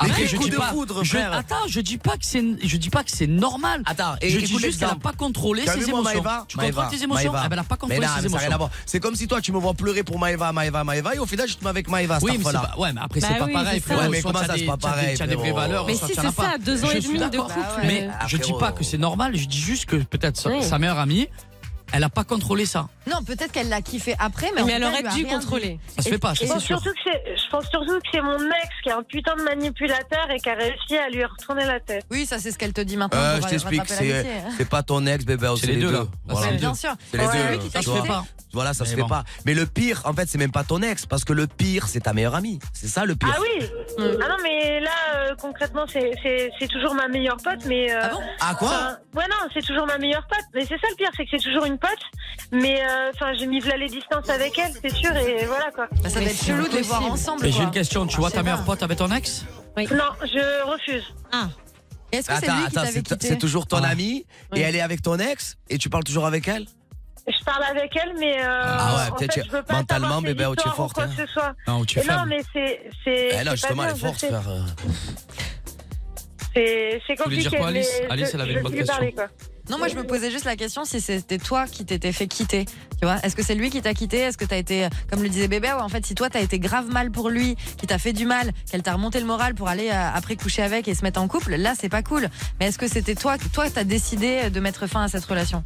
Speaker 5: Mais
Speaker 6: Après,
Speaker 5: quel
Speaker 6: je
Speaker 5: coup
Speaker 6: dis
Speaker 5: de
Speaker 6: pas,
Speaker 5: foudre,
Speaker 6: je,
Speaker 5: frère
Speaker 6: attends, je dis pas que c'est, je dis pas que c'est normal.
Speaker 5: Attends,
Speaker 6: je dis juste qu'elle
Speaker 5: n'a
Speaker 6: n'a pas contrôlé ses émotions. tu contrôles tes émotions Ah ben, Elle n'a pas contrôlé
Speaker 5: mais non,
Speaker 6: ses
Speaker 5: mais ça
Speaker 6: émotions.
Speaker 5: n'a rien à voir. C'est comme si toi, tu me vois pleurer pour Maeva, Maeva, Maeva, et au final, je te mets avec Maeva.
Speaker 6: Oui,
Speaker 5: cette
Speaker 6: mais c'est
Speaker 5: fois-là.
Speaker 6: pas- ouais, mais après, c'est Bah pas oui, pareil, c'est ça.
Speaker 5: Ouais, mais
Speaker 6: frérot.
Speaker 5: comment
Speaker 6: Soit
Speaker 5: ça,
Speaker 6: t'as
Speaker 5: c'est
Speaker 6: des-
Speaker 5: pas
Speaker 6: t'as des-
Speaker 5: pareil
Speaker 6: t'as des vraies
Speaker 5: frérot. Ah,
Speaker 6: valeurs, Mais soit si, t'en as c'est pas. ça, deux ans Je et suis demi de d'accord. couple, Mais euh, je dis pas que c'est normal, je dis juste que peut-être sa,
Speaker 7: Oui.
Speaker 6: sa meilleure amie, elle a pas contrôlé ça.
Speaker 7: Non, peut-être qu'elle l'a kiffé après, mais,
Speaker 8: Mais
Speaker 7: en
Speaker 8: elle
Speaker 7: tout cas,
Speaker 8: aurait
Speaker 7: lui a
Speaker 8: dû
Speaker 7: rien dit.
Speaker 8: contrôler.
Speaker 6: Ça se fait pas, ça,
Speaker 14: je,
Speaker 6: c'est
Speaker 14: pense
Speaker 6: sûr.
Speaker 14: surtout que c'est- je pense surtout que c'est mon ex qui est un putain de manipulateur et qui a réussi à lui retourner la tête.
Speaker 7: Oui, ça c'est ce qu'elle te dit maintenant.
Speaker 5: Euh,
Speaker 7: pour
Speaker 5: je
Speaker 7: rattraper
Speaker 5: t'explique, c'est
Speaker 7: l'amitié, hein.
Speaker 5: c'est pas ton ex, bébé, c'est les, deux.
Speaker 6: là.
Speaker 5: Voilà.
Speaker 7: Ouais, bien sûr.
Speaker 5: C'est les
Speaker 7: Ouais,
Speaker 5: deux.
Speaker 7: lui qui t'a
Speaker 5: tu vois.
Speaker 7: quitté.
Speaker 5: Voilà, ça se
Speaker 6: Mais
Speaker 5: fait
Speaker 6: bon.
Speaker 5: pas. Mais le pire, en fait, c'est même pas ton ex, parce que le pire, c'est ta meilleure amie. C'est ça le pire.
Speaker 14: Ah oui
Speaker 7: Mm.
Speaker 14: Ah non, mais là, euh, concrètement, c'est- c'est c'est toujours ma meilleure pote, mais... ah bon
Speaker 5: Ah, quoi
Speaker 14: Ouais, non, c'est toujours ma meilleure pote. Mais c'est ça le pire, c'est que c'est toujours une pote. Mais euh, enfin, j'ai mis v'là les distances avec elle, c'est sûr, et voilà quoi.
Speaker 7: Bah, ça va être chelou de les voir ensemble.
Speaker 6: Et j'ai
Speaker 7: quoi.
Speaker 6: une question, tu vois ta meilleure pote avec ton ex
Speaker 14: Non, je refuse.
Speaker 7: Ah. Est-ce que c'est
Speaker 5: Attends,
Speaker 7: lui qui
Speaker 5: attends,
Speaker 7: t'avait
Speaker 5: c'est-
Speaker 7: quitté
Speaker 5: c'est toujours ton amie,
Speaker 7: Oui.
Speaker 5: et elle est avec ton ex, et tu parles toujours avec elle
Speaker 14: Je parle avec elle, mais euh,
Speaker 5: Ah ouais,
Speaker 14: en
Speaker 5: peut-être
Speaker 14: fait,
Speaker 5: que
Speaker 14: je veux pas
Speaker 5: mentalement,
Speaker 14: savoir ses
Speaker 5: bébé, oh, tu es
Speaker 14: histoires ou
Speaker 5: forte,
Speaker 14: quoi
Speaker 5: hein.
Speaker 14: que ce soit.
Speaker 5: Non, tu es
Speaker 14: Et non,
Speaker 5: femme.
Speaker 14: mais c'est c'est.
Speaker 5: Eh là,
Speaker 14: c'est pas
Speaker 5: justement, elle est
Speaker 14: bien, je
Speaker 5: forte,
Speaker 14: sais.
Speaker 5: frère. euh.
Speaker 14: C'est c'est
Speaker 5: Tu voulais
Speaker 14: compliqué.
Speaker 5: dire quoi, Alice
Speaker 14: mais
Speaker 5: Alice,
Speaker 14: je-
Speaker 5: elle avait
Speaker 14: je
Speaker 5: une bonne
Speaker 14: sais lui parler,
Speaker 5: question.
Speaker 14: quoi.
Speaker 7: Non, moi je me posais juste la question si c'était toi qui t'étais fait quitter. Tu vois, est-ce que c'est lui qui t'a quitté Est-ce que t'as été, comme le disait bébé, ouais, en fait, si toi t'as été grave mal pour lui, qui t'a fait du mal, qu'elle t'a remonté le moral pour aller euh, après coucher avec et se mettre en couple, là c'est pas cool. Mais est-ce que c'était toi, toi t'as décidé de mettre fin à cette relation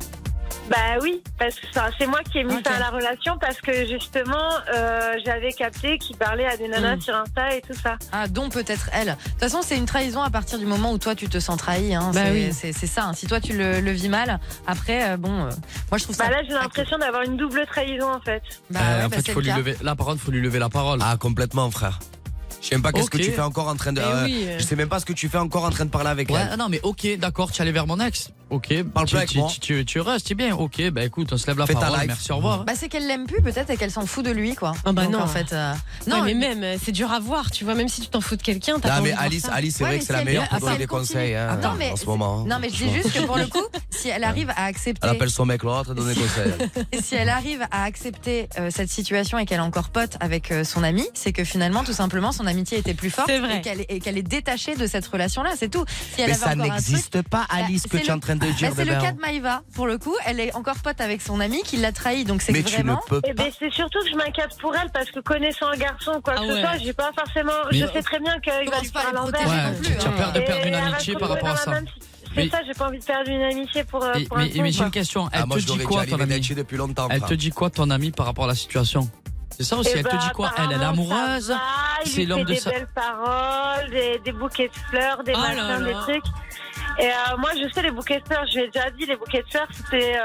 Speaker 14: Bah oui, parce que enfin, c'est moi qui ai mis
Speaker 5: Ah,
Speaker 14: ça à la relation parce que justement, euh, j'avais capté qu'il parlait à des nanas
Speaker 7: Mm.
Speaker 14: sur Insta et tout ça.
Speaker 7: Ah, dont peut-être elle. De toute façon, c'est une trahison à partir du moment où toi tu te sens trahi. hein.
Speaker 14: Bah
Speaker 7: c'est,
Speaker 14: oui.
Speaker 7: c'est- c'est ça. hein. Si toi tu le, le vis mal, après, euh, bon, euh, moi je trouve ça. Bah,
Speaker 14: Bah là, j'ai l'impression d'avoir une double trahison en fait.
Speaker 6: Euh, En fait, faut lui lever la parole, faut lui lever la parole.
Speaker 5: Ah, complètement, frère. Je sais même pas qu'est-ce
Speaker 6: Ok.
Speaker 5: que tu fais encore en train de.
Speaker 6: Eh
Speaker 5: euh,
Speaker 6: oui, euh.
Speaker 5: Je sais même pas ce que tu fais encore en train de parler avec
Speaker 6: Ouais,
Speaker 5: elle.
Speaker 6: ah non, mais ok, d'accord, tu allais vers mon ex. Ok,
Speaker 5: Parle
Speaker 6: tu-
Speaker 5: plus avec
Speaker 6: tu-
Speaker 5: moi.
Speaker 6: tu- Tu tu restes, c'est bien. Ok, bah écoute, on se lève la
Speaker 5: Fais ta
Speaker 6: parole.
Speaker 5: life.
Speaker 6: Merci, au revoir. hein.
Speaker 7: Bah c'est qu'elle l'aime plus peut-être et qu'elle s'en fout de lui quoi.
Speaker 8: Ah bah
Speaker 7: Donc,
Speaker 8: non.
Speaker 7: en fait. euh,
Speaker 8: Non,
Speaker 7: Non,
Speaker 8: mais même, euh, c'est dur à voir, tu vois, même si tu t'en fous de quelqu'un, t'as
Speaker 5: Non, mais
Speaker 8: pas envie de voir
Speaker 5: Alice-
Speaker 8: ça.
Speaker 5: Alice, c'est Ouais, vrai mais que c'est la si elle- meilleure pour attends, donner des elle continue. conseils, hein,
Speaker 7: Attends, mais
Speaker 5: en ce
Speaker 7: c'est-
Speaker 5: moment, hein,
Speaker 7: Non mais je dis
Speaker 5: franchement.
Speaker 7: juste que pour le coup, si elle arrive à accepter.
Speaker 5: Elle appelle son mec l'autre et donne des conseils.
Speaker 7: Et si elle arrive à accepter euh, cette situation et qu'elle est encore pote avec euh, son ami, c'est que finalement, tout simplement, son amitié était plus forte
Speaker 8: C'est vrai.
Speaker 7: et qu'elle est, et qu'elle est détachée de cette relation-là, c'est tout. Si elle
Speaker 5: Mais
Speaker 7: avait
Speaker 5: ça
Speaker 7: encore un
Speaker 5: n'existe
Speaker 7: truc-
Speaker 5: pas, Alice,
Speaker 7: Bah,
Speaker 5: que
Speaker 7: c'est
Speaker 5: tu es en train de
Speaker 7: Bah,
Speaker 5: dire, eh ben. hein.
Speaker 7: C'est le
Speaker 5: Bébert.
Speaker 7: cas de Maïva, pour le coup, elle est encore pote avec son ami qui l'a trahi, donc c'est que vraiment.
Speaker 14: Eh ben, c'est surtout que je m'inquiète pour elle parce que connaissant un garçon ou quoi que
Speaker 7: Ah
Speaker 14: ce
Speaker 7: ouais.
Speaker 14: soit, j'ai pas forcément.
Speaker 6: Mais-
Speaker 14: Je sais très bien qu'il va lui faire l'envers. hein.
Speaker 6: Ouais,
Speaker 5: hein.
Speaker 6: tu- tu as peur de perdre une amitié par rapport à ça.
Speaker 14: C'est
Speaker 6: Mais-
Speaker 14: ça, j'ai pas envie de perdre une amitié pour. euh,
Speaker 6: Mais,
Speaker 14: pour
Speaker 6: mais-
Speaker 14: un con,
Speaker 6: mais j'ai
Speaker 14: quoi.
Speaker 6: une question. Elle
Speaker 5: Ah, moi,
Speaker 6: te
Speaker 5: je
Speaker 6: dit
Speaker 5: l'aurais
Speaker 6: quoi,
Speaker 5: déjà
Speaker 6: ton
Speaker 5: alimenté
Speaker 6: ami
Speaker 5: depuis longtemps,
Speaker 6: Elle
Speaker 5: frère.
Speaker 6: te dit quoi, ton ami, par rapport à la situation C'est ça aussi.
Speaker 14: Eh
Speaker 6: elle te
Speaker 14: ben,
Speaker 6: dit quoi Elle, elle est
Speaker 14: apparemment,
Speaker 6: amoureuse.
Speaker 14: ça va, il
Speaker 6: C'est
Speaker 14: lui
Speaker 6: l'homme
Speaker 14: fait
Speaker 6: de
Speaker 14: des
Speaker 6: sa.
Speaker 14: belles paroles, des, des bouquets de fleurs, des
Speaker 6: Oh là
Speaker 14: machins,
Speaker 6: là.
Speaker 14: des trucs. Et euh, moi, je sais les bouquets de fleurs. Je lui ai déjà dit les bouquets de fleurs, c'était euh,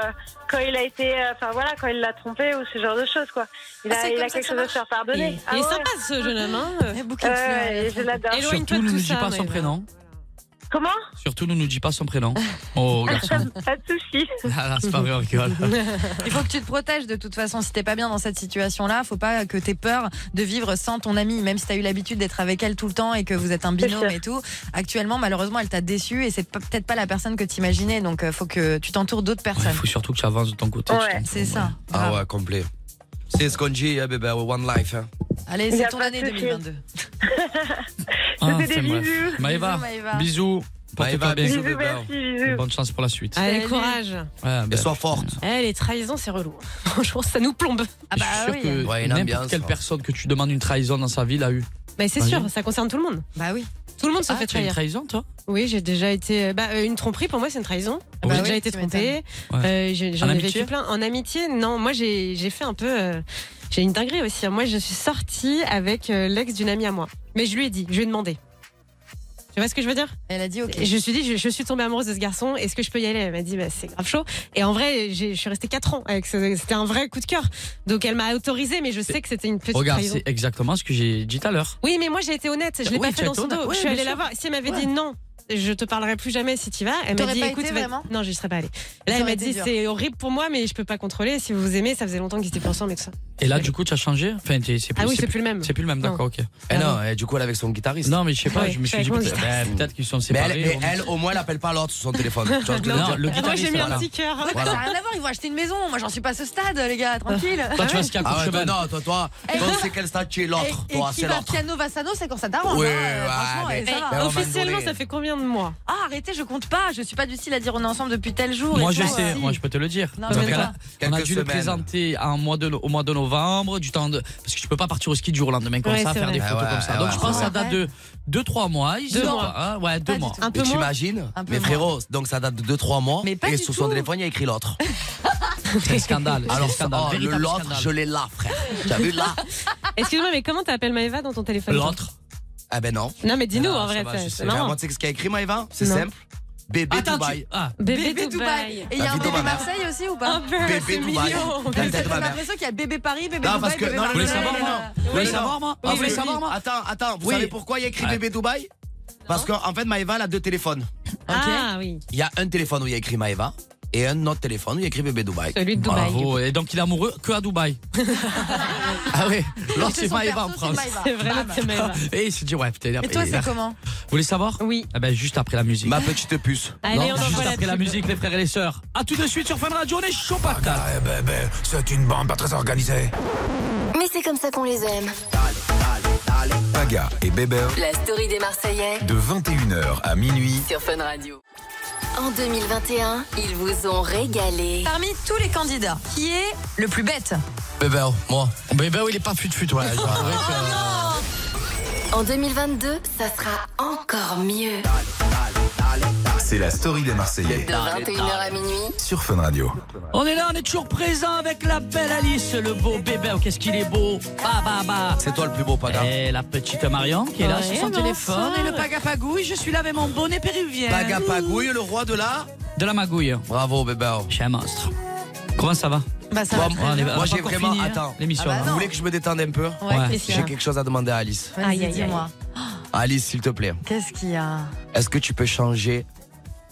Speaker 14: quand il a été, euh, enfin voilà, quand il l'a trompé ou ce genre de choses quoi. Il
Speaker 8: Ah,
Speaker 14: a,
Speaker 8: c'est
Speaker 14: il
Speaker 8: comme
Speaker 14: a
Speaker 8: ça
Speaker 14: quelque chose à
Speaker 8: que ça
Speaker 14: se
Speaker 8: marche.
Speaker 14: faire pardonner. Ah
Speaker 8: Il- il est sympa, ce jeune homme, hein. Les bouquets de fleurs.
Speaker 14: Ouais, je l'adore.
Speaker 8: Éloigne-toi
Speaker 6: Surtout, ne
Speaker 8: de
Speaker 6: nous
Speaker 8: tout
Speaker 6: dis
Speaker 8: ça,
Speaker 6: pas son
Speaker 8: mais
Speaker 6: prénom.
Speaker 14: Comment
Speaker 6: Surtout, ne nous dis pas son prénom. Oh, garçon.
Speaker 14: Pas de soucis.
Speaker 6: Ah, là, c'est pas vrai, on rigole.
Speaker 7: Il faut que tu te protèges de toute façon. Si t'es pas bien dans cette situation-là, faut pas que t'aies peur de vivre sans ton amie, même si t'as eu l'habitude d'être avec elle tout le temps et que vous êtes un binôme
Speaker 14: sûr.
Speaker 7: et tout. Actuellement, malheureusement, elle t'a déçu et c'est pas- peut-être pas la personne que t'imaginais. Donc, euh, faut que tu t'entoures d'autres personnes.
Speaker 6: Faut surtout que tu avances de ton côté. tu
Speaker 7: Ouais,
Speaker 6: t'en-
Speaker 7: c'est ça.
Speaker 5: Ah ouais, complet. C'est ce qu'on dit, hein, bébé, One Life. hein.
Speaker 7: Allez,
Speaker 14: Il y
Speaker 7: c'est
Speaker 14: a
Speaker 7: ton
Speaker 14: pas de
Speaker 7: année
Speaker 14: souci.
Speaker 7: 2022.
Speaker 6: Ah,
Speaker 14: Je te fais
Speaker 6: c'est
Speaker 14: des
Speaker 6: bref.
Speaker 14: bisous.
Speaker 6: Maëva,
Speaker 7: Bisous, Maëva.
Speaker 6: bisous. Porte-toi bien.
Speaker 14: Bisous, merci, bisous.
Speaker 6: Bonne chance pour la suite.
Speaker 8: Allez, courage.
Speaker 6: Ouais, ben,
Speaker 5: Et sois forte.
Speaker 8: Eh, les trahisons, c'est relou. Franchement, ça nous plombe.
Speaker 7: Ah
Speaker 6: Je suis sûr que
Speaker 5: Ouais, une
Speaker 6: n'importe
Speaker 5: ambiance,
Speaker 6: quelle
Speaker 5: hein.
Speaker 6: personne que tu demandes une trahison dans sa vie l'a eu.
Speaker 8: Mais Bah, c'est
Speaker 6: Vas-y.
Speaker 8: sûr, ça concerne tout le monde.
Speaker 7: Bah oui.
Speaker 8: Tout le monde se
Speaker 6: Ah,
Speaker 8: fait
Speaker 6: tu as une
Speaker 8: trahir.
Speaker 6: trahison, toi
Speaker 8: Oui, j'ai déjà été. Bah, euh, une tromperie, pour moi, c'est une trahison.
Speaker 6: Ah bah
Speaker 8: j'ai
Speaker 6: oui,
Speaker 8: déjà été
Speaker 6: tu
Speaker 8: trompée.
Speaker 6: m'étonnes.
Speaker 8: Euh, j'ai- J'en
Speaker 6: En
Speaker 8: ai
Speaker 6: amitié
Speaker 8: vécu plein. En amitié, non. Moi, j'ai j'ai fait un peu. euh, j'ai une dinguerie aussi. hein. Moi, je suis sortie avec euh, l'ex d'une amie à moi. Mais je lui ai dit, je lui ai demandé. Tu vois ce que je veux dire
Speaker 7: Elle a dit ok.
Speaker 8: Et je me suis dit, je, je suis tombée amoureuse de ce garçon, est-ce que je peux y aller Elle m'a dit, bah, c'est grave chaud. Et en vrai, j'ai- je suis restée 4 ans avec ce- C'était un vrai coup de cœur. Donc elle m'a autorisé, mais je sais que c'était une petite
Speaker 6: Regarde,
Speaker 8: trahison.
Speaker 6: c'est exactement ce que j'ai dit tout à l'heure.
Speaker 8: Oui, mais moi j'ai été honnête, je l'ai
Speaker 6: Oui,
Speaker 8: pas
Speaker 6: tu
Speaker 8: fait
Speaker 6: as
Speaker 8: dans
Speaker 6: été
Speaker 8: son
Speaker 6: honnête.
Speaker 8: dos.
Speaker 6: Ouais,
Speaker 8: je suis allée
Speaker 6: bien
Speaker 8: la
Speaker 6: sûr.
Speaker 8: voir. Si elle m'avait
Speaker 6: Ouais.
Speaker 8: dit non, je te parlerai plus jamais si tu vas, elle m'a
Speaker 7: T'aurais
Speaker 8: dit
Speaker 7: pas
Speaker 8: écoute,
Speaker 7: été,
Speaker 8: va-
Speaker 7: vraiment
Speaker 8: non, j'y serais pas allée. Là,
Speaker 7: Ça
Speaker 8: elle
Speaker 7: aurait
Speaker 8: m'a
Speaker 7: été
Speaker 8: dit
Speaker 7: dur.
Speaker 8: c'est horrible pour moi, mais je peux pas contrôler. Si vous vous aimez, ça faisait longtemps qu'ils étaient plus ensemble et tout ça.
Speaker 6: Et là, du coup, tu as changé Enfin, t'es- c'est
Speaker 8: Ah oui, c'est plus le même.
Speaker 6: C'est plus le même,
Speaker 8: Non.
Speaker 6: d'accord, ok.
Speaker 5: Eh non, eh, du coup, elle est avec son guitariste.
Speaker 6: Non, mais je sais pas,
Speaker 5: Ouais,
Speaker 6: je me suis
Speaker 5: avec
Speaker 6: dit
Speaker 5: mon
Speaker 6: peut-être
Speaker 5: guitariste.
Speaker 6: ben, peut-être qu'ils sont
Speaker 5: Mais
Speaker 6: séparés.
Speaker 5: elle, mais elle, au moins, elle appelle pas l'autre sur son téléphone. Tu vois ce que je veux
Speaker 6: Non,
Speaker 5: dire
Speaker 6: le Ah, moi, j'ai guitariste, mis un voilà. petit
Speaker 7: Ouais, bah, Ça n'a rien à voir, ils vont acheter une maison. Moi, j'en suis pas à ce stade, les gars, tranquille.
Speaker 5: Ah ouais.
Speaker 6: y a à
Speaker 5: Ah ouais,
Speaker 6: Courchevel.
Speaker 5: toi, Non, toi, toi,
Speaker 7: Eh,
Speaker 5: toi,
Speaker 7: bah-
Speaker 5: c'est quel statut l'autre
Speaker 7: Et, et
Speaker 5: Toi,
Speaker 7: qui
Speaker 5: c'est
Speaker 7: va
Speaker 5: l'autre.
Speaker 7: piano va sano, c'est quand ça t'arrange.
Speaker 5: Ouais,
Speaker 7: hein, euh,
Speaker 5: ouais,
Speaker 7: franchement,
Speaker 5: mais-
Speaker 7: eh, ça
Speaker 5: mais
Speaker 7: va.
Speaker 5: on va
Speaker 8: Officiellement,
Speaker 5: demander.
Speaker 8: ça fait combien de mois
Speaker 7: Ah, arrêtez, je compte pas. Je suis pas du style à dire on est ensemble depuis tel jour.
Speaker 6: Moi
Speaker 7: et
Speaker 6: je
Speaker 7: tout,
Speaker 6: sais,
Speaker 7: euh,
Speaker 6: moi je peux te le dire.
Speaker 7: Non,
Speaker 6: Donc,
Speaker 7: mais
Speaker 6: elle a- on a
Speaker 5: Quelques
Speaker 6: dû le
Speaker 5: semaines.
Speaker 6: présenter en mois de, no- au mois de novembre, du temps de, parce que je peux pas partir au ski du jour au lendemain comme
Speaker 5: Ouais,
Speaker 6: ça,
Speaker 5: c'est
Speaker 6: faire
Speaker 5: vrai.
Speaker 6: des photos
Speaker 5: Ah ouais,
Speaker 6: comme ça.
Speaker 5: ah
Speaker 6: Donc
Speaker 5: ouais,
Speaker 6: je pense que
Speaker 5: c'est
Speaker 6: ça date de 2-3 mois.
Speaker 5: Deux mois.
Speaker 6: hein, ouais, 2 mois.
Speaker 5: Et T'imagines Mais frérot, donc ça date de 2-3 mois. et sur son téléphone, il y a écrit l'autre.
Speaker 6: C'est scandale.
Speaker 5: Alors,
Speaker 6: c'est
Speaker 5: ça,
Speaker 6: scandale,
Speaker 5: oh, le
Speaker 6: véritable
Speaker 5: l'autre,
Speaker 6: scandale.
Speaker 5: je l'ai là, frère. T'as vu là
Speaker 8: Excuse-moi, mais comment t'appelles Maëva dans ton téléphone toi
Speaker 5: L'autre Ah ben non.
Speaker 8: Non, mais dis-nous,
Speaker 5: Ah,
Speaker 8: en
Speaker 5: ça
Speaker 8: vrai,
Speaker 5: va,
Speaker 8: c'est-
Speaker 5: je
Speaker 8: c'est
Speaker 5: sais.
Speaker 8: marrant.
Speaker 5: Moi, Tu sais ce qu'il y a écrit, Maëva C'est
Speaker 8: Non.
Speaker 5: simple. Bébé
Speaker 6: Attends, tu-
Speaker 5: Dubaï.
Speaker 6: Ah.
Speaker 8: Bébé,
Speaker 7: Bébé Dubaï.
Speaker 8: Dubaï.
Speaker 7: Et il y a
Speaker 5: La
Speaker 7: un
Speaker 5: vie de
Speaker 7: bébé
Speaker 5: ma mère.
Speaker 7: Marseille aussi ou pas
Speaker 8: Un peu, Bébé c'est Dubaï. mignon.
Speaker 7: Parce que
Speaker 5: Tête de ma
Speaker 7: J'ai
Speaker 5: mère.
Speaker 7: l'impression qu'il y a bébé Paris, bébé
Speaker 5: Non, parce
Speaker 7: Dubaï,
Speaker 5: que.
Speaker 7: bébé
Speaker 5: Non, non,
Speaker 7: Marseille. euh,
Speaker 5: non, non, non, non.
Speaker 6: Vous voulez savoir, moi Ah, vous voulez
Speaker 5: Oui,
Speaker 6: savoir, moi
Speaker 5: Attends, attends, vous
Speaker 6: Oui.
Speaker 5: savez pourquoi il y a écrit
Speaker 6: Ouais.
Speaker 5: bébé Dubaï Parce qu'en fait, Maëva, elle a deux téléphones.
Speaker 8: Ah oui.
Speaker 5: Il y a un téléphone où il y a écrit Maëva et un autre téléphone où il y a écrit bébé Dubaï.
Speaker 8: Celui de Dubaï.
Speaker 6: Bravo. Et donc il est amoureux que à Dubaï. ah oui, l'autre
Speaker 7: C'est
Speaker 6: c'est
Speaker 7: son
Speaker 6: Maëva en
Speaker 7: perso, c'est
Speaker 6: France.
Speaker 7: Maëva.
Speaker 8: C'est vrai, l'autre, c'est Maëva.
Speaker 6: Et il s'est dit, ouais, putain,
Speaker 7: Et toi, c'est comment
Speaker 6: Vous voulez savoir
Speaker 8: Oui.
Speaker 6: Ah ben juste après la musique.
Speaker 5: Ma petite puce.
Speaker 8: Allez,
Speaker 6: Non,
Speaker 8: on envoie
Speaker 6: juste
Speaker 8: la
Speaker 6: après la
Speaker 8: pub.
Speaker 6: musique, les frères et les sœurs. À tout de suite sur Fun Radio, on est chaud patate.
Speaker 1: Eh ben, ben, c'est une bande pas très organisée.
Speaker 3: Mais c'est comme ça qu'on les aime.
Speaker 1: Paga et Bébert,
Speaker 3: La story des Marseillais
Speaker 1: de 21h à minuit.
Speaker 3: sur Fun Radio. En 2021, ils vous ont régalé.
Speaker 7: Parmi tous les candidats, qui est le plus bête
Speaker 5: Bébé, moi. Bébé,
Speaker 6: ben
Speaker 5: il est pas fut-fut, ouais. je dois avouer que-
Speaker 3: En 2022, ça sera encore mieux.
Speaker 1: C'est la story des Marseillais.
Speaker 3: De 21h à minuit,
Speaker 1: Sur Fun Radio.
Speaker 6: On est là, on est toujours présent avec la belle Alice, le beau bébé. Oh, qu'est-ce qu'il est beau. Bah, bah, bah.
Speaker 5: C'est toi le plus beau, Paga.
Speaker 6: Et la petite Marion qui est là
Speaker 8: Ouais,
Speaker 6: sur son
Speaker 8: bonsoir.
Speaker 6: téléphone. Et le pagapagouille, je suis là avec mon bonnet péruvien.
Speaker 5: Paga Pagouille, le roi de la.
Speaker 6: De la magouille.
Speaker 5: Bravo, bébé.
Speaker 6: Je suis un monstre. Comment ça va
Speaker 7: Bah ça
Speaker 5: Moi,
Speaker 7: va très
Speaker 6: on est-
Speaker 7: bien.
Speaker 6: on a
Speaker 5: moi,
Speaker 6: pas
Speaker 5: j'ai
Speaker 6: encore
Speaker 5: vraiment.
Speaker 6: fini, hein,
Speaker 5: Attends,
Speaker 6: l'émission,
Speaker 7: Ah bah
Speaker 5: vous
Speaker 7: non.
Speaker 5: voulez que je me détende un peu
Speaker 7: Ouais,
Speaker 6: Ouais.
Speaker 7: qu'est-ce qu'il y
Speaker 5: J'ai
Speaker 7: a
Speaker 5: quelque chose à demander à Alice.
Speaker 7: Vas-y,
Speaker 8: Aïe, aïe, aïe.
Speaker 7: dis-moi.
Speaker 5: Alice, s'il te plaît,
Speaker 7: Qu'est-ce qu'il y a
Speaker 5: est-ce que tu peux changer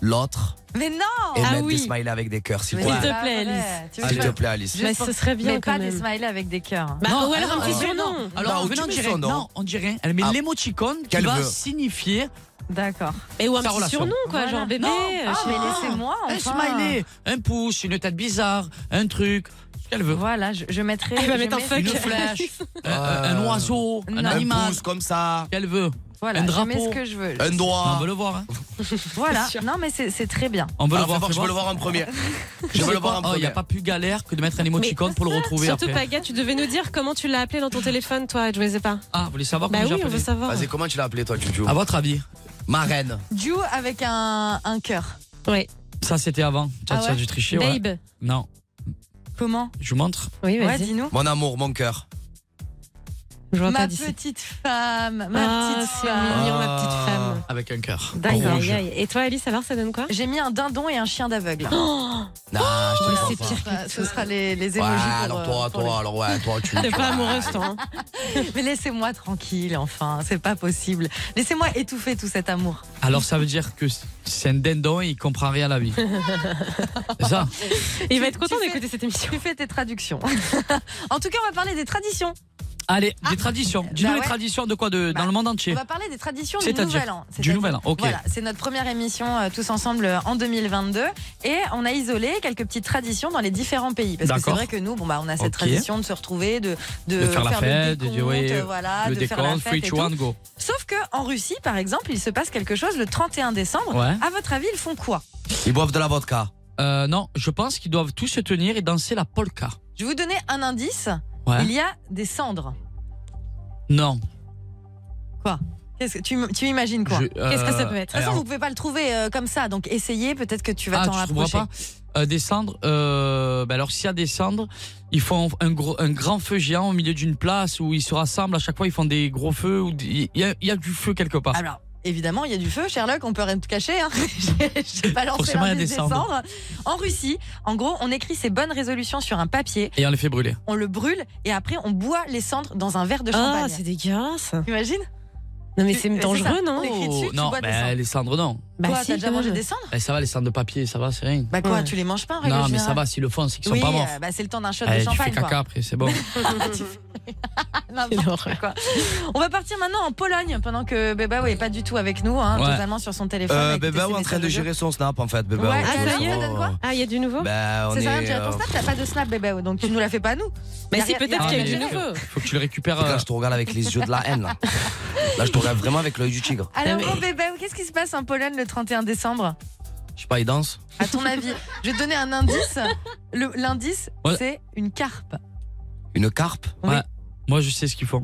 Speaker 5: l'autre
Speaker 7: Mais non
Speaker 5: et
Speaker 8: Ah
Speaker 5: mettre
Speaker 8: oui.
Speaker 5: des smileys avec des cœurs, s'il
Speaker 7: Mais
Speaker 5: te
Speaker 8: S'il
Speaker 7: c'est
Speaker 5: plaît
Speaker 7: pas
Speaker 8: plaît,
Speaker 7: vrai.
Speaker 8: Alice.
Speaker 7: Tu veux
Speaker 5: S'il
Speaker 7: pas-
Speaker 5: te plaît, Alice.
Speaker 8: Mais
Speaker 7: Juste
Speaker 8: ce
Speaker 7: pour-
Speaker 8: serait bien
Speaker 7: Mais
Speaker 8: quand
Speaker 7: pas
Speaker 8: même.
Speaker 7: des smileys avec des cœurs.
Speaker 8: Bah,
Speaker 6: Non,
Speaker 8: ou alors un
Speaker 6: alors,
Speaker 8: petit
Speaker 6: alors,
Speaker 8: surnom.
Speaker 6: Alors,
Speaker 5: Bah,
Speaker 6: venez,
Speaker 5: tu
Speaker 6: on
Speaker 5: mets
Speaker 6: dirait.
Speaker 5: son nom.
Speaker 6: Non, on dirait. Elle met
Speaker 5: Ah.
Speaker 6: l'émoticône qui
Speaker 5: Qu'elle
Speaker 6: va
Speaker 5: veut.
Speaker 6: signifier
Speaker 7: D'accord.
Speaker 8: Et ou un
Speaker 6: sa
Speaker 8: petit
Speaker 6: relation.
Speaker 8: surnom, quoi,
Speaker 7: Voilà.
Speaker 8: genre bébé.
Speaker 6: Non.
Speaker 8: euh,
Speaker 7: Ah,
Speaker 8: je sais
Speaker 7: mais
Speaker 8: pas.
Speaker 7: laissez-moi
Speaker 6: un
Speaker 7: enfin.
Speaker 6: smiley, un pouce, une tête bizarre, un truc, ce qu'elle veut.
Speaker 7: Voilà, je, je mettrai.
Speaker 8: Elle va
Speaker 7: je
Speaker 8: mettre un
Speaker 7: mets-
Speaker 8: fuck.
Speaker 6: Une flèche, un, Euh, un- un oiseau, un
Speaker 7: Non.
Speaker 5: Euh, Un
Speaker 6: animal,
Speaker 5: pouce comme ça,
Speaker 6: qu'elle veut. un
Speaker 7: Voilà, je mets ce
Speaker 6: drapeau.
Speaker 7: que je veux.
Speaker 5: un
Speaker 6: On
Speaker 5: doigt.
Speaker 6: veut le voir. hein.
Speaker 7: Voilà. Non, mais c'est c'est très bien.
Speaker 6: On veut
Speaker 5: Alors,
Speaker 6: le voir.
Speaker 5: fais voir,
Speaker 6: fais
Speaker 5: Ah, je veux le voir en premier.
Speaker 6: Je
Speaker 5: Je veux
Speaker 6: sais
Speaker 5: le voir en
Speaker 6: pas. Oh, il n'y a
Speaker 5: premier.
Speaker 6: pas plus galère que de mettre un émoticône pour le retrouver
Speaker 8: Surtout,
Speaker 6: après.
Speaker 8: Paga, tu devais nous dire comment tu l'as appelé dans ton téléphone, toi, je ne sais pas.
Speaker 6: Ah, vous voulez savoir
Speaker 8: Bah
Speaker 6: comment j'ai
Speaker 8: oui, on
Speaker 6: appelé
Speaker 8: veut savoir.
Speaker 5: Vas-y, comment tu l'as appelé, toi, Juju
Speaker 6: À votre avis,
Speaker 5: Ma reine.
Speaker 7: Duo avec un, un cœur.
Speaker 8: Ouais.
Speaker 6: ça c'était avant. Tu as
Speaker 7: Ah
Speaker 6: tu as
Speaker 7: ouais
Speaker 6: dû tricher, ouais.
Speaker 8: Babe.
Speaker 6: Non,
Speaker 7: Comment
Speaker 6: je vous montre.
Speaker 8: Oui,
Speaker 7: Ouais,
Speaker 8: vas-y.
Speaker 7: dis-nous.
Speaker 5: Mon amour, mon cœur.
Speaker 8: Je vois
Speaker 7: Ma
Speaker 8: pas d'ici.
Speaker 7: petite femme, ma
Speaker 8: Ah,
Speaker 7: petite
Speaker 8: c'est
Speaker 7: femme.
Speaker 8: mignon, ma petite
Speaker 5: Ah.
Speaker 8: femme.
Speaker 6: Avec un cœur.
Speaker 8: Aïe,
Speaker 7: D'accord.
Speaker 8: aïe, aïe. Et toi, Alice, alors, ça donne quoi Oh
Speaker 7: J'ai mis un dindon et un chien d'aveugle.
Speaker 5: Non, Ah,
Speaker 6: Oh,
Speaker 5: je te
Speaker 7: Voilà,
Speaker 5: le
Speaker 7: ce
Speaker 5: prends pas.
Speaker 7: sera- Ce sera les, les
Speaker 5: Ouais,
Speaker 7: émojis pour,
Speaker 5: alors
Speaker 7: euh,
Speaker 5: toi,
Speaker 7: pour
Speaker 5: toi, alors ouais, toi, tu.
Speaker 8: T'es
Speaker 5: tu-
Speaker 8: pas amoureuse, toi. hein.
Speaker 7: lui. Mais laissez-moi tranquille, enfin, c'est pas possible. Laissez-moi étouffer tout cet amour.
Speaker 6: Alors ça veut dire que c'est un dindon, il comprend rien à la vie. C'est ça.
Speaker 8: Il va être content
Speaker 7: tu fais-
Speaker 8: d'écouter cette émission.
Speaker 7: Tu fais tes traductions. en tout cas, on va parler des traditions.
Speaker 6: Allez, des traditions. Dis-nous
Speaker 7: Bah
Speaker 6: les
Speaker 7: ouais.
Speaker 6: traditions de quoi de,
Speaker 7: Bah,
Speaker 6: dans le monde
Speaker 7: On
Speaker 6: entier.
Speaker 7: va parler des traditions du
Speaker 6: C'est-à-dire
Speaker 7: Nouvel An.
Speaker 6: du
Speaker 7: C'est-à-dire-
Speaker 6: Nouvel An, ok.
Speaker 7: Voilà, c'est notre première émission euh, tous ensemble euh, en 2022 et on a isolé quelques petites traditions dans les différents pays parce que c'est
Speaker 6: D'accord.
Speaker 7: vrai que nous, bon bah, on a cette
Speaker 6: Ok.
Speaker 7: tradition de se retrouver, de
Speaker 6: De faire la
Speaker 7: le
Speaker 6: fête, de dire,
Speaker 7: décompte,
Speaker 6: ouais,
Speaker 7: euh, voilà,
Speaker 6: le
Speaker 7: de faire la
Speaker 6: décompte,
Speaker 7: fête
Speaker 6: free
Speaker 7: et
Speaker 6: to
Speaker 7: tout.
Speaker 6: one, go.
Speaker 7: Sauf que en Russie, par exemple, il se passe quelque chose le 31 décembre.
Speaker 6: Ouais.
Speaker 7: À votre avis, ils font quoi
Speaker 5: Ils boivent de la vodka.
Speaker 6: Euh, non, je pense qu'ils doivent tous se tenir et danser la polka.
Speaker 7: Je vais vous donner un indice.
Speaker 6: Ouais.
Speaker 7: Il y a des cendres.
Speaker 6: Non.
Speaker 7: Quoi Qu'est-ce que- tu, m- tu imagines quoi
Speaker 6: Je- Qu'est-ce que ça peut être
Speaker 7: De toute façon,
Speaker 6: alors-
Speaker 7: vous pouvez pas le trouver euh, comme ça, donc essayez, peut-être que tu vas
Speaker 6: ah,
Speaker 7: t'en
Speaker 6: tu trouveras
Speaker 7: rapprocher.
Speaker 6: pas Euh, Descendre. euh, bah alors, s'il y a descendre, ils font un, gros, un grand feu géant au milieu d'une place où ils se rassemblent. À chaque fois, ils font des gros feux. ou des- Il y, a- il y a du feu quelque part.
Speaker 7: Alors, évidemment, il y a du feu, Sherlock, on peut rien te cacher. Hein. J'ai- J'ai pas lancé
Speaker 6: Forcément, il y a
Speaker 7: l'indice
Speaker 6: des cendres.
Speaker 7: descendre. En Russie, en gros, on écrit ses bonnes résolutions sur un papier,
Speaker 6: Et on les fait brûler.
Speaker 7: on le brûle et après on boit les cendres dans un verre de
Speaker 8: Ah,
Speaker 7: champagne.
Speaker 8: c'est dégueulasse.
Speaker 7: T'imagines
Speaker 8: Non, mais
Speaker 7: Tu-
Speaker 8: c'est
Speaker 7: mais c'est
Speaker 8: dangereux,
Speaker 7: ça,
Speaker 8: non
Speaker 7: on écrit dessus, tu
Speaker 6: non,
Speaker 7: bois des
Speaker 6: bah,
Speaker 7: cendres.
Speaker 6: les cendres, non.
Speaker 7: Bah Quoi, si, t'as déjà quand mangé même. des cendres
Speaker 6: Eh, Ça va, les cendres de papier, ça va, c'est rien.
Speaker 7: Bah quoi, tu les manges pas en règle
Speaker 6: Non, mais
Speaker 7: générale
Speaker 6: ça va, s'ils le font, c'est qu'ils sont
Speaker 7: Oui,
Speaker 6: pas morts.
Speaker 7: euh, bah, c'est le temps d'un shot
Speaker 6: Eh,
Speaker 7: de
Speaker 6: tu fais
Speaker 7: champagne.
Speaker 6: caca
Speaker 7: quoi.
Speaker 6: après, c'est bon.
Speaker 7: Tu fais- N'importe quoi. On va partir maintenant en Pologne pendant que Bébaou est pas du tout avec nous, hein,
Speaker 5: Ouais.
Speaker 7: totalement sur son téléphone. à
Speaker 5: Euh,
Speaker 7: écouter
Speaker 5: Bébé
Speaker 7: ses
Speaker 5: est en train
Speaker 7: messages
Speaker 5: de gérer son snap en fait. Bébé, Oh.
Speaker 7: Ouais,
Speaker 5: on
Speaker 7: ah,
Speaker 5: fait
Speaker 7: ça y est,
Speaker 5: son-
Speaker 7: ça donne quoi
Speaker 8: Ah, il y a du nouveau
Speaker 5: Bah, on
Speaker 7: Ça sert à rien de
Speaker 5: est,
Speaker 7: gérer ton
Speaker 5: euh,
Speaker 7: snap, t'as pas de snap, Bébéo, donc tu nous la fais pas nous.
Speaker 8: Mais
Speaker 7: Y a
Speaker 8: si,
Speaker 7: rien-
Speaker 8: peut-être
Speaker 7: y a
Speaker 8: qu'il y a
Speaker 7: rien
Speaker 8: du
Speaker 5: Ah,
Speaker 7: de gérer.
Speaker 8: nouveau.
Speaker 6: Faut que tu le récupères. euh.
Speaker 5: Là, je te regarde avec les yeux de la haine. Là, Là, je te regarde vraiment avec l'œil du tigre.
Speaker 6: Ah,
Speaker 7: Alors,
Speaker 8: Ah,
Speaker 7: bon, Bébéo, qu'est-ce qui se passe en Pologne le 31 décembre
Speaker 5: Je sais pas, il danse.
Speaker 7: À ton avis, je vais te donner un indice. Le- L'indice,
Speaker 6: Ouais.
Speaker 7: c'est une carpe.
Speaker 5: Une carpe
Speaker 6: Ouais. Moi, je sais ce qu'ils font.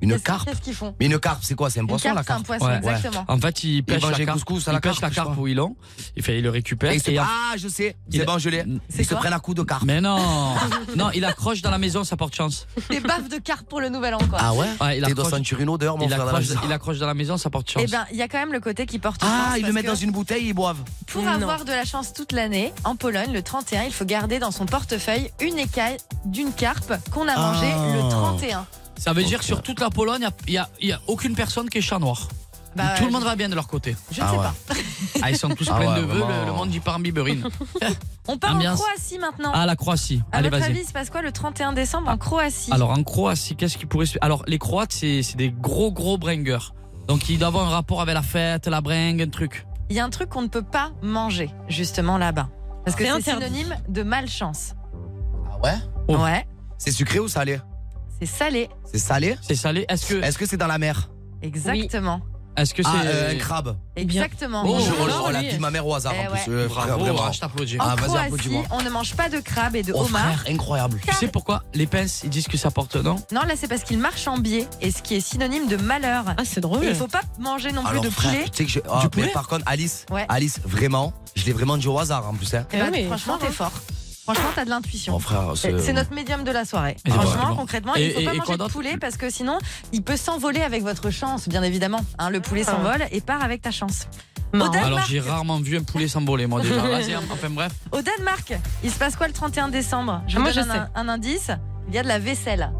Speaker 5: Une
Speaker 6: carpe
Speaker 7: Qu'est-ce qu'ils font
Speaker 5: Mais une carpe, c'est quoi C'est un poisson
Speaker 7: carpe,
Speaker 5: la
Speaker 7: c'est un
Speaker 5: carpe
Speaker 7: poisson, exactement.
Speaker 6: En fait, ils pêchent
Speaker 5: mangent
Speaker 6: la
Speaker 5: les
Speaker 6: carpe,
Speaker 5: couscous à la
Speaker 6: ils pêchent
Speaker 5: carpe,
Speaker 6: la
Speaker 5: je
Speaker 6: carpe
Speaker 5: crois.
Speaker 6: où ils l'ont. Il fait, il le récupère.
Speaker 5: Et ils se-
Speaker 6: en-
Speaker 5: Ah, je sais,
Speaker 6: il-
Speaker 5: c'est bon, je l'ai. Ils se
Speaker 7: quoi
Speaker 5: prennent à coups de carpe.
Speaker 6: Mais non, non, il accroche dans la maison, ça porte chance.
Speaker 7: Des baffes de carpe pour le nouvel an, quoi.
Speaker 5: Ah ouais,
Speaker 6: il
Speaker 5: T'es dois
Speaker 6: accroche-
Speaker 5: sentir une odeur, mon
Speaker 6: il
Speaker 5: frère. dans la
Speaker 6: accroche,
Speaker 5: maison.
Speaker 6: il accroche dans la maison, ça porte chance.
Speaker 7: Eh ben, il y a quand même le côté qui porte
Speaker 5: Ah,
Speaker 7: chance
Speaker 5: ils le
Speaker 7: parce
Speaker 5: mettent
Speaker 7: que
Speaker 5: dans une bouteille et ils boivent.
Speaker 7: Pour avoir de la chance toute l'année, en Pologne, le 31, il faut garder dans son portefeuille une écaille d'une carpe qu'on a
Speaker 6: Ah.
Speaker 7: mangée le 31.
Speaker 6: Ça veut dire que sur toute la Pologne, il n'y a, il y a aucune personne qui est chat noir.
Speaker 7: Bah,
Speaker 6: Tout
Speaker 7: ouais,
Speaker 6: le monde
Speaker 7: je-
Speaker 6: va bien de leur côté.
Speaker 7: Je ne sais pas.
Speaker 6: Ah, ils sont tous
Speaker 5: Ah
Speaker 6: pleins
Speaker 5: ouais,
Speaker 6: de vœux,
Speaker 5: vraiment.
Speaker 6: le, le monde dit parmi Burine.
Speaker 7: On
Speaker 5: Ah,
Speaker 7: part en
Speaker 6: Ambiance.
Speaker 7: Croatie maintenant.
Speaker 6: Ah, la Croatie.
Speaker 7: À
Speaker 6: Allez,
Speaker 7: votre
Speaker 6: vas-y.
Speaker 7: avis, il se passe quoi le 31 décembre en Croatie
Speaker 5: hein.
Speaker 6: Alors en Croatie, qu'est-ce qui pourrait se Alors les Croates, c'est c'est des gros gros bringers. Donc il doit avoir un rapport avec la fête, la bringue, un truc.
Speaker 7: Il y a un truc qu'on ne peut pas manger, justement là-bas. Parce que
Speaker 8: C'est
Speaker 7: c'est
Speaker 8: interdit.
Speaker 7: synonyme de malchance.
Speaker 5: Ah ouais
Speaker 7: Ouais.
Speaker 5: C'est sucré ou salé
Speaker 7: C'est salé.
Speaker 5: C'est salé
Speaker 6: C'est salé. Est-ce que
Speaker 5: Est-ce que c'est dans la mer
Speaker 7: Exactement.
Speaker 6: Est-ce que c'est
Speaker 5: Ah, euh, un crabe.
Speaker 7: Exactement.
Speaker 5: Oh, je relève la vie de ma mère au hasard
Speaker 7: Eh
Speaker 5: en plus.
Speaker 7: ouais.
Speaker 5: euh,
Speaker 6: Bravo,
Speaker 5: frère, vraiment.
Speaker 6: ah, je t'applaudis.
Speaker 7: En
Speaker 5: Ah, vas-y,
Speaker 7: Croatie,
Speaker 5: applaudis-moi.
Speaker 7: on ne mange pas de crabe et de
Speaker 5: Oh,
Speaker 7: homard.
Speaker 5: frère, incroyable.
Speaker 6: Tu sais pourquoi les pinces, ils disent que ça porte non
Speaker 7: Non, là, c'est parce qu'il marche en biais, et ce qui est synonyme de malheur.
Speaker 8: Ah, c'est drôle.
Speaker 7: Il faut pas manger non plus
Speaker 5: Alors,
Speaker 7: de
Speaker 5: frère,
Speaker 7: poulet.
Speaker 5: tu sais que je- ah, mais par contre, Alice,
Speaker 7: Ouais.
Speaker 5: Alice, vraiment, je l'ai vraiment dit au hasard en plus. Hein.
Speaker 7: Eh ben,
Speaker 8: Ah oui,
Speaker 7: franchement, t'es fort. Franchement, t'as de l'intuition.
Speaker 5: Oh, frère,
Speaker 7: c'est
Speaker 5: c'est-
Speaker 7: c'est notre médium de la soirée.
Speaker 5: Ah,
Speaker 7: Franchement,
Speaker 5: ouais.
Speaker 7: concrètement,
Speaker 5: Et-
Speaker 7: il faut
Speaker 5: et-
Speaker 7: pas
Speaker 5: et quoi
Speaker 7: manger de
Speaker 5: d'autre
Speaker 7: poulet parce que sinon, il peut s'envoler avec votre chance, bien évidemment. Hein, le
Speaker 6: Ah.
Speaker 7: poulet s'envole et part avec ta chance. Au Danemark,
Speaker 6: Alors j'ai rarement vu un poulet s'emboler moi déjà. Vas-y, hein, enfin bref.
Speaker 7: au Danemark, il se passe quoi le 31 décembre Je
Speaker 6: Ah,
Speaker 7: vous
Speaker 6: moi,
Speaker 7: donne
Speaker 6: je
Speaker 7: un,
Speaker 6: sais.
Speaker 7: un indice. Il y a de la vaisselle.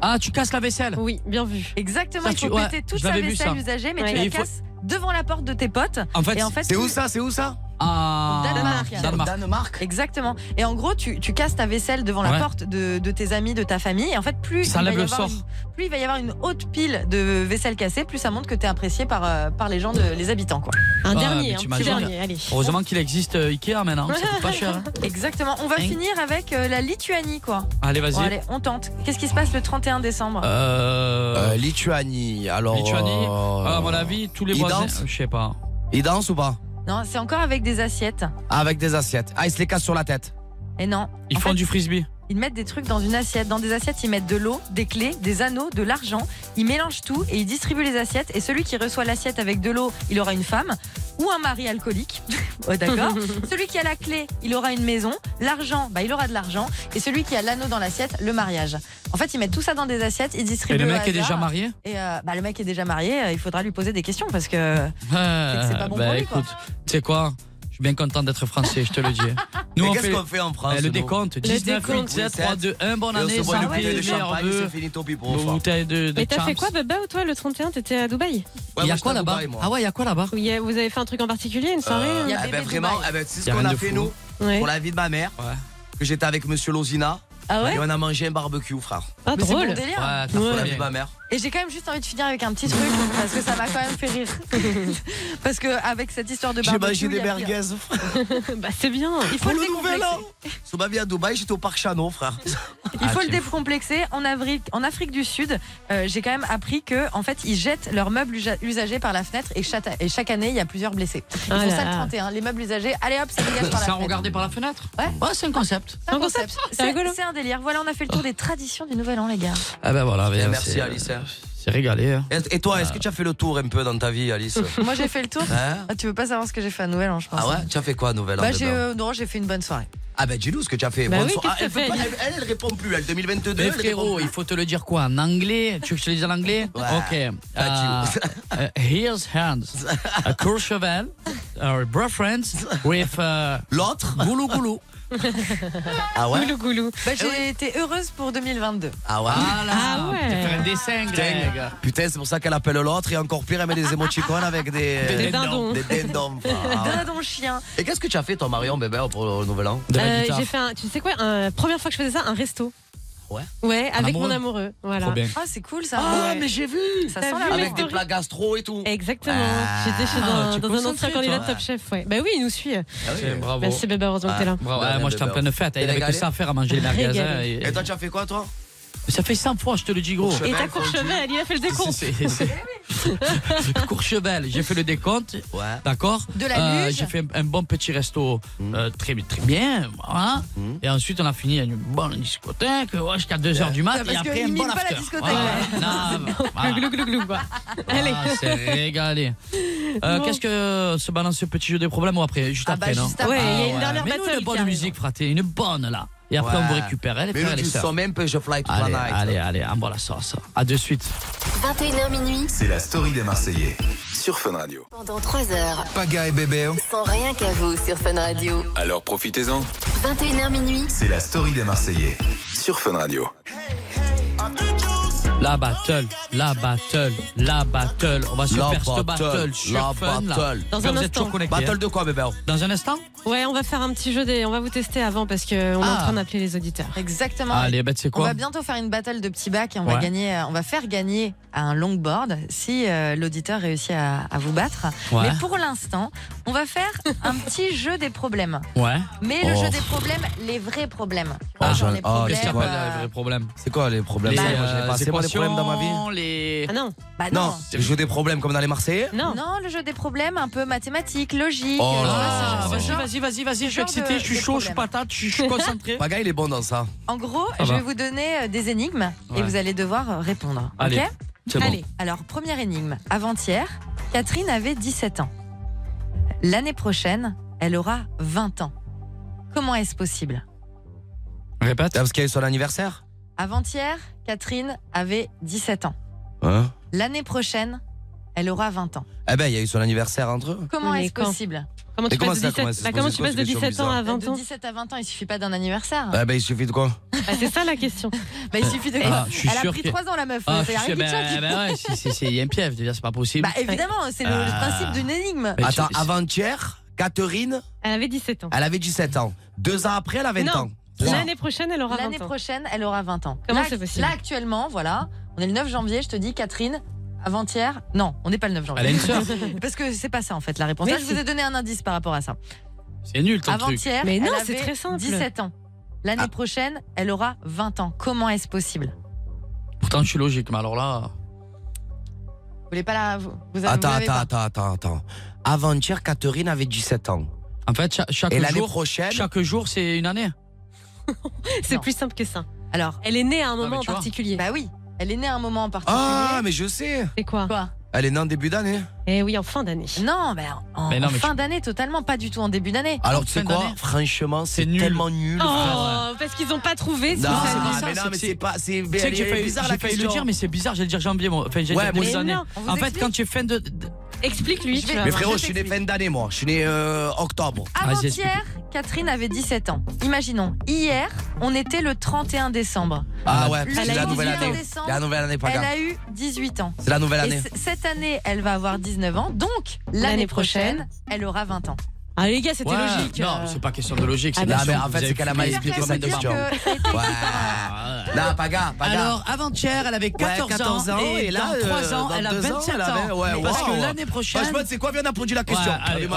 Speaker 6: Ah, tu casses la vaisselle
Speaker 8: Oui, bien vu.
Speaker 7: Exactement,
Speaker 6: Ça,
Speaker 7: il faut
Speaker 6: tu- ouais,
Speaker 7: péter toute
Speaker 6: je
Speaker 7: sa
Speaker 6: l'avais vu,
Speaker 7: vaisselle
Speaker 6: ça.
Speaker 7: usagée, mais
Speaker 6: Ouais.
Speaker 7: tu
Speaker 6: Et
Speaker 7: la
Speaker 6: il faut-
Speaker 7: casses devant la porte de tes potes.
Speaker 6: En fait,
Speaker 7: Et en fait,
Speaker 5: c'est où
Speaker 7: tu-
Speaker 5: ça C'est où ça
Speaker 6: Ah,
Speaker 7: Danemark.
Speaker 6: Danemark.
Speaker 7: Exactement. Et en gros, tu, tu casses ta vaisselle devant
Speaker 6: Ouais.
Speaker 7: la porte de, de tes amis, de ta famille. Et en fait, plus
Speaker 6: Ça
Speaker 7: il, va
Speaker 6: enlève
Speaker 7: y
Speaker 6: le
Speaker 7: avoir
Speaker 6: sort.
Speaker 7: une- plus il va y avoir une haute pile de vaisselle cassée, plus ça montre que tu es apprécié par, euh, par les gens, de, les habitants. Quoi.
Speaker 8: Un
Speaker 6: Ah,
Speaker 8: dernier,
Speaker 7: hein,
Speaker 6: mais tu
Speaker 8: un petit
Speaker 6: m'as-
Speaker 8: dernier, allez.
Speaker 6: Heureusement qu'il existe euh, Ikea maintenant, ça coûte pas cher. hein.
Speaker 7: Exactement. On va finir avec euh, la Lituanie, quoi.
Speaker 6: Allez, vas-y.
Speaker 7: Bon, allez, on tente. Qu'est-ce qui se passe le 31 décembre
Speaker 5: Euh, Lituanie. Alors.
Speaker 6: Lituanie, Ah,
Speaker 5: euh,
Speaker 6: à mon avis, tous les
Speaker 5: ils
Speaker 6: voisins.
Speaker 5: dansent
Speaker 6: Je sais pas.
Speaker 5: Ils dansent ou pas
Speaker 7: Non, c'est encore avec des assiettes.
Speaker 5: Avec des assiettes. Ah, ils se les cassent sur la tête.
Speaker 7: Et non.
Speaker 6: Ils font du frisbee.
Speaker 7: Ils mettent des trucs dans une assiette. Dans des assiettes, ils mettent de l'eau, des clés, des anneaux, de l'argent. Ils mélangent tout et ils distribuent les assiettes. Et celui qui reçoit l'assiette avec de l'eau, il aura une femme ou un mari alcoolique. Oh, D'accord. celui qui a la clé, il aura une maison. L'argent, bah, il aura de l'argent. Et celui qui a l'anneau dans l'assiette, le mariage. En fait, ils mettent tout ça dans des assiettes. Ils distribuent.
Speaker 6: Et le
Speaker 7: au
Speaker 6: mec est déjà
Speaker 7: hasard.
Speaker 6: marié
Speaker 7: Et euh, bah, le mec est déjà marié. euh, Il faudra lui poser des questions parce que.
Speaker 6: Euh,
Speaker 7: C'est que c'est pas bon
Speaker 6: bah,
Speaker 7: pour lui, quoi.
Speaker 6: écoute, tu sais quoi Je suis bien content d'être français, je te le dis.
Speaker 5: Mais qu'est-ce qu'on fait en France,
Speaker 6: Eh,
Speaker 5: nous
Speaker 6: Le décompte
Speaker 5: Le
Speaker 6: 19, 8, 7, 3, 2, 1, bonne
Speaker 5: Et on se
Speaker 6: année,
Speaker 5: boit une
Speaker 6: santé,
Speaker 5: bouteille de
Speaker 6: meilleurs
Speaker 5: champagne,
Speaker 6: vœux.
Speaker 5: c'est fini, tant pis pour
Speaker 6: Nos
Speaker 5: au revoir.
Speaker 6: bouteilles de, de
Speaker 8: Mais t'as fait
Speaker 6: champs.
Speaker 8: quoi, Baba, ou toi, le 31 T'étais à Dubaï
Speaker 6: Il y a quoi là-bas Ah ouais, il y a quoi là-bas
Speaker 8: Où il y a- Vous avez fait un truc en particulier, une soirée
Speaker 5: Euh,
Speaker 8: hein
Speaker 5: eh ben, vraiment, eh ben, c'est
Speaker 6: Y
Speaker 5: ce
Speaker 6: a
Speaker 5: qu'on
Speaker 6: rien
Speaker 5: a
Speaker 6: de
Speaker 5: fait
Speaker 6: fou. hein.
Speaker 5: nous
Speaker 8: Ouais.
Speaker 5: pour la vie de ma mère. Que j'étais avec Monsieur Lozina.
Speaker 7: Ah ouais
Speaker 5: Et on a mangé un barbecue, frère.
Speaker 7: Ah, Mais c'est drôle. mon
Speaker 5: Ouais,
Speaker 7: délire.
Speaker 5: t'as
Speaker 7: Ouais.
Speaker 5: fait la vie de ma mère.
Speaker 7: Et j'ai quand même juste envie de finir avec un petit truc parce que ça m'a quand même fait rire. parce que avec cette histoire de
Speaker 5: J'ai
Speaker 7: barbecue,
Speaker 5: mangé des
Speaker 7: il y a pire.
Speaker 5: merguez.
Speaker 8: bah, c'est bien.
Speaker 7: Il faut
Speaker 5: Pour
Speaker 7: le
Speaker 5: le nouvel an.
Speaker 7: décomplexer.
Speaker 5: Sous ma vie à Dubaï, j'étais au parc Chano, frère. Ah,
Speaker 7: Il
Speaker 6: Ah,
Speaker 7: faut le décomplexer. En Afrique, en Afrique du Sud, euh, j'ai quand même appris que en fait, ils jettent leurs meubles usa- usagés par la fenêtre et chaque, et chaque année, il y a plusieurs blessés. Ils
Speaker 8: Ah
Speaker 7: font
Speaker 8: là
Speaker 7: ça le
Speaker 8: là.
Speaker 7: 31. Les meubles usagés, allez hop, ça dégage par
Speaker 6: Sans
Speaker 7: la fenêtre.
Speaker 6: regarder par la fenêtre
Speaker 7: Ouais.
Speaker 6: c'est un concept.
Speaker 7: C'est un concept. C'est
Speaker 8: rigolo.
Speaker 7: c'est un délire. Voilà, on a fait le tour des traditions du Nouvel An, les gars.
Speaker 6: Ah ben voilà,
Speaker 5: Bien,
Speaker 6: ben,
Speaker 5: Eh, merci,
Speaker 6: c'est-
Speaker 5: Alice.
Speaker 6: C'est régalé. hein.
Speaker 5: Et toi, est-ce que tu as fait le tour un peu dans ta vie, Alice
Speaker 7: Moi, j'ai fait le tour.
Speaker 5: Hein
Speaker 7: Ah, tu veux pas savoir ce que j'ai fait à Nouvel An, je pense.
Speaker 5: Ah ouais Tu as fait quoi, Nouvelle An
Speaker 7: Bah, j'ai
Speaker 5: dedans
Speaker 7: euh, non, j'ai fait une bonne soirée.
Speaker 5: Ah ben, dis-nous ce que tu as fait.
Speaker 7: Bah oui,
Speaker 5: Bonsoir.
Speaker 7: qu'est-ce
Speaker 5: Ah, elle,
Speaker 7: que t'as
Speaker 5: peut pas-
Speaker 7: fait
Speaker 5: elle, elle répond plus, elle 2022.
Speaker 6: Mais
Speaker 5: elle répond
Speaker 6: Eh, frérot, il faut te le dire quoi En anglais Tu veux que je te le dise en anglais Ok.
Speaker 5: Ah, tu-
Speaker 6: Uh, uh, here's hands. A Courchevel, our boyfriend, with. euh,
Speaker 5: L'autre
Speaker 6: Goulou goulou.
Speaker 5: Ah ouais Eh
Speaker 8: Goulou goulou.
Speaker 7: Bah, j'ai été heureuse pour 2022.
Speaker 5: Ah ouais
Speaker 7: Ah ouais.
Speaker 6: Tu vas faire un dessin,
Speaker 5: Putain,
Speaker 6: Greg.
Speaker 5: putain, c'est pour ça qu'elle appelle l'autre et encore pire, elle met des émoticônes avec des,
Speaker 7: Des dindons.
Speaker 5: Des dindons.
Speaker 6: eh ben,
Speaker 5: Ah ouais.
Speaker 7: Dindon chien.
Speaker 5: Et qu'est-ce que tu as fait, toi, Marion, bébé, pour le nouvel an
Speaker 8: Euh, j'ai fait un, tu sais quoi, un- première fois que je faisais ça, un resto.
Speaker 5: Ouais.
Speaker 8: Ouais,
Speaker 5: Un
Speaker 8: avec
Speaker 5: amoureux.
Speaker 8: mon amoureux. Voilà.
Speaker 5: Trop bien.
Speaker 7: Ah, c'est cool ça.
Speaker 5: Ah,
Speaker 7: Ouais.
Speaker 5: mais j'ai vu
Speaker 7: Ça
Speaker 8: T'as
Speaker 7: sent la
Speaker 8: vu les
Speaker 7: merde.
Speaker 5: Avec des plats gastro et tout.
Speaker 8: Exactement.
Speaker 5: Ah.
Speaker 8: J'étais chez
Speaker 5: Ah, tu
Speaker 8: un,
Speaker 5: es
Speaker 8: dans un ancien
Speaker 5: concentré, toi.
Speaker 8: candidat de Top Chef. Ouais. Bah oui, il nous suit.
Speaker 6: C'est- bravo.
Speaker 8: Merci bébé, heureusement que t'es là.
Speaker 6: Bravo. Ah, moi, j'étais en pleine fête. hein, Il avait que
Speaker 5: Régalé.
Speaker 6: ça à faire à manger les merguez. hein,
Speaker 5: Régalé. Et toi, tu as fait quoi, toi
Speaker 6: Ça fait 100 fois, je te le dis,
Speaker 5: Oh,
Speaker 6: gros.
Speaker 8: Et ta Courchevel, il a fait le décompte.
Speaker 6: C'est- c'est- Courchevel, j'ai fait le décompte. D'accord Euh,
Speaker 8: De la luge.
Speaker 6: J'ai fait un, un bon petit resto euh, très, très bien.
Speaker 5: Ah.
Speaker 6: voilà. Et ensuite, on a fini à une bonne discothèque ouais, jusqu'à 2h du mat.
Speaker 8: Ah, parce
Speaker 6: et après,
Speaker 8: qu'il
Speaker 6: un
Speaker 8: mime
Speaker 6: bon
Speaker 8: pas la
Speaker 6: after.
Speaker 8: discothèque.
Speaker 6: Ouais, non, voilà.
Speaker 8: Glou glou glou quoi. Allez.
Speaker 6: Ah, c'est régalé. Euh,
Speaker 8: Bon.
Speaker 6: Qu'est-ce que se balance ce petit jeu des problèmes ou après Juste
Speaker 8: Ah bah,
Speaker 6: après, non
Speaker 8: juste après. Ouais, il y a une dernière
Speaker 6: Mets-nous
Speaker 8: battle
Speaker 6: une
Speaker 8: qui
Speaker 6: bonne
Speaker 8: arrive.
Speaker 6: musique, fraté. Une bonne, là. Et après, on vous récupère. Elle est
Speaker 5: Mais
Speaker 6: frères et
Speaker 5: tu
Speaker 6: les sœurs.
Speaker 5: sens même que je fly toute la
Speaker 6: Allez,
Speaker 5: night.
Speaker 6: allez, allez, en voilà ça, ça. À de suite.
Speaker 3: 21h minuit,
Speaker 1: C'est la story des Marseillais sur Fun Radio.
Speaker 3: pendant 3 heures.
Speaker 1: Paga et bébé.
Speaker 3: Sans rien qu'à vous sur Fun Radio.
Speaker 1: Alors profitez-en.
Speaker 3: 21h minuit,
Speaker 1: C'est la story des Marseillais sur Fun Radio.
Speaker 6: La battle, la battle, la battle. On va se
Speaker 5: La
Speaker 6: faire cette
Speaker 5: battle,
Speaker 6: battle sur
Speaker 5: la
Speaker 6: Fun, là.
Speaker 5: battle. Dans
Speaker 6: Vous
Speaker 8: un
Speaker 6: êtes
Speaker 8: instant.
Speaker 6: toujours connectés,
Speaker 5: Battle
Speaker 6: hein.
Speaker 5: de quoi, bébé
Speaker 6: Dans un instant
Speaker 8: Ouais, on va faire un petit jeu des. On va vous tester avant parce qu'on est
Speaker 5: Ah.
Speaker 8: en train d'appeler les auditeurs.
Speaker 7: Exactement.
Speaker 6: Allez, bah, tu sais
Speaker 7: On
Speaker 6: quoi
Speaker 7: va bientôt faire une battle de petits bacs et on va
Speaker 6: Ouais.
Speaker 7: gagner, euh, on va faire gagner à un longboard si euh, l'auditeur réussit à, à vous battre.
Speaker 6: Ouais.
Speaker 7: Mais pour l'instant, on va faire un petit jeu des problèmes.
Speaker 6: Ouais.
Speaker 7: Mais le
Speaker 6: Oh.
Speaker 7: jeu des problèmes, les vrais problèmes.
Speaker 6: Ah,
Speaker 7: Genre les
Speaker 6: oh,
Speaker 7: problèmes.
Speaker 6: qu'est-ce qu'il y a pas
Speaker 7: euh,
Speaker 6: de vrais problèmes
Speaker 5: C'est quoi les problèmes
Speaker 6: Les,
Speaker 5: Ça, moi, je l'ai
Speaker 6: euh,
Speaker 5: pas. C'est quoi les
Speaker 6: équations,
Speaker 5: problèmes dans ma vie
Speaker 6: les...
Speaker 7: Ah non. Bah non.
Speaker 5: Non, je joue des problèmes comme dans les Marseillais
Speaker 7: Non. le jeu des problèmes un peu mathématiques, logique.
Speaker 5: Oh
Speaker 7: euh,
Speaker 5: là
Speaker 7: voilà,
Speaker 5: là.
Speaker 7: ce genre-
Speaker 6: Vas-y, vas-y, vas-y, je suis
Speaker 7: genre de-
Speaker 6: excité, je suis
Speaker 7: des
Speaker 6: chaud, je suis
Speaker 7: problèmes.
Speaker 6: patate, je suis je suis concentré.
Speaker 5: Paga, il est bon dans ça.
Speaker 7: En gros,
Speaker 5: Ça
Speaker 7: je
Speaker 5: va.
Speaker 7: vais vous donner euh, des énigmes et
Speaker 5: Ah bah. Ouais.
Speaker 7: vous allez devoir euh, répondre.
Speaker 5: Allez,
Speaker 7: ok
Speaker 5: c'est bon.
Speaker 7: Allez, alors première énigme. Avant-hier, Catherine avait 17 ans. L'année prochaine, elle aura 20 ans. Comment est-ce possible
Speaker 6: Répète.
Speaker 5: Parce qu'il y a eu son anniversaire
Speaker 7: Avant-hier, Catherine avait 17 ans.
Speaker 5: Hein
Speaker 7: L'année prochaine, elle aura 20 ans.
Speaker 5: Eh ben, il y a eu son anniversaire entre eux.
Speaker 7: Comment
Speaker 8: Mais
Speaker 7: est-ce
Speaker 8: quand
Speaker 7: possible
Speaker 8: Comment
Speaker 5: Mais
Speaker 8: tu
Speaker 5: comment
Speaker 8: passes de
Speaker 5: ça, comment ça,
Speaker 8: 17 bah,
Speaker 5: c'est
Speaker 8: comment
Speaker 5: posé
Speaker 8: tu passes
Speaker 5: cette
Speaker 8: de
Speaker 5: question
Speaker 8: 17 ans à
Speaker 5: bizarre.
Speaker 8: 20
Speaker 7: De
Speaker 8: ans
Speaker 7: 17 à 20 ans, il suffit pas d'un anniversaire.
Speaker 5: Eh ben, il suffit de quoi
Speaker 7: Bah,
Speaker 8: C'est ça la question.
Speaker 7: Bah, il suffit de quoi
Speaker 6: Ah, je suis
Speaker 7: Elle a
Speaker 6: sûr
Speaker 7: pris
Speaker 6: que-
Speaker 7: 3 ans la meuf.
Speaker 6: Ah,
Speaker 7: ça y
Speaker 6: je
Speaker 7: a rien
Speaker 6: sais,
Speaker 7: qui te
Speaker 6: ben,
Speaker 7: choque.
Speaker 6: ben ouais, si, si, si, il y a un piège, déjà, c'est pas possible.
Speaker 7: Bah évidemment, c'est le, le
Speaker 6: Ah.
Speaker 7: principe d'une énigme.
Speaker 6: Mais
Speaker 5: Attends,
Speaker 6: tu-
Speaker 5: avant-hier, Catherine,
Speaker 8: Elle avait 17 ans.
Speaker 5: elle avait 17 ans. Deux ans après, elle avait 20
Speaker 8: Non.
Speaker 5: ans. Trois.
Speaker 8: L'année prochaine, elle aura 20 ans.
Speaker 7: L'année prochaine, elle aura 20 ans.
Speaker 8: Comment
Speaker 7: Là-
Speaker 8: c'est possible
Speaker 7: Là, actuellement, voilà, on est le 9 janvier, je te dis, Catherine, avant-hier. Non, on n'est pas le 9 janvier.
Speaker 6: Elle a une sœur.
Speaker 7: Parce que c'est pas ça, en fait, la réponse.
Speaker 8: Mais
Speaker 7: Là, je
Speaker 8: si.
Speaker 7: vous ai donné un indice par rapport à ça.
Speaker 6: C'est nul ton truc.
Speaker 7: Avant-hier,
Speaker 8: Mais non,
Speaker 7: elle
Speaker 8: c'est
Speaker 7: avait
Speaker 8: très simple.
Speaker 7: 17 ans. L'année
Speaker 5: Ah.
Speaker 7: prochaine, elle aura 20 ans. Comment est-ce possible
Speaker 6: Pourtant, je suis logique, mais alors là.
Speaker 7: Vous voulez pas la. Vous, vous
Speaker 5: Attends,
Speaker 7: vous l'avez
Speaker 5: attends,
Speaker 7: pas
Speaker 5: attends, attends, attends. Avant-hier, Catherine avait 17 ans.
Speaker 6: En fait, cha- chaque
Speaker 5: Et l'année
Speaker 6: jour,
Speaker 5: prochaine
Speaker 6: chaque jour, c'est une année.
Speaker 8: C'est plus simple que ça.
Speaker 7: Alors,
Speaker 8: Elle est née à un moment
Speaker 6: mais
Speaker 8: en
Speaker 6: tu vois.
Speaker 8: particulier.
Speaker 7: bah oui, elle est née à un moment en particulier.
Speaker 5: Ah, mais je sais.
Speaker 8: C'est quoi
Speaker 7: Quoi
Speaker 5: Elle est née en début d'année.
Speaker 8: Eh oui, en fin d'année.
Speaker 7: Non, mais en, en
Speaker 5: Mais non, mais
Speaker 7: fin
Speaker 5: tu-
Speaker 7: d'année, totalement, pas du tout en début d'année.
Speaker 5: Alors, tu sais
Speaker 6: fin
Speaker 5: quoi
Speaker 6: d'année.
Speaker 5: Franchement, c'est
Speaker 6: nul.
Speaker 5: tellement nul.
Speaker 8: Oh,
Speaker 5: frère.
Speaker 8: parce qu'ils n'ont pas trouvé.
Speaker 5: Non,
Speaker 8: ça.
Speaker 5: mais
Speaker 6: ça,
Speaker 5: non,
Speaker 6: c'est
Speaker 5: mais
Speaker 6: que
Speaker 5: c'est
Speaker 6: c'est-
Speaker 5: pas. C'est
Speaker 6: Tu sais que j'ai
Speaker 5: elle est
Speaker 6: failli,
Speaker 5: bizarre
Speaker 6: j'ai
Speaker 5: la
Speaker 6: failli
Speaker 5: question.
Speaker 6: le dire, mais c'est bizarre, j'allais dire janvier, moi. Enfin, j'allais
Speaker 5: Ouais,
Speaker 6: dire
Speaker 5: mais
Speaker 6: début
Speaker 5: non,
Speaker 6: d'année.
Speaker 7: on vous
Speaker 6: En fait,
Speaker 7: explique.
Speaker 6: quand tu es fin de. de-
Speaker 8: Explique-lui.
Speaker 7: Je
Speaker 8: tu
Speaker 7: vais-
Speaker 8: vas
Speaker 5: Mais
Speaker 8: voir.
Speaker 5: frérot, je suis né fin d'année, moi. Je suis né euh, octobre.
Speaker 7: Ah,
Speaker 6: Vas-y, explique.
Speaker 7: Avant-hier, Catherine avait 17 ans. Imaginons, hier, on était le 31 décembre.
Speaker 5: Ah ouais,
Speaker 7: Le
Speaker 5: c'est la
Speaker 7: 18
Speaker 5: nouvelle année.
Speaker 7: décembre,
Speaker 5: La nouvelle année,
Speaker 7: Elle
Speaker 5: Paga.
Speaker 7: a eu 18 ans.
Speaker 5: C'est la nouvelle
Speaker 7: Et
Speaker 5: année.
Speaker 7: c- cette année, elle va avoir 19 ans. Donc, l'année
Speaker 8: L'année
Speaker 7: prochaine,
Speaker 8: prochaine,
Speaker 7: elle aura 20 ans.
Speaker 8: Ah, les gars, c'était
Speaker 6: Ouais,
Speaker 8: logique. euh.
Speaker 6: Non, c'est pas question de logique. c'est
Speaker 5: Non,
Speaker 6: question
Speaker 5: mais
Speaker 6: que
Speaker 5: en
Speaker 6: vous
Speaker 5: fait,
Speaker 6: avez
Speaker 5: c'est qu'elle a mal
Speaker 6: fumé
Speaker 5: expliqué
Speaker 6: comme
Speaker 5: comme
Speaker 6: un
Speaker 5: une
Speaker 6: de
Speaker 5: question.
Speaker 6: barbare.
Speaker 5: Ouais. Non, Paga, Paga.
Speaker 6: Alors, avant-hier, elle avait 14,
Speaker 5: 14 ans, et là,
Speaker 6: dans 3 ans,
Speaker 5: euh,
Speaker 6: elle
Speaker 5: dans
Speaker 6: a
Speaker 5: deux
Speaker 6: 27
Speaker 5: ans,
Speaker 6: ans.
Speaker 5: elle avait- ouais,
Speaker 6: Parce
Speaker 5: wow.
Speaker 6: que l'année prochaine.
Speaker 5: Franchement, c'est quoi Viens, on a pondu la question.
Speaker 6: Ouais, allez, ouais, ouais,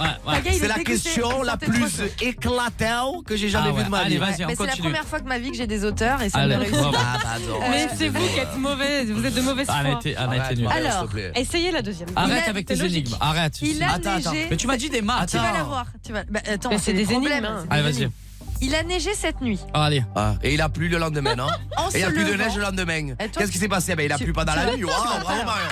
Speaker 6: ouais, ouais.
Speaker 7: Paga, il est
Speaker 5: C'est la
Speaker 7: dégoûté,
Speaker 5: question
Speaker 7: il
Speaker 5: la
Speaker 7: sortait trop
Speaker 5: plus
Speaker 7: chaud.
Speaker 5: éclatante que j'ai jamais
Speaker 6: Ah ouais,
Speaker 5: vue de ma
Speaker 6: allez,
Speaker 5: vie.
Speaker 6: vas-y, on
Speaker 7: Mais c'est la
Speaker 6: continue.
Speaker 7: première fois que ma vie que j'ai des auteurs et ça
Speaker 6: Allez,
Speaker 7: me réussit. bah,
Speaker 6: bravo.
Speaker 5: Ah, pardon.
Speaker 8: Mais c'est vous qui êtes mauvais. Vous êtes de mauvaise foi.
Speaker 6: Arrête, t'es- arrête, t'es nul.
Speaker 7: Arrête. Alors,
Speaker 8: Essayez la deuxième.
Speaker 6: Arrête
Speaker 7: a-
Speaker 6: avec
Speaker 7: c'est
Speaker 6: tes
Speaker 7: logique.
Speaker 6: énigmes, arrête.
Speaker 7: Il a
Speaker 6: Attends, attends.
Speaker 7: neigé.
Speaker 6: Mais tu m'as dit des maths.
Speaker 7: Tu vas
Speaker 6: Attends.
Speaker 7: la voir. Tu vas... bah, attends,
Speaker 8: Bah,
Speaker 7: c'est des, énigmes.
Speaker 8: hein.
Speaker 6: Allez, vas-y.
Speaker 7: Il a neigé cette nuit.
Speaker 6: Ah, allez.
Speaker 5: Ah, et il a plu le lendemain, non
Speaker 7: En
Speaker 5: Et il a
Speaker 7: se
Speaker 5: plus de
Speaker 7: levant.
Speaker 5: neige le lendemain.
Speaker 7: Et toi,
Speaker 5: Qu'est-ce qui s'est passé Ben, il a
Speaker 7: tu-
Speaker 5: plu pendant la
Speaker 7: tu-
Speaker 5: nuit. Waouh, bravo, Marion.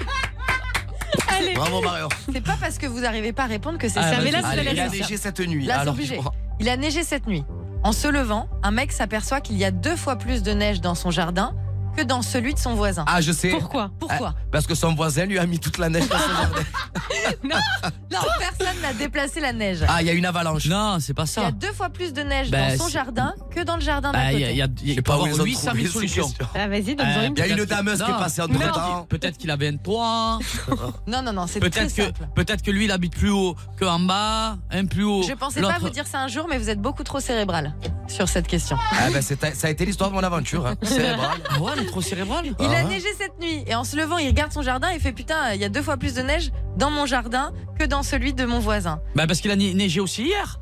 Speaker 7: Allez.
Speaker 5: Bravo, Marion.
Speaker 7: C'est pas parce que vous n'arrez pas à répondre que c'est
Speaker 5: Ah,
Speaker 7: ça.
Speaker 5: vas-y.
Speaker 7: Mais là, vous
Speaker 5: Allez,
Speaker 7: allez
Speaker 5: il a
Speaker 7: réussir.
Speaker 5: neigé cette nuit.
Speaker 7: Là, c'est
Speaker 5: Alors,
Speaker 7: obligé.
Speaker 5: je crois.
Speaker 7: Il a neigé cette nuit. En se levant, un mec s'aperçoit qu'il y a deux fois plus de neige dans son jardin que dans celui de son voisin.
Speaker 5: Ah, je sais.
Speaker 7: Pourquoi Pourquoi
Speaker 5: Ah, Parce que son voisin lui a mis toute la neige dans son jardin.
Speaker 7: Non, personne n'a déplacé la neige.
Speaker 5: Ah, il y a une avalanche.
Speaker 6: Non, c'est pas
Speaker 7: Il y
Speaker 6: ça.
Speaker 7: a deux fois plus de neige
Speaker 6: Bah,
Speaker 7: dans son
Speaker 6: c'est-
Speaker 7: jardin que dans le jardin d'à
Speaker 5: Ah,
Speaker 6: Bah, il
Speaker 7: côté.
Speaker 6: y a, il y a- il
Speaker 5: sais pas
Speaker 6: peut
Speaker 5: où
Speaker 6: y
Speaker 5: ils ont
Speaker 6: avoir 800
Speaker 5: trouvé
Speaker 6: 000
Speaker 5: ces
Speaker 6: solutions.
Speaker 5: questions.
Speaker 7: Ah, vas-y,
Speaker 6: Euh,
Speaker 5: Il y a une dameuse qui est passée entre temps.
Speaker 6: Peut-être qu'il avait un toit.
Speaker 7: Non, non, non, c'est très
Speaker 6: Peut-être que,
Speaker 7: simple.
Speaker 6: peut-être que lui, il habite plus haut qu'en bas, un plus haut.
Speaker 7: Je pensais pas
Speaker 6: l'autre-
Speaker 7: vous dire ça un jour, mais vous êtes beaucoup trop cérébral. sur cette question.
Speaker 5: Ah ben, c'est- ça a été l'histoire de mon aventure. Hein. Ah. Cérébrale.
Speaker 6: Ouais, elle est trop cérébrale.
Speaker 7: Il a neigé cette nuit et en se levant, il regarde son jardin et fait putain, il y a deux fois plus de neige dans mon jardin que dans celui de mon voisin.
Speaker 6: Bah, parce qu'il a ni- neigé aussi hier.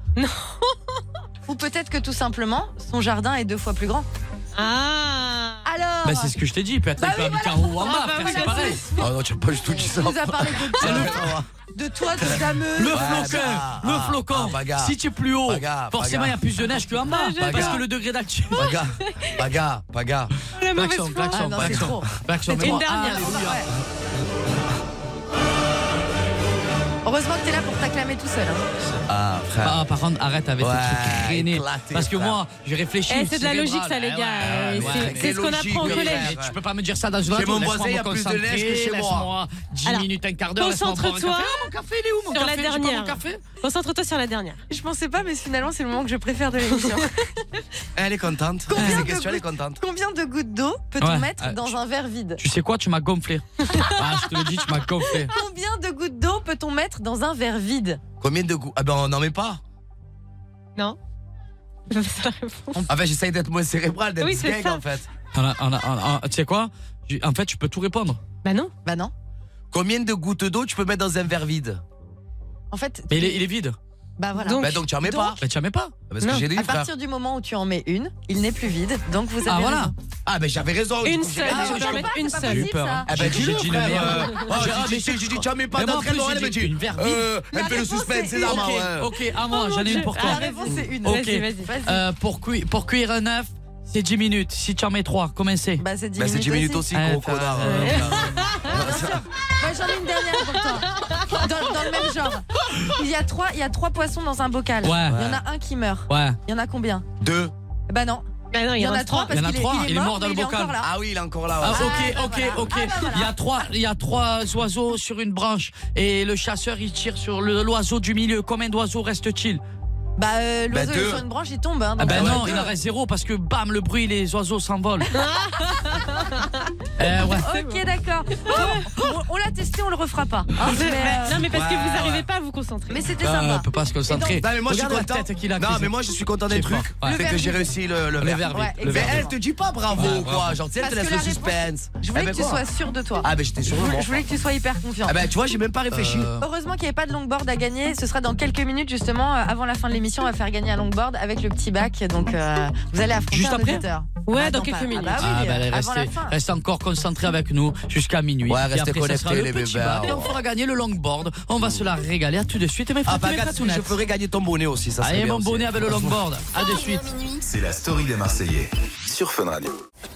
Speaker 7: Ou peut-être que tout simplement, son jardin est deux fois plus grand. Ah Alors
Speaker 6: Bah, c'est ce que je t'ai dit. Peut-être
Speaker 7: Bah
Speaker 6: qu'il peut
Speaker 7: oui,
Speaker 6: habiter
Speaker 7: voilà.
Speaker 6: en haut ou en bas.
Speaker 7: Ah, bah
Speaker 6: frère, c'est
Speaker 7: voilà,
Speaker 6: pareil.
Speaker 5: Ah non, tu n'as pas du tout dit ça.
Speaker 7: Il nous a parlé de toi, de toi, de ta meuf.
Speaker 6: Le flocon, Ah, le flocon.
Speaker 5: bah, ah, bagarre.
Speaker 6: si tu es plus haut,
Speaker 5: Bagarre,
Speaker 6: forcément il y
Speaker 5: bagarre.
Speaker 6: a plus de neige qu'en bas,
Speaker 5: Ah, je-
Speaker 6: parce
Speaker 5: Bagarre.
Speaker 6: que le degré d'altitude.
Speaker 5: Bagarre, bagarre, bagarre.
Speaker 6: La mauvaise Klaxon, foi. klaxon,
Speaker 7: Ah non, c'est
Speaker 6: klaxon,
Speaker 7: trop.
Speaker 6: klaxon,
Speaker 7: C'est
Speaker 6: mais
Speaker 7: une
Speaker 6: moi,
Speaker 7: dernière.
Speaker 6: alléluia.
Speaker 7: Heureusement que t'es là pour t'acclamer tout seul. hein.
Speaker 5: Ah, frère.
Speaker 6: Ah, par contre, arrête avec
Speaker 5: Ouais,
Speaker 6: ces trucs traînés.
Speaker 5: éclaté,
Speaker 6: Parce que
Speaker 5: frère.
Speaker 6: moi, je réfléchis.
Speaker 8: Eh, c'est de la
Speaker 6: cérébral.
Speaker 8: logique, ça, les
Speaker 6: Eh
Speaker 8: gars.
Speaker 6: ouais,
Speaker 8: Eh,
Speaker 6: ouais,
Speaker 8: c'est-
Speaker 6: ouais, mais-
Speaker 8: c'est ce qu'on apprend au
Speaker 6: oui,
Speaker 8: collège.
Speaker 6: mais Tu peux pas me dire ça dans une
Speaker 5: Chez
Speaker 6: radio.
Speaker 5: mon
Speaker 6: Laisse-moi
Speaker 5: voisin,
Speaker 6: me
Speaker 5: il y a plus de
Speaker 6: concentrer,
Speaker 5: neige que chez moi.
Speaker 6: laisse-moi 10
Speaker 8: Alors,
Speaker 6: minutes, un quart d'heure. laisse-moi boire un
Speaker 8: Concentre-toi
Speaker 6: café.
Speaker 5: Ah,
Speaker 8: sur
Speaker 6: café,
Speaker 8: la
Speaker 6: j'ai pas mon
Speaker 8: dernière.
Speaker 6: café
Speaker 8: Concentre-toi sur la dernière.
Speaker 7: Je pensais pas, mais finalement, c'est le moment que je préfère de l'émission.
Speaker 5: Elle est contente.
Speaker 7: Combien
Speaker 5: Ces
Speaker 7: de
Speaker 5: questions, elle est
Speaker 7: gouttes-
Speaker 5: contente.
Speaker 7: Combien de gouttes d'eau peut-on
Speaker 6: Ouais,
Speaker 7: mettre
Speaker 6: euh,
Speaker 7: dans
Speaker 6: tu-
Speaker 7: un verre vide
Speaker 6: Tu sais quoi, tu m'as gonflé. Ah, je te le dis, tu m'as gonflé.
Speaker 7: Combien de gouttes d'eau peut-on mettre dans un verre vide
Speaker 5: Combien de goûts Ah ben, on n'en met pas.
Speaker 8: Non
Speaker 5: Ah ben, j'essaye d'être moins cérébral, d'être
Speaker 8: Oui, c'est
Speaker 5: dingue,
Speaker 8: ça.
Speaker 5: en fait.
Speaker 6: On a- on a- on a- Tu sais quoi Tu- En fait, tu peux tout répondre.
Speaker 8: Bah non.
Speaker 7: Bah non.
Speaker 5: Combien de gouttes d'eau tu peux mettre dans un verre vide
Speaker 7: En fait,
Speaker 6: Mais il est, il est vide.
Speaker 7: bah voilà.
Speaker 5: Bah donc, tu en mets pas.
Speaker 6: Bah, tu en mets pas.
Speaker 5: Parce que
Speaker 7: Non.
Speaker 5: j'ai lu,
Speaker 7: à
Speaker 5: frère.
Speaker 7: partir du moment où tu en mets une, il n'est plus vide. Donc vous avez
Speaker 6: Ah, voilà.
Speaker 7: raison.
Speaker 5: Ah ben, j'avais raison. du
Speaker 8: Une
Speaker 5: coup, j'ai
Speaker 8: seule,
Speaker 5: raison,
Speaker 8: tu peux
Speaker 5: j'ai
Speaker 8: en
Speaker 5: raison.
Speaker 8: mettre une
Speaker 7: c'est pas
Speaker 8: seule.
Speaker 6: J'ai eu peur. hein.
Speaker 5: Ah ben,
Speaker 6: J'ai-
Speaker 5: dis
Speaker 6: j'ai
Speaker 5: le
Speaker 6: dit le meilleur.
Speaker 5: frère. Oh,
Speaker 6: J'ai- ah,
Speaker 5: j'ai
Speaker 6: mais
Speaker 5: dit,
Speaker 6: c'est
Speaker 5: j'ai dit,
Speaker 6: quoi
Speaker 5: tu en mets pas
Speaker 6: Mais moi, en plus,
Speaker 5: d'entraînement,
Speaker 6: j'ai
Speaker 5: elle me
Speaker 6: dit
Speaker 5: dit.
Speaker 6: une verre vide.
Speaker 5: Euh, Elle fait le
Speaker 7: réponse
Speaker 5: suspense,
Speaker 7: est
Speaker 5: c'est
Speaker 7: une.
Speaker 5: l'arme.
Speaker 6: Ok, ok, à moi,
Speaker 7: Oh mon
Speaker 6: j'en ai
Speaker 7: Dieu.
Speaker 6: une pour
Speaker 7: La
Speaker 6: toi.
Speaker 7: réponse est une.
Speaker 6: Ok.
Speaker 7: Vas-y, vas-y. Vas-y.
Speaker 6: Euh, pour, cui- pour cuire un œuf, c'est 10 minutes. Si tu en mets 3, comment c'est
Speaker 7: bah c'est 10
Speaker 5: Bah, c'est
Speaker 7: minutes.
Speaker 5: 10 minutes aussi,
Speaker 6: Ouais,
Speaker 5: gros
Speaker 6: frère,
Speaker 5: connard.
Speaker 6: euh,
Speaker 5: hein.
Speaker 7: Bah, J'en ai une dernière pour toi. Dans, dans le même genre. Il y, a trois, il y a trois poissons dans un bocal.
Speaker 6: Ouais.
Speaker 7: Il y en a un qui meurt.
Speaker 6: Ouais.
Speaker 7: Il y en a combien
Speaker 5: Deux.
Speaker 7: Bah non.
Speaker 8: Bah non,
Speaker 7: Il y en a trois parce
Speaker 6: Il y en a
Speaker 7: qu'il est-
Speaker 6: trois.
Speaker 7: il est, mort
Speaker 6: dans
Speaker 7: mais
Speaker 6: le bocal.
Speaker 7: encore là.
Speaker 5: Ah oui, il est encore là.
Speaker 6: Ah,
Speaker 5: ouais.
Speaker 6: ok, ok, ok. Il y a trois, il y a trois oiseaux sur une branche et le chasseur il tire sur le- l'oiseau du milieu. Combien d'oiseaux reste-t-il
Speaker 7: Bah euh, l'oiseau
Speaker 5: Bah,
Speaker 7: il est
Speaker 5: deux.
Speaker 7: sur une branche, il tombe. Hein,
Speaker 6: Ah
Speaker 7: donc-
Speaker 6: ben non, il en reste zéro parce que bam le bruit, les oiseaux s'envolent.
Speaker 7: Ah
Speaker 6: Eh ouais.
Speaker 7: Ok, d'accord. Bon, on- on l'a testé, on le refera pas. hein, mais, euh,
Speaker 8: Non, mais parce que
Speaker 5: Ouais,
Speaker 8: vous
Speaker 5: ouais.
Speaker 8: arrivez pas à vous concentrer.
Speaker 7: mais c'était
Speaker 6: Ah,
Speaker 7: sympa. bah,
Speaker 6: on peut pas se concentrer.
Speaker 5: Non mais moi je suis
Speaker 6: Regarde la
Speaker 5: content.
Speaker 6: tête qu'il a,
Speaker 5: non
Speaker 6: Chris.
Speaker 5: mais moi je suis content
Speaker 6: C'est
Speaker 5: d'un truc.
Speaker 6: fort. Ouais.
Speaker 5: C'est que j'ai réussi le, le,
Speaker 6: Le
Speaker 5: verre.
Speaker 6: verre vide,
Speaker 7: Ouais,
Speaker 6: le
Speaker 5: Mais
Speaker 6: verre
Speaker 5: elle
Speaker 6: vide.
Speaker 5: te dit pas bravo
Speaker 6: Ouais,
Speaker 5: ou quoi
Speaker 6: bravo.
Speaker 5: Genre tu sais, elle te laisse
Speaker 7: Parce que
Speaker 5: le
Speaker 7: la
Speaker 5: suspense.
Speaker 7: Je voulais
Speaker 5: Eh ben
Speaker 7: que tu
Speaker 5: quoi
Speaker 7: sois sûr de toi.
Speaker 5: Ah ben j'étais sûr.
Speaker 7: Je voulais-
Speaker 5: bon.
Speaker 7: je voulais que tu sois hyper confiant.
Speaker 5: Ah ben tu vois j'ai même pas réfléchi.
Speaker 6: Euh,
Speaker 7: Heureusement qu'il n'y avait pas de longboard à gagner. Ce sera dans quelques minutes, justement, euh, avant la fin de l'émission. On va faire gagner un longboard avec le petit bac. Donc, euh, vous allez affronter
Speaker 6: Juste
Speaker 7: un
Speaker 6: après
Speaker 7: auditeur. Ah bah,
Speaker 8: Ouais, dans
Speaker 7: attends
Speaker 8: quelques
Speaker 7: pas-
Speaker 8: minutes.
Speaker 7: Ah bah oui,
Speaker 6: Ah, bah, allez,
Speaker 7: euh, avant la
Speaker 6: restez,
Speaker 7: fin.
Speaker 6: restez encore concentrés avec nous jusqu'à minuit.
Speaker 5: Ouais,
Speaker 6: Et
Speaker 5: restez
Speaker 6: après, ça sera
Speaker 5: connectés,
Speaker 6: le
Speaker 5: les
Speaker 6: petit
Speaker 5: bébés,
Speaker 6: bac Et on
Speaker 5: ouais.
Speaker 6: fera gagner le longboard. On va se la régaler. À tout de suite. Mais faut
Speaker 5: Ah
Speaker 6: tous les
Speaker 5: Pagat,
Speaker 6: cartounettes.
Speaker 5: je ferais gagner ton bonnet aussi ça serait
Speaker 6: Allez,
Speaker 5: bien
Speaker 6: mon
Speaker 5: aussi.
Speaker 6: bonnet avec le longboard. À de suite.
Speaker 1: C'est la story des Marseillais sur Fun Radio.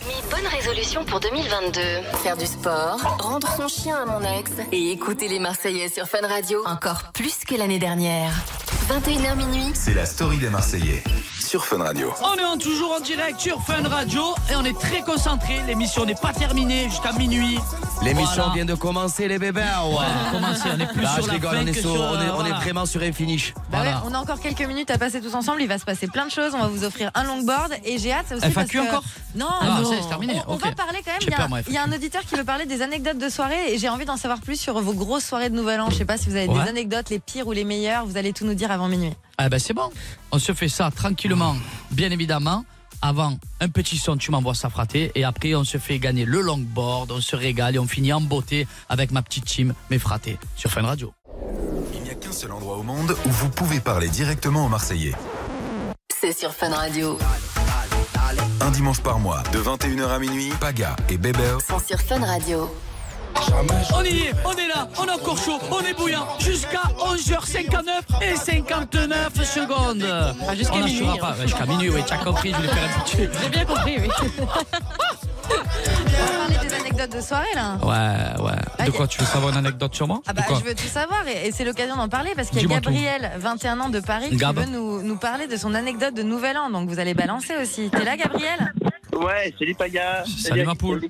Speaker 3: Mes bonnes résolutions pour 2022. Faire du sport, rendre son chien à mon ex et écouter les Marseillais sur Fun Radio encore plus que l'année dernière. 21h minuit.
Speaker 1: C'est la story des Marseillais sur Fun Radio.
Speaker 6: On est en- toujours en direct sur Fun Radio et on est très concentrés. L'émission n'est pas terminée jusqu'à minuit.
Speaker 5: L'émission
Speaker 6: Voilà.
Speaker 5: vient de commencer les bébés. Ouais.
Speaker 6: On a commencé, on est plus
Speaker 5: Là,
Speaker 6: sur
Speaker 5: je
Speaker 6: la
Speaker 5: rigole,
Speaker 6: fin
Speaker 5: on est,
Speaker 6: que
Speaker 5: sur-
Speaker 6: sur,
Speaker 5: on est,
Speaker 6: euh,
Speaker 5: on est
Speaker 6: voilà.
Speaker 5: vraiment sur Infinish.
Speaker 7: Bah
Speaker 6: Voilà.
Speaker 7: ouais, on a encore quelques minutes à passer tous ensemble. Il va se passer plein de choses. On va vous offrir un longboard et j'ai hâte. ça aussi
Speaker 6: FAQ
Speaker 7: parce que-
Speaker 6: encore
Speaker 7: Non,
Speaker 6: Ah,
Speaker 7: non.
Speaker 6: ça, c'est terminé.
Speaker 7: On, on
Speaker 6: Ok.
Speaker 7: va parler quand même.
Speaker 6: J'ai
Speaker 7: Il y, a-
Speaker 6: peur, moi,
Speaker 7: il y a un auditeur qui veut parler des anecdotes de soirée et j'ai envie d'en savoir plus sur vos grosses soirées de Nouvel An. Je sais pas si vous avez
Speaker 6: Ouais.
Speaker 7: des anecdotes, les pires ou les meilleures. Vous allez tout nous dire avant minuit.
Speaker 6: Ah ben c'est bon. On se fait ça tranquillement, bien évidemment. Avant, un petit son, tu m'envoies ça frater. Et après, on se fait gagner le longboard, on se régale et on finit en beauté avec ma petite team, mes fratés, sur Fun Radio.
Speaker 1: Il n'y a qu'un seul endroit au monde où vous pouvez parler directement aux Marseillais.
Speaker 3: C'est sur Fun Radio.
Speaker 1: Un dimanche par mois, de 21h à minuit, Paga et Bébert
Speaker 3: Sont sur Fun Radio.
Speaker 6: On y est, on est là, on est encore chaud, on est bouillant jusqu'à 11h59 et 59 secondes. Ah,
Speaker 8: jusqu'à minuit, hein.
Speaker 6: Pas. Ouais, Jusqu'à minuit, oui, tu as compris, je vais faire l'habitude.
Speaker 8: J'ai bien compris, oui.
Speaker 7: On va parler des anecdotes de soirée là.
Speaker 6: Ouais, ouais. De quoi tu veux savoir une anecdote sur moi
Speaker 7: Ah bah
Speaker 6: De quoi
Speaker 7: je veux tout savoir et, et c'est l'occasion d'en parler parce qu'il y a
Speaker 6: Dis-moi tout.
Speaker 7: Gabriel, 21 ans de Paris, qui
Speaker 6: Gab.
Speaker 7: veut nous, nous parler de son anecdote de Nouvel An. Donc vous allez balancer aussi. T'es là Gabriel
Speaker 16: Ouais, salut Paga.
Speaker 6: Salut, ma poule.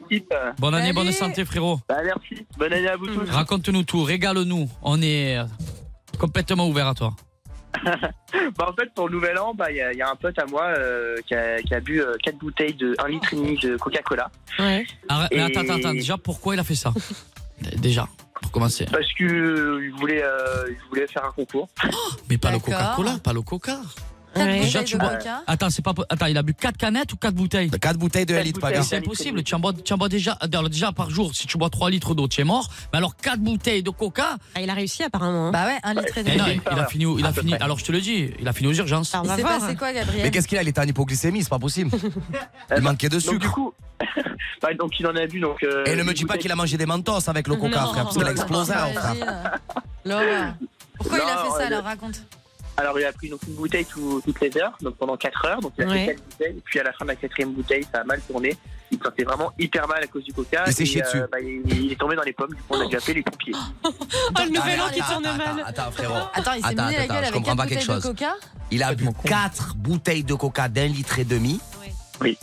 Speaker 6: Bonne année, bonne santé, frérot.
Speaker 16: merci. Bonne année à vous tous.
Speaker 6: Raconte-nous tout, régale-nous. On est euh, complètement ouvert à toi.
Speaker 16: bah, en fait, pour le nouvel an, bah, il y, a- il y a un pote à moi euh, qui, a, qui a bu 4 bouteilles de 1 litre et demi de Coca-Cola.
Speaker 6: Ah Ouais. Arrête, mais
Speaker 16: Et-
Speaker 6: attends, attends, attends. Déjà, pourquoi il a fait ça Déjà, pour commencer.
Speaker 16: Parce que euh, il voulait, euh, il voulait faire un concours.
Speaker 6: Mais pas le Coca-Cola, pas le Coca. Déjà, tu bois. Attends, c'est pas... po- Attends, il a bu 4 canettes ou 4 bouteilles
Speaker 5: 4 bouteilles de 1 litre, pas grave.
Speaker 6: C'est impossible. Tu en bois, tu en bois déjà, alors déjà par jour. Si tu bois 3 litres d'eau, tu es mort. Mais alors 4 bouteilles de Coca.
Speaker 8: Ah, il a réussi apparemment.
Speaker 7: Bah ouais, un litre
Speaker 6: Eh non, il, il a fini, où- il a fini. Alors je te le dis, il a fini aux urgences.
Speaker 7: Il s'est
Speaker 8: hein.
Speaker 7: passé quoi Gabriel
Speaker 5: Mais qu'est-ce qu'il a Il était en hypoglycémie, c'est pas possible. Il manquait de sucre.
Speaker 16: Bah, donc, il en a bu. Donc, euh,
Speaker 5: Et ne me
Speaker 16: une
Speaker 5: dis pas
Speaker 16: bouteille-
Speaker 5: qu'il a mangé des mentos avec le coca,
Speaker 16: Non. Ah,
Speaker 5: frère, parce qu'il a explosé, hein, frère.
Speaker 7: L'horreur. Pourquoi il a fait
Speaker 16: Non,
Speaker 7: ça
Speaker 16: euh,
Speaker 7: alors Raconte.
Speaker 16: Alors, il a pris donc, une bouteille tout- toutes les heures, donc pendant 4 heures. Donc, il a
Speaker 7: Ouais.
Speaker 16: fait 4 bouteilles. Puis à la fin de la quatrième bouteille, ça a mal tourné. Il sentait vraiment hyper mal à cause du coca.
Speaker 5: Il s'est
Speaker 16: Et,
Speaker 5: chié
Speaker 16: euh,
Speaker 5: dessus.
Speaker 16: bah, il, il est tombé dans les pommes. Du coup, on a dû appeler les pompiers.
Speaker 8: Oh, le nouvel an qui
Speaker 5: Attends,
Speaker 8: tourne mal.
Speaker 5: Attends, frérot.
Speaker 7: Attends, il s'est
Speaker 5: Attends,
Speaker 7: mis la
Speaker 5: attends,
Speaker 7: gueule
Speaker 5: je
Speaker 7: avec
Speaker 5: comprends
Speaker 7: 4
Speaker 5: pas
Speaker 7: bouteilles
Speaker 5: quelque
Speaker 7: de
Speaker 5: chose.
Speaker 7: Coca.
Speaker 5: Il a bu 4 bouteilles de coca d'un litre et demi.
Speaker 16: Oui.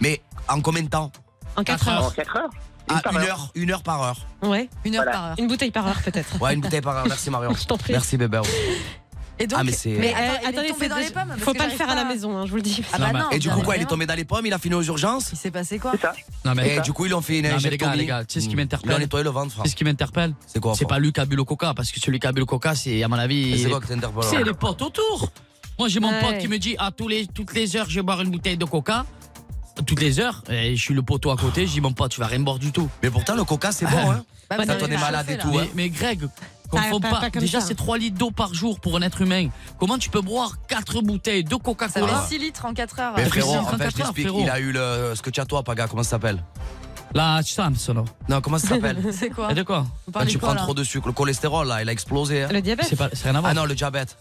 Speaker 5: Mais en combien de temps
Speaker 8: En 4 heures.
Speaker 16: En 4 heures
Speaker 5: Ah, une heure, une heure par heure.
Speaker 8: Ouais.
Speaker 7: Une
Speaker 5: heure Voilà. par heure.
Speaker 8: Une bouteille par heure peut-être.
Speaker 5: Ouais, une bouteille par heure. Merci Marion.
Speaker 8: Je t'en prie.
Speaker 5: Merci bébé.
Speaker 7: Et
Speaker 5: donc- Ah, mais c'est-
Speaker 8: Mais
Speaker 5: Mais
Speaker 7: attends, il est
Speaker 8: Eh, attendez,
Speaker 7: tombé
Speaker 8: c'est
Speaker 7: dans les
Speaker 8: déjà-
Speaker 7: pommes, parce
Speaker 8: Faut
Speaker 7: que
Speaker 8: pas le
Speaker 7: j'arrive
Speaker 8: faire à la
Speaker 7: pas.
Speaker 8: maison, hein, je vous le dis.
Speaker 7: Ah bah non,
Speaker 5: Et du coup,
Speaker 7: bien
Speaker 5: quoi Il est
Speaker 7: évidemment.
Speaker 5: tombé dans les pommes, il a fini aux urgences
Speaker 7: Il s'est passé quoi
Speaker 6: Non, mais-
Speaker 5: Et du coup, ils l'ont fait une Mmh.
Speaker 6: Non, mais les gars,
Speaker 5: injectomie.
Speaker 6: les gars, tu sais ce qui m'interpelle
Speaker 5: Ils l'ont nettoyé le ventre, frère.
Speaker 6: C'est ce qui m'interpelle.
Speaker 5: C'est quoi,
Speaker 6: pas lui qui a bu le coca, parce que celui qui a bu le coca, c'est à mon avis.
Speaker 5: C'est quoi que t'interpelles,
Speaker 6: C'est
Speaker 5: alors
Speaker 6: les potes autour. Moi, j'ai mon
Speaker 8: Ouais.
Speaker 6: pote qui me dit à tous les, toutes les heures, je vais boire une bouteille de coca. Toutes les heures, et je suis le poteau à côté, je dis mon pote, tu vas rien boire du tout.
Speaker 5: Mais pourtant, le coca, c'est bon, hein.
Speaker 7: Bah,
Speaker 5: vous Ça n'avez t'en pas est malade chauffé, et là. tout,
Speaker 6: Mais,
Speaker 5: hein.
Speaker 6: mais Greg, comprends
Speaker 8: pas-
Speaker 6: pas.
Speaker 8: pas comme
Speaker 6: déjà,
Speaker 8: ça.
Speaker 6: c'est 3 litres d'eau par jour pour un être humain. Comment tu peux boire 4 bouteilles de
Speaker 7: Ça fait
Speaker 6: Coca-Cola
Speaker 7: 6 litres en 4 heures.
Speaker 5: Mais frérot,
Speaker 6: c'est
Speaker 5: en fait, je
Speaker 6: 34 heures,
Speaker 5: t'explique,
Speaker 6: frérot.
Speaker 5: il a eu le. Ce que tu as toi, Paga, comment ça s'appelle
Speaker 6: La Samson.
Speaker 5: Non, comment ça s'appelle
Speaker 7: C'est quoi
Speaker 6: Et de quoi
Speaker 7: Vous
Speaker 5: Quand
Speaker 7: parlez
Speaker 5: Bah, tu
Speaker 7: de quoi,
Speaker 5: prends
Speaker 7: là
Speaker 5: trop de sucre, le cholestérol, là, il a explosé. hein.
Speaker 8: Le diabète
Speaker 6: C'est pas- c'est rien à voir.
Speaker 5: Ah non, le diabète.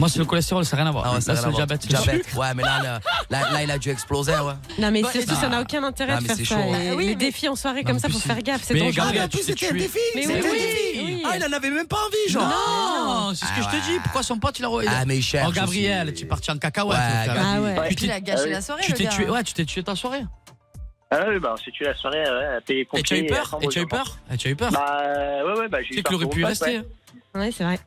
Speaker 6: Moi, c'est le cholestérol, ça n'a rien à voir.
Speaker 5: Ah ouais,
Speaker 6: Là,
Speaker 5: ça a
Speaker 6: c'est
Speaker 5: rien à
Speaker 6: le
Speaker 5: voir.
Speaker 6: diabète.
Speaker 5: Diabète. Ouais, mais là, le- là, là, il a dû exploser, ouais.
Speaker 8: Non mais
Speaker 5: Bah,
Speaker 8: c'est-
Speaker 5: et-
Speaker 8: ça n'a aucun intérêt
Speaker 5: Ah,
Speaker 8: de
Speaker 5: mais
Speaker 8: faire
Speaker 5: c'est
Speaker 8: ça.
Speaker 5: chaud.
Speaker 8: Et
Speaker 5: Ah
Speaker 8: Les défis en soirée comme ça faut faire gaffe, c'est
Speaker 6: Mais
Speaker 8: dangereux.
Speaker 6: Gabriel,
Speaker 5: en plus,
Speaker 6: tu t'es
Speaker 5: c'était un
Speaker 6: tué.
Speaker 5: défi.
Speaker 8: Mais
Speaker 5: C'était un
Speaker 8: oui.
Speaker 5: défi.
Speaker 8: Oui.
Speaker 5: Ah, il en avait même pas envie, genre.
Speaker 6: Non, c'est ce que
Speaker 5: Ah
Speaker 6: je te dis. Pourquoi son pote il a
Speaker 5: Ah, mais il cherche
Speaker 6: Oh Gabriel,
Speaker 5: aussi.
Speaker 6: tu es parti en cacahuète.
Speaker 5: Ouais,
Speaker 6: le gars.
Speaker 5: Gabi. Ah
Speaker 7: ouais.
Speaker 6: Tu
Speaker 7: Il
Speaker 6: t'es-
Speaker 7: a gâché la soirée,
Speaker 6: tu
Speaker 7: le
Speaker 6: t'es
Speaker 7: gars.
Speaker 6: tué, ouais, tu t'es tué ta soirée.
Speaker 16: Ah oui, bah, on s'est tué la soirée ouais, à payer
Speaker 6: Et tu as eu
Speaker 16: pompiers, à
Speaker 6: peur
Speaker 16: attendre
Speaker 6: Et tu as eu
Speaker 16: aux urgences.
Speaker 6: peur Et tu as eu peur
Speaker 16: Bah, ouais, ouais, bah, j'ai
Speaker 6: Tu sais
Speaker 16: eu
Speaker 6: qu'il
Speaker 16: peur
Speaker 6: aurait
Speaker 16: pour
Speaker 6: pu
Speaker 16: mon pote,
Speaker 6: rester.
Speaker 16: ouais.
Speaker 8: Ouais, c'est vrai.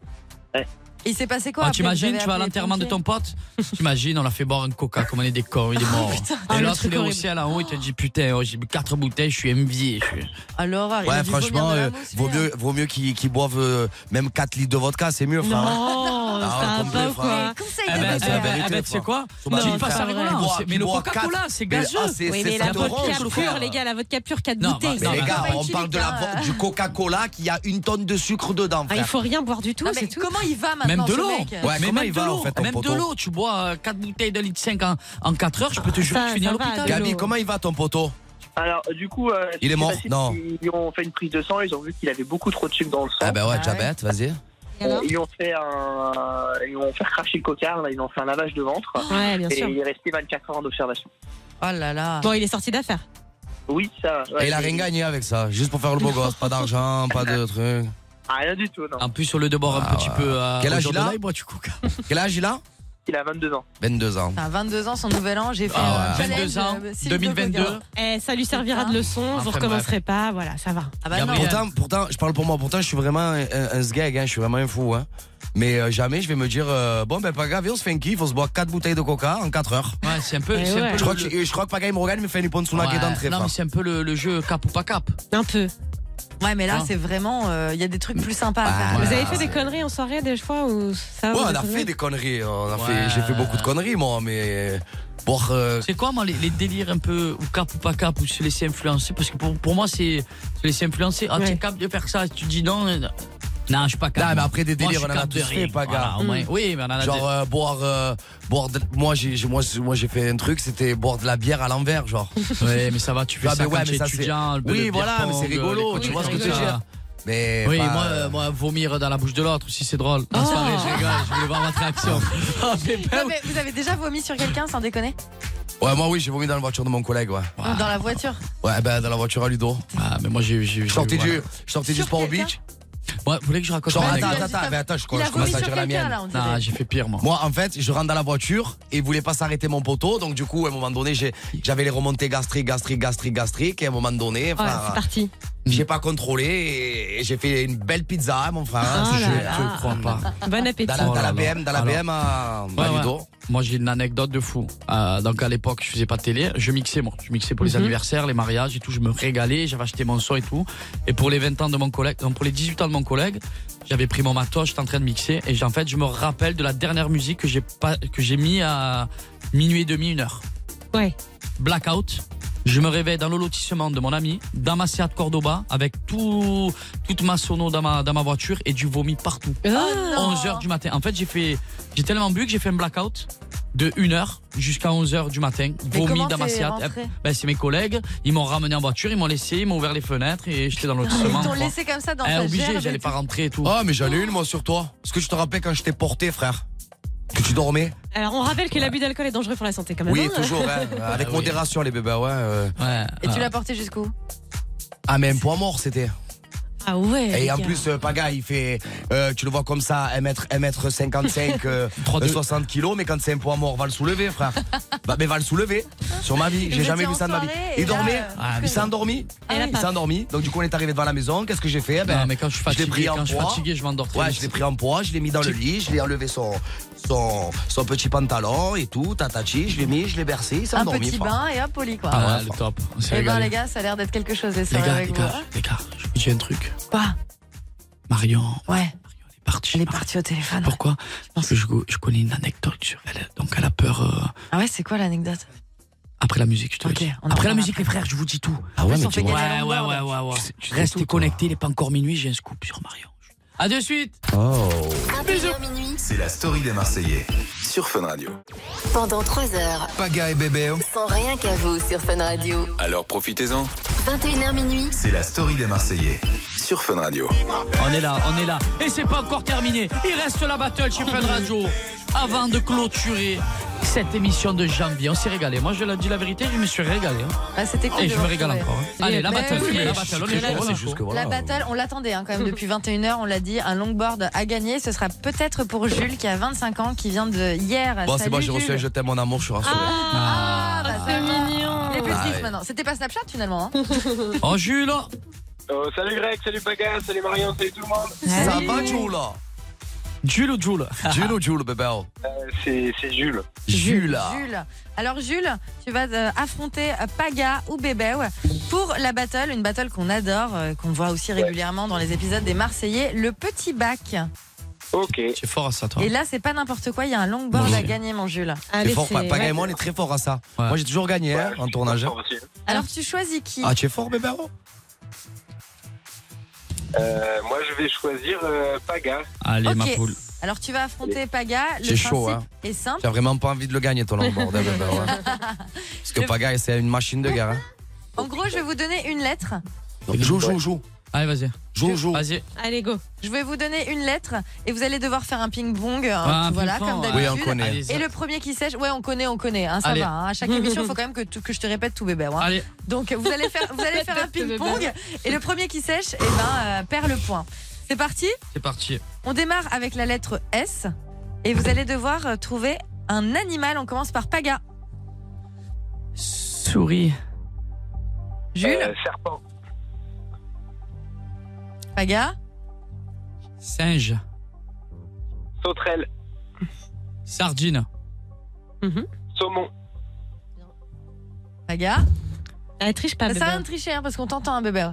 Speaker 7: Il s'est passé quoi
Speaker 6: Ah,
Speaker 7: après
Speaker 6: T'imagines,
Speaker 7: Vous
Speaker 6: tu
Speaker 7: avez
Speaker 6: vas à
Speaker 7: appelé
Speaker 6: l'enterrement de
Speaker 7: les
Speaker 6: ton pote T'imagines, on l'a fait boire un coca, comme on est des cons, il est mort.
Speaker 7: Ah,
Speaker 6: Et
Speaker 7: le
Speaker 6: l'autre,
Speaker 7: truc
Speaker 6: il est au
Speaker 7: horrible.
Speaker 6: ciel en haut, il te dit putain, oh, j'ai bu 4 bouteilles, je suis envié. je suis-
Speaker 7: pompiers. Alors, il a
Speaker 5: Ouais,
Speaker 7: dû vomir
Speaker 5: franchement,
Speaker 7: de la
Speaker 5: euh,
Speaker 7: mousse,
Speaker 5: vaut
Speaker 7: lui,
Speaker 5: mieux, vaut mieux qu'ils qu'ils boivent euh, même 4 litres de vodka, c'est mieux, frère.
Speaker 7: Oh,
Speaker 8: Non,
Speaker 5: Ah,
Speaker 8: ça
Speaker 5: comme
Speaker 8: va pas
Speaker 5: le
Speaker 8: ou
Speaker 5: frère.
Speaker 8: quoi
Speaker 7: Conseil
Speaker 6: Eh ben,
Speaker 7: des
Speaker 6: eh ben, eh ben,
Speaker 5: frère.
Speaker 6: tu sais quoi
Speaker 5: Faut
Speaker 6: Non,
Speaker 5: pas
Speaker 6: il
Speaker 5: le
Speaker 6: passe
Speaker 5: faire.
Speaker 6: à rigoler,
Speaker 5: Il
Speaker 6: on
Speaker 5: boit-
Speaker 6: sait-
Speaker 5: il
Speaker 6: Mais le
Speaker 5: boit
Speaker 6: Coca-Cola,
Speaker 5: quatre.
Speaker 6: c'est
Speaker 5: Mais-
Speaker 6: gazeux.
Speaker 5: ah, c'est-
Speaker 8: Oui,
Speaker 5: c'est
Speaker 8: mais la
Speaker 5: cette orange,
Speaker 8: vodka
Speaker 5: le
Speaker 8: pure,
Speaker 5: frère.
Speaker 8: les gars, la vodka pure 4
Speaker 6: Non,
Speaker 8: bouteilles.
Speaker 6: bah, non,
Speaker 5: Mais les
Speaker 6: bah,
Speaker 5: gars,
Speaker 6: bah,
Speaker 5: on parle de la vo- du Coca-Cola qui a une tonne de sucre dedans,
Speaker 8: Ah, il
Speaker 5: frère.
Speaker 8: faut rien boire du tout,
Speaker 7: Non, mais
Speaker 8: c'est tout.
Speaker 7: comment il va
Speaker 6: Même
Speaker 7: maintenant
Speaker 6: de
Speaker 7: ce
Speaker 6: l'eau.
Speaker 7: mec
Speaker 5: Ouais,
Speaker 6: Mais
Speaker 5: comment
Speaker 6: même
Speaker 5: il
Speaker 6: de
Speaker 5: va,
Speaker 6: l'eau.
Speaker 5: en fait, ton
Speaker 6: Même de
Speaker 5: poteau
Speaker 6: l'eau. Tu bois 4 bouteilles de litre 5 en, en 4 heures, je
Speaker 16: Ah,
Speaker 6: peux te jurer
Speaker 8: Ça,
Speaker 6: que tu finis
Speaker 8: ça
Speaker 6: à
Speaker 8: va,
Speaker 6: l'hôpital.
Speaker 8: de l'eau.
Speaker 5: Gabi, comment il va ton poteau
Speaker 16: Alors, du coup, euh,
Speaker 5: Il est
Speaker 16: ce qui
Speaker 5: mort
Speaker 16: passé,
Speaker 5: Non.
Speaker 16: Ils ont fait une prise de sang, ils ont vu qu'il avait beaucoup trop de sucre dans le sang.
Speaker 5: Ah bah ouais,
Speaker 7: ouais.
Speaker 5: diabète, vas-y.
Speaker 8: Et alors
Speaker 16: Ils lui ont fait un, ils lui ont fait cracher le cocard, là, ils lui ont fait un lavage de ventre.
Speaker 8: Ouais, bien
Speaker 16: et
Speaker 8: sûr.
Speaker 16: il est resté 24 heures en observation.
Speaker 7: Oh là là.
Speaker 8: Bon, il est sorti d'affaire.
Speaker 16: Oui, ça. ouais.
Speaker 5: Et il a rien gagné avec ça, juste pour faire le beau gosse. Pas d'argent, pas de trucs.
Speaker 16: Ah, rien du tout, non.
Speaker 6: En plus, sur le debord,
Speaker 5: Ah,
Speaker 6: un petit
Speaker 5: ouais.
Speaker 6: peu. euh,
Speaker 5: Quel âge
Speaker 6: au jour
Speaker 5: il
Speaker 6: de
Speaker 5: a
Speaker 6: l'ail, bois du coca.
Speaker 5: Quel âge il a
Speaker 16: Il a 22 ans.
Speaker 5: 22 ans.
Speaker 7: À 22 ans, son nouvel an, j'ai fait
Speaker 5: Ah ouais.
Speaker 7: un challenge,
Speaker 6: 22 ans,
Speaker 7: euh, Sylvie
Speaker 6: 2022.
Speaker 7: Coca.
Speaker 8: Eh, ça lui servira de leçon, vous
Speaker 6: Enfin,
Speaker 8: recommencerez pas, voilà, ça va.
Speaker 7: Ah bah non.
Speaker 6: Gabriel.
Speaker 5: Pourtant, pourtant, je parle pour moi, pourtant je suis vraiment un, un sgeg, hein, je suis vraiment un fou. Hein. Mais euh, jamais je vais me dire, euh, bon ben pas grave, viens, on se fait un kiff, on se boit 4 bouteilles de coca en 4 heures.
Speaker 6: Ouais, c'est un peu.
Speaker 8: Eh
Speaker 6: c'est un
Speaker 8: ouais.
Speaker 6: peu
Speaker 5: Je crois
Speaker 6: le-
Speaker 5: que, je crois que Paga, il me regarde, il me fait une ponsunage
Speaker 6: Ouais,
Speaker 5: d'entrée.
Speaker 6: Non,
Speaker 5: frère.
Speaker 6: mais c'est un peu le, le jeu cap ou pas cap.
Speaker 8: Un peu.
Speaker 7: Ouais, mais là,
Speaker 6: Ah.
Speaker 7: c'est vraiment. euh, Il y a des trucs plus sympas à faire.
Speaker 5: ouais.
Speaker 8: Vous avez fait des conneries en soirée des fois ou ça
Speaker 5: Ouais,
Speaker 8: vous
Speaker 5: on a
Speaker 8: êtes-
Speaker 5: fait des conneries. euh, on a
Speaker 6: Ouais.
Speaker 5: fait- J'ai fait beaucoup de conneries, moi, mais. Bon, euh,
Speaker 6: C'est quoi, moi, les, les délires un peu ou cap ou pas cap ou se laisser influencer Parce que pour, pour moi, c'est se laisser influencer. Ah,
Speaker 8: Ouais.
Speaker 6: t'es cap de faire ça, tu dis non. euh, Non, je suis pas
Speaker 5: Non, mais après des
Speaker 6: Moi, je
Speaker 5: délires,
Speaker 6: suis
Speaker 5: on en a
Speaker 6: carte de
Speaker 5: tous fait,
Speaker 6: ring.
Speaker 5: pas gars.
Speaker 6: Voilà, au
Speaker 8: Mm.
Speaker 6: moins. Oui, mais on en a
Speaker 5: Genre euh, boire, euh, boire. de- Moi, j'ai, j'ai- moi, j'ai- moi, j'ai fait un truc, c'était boire de la bière à l'envers, genre. Ah,
Speaker 6: Ouais, mais ça va, tu fais ça quand t'es
Speaker 5: c'est-
Speaker 6: étudiant, le- le
Speaker 5: Oui,
Speaker 6: beer
Speaker 5: voilà, mais c'est
Speaker 6: pong,
Speaker 5: rigolo.
Speaker 6: euh, les
Speaker 5: tu
Speaker 6: trucs
Speaker 5: vois ce que
Speaker 6: comme
Speaker 5: je veux
Speaker 6: ça.
Speaker 5: dire Mais
Speaker 6: oui,
Speaker 5: pas-
Speaker 6: moi, euh, moi, vomir dans la bouche de l'autre aussi, c'est drôle. Non, c'est pas vrai,
Speaker 8: Oh.
Speaker 6: je rigole, je voulais voir votre réaction. Oh, mais
Speaker 7: Non, mais vous avez déjà vomi sur quelqu'un sans déconner
Speaker 5: Ouais, moi, oui, j'ai vomi dans la voiture de mon collègue, ouais.
Speaker 6: Bah,
Speaker 7: Dans la voiture
Speaker 5: Ouais, ben dans la voiture à Ludo.
Speaker 6: Ah, mais moi, j'ai. Je
Speaker 5: sortais
Speaker 6: voilà.
Speaker 5: du, je sortais du sport beach.
Speaker 6: Ouais, vous voulez que je raconte
Speaker 5: Genre,
Speaker 6: une
Speaker 5: attends,
Speaker 6: anecdote
Speaker 5: attends, attends, mais attends, je,
Speaker 6: Il a
Speaker 5: je commence
Speaker 6: vomi
Speaker 5: à
Speaker 6: sur
Speaker 5: dire la
Speaker 6: quelqu'un,
Speaker 5: mienne.
Speaker 6: là, on dirait. Non, j'ai fait pire, moi.
Speaker 5: Moi, en fait, je rentre dans la voiture et il voulait pas s'arrêter mon poteau. Donc, du coup, à un moment donné, j'ai- j'avais les remontées gastriques, gastriques, gastriques, gastriques. Et à un moment donné,
Speaker 8: Ouais,
Speaker 5: enfin,
Speaker 8: c'est parti.
Speaker 5: j'ai pas contrôlé et- et j'ai fait une belle pizza, mon frère. hein,
Speaker 6: Ah
Speaker 5: je
Speaker 6: là
Speaker 5: te-
Speaker 6: là.
Speaker 5: je te crois pas.
Speaker 8: Bon appétit.
Speaker 5: Dans la- dans la
Speaker 6: Oh là là.
Speaker 5: BM, dans la
Speaker 6: Alors-
Speaker 5: BM à-
Speaker 6: Ouais,
Speaker 5: à
Speaker 6: ouais.
Speaker 5: bah, Ludo.
Speaker 6: Moi, j'ai une anecdote de fou. Euh, donc, à l'époque, je faisais pas de télé. Je mixais, moi. Je mixais pour les
Speaker 5: Mhm.
Speaker 6: anniversaires, les mariages et tout. Je me régalais. J'avais acheté mon son et tout. Et pour les 20 ans de mon collègue, donc pour les 18 ans de mon collègue, j'avais pris mon matos. J'étais en train de mixer. Et j'ai- en fait, je me rappelle de la dernière musique que j'ai pas, que j'ai mis à minuit et demi, une heure.
Speaker 8: Ouais.
Speaker 6: Blackout. Je me réveille dans le lotissement de mon ami, dans ma Seat Cordoba, avec tout, toute ma sono dans ma, dans ma voiture et du vomi partout. 11h du matin. En fait, j'ai fait, j'ai tellement bu que j'ai fait un blackout de 1h jusqu'à 11h du matin.
Speaker 7: Mais
Speaker 6: Vomi
Speaker 7: comment
Speaker 6: dans ma
Speaker 7: t'es
Speaker 6: Seat.
Speaker 7: rentré
Speaker 6: Ben, c'est mes collègues. Ils m'ont ramené en voiture, ils m'ont laissé, ils m'ont ouvert les fenêtres et j'étais dans le lotissement.
Speaker 7: Ils t'ont
Speaker 6: quoi.
Speaker 7: laissé comme ça dans
Speaker 6: Eh,
Speaker 7: ta
Speaker 6: obligé,
Speaker 7: gerbe et
Speaker 6: j'allais
Speaker 7: tout.
Speaker 6: pas rentrer et tout.
Speaker 5: Ah, mais j'en ai une, moi, sur toi. Est-ce que tu te rappelles quand je t'ai porté, frère Que tu dormais
Speaker 8: Alors, on rappelle que l'abus d'alcool est dangereux pour la santé quand même.
Speaker 5: Oui,
Speaker 8: hein.
Speaker 5: toujours, hein,
Speaker 6: Ah
Speaker 5: avec modération, les bébés, ouais. euh.
Speaker 7: Et tu l'as porté jusqu'où
Speaker 5: Ah, mais un point mort, c'était.
Speaker 8: Ah ouais.
Speaker 5: Et
Speaker 8: les
Speaker 5: en
Speaker 8: gars.
Speaker 5: plus, euh, Paga, il fait, euh, tu le vois comme ça, 1m, 1m55, euh, 60 kg, mais quand c'est un poids mort, va le soulever, frère. bah, mais va le soulever, sur ma vie.
Speaker 13: Vous
Speaker 5: J'ai jamais
Speaker 13: étiez
Speaker 5: vu
Speaker 13: en
Speaker 5: ça de ma vie.
Speaker 13: soirée, et
Speaker 5: Il
Speaker 13: là,
Speaker 5: dormait,
Speaker 13: euh,
Speaker 6: Ah,
Speaker 5: il s'est endormi.
Speaker 13: Et la
Speaker 5: Il
Speaker 13: paf.
Speaker 5: s'est endormi. Donc, du coup, on est arrivé devant la maison. Qu'est-ce que j'ai fait ben,
Speaker 6: Non, mais quand je suis
Speaker 5: l'ai
Speaker 6: fatigué,
Speaker 5: pris en
Speaker 6: quand je suis
Speaker 5: poids.
Speaker 6: fatigué, je m'endors très
Speaker 5: Ouais,
Speaker 6: vite.
Speaker 5: je l'ai pris en poids, je l'ai mis dans le lit, je l'ai enlevé son, son, son petit pantalon et tout, tatachi, je l'ai mis, je l'ai bercé, il s'est
Speaker 7: Un
Speaker 5: endormi.
Speaker 7: petit
Speaker 5: frère.
Speaker 7: bain et hop, au lit quoi.
Speaker 5: Ah
Speaker 6: ouais, le top. On s'est
Speaker 7: Et ben
Speaker 6: régalé.
Speaker 7: les gars, ça a l'air d'être quelque chose les
Speaker 6: Les
Speaker 7: soirées
Speaker 6: gars, les
Speaker 7: avec vous.
Speaker 6: gars, les gars, je vous dis un truc.
Speaker 7: Quoi
Speaker 6: Marion.
Speaker 7: Ouais.
Speaker 6: Elle est partie.
Speaker 7: Elle est partie au téléphone.
Speaker 6: Pourquoi Parce que je, je connais une anecdote sur elle. Donc, elle a peur. euh,
Speaker 7: Ah ouais, c'est quoi l'anecdote
Speaker 6: Après la musique, je te le dis.
Speaker 7: on en
Speaker 6: Après
Speaker 7: parle
Speaker 6: la musique, les frères, je vous dis tout.
Speaker 7: Ah ouais, mais tu
Speaker 6: ouais, ouais,
Speaker 7: vois.
Speaker 6: ouais,
Speaker 7: Ouais,
Speaker 6: ouais, ouais, ouais. Restez connectés, il n'est pas encore minuit, j'ai un scoop sur Marion. À de suite
Speaker 1: Oh. C'est la story des Marseillais sur Fun Radio.
Speaker 3: Pendant 3 heures,
Speaker 1: Paga et bébé.
Speaker 3: sans rien qu'à vous sur Fun Radio.
Speaker 1: Alors profitez-en.
Speaker 3: 21h minuit,
Speaker 1: C'est la story des Marseillais sur Fun Radio.
Speaker 6: On est là, on est là. Et c'est pas encore terminé. Il reste la battle chez Fun Radio. Avant de clôturer cette émission de janvier, on s'est régalé. Moi, je l'ai dit la vérité, je me suis régalé. hein.
Speaker 7: Ah, c'était cool.
Speaker 6: Et
Speaker 7: de
Speaker 6: je me
Speaker 7: vous
Speaker 6: régale
Speaker 7: retrouver.
Speaker 6: encore. hein. Allez, la
Speaker 7: Mais
Speaker 6: battle,
Speaker 7: oui.
Speaker 6: la battle, on est là.
Speaker 5: C'est juste que voilà.
Speaker 7: La battle, on l'attendait hein, quand même depuis 21h, on l'a dit, un longboard à gagner, ce sera peut-être pour Jules qui a 25 ans, qui vient de hier.
Speaker 5: Bon, c'est
Speaker 7: Ah, Salut,
Speaker 5: bon, j'ai reçu
Speaker 7: Jules.
Speaker 5: un je t'aime, mon amour, je suis rassuré.
Speaker 7: Ah, bah, c'est mignon. Les plus
Speaker 5: Ah
Speaker 7: six
Speaker 5: ouais.
Speaker 7: maintenant. C'était pas Snapchat finalement. hein
Speaker 6: Oh, Jules
Speaker 16: Euh, salut Greg, salut Paga, salut Marion, salut tout le monde.
Speaker 5: Ça va, Jules
Speaker 6: Jules ou Jules
Speaker 5: Jules ou Jules, bébé oh.
Speaker 16: Euh, c'est c'est Jules.
Speaker 5: Jules
Speaker 7: Jules. Alors Jules, tu vas euh, affronter euh, Paga ou Bébéou pour la battle, une battle qu'on adore, euh, qu'on voit aussi régulièrement dans les épisodes des Marseillais, le petit bac.
Speaker 16: Ok.
Speaker 6: C'est fort à ça, toi.
Speaker 7: Et là, c'est pas n'importe quoi, il y a un longboard à gagner, mon Jules.
Speaker 5: C'est fort, Pa- Paga et moi, on est très fort à ça. Moi, j'ai toujours gagné hein, en tournage. hein.
Speaker 7: Alors tu choisis qui
Speaker 5: Ah, tu es fort, bébé
Speaker 16: Euh, moi je vais choisir euh, Paga.
Speaker 6: Allez,
Speaker 7: Ok. Alors tu vas affronter Paga. Le
Speaker 5: C'est chaud,
Speaker 7: principe
Speaker 5: hein.
Speaker 7: est simple.
Speaker 5: T'as vraiment pas envie de le gagner, ton longboard, hein, bébé. ouais. Parce que Paga, c'est une machine de guerre. hein.
Speaker 7: En gros, je vais vous donner une lettre.
Speaker 6: Ah,
Speaker 5: Donc, joue, joue, joue.
Speaker 6: Allez, vas-y.
Speaker 5: Joue, joue.
Speaker 6: Vas-y.
Speaker 7: Allez, go. Je vais vous donner une lettre et vous allez devoir faire un ping-pong. euh,
Speaker 6: Ah, un
Speaker 7: voilà,
Speaker 6: ping-pong,
Speaker 7: comme
Speaker 6: ouais.
Speaker 7: d'habitude.
Speaker 6: Oui, on connaît. Allez-y.
Speaker 7: Et le premier qui sèche, ouais, on connaît, on connaît. hein, ça
Speaker 6: Allez.
Speaker 7: va. hein. À chaque émission, il faut quand même que, tout- que je te répète tout bébé. hein.
Speaker 6: Allez.
Speaker 7: Donc, vous allez faire, vous allez faire un ping-pong et le premier qui sèche, eh ben, euh, perd le point. C'est parti
Speaker 6: C'est parti.
Speaker 7: On démarre avec la lettre S et vous allez devoir euh, trouver un animal. On commence par Paga.
Speaker 6: Souris.
Speaker 7: Jules
Speaker 16: Euh, Serpent.
Speaker 7: Paga
Speaker 6: Singe.
Speaker 16: Sauterelle.
Speaker 6: Sardine.
Speaker 7: Mhm.
Speaker 16: Saumon.
Speaker 7: Paga
Speaker 8: Ah, Elle triche pas,
Speaker 7: Ça sert à
Speaker 8: bébé.
Speaker 7: rien de tricher hein, parce qu'on t'entend, un bébé.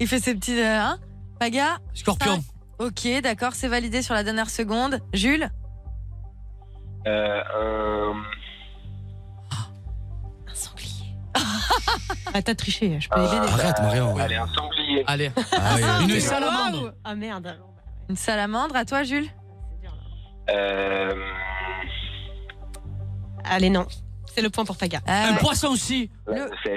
Speaker 7: Il fait ses petits. euh, hein Paga
Speaker 6: Scorpion.
Speaker 7: Ok, d'accord, c'est validé sur la dernière seconde. Jules
Speaker 16: Euh, un...
Speaker 7: Ah,
Speaker 8: Ah, t'as triché, je peux aider. des-
Speaker 5: Ah, Arrête, Marion.
Speaker 16: euh,
Speaker 5: Ah
Speaker 16: Allez, un sanglier.
Speaker 6: Allez.
Speaker 8: Waouh
Speaker 6: Une salamandre.
Speaker 8: Ah merde.
Speaker 7: Une salamandre, à toi, Jules
Speaker 16: Euh,
Speaker 8: Allez, non. C'est le point pour Paga.
Speaker 7: Un ouais.
Speaker 6: poisson aussi.
Speaker 16: la sèche.
Speaker 7: Euh,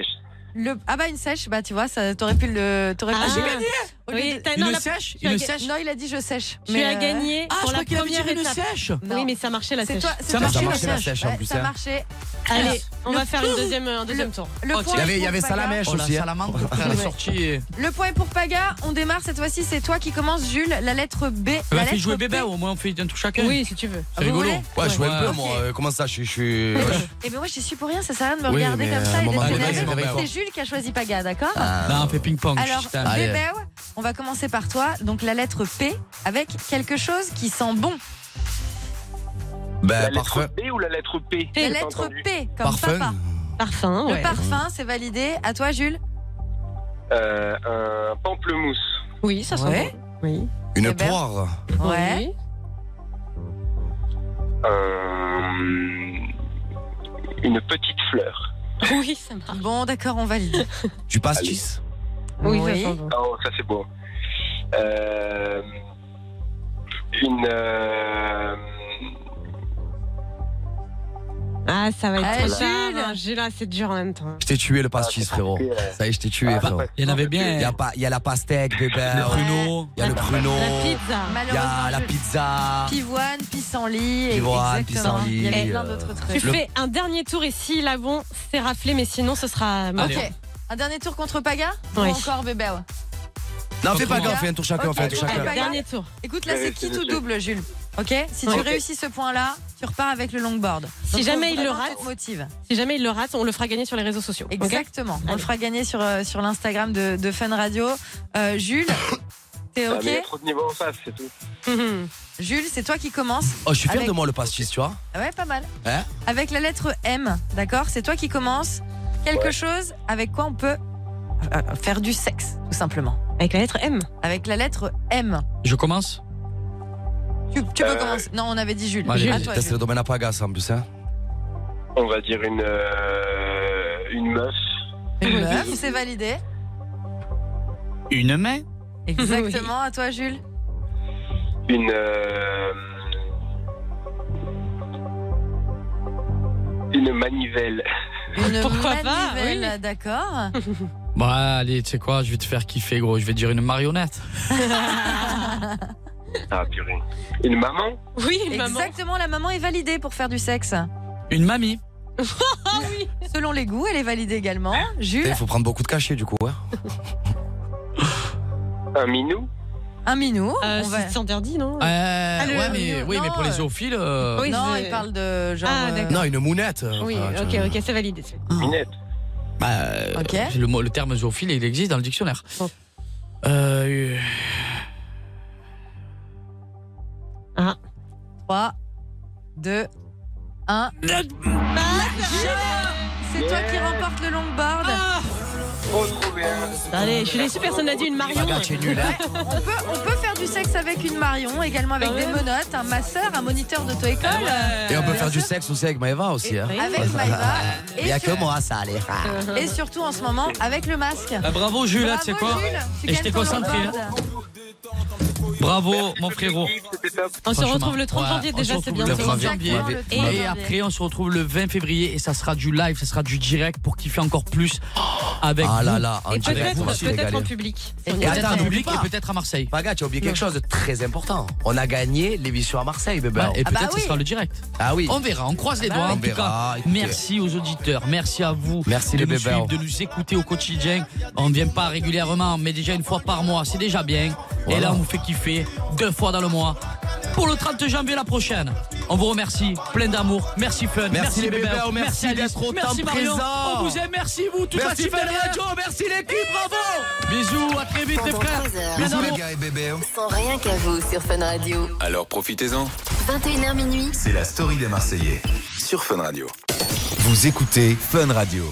Speaker 7: Le... Ah bah une sèche, bah tu vois, ça t'aurais pu le. T'aurais
Speaker 8: Ah,
Speaker 7: pu
Speaker 8: j'ai
Speaker 7: le-
Speaker 8: gagné
Speaker 7: Au lieu
Speaker 8: Oui,
Speaker 7: de-
Speaker 8: t'as- non, Une la- sèche tu as Une ga- sèche
Speaker 7: Non, il a dit je sèche.
Speaker 8: Tu
Speaker 7: mais,
Speaker 8: as
Speaker 7: euh,
Speaker 8: gagné
Speaker 7: Ah, je
Speaker 8: pour
Speaker 7: crois
Speaker 8: la
Speaker 7: qu'il avait dit
Speaker 8: première
Speaker 7: une
Speaker 8: étape.
Speaker 7: sèche.
Speaker 8: Oui, mais ça marchait la
Speaker 7: C'est
Speaker 8: sèche.
Speaker 7: toi- c'est Ça toi marchait, qui la as fait la sèche. sèche, en
Speaker 5: Ouais, plus, ça hein. marchait.
Speaker 8: Allez, on
Speaker 7: Le-
Speaker 8: va faire une deuxième, un deuxième
Speaker 7: Le-
Speaker 8: tour.
Speaker 7: le point
Speaker 5: Il y avait, il y avait Salamèche
Speaker 6: Oh, la
Speaker 5: aussi. hein.
Speaker 6: salamandre, elle est sortie.
Speaker 7: Le point est pour Paga. On démarre cette fois-ci. C'est toi qui commence, Jules. La lettre
Speaker 6: On
Speaker 7: B. la
Speaker 6: va faire
Speaker 7: lettre
Speaker 6: Bah, jouer
Speaker 7: P.
Speaker 6: bébé, au moins on fait un truc chacun.
Speaker 8: Oui, si tu veux.
Speaker 7: Ah,
Speaker 5: C'est rigolo.
Speaker 7: voulez
Speaker 5: Ouais, je jouais un peu,
Speaker 6: Ouais.
Speaker 5: moi. euh, Comment ça Je suis. Je suis... ouais, je-
Speaker 7: Eh ben moi, je suis pour rien. Ça sert à rien de me
Speaker 5: Oui,
Speaker 7: regarder
Speaker 5: mais
Speaker 7: comme
Speaker 5: à
Speaker 7: ça
Speaker 5: un
Speaker 7: et
Speaker 5: moment
Speaker 7: d'être
Speaker 5: donné,
Speaker 7: énervé.
Speaker 5: c'est vrai,
Speaker 7: C'est
Speaker 5: ouais.
Speaker 7: Jules qui a choisi Paga, d'accord
Speaker 5: Ah.
Speaker 6: Non, on fait ping-pong.
Speaker 7: Alors,
Speaker 6: Ah, putain. Allez.
Speaker 7: bébé, on va commencer par toi. Donc la lettre P avec quelque chose qui sent bon.
Speaker 5: Ben,
Speaker 16: la
Speaker 5: parfum.
Speaker 16: lettre B ou la lettre P
Speaker 7: La
Speaker 8: Eh,
Speaker 16: J'ai pas
Speaker 7: lettre
Speaker 16: entendu.
Speaker 7: P comme
Speaker 5: Parfum.
Speaker 7: papa.
Speaker 8: Parfum,
Speaker 7: Le
Speaker 8: ouais.
Speaker 7: parfum, c'est validé. À toi, Jules.
Speaker 16: Euh, un pamplemousse.
Speaker 8: Oui, Ah, ça sent
Speaker 7: Ouais.
Speaker 8: bon. Oui. Eh ben.
Speaker 5: Une
Speaker 7: Hébert.
Speaker 5: poire.
Speaker 7: Ouais.
Speaker 8: Oui.
Speaker 16: Euh, une petite fleur.
Speaker 8: Oui, ça marche.
Speaker 7: Bon, d'accord, on valide.
Speaker 5: Du pastis.
Speaker 8: Oui,
Speaker 7: Oui.
Speaker 8: ça sent bon.
Speaker 16: Oh, ça c'est beau. Euh, une. euh,
Speaker 8: Ah, ça va
Speaker 7: Allez,
Speaker 8: être trop
Speaker 7: Jules.
Speaker 8: tard. Jules, là, c'est dur en même temps.
Speaker 5: Je t'ai tué le pastis,
Speaker 16: Ah,
Speaker 5: frérot. Ça y est, je t'ai tué, frérot.
Speaker 6: Ah, Il y en avait
Speaker 5: Il y,
Speaker 6: bien. hein.
Speaker 5: a pas, il y a la pastèque, bébé.
Speaker 6: Le pruneau.
Speaker 5: Il y a le pruneau.
Speaker 8: La pizza.
Speaker 5: Il y a la
Speaker 7: Malheureusement, je-
Speaker 5: pizza.
Speaker 7: pivoine, pissenlit. et-
Speaker 5: Pivoine,
Speaker 7: exactement. Il y avait
Speaker 5: pissenlit,
Speaker 7: plein
Speaker 5: euh,
Speaker 7: d'autres
Speaker 8: Tu
Speaker 7: trucs.
Speaker 5: Le-
Speaker 8: fais un dernier tour et si là bon, c'est raflé, mais sinon ce sera mort.
Speaker 6: Allez.
Speaker 7: Ok. Un dernier tour contre Paga
Speaker 8: Oui.
Speaker 7: Ou encore bébé ouais.
Speaker 5: Non, fais pas
Speaker 6: Ok.
Speaker 5: gaffe, fais un tour chacun,
Speaker 7: Ok.
Speaker 5: fais un tour
Speaker 7: Allez,
Speaker 5: chacun.
Speaker 7: Paga.
Speaker 8: Dernier tour.
Speaker 7: Bah, Écoute, là,
Speaker 16: Ouais,
Speaker 7: c'est
Speaker 16: ouais,
Speaker 7: qui
Speaker 16: c'est
Speaker 7: tout
Speaker 16: noté.
Speaker 7: double, Jules. Ok Si tu
Speaker 8: Ouais.
Speaker 7: réussis ce point-là, tu repars avec le longboard.
Speaker 8: Si
Speaker 7: Donc,
Speaker 8: jamais
Speaker 7: faut
Speaker 8: il le
Speaker 7: vraiment
Speaker 8: rate.
Speaker 7: que tu te motive.
Speaker 8: Si jamais il le rate, on le fera gagner sur les réseaux sociaux. ok
Speaker 7: Exactement. On le
Speaker 8: Allez.
Speaker 7: fera gagner sur, euh, sur l'Instagram de, de Fun Radio. Euh, Jules, t'es
Speaker 16: Ah, mais
Speaker 7: ok
Speaker 16: il y a trop de niveaux en face, c'est tout.
Speaker 8: Mhm.
Speaker 7: Jules, c'est toi qui commence.
Speaker 5: Oh, je suis fier
Speaker 7: Avec-
Speaker 5: de moi, le pastis, tu vois.
Speaker 7: Ah Ouais, pas mal.
Speaker 5: Hein
Speaker 7: avec la lettre M, d'accord C'est toi qui commence. Quelque chose avec quoi on peut euh, faire du sexe, tout simplement.
Speaker 8: Avec la lettre M.
Speaker 7: Avec la lettre M.
Speaker 6: Je commence
Speaker 7: Tu, tu peux
Speaker 16: Euh,
Speaker 7: commencer. Non, on avait dit Jules.
Speaker 6: Bah, Jules,
Speaker 7: À
Speaker 5: Je
Speaker 7: toi,
Speaker 5: teste le
Speaker 7: Jules.
Speaker 5: domaine à Pagas, en plus, hein.
Speaker 16: On va dire une. euh, une meuf.
Speaker 7: Une meuf, c'est validé.
Speaker 6: Une main
Speaker 7: Exactement, à toi, Jules.
Speaker 16: Une. euh, une manivelle.
Speaker 7: Une
Speaker 8: Pourquoi pas,
Speaker 7: manivelle, euh, d'accord.
Speaker 6: Bah, allez, tu sais quoi, je vais te faire kiffer, gros. Je vais te dire une marionnette.
Speaker 16: Ah, purée. Une maman
Speaker 8: Oui, une maman.
Speaker 7: Exactement, la maman est validée pour faire du sexe.
Speaker 6: Une mamie.
Speaker 7: Selon les goûts, elle est validée également. Jules,
Speaker 5: Il Eh, faut prendre beaucoup de cachets, du coup, ouais.
Speaker 16: Un minou
Speaker 7: un minou.
Speaker 8: Euh,
Speaker 7: on va-
Speaker 8: c'est interdit,
Speaker 6: Euh,
Speaker 8: non
Speaker 7: Ah, le-
Speaker 6: ouais, mais,
Speaker 7: le-
Speaker 6: oui,
Speaker 7: non,
Speaker 6: mais pour les
Speaker 7: euh,
Speaker 6: zoophiles. euh,
Speaker 8: oui.
Speaker 7: Non,
Speaker 8: c'est-
Speaker 7: il parle de genre.
Speaker 8: Ah,
Speaker 7: euh,
Speaker 8: d'accord.
Speaker 5: Non, une mounette. euh,
Speaker 8: Oui,
Speaker 5: enfin,
Speaker 8: ok,
Speaker 5: tu- Ah.
Speaker 8: ok, c'est validé. c'est-
Speaker 16: Minette.
Speaker 6: bah, euh,
Speaker 7: Ok.
Speaker 6: le, mot- le terme zoophile, il existe dans le dictionnaire.
Speaker 8: Oh.
Speaker 6: Euh, euh,
Speaker 8: Ah.
Speaker 7: 3, 2, 1. C'est toi qui remporte le longboard.
Speaker 16: Oh, trop bien.
Speaker 8: Ah. Allez, je suis déçue, personne n'a dit une Marion.
Speaker 5: Pagas, tu es nul, hein.
Speaker 7: On peut, on peut faire du sexe avec une marion, également avec
Speaker 8: Ah
Speaker 7: des
Speaker 8: ouais. Ah
Speaker 7: menottes, un masseur, un moniteur d'auto-école.
Speaker 5: Et on peut
Speaker 7: bien
Speaker 5: faire du
Speaker 7: sûr.
Speaker 5: sexe aussi avec Maeva aussi. hein.
Speaker 8: Et-
Speaker 7: Avec Maïva.
Speaker 5: Il y
Speaker 7: Et, Euh,
Speaker 5: a
Speaker 7: sur-
Speaker 5: que moi, ça, allez.
Speaker 7: et surtout en ce moment, avec le masque.
Speaker 6: ah, bravo, Jules, là, tu sais
Speaker 7: Bravo,
Speaker 6: quoi
Speaker 7: Jules,
Speaker 6: Et
Speaker 7: tu gagnes
Speaker 6: je t'ai
Speaker 7: ton
Speaker 6: concentré. hein.
Speaker 7: longboard.
Speaker 6: Bravo, mon frérot.
Speaker 16: C'était top.
Speaker 8: On se
Speaker 6: Franchement,
Speaker 8: retrouve le 30
Speaker 6: ouais,
Speaker 8: janvier
Speaker 6: on
Speaker 8: déjà,
Speaker 6: se
Speaker 8: c'est
Speaker 6: retrouve
Speaker 8: bientôt.
Speaker 6: le 30 janvier.
Speaker 7: Exactement, le 30
Speaker 6: Et après, on se retrouve le 20 février et ça sera du live, ça sera du direct pour kiffer encore plus avec
Speaker 5: Ah là
Speaker 6: vous,
Speaker 5: là, en
Speaker 8: Et
Speaker 5: direct,
Speaker 8: peut-être
Speaker 5: on va se
Speaker 8: peut-être en
Speaker 5: régaler.
Speaker 8: public.
Speaker 7: Et
Speaker 8: On y
Speaker 6: et
Speaker 8: va.
Speaker 6: peut-être
Speaker 5: Attends,
Speaker 6: en
Speaker 5: n'oublie
Speaker 6: public
Speaker 5: pas.
Speaker 6: et peut-être à Marseille.
Speaker 5: Paga, tu as oublié quelque chose de très important. On a gagné l'émission à Marseille, bébé.
Speaker 6: Bah, et
Speaker 7: Ah bah
Speaker 6: peut-être ce
Speaker 7: oui.
Speaker 6: sera le direct.
Speaker 5: Ah oui.
Speaker 6: On verra, on croise les
Speaker 7: bah
Speaker 6: doigts.
Speaker 7: oui.
Speaker 6: En
Speaker 5: On
Speaker 6: tout
Speaker 5: verra,
Speaker 6: cas,
Speaker 5: écoutez.
Speaker 6: merci aux auditeurs, merci à vous.
Speaker 5: Merci
Speaker 6: de
Speaker 5: les
Speaker 6: nous
Speaker 5: bébés.
Speaker 6: suivre, de nous écouter au quotidien. On ne vient pas régulièrement, mais déjà une fois par mois, c'est déjà bien. Et
Speaker 5: Voilà.
Speaker 6: là, on vous fait kiffer deux fois dans le mois. Pour le 30 janvier la prochaine, on vous remercie, plein d'amour, merci Fun, merci,
Speaker 5: les
Speaker 6: bébés,
Speaker 5: bébés, merci
Speaker 6: Alice,
Speaker 5: d'être autant
Speaker 6: merci Marion,
Speaker 5: présents.
Speaker 6: on vous aime, merci vous, toute la
Speaker 5: Merci Fun
Speaker 6: team derrière.
Speaker 5: Radio, merci l'équipe, bravo
Speaker 6: Bisous, à très vite les
Speaker 3: Pendant
Speaker 6: frères.
Speaker 3: 13 heures.
Speaker 6: Plein
Speaker 5: Bisous
Speaker 6: d'amour.
Speaker 5: les gars et bébés. hein.
Speaker 3: Sans rien qu'à vous sur Fun Radio.
Speaker 1: Alors profitez-en.
Speaker 3: 21h minuit.
Speaker 1: C'est la story des Marseillais sur Fun Radio. Vous écoutez Fun Radio.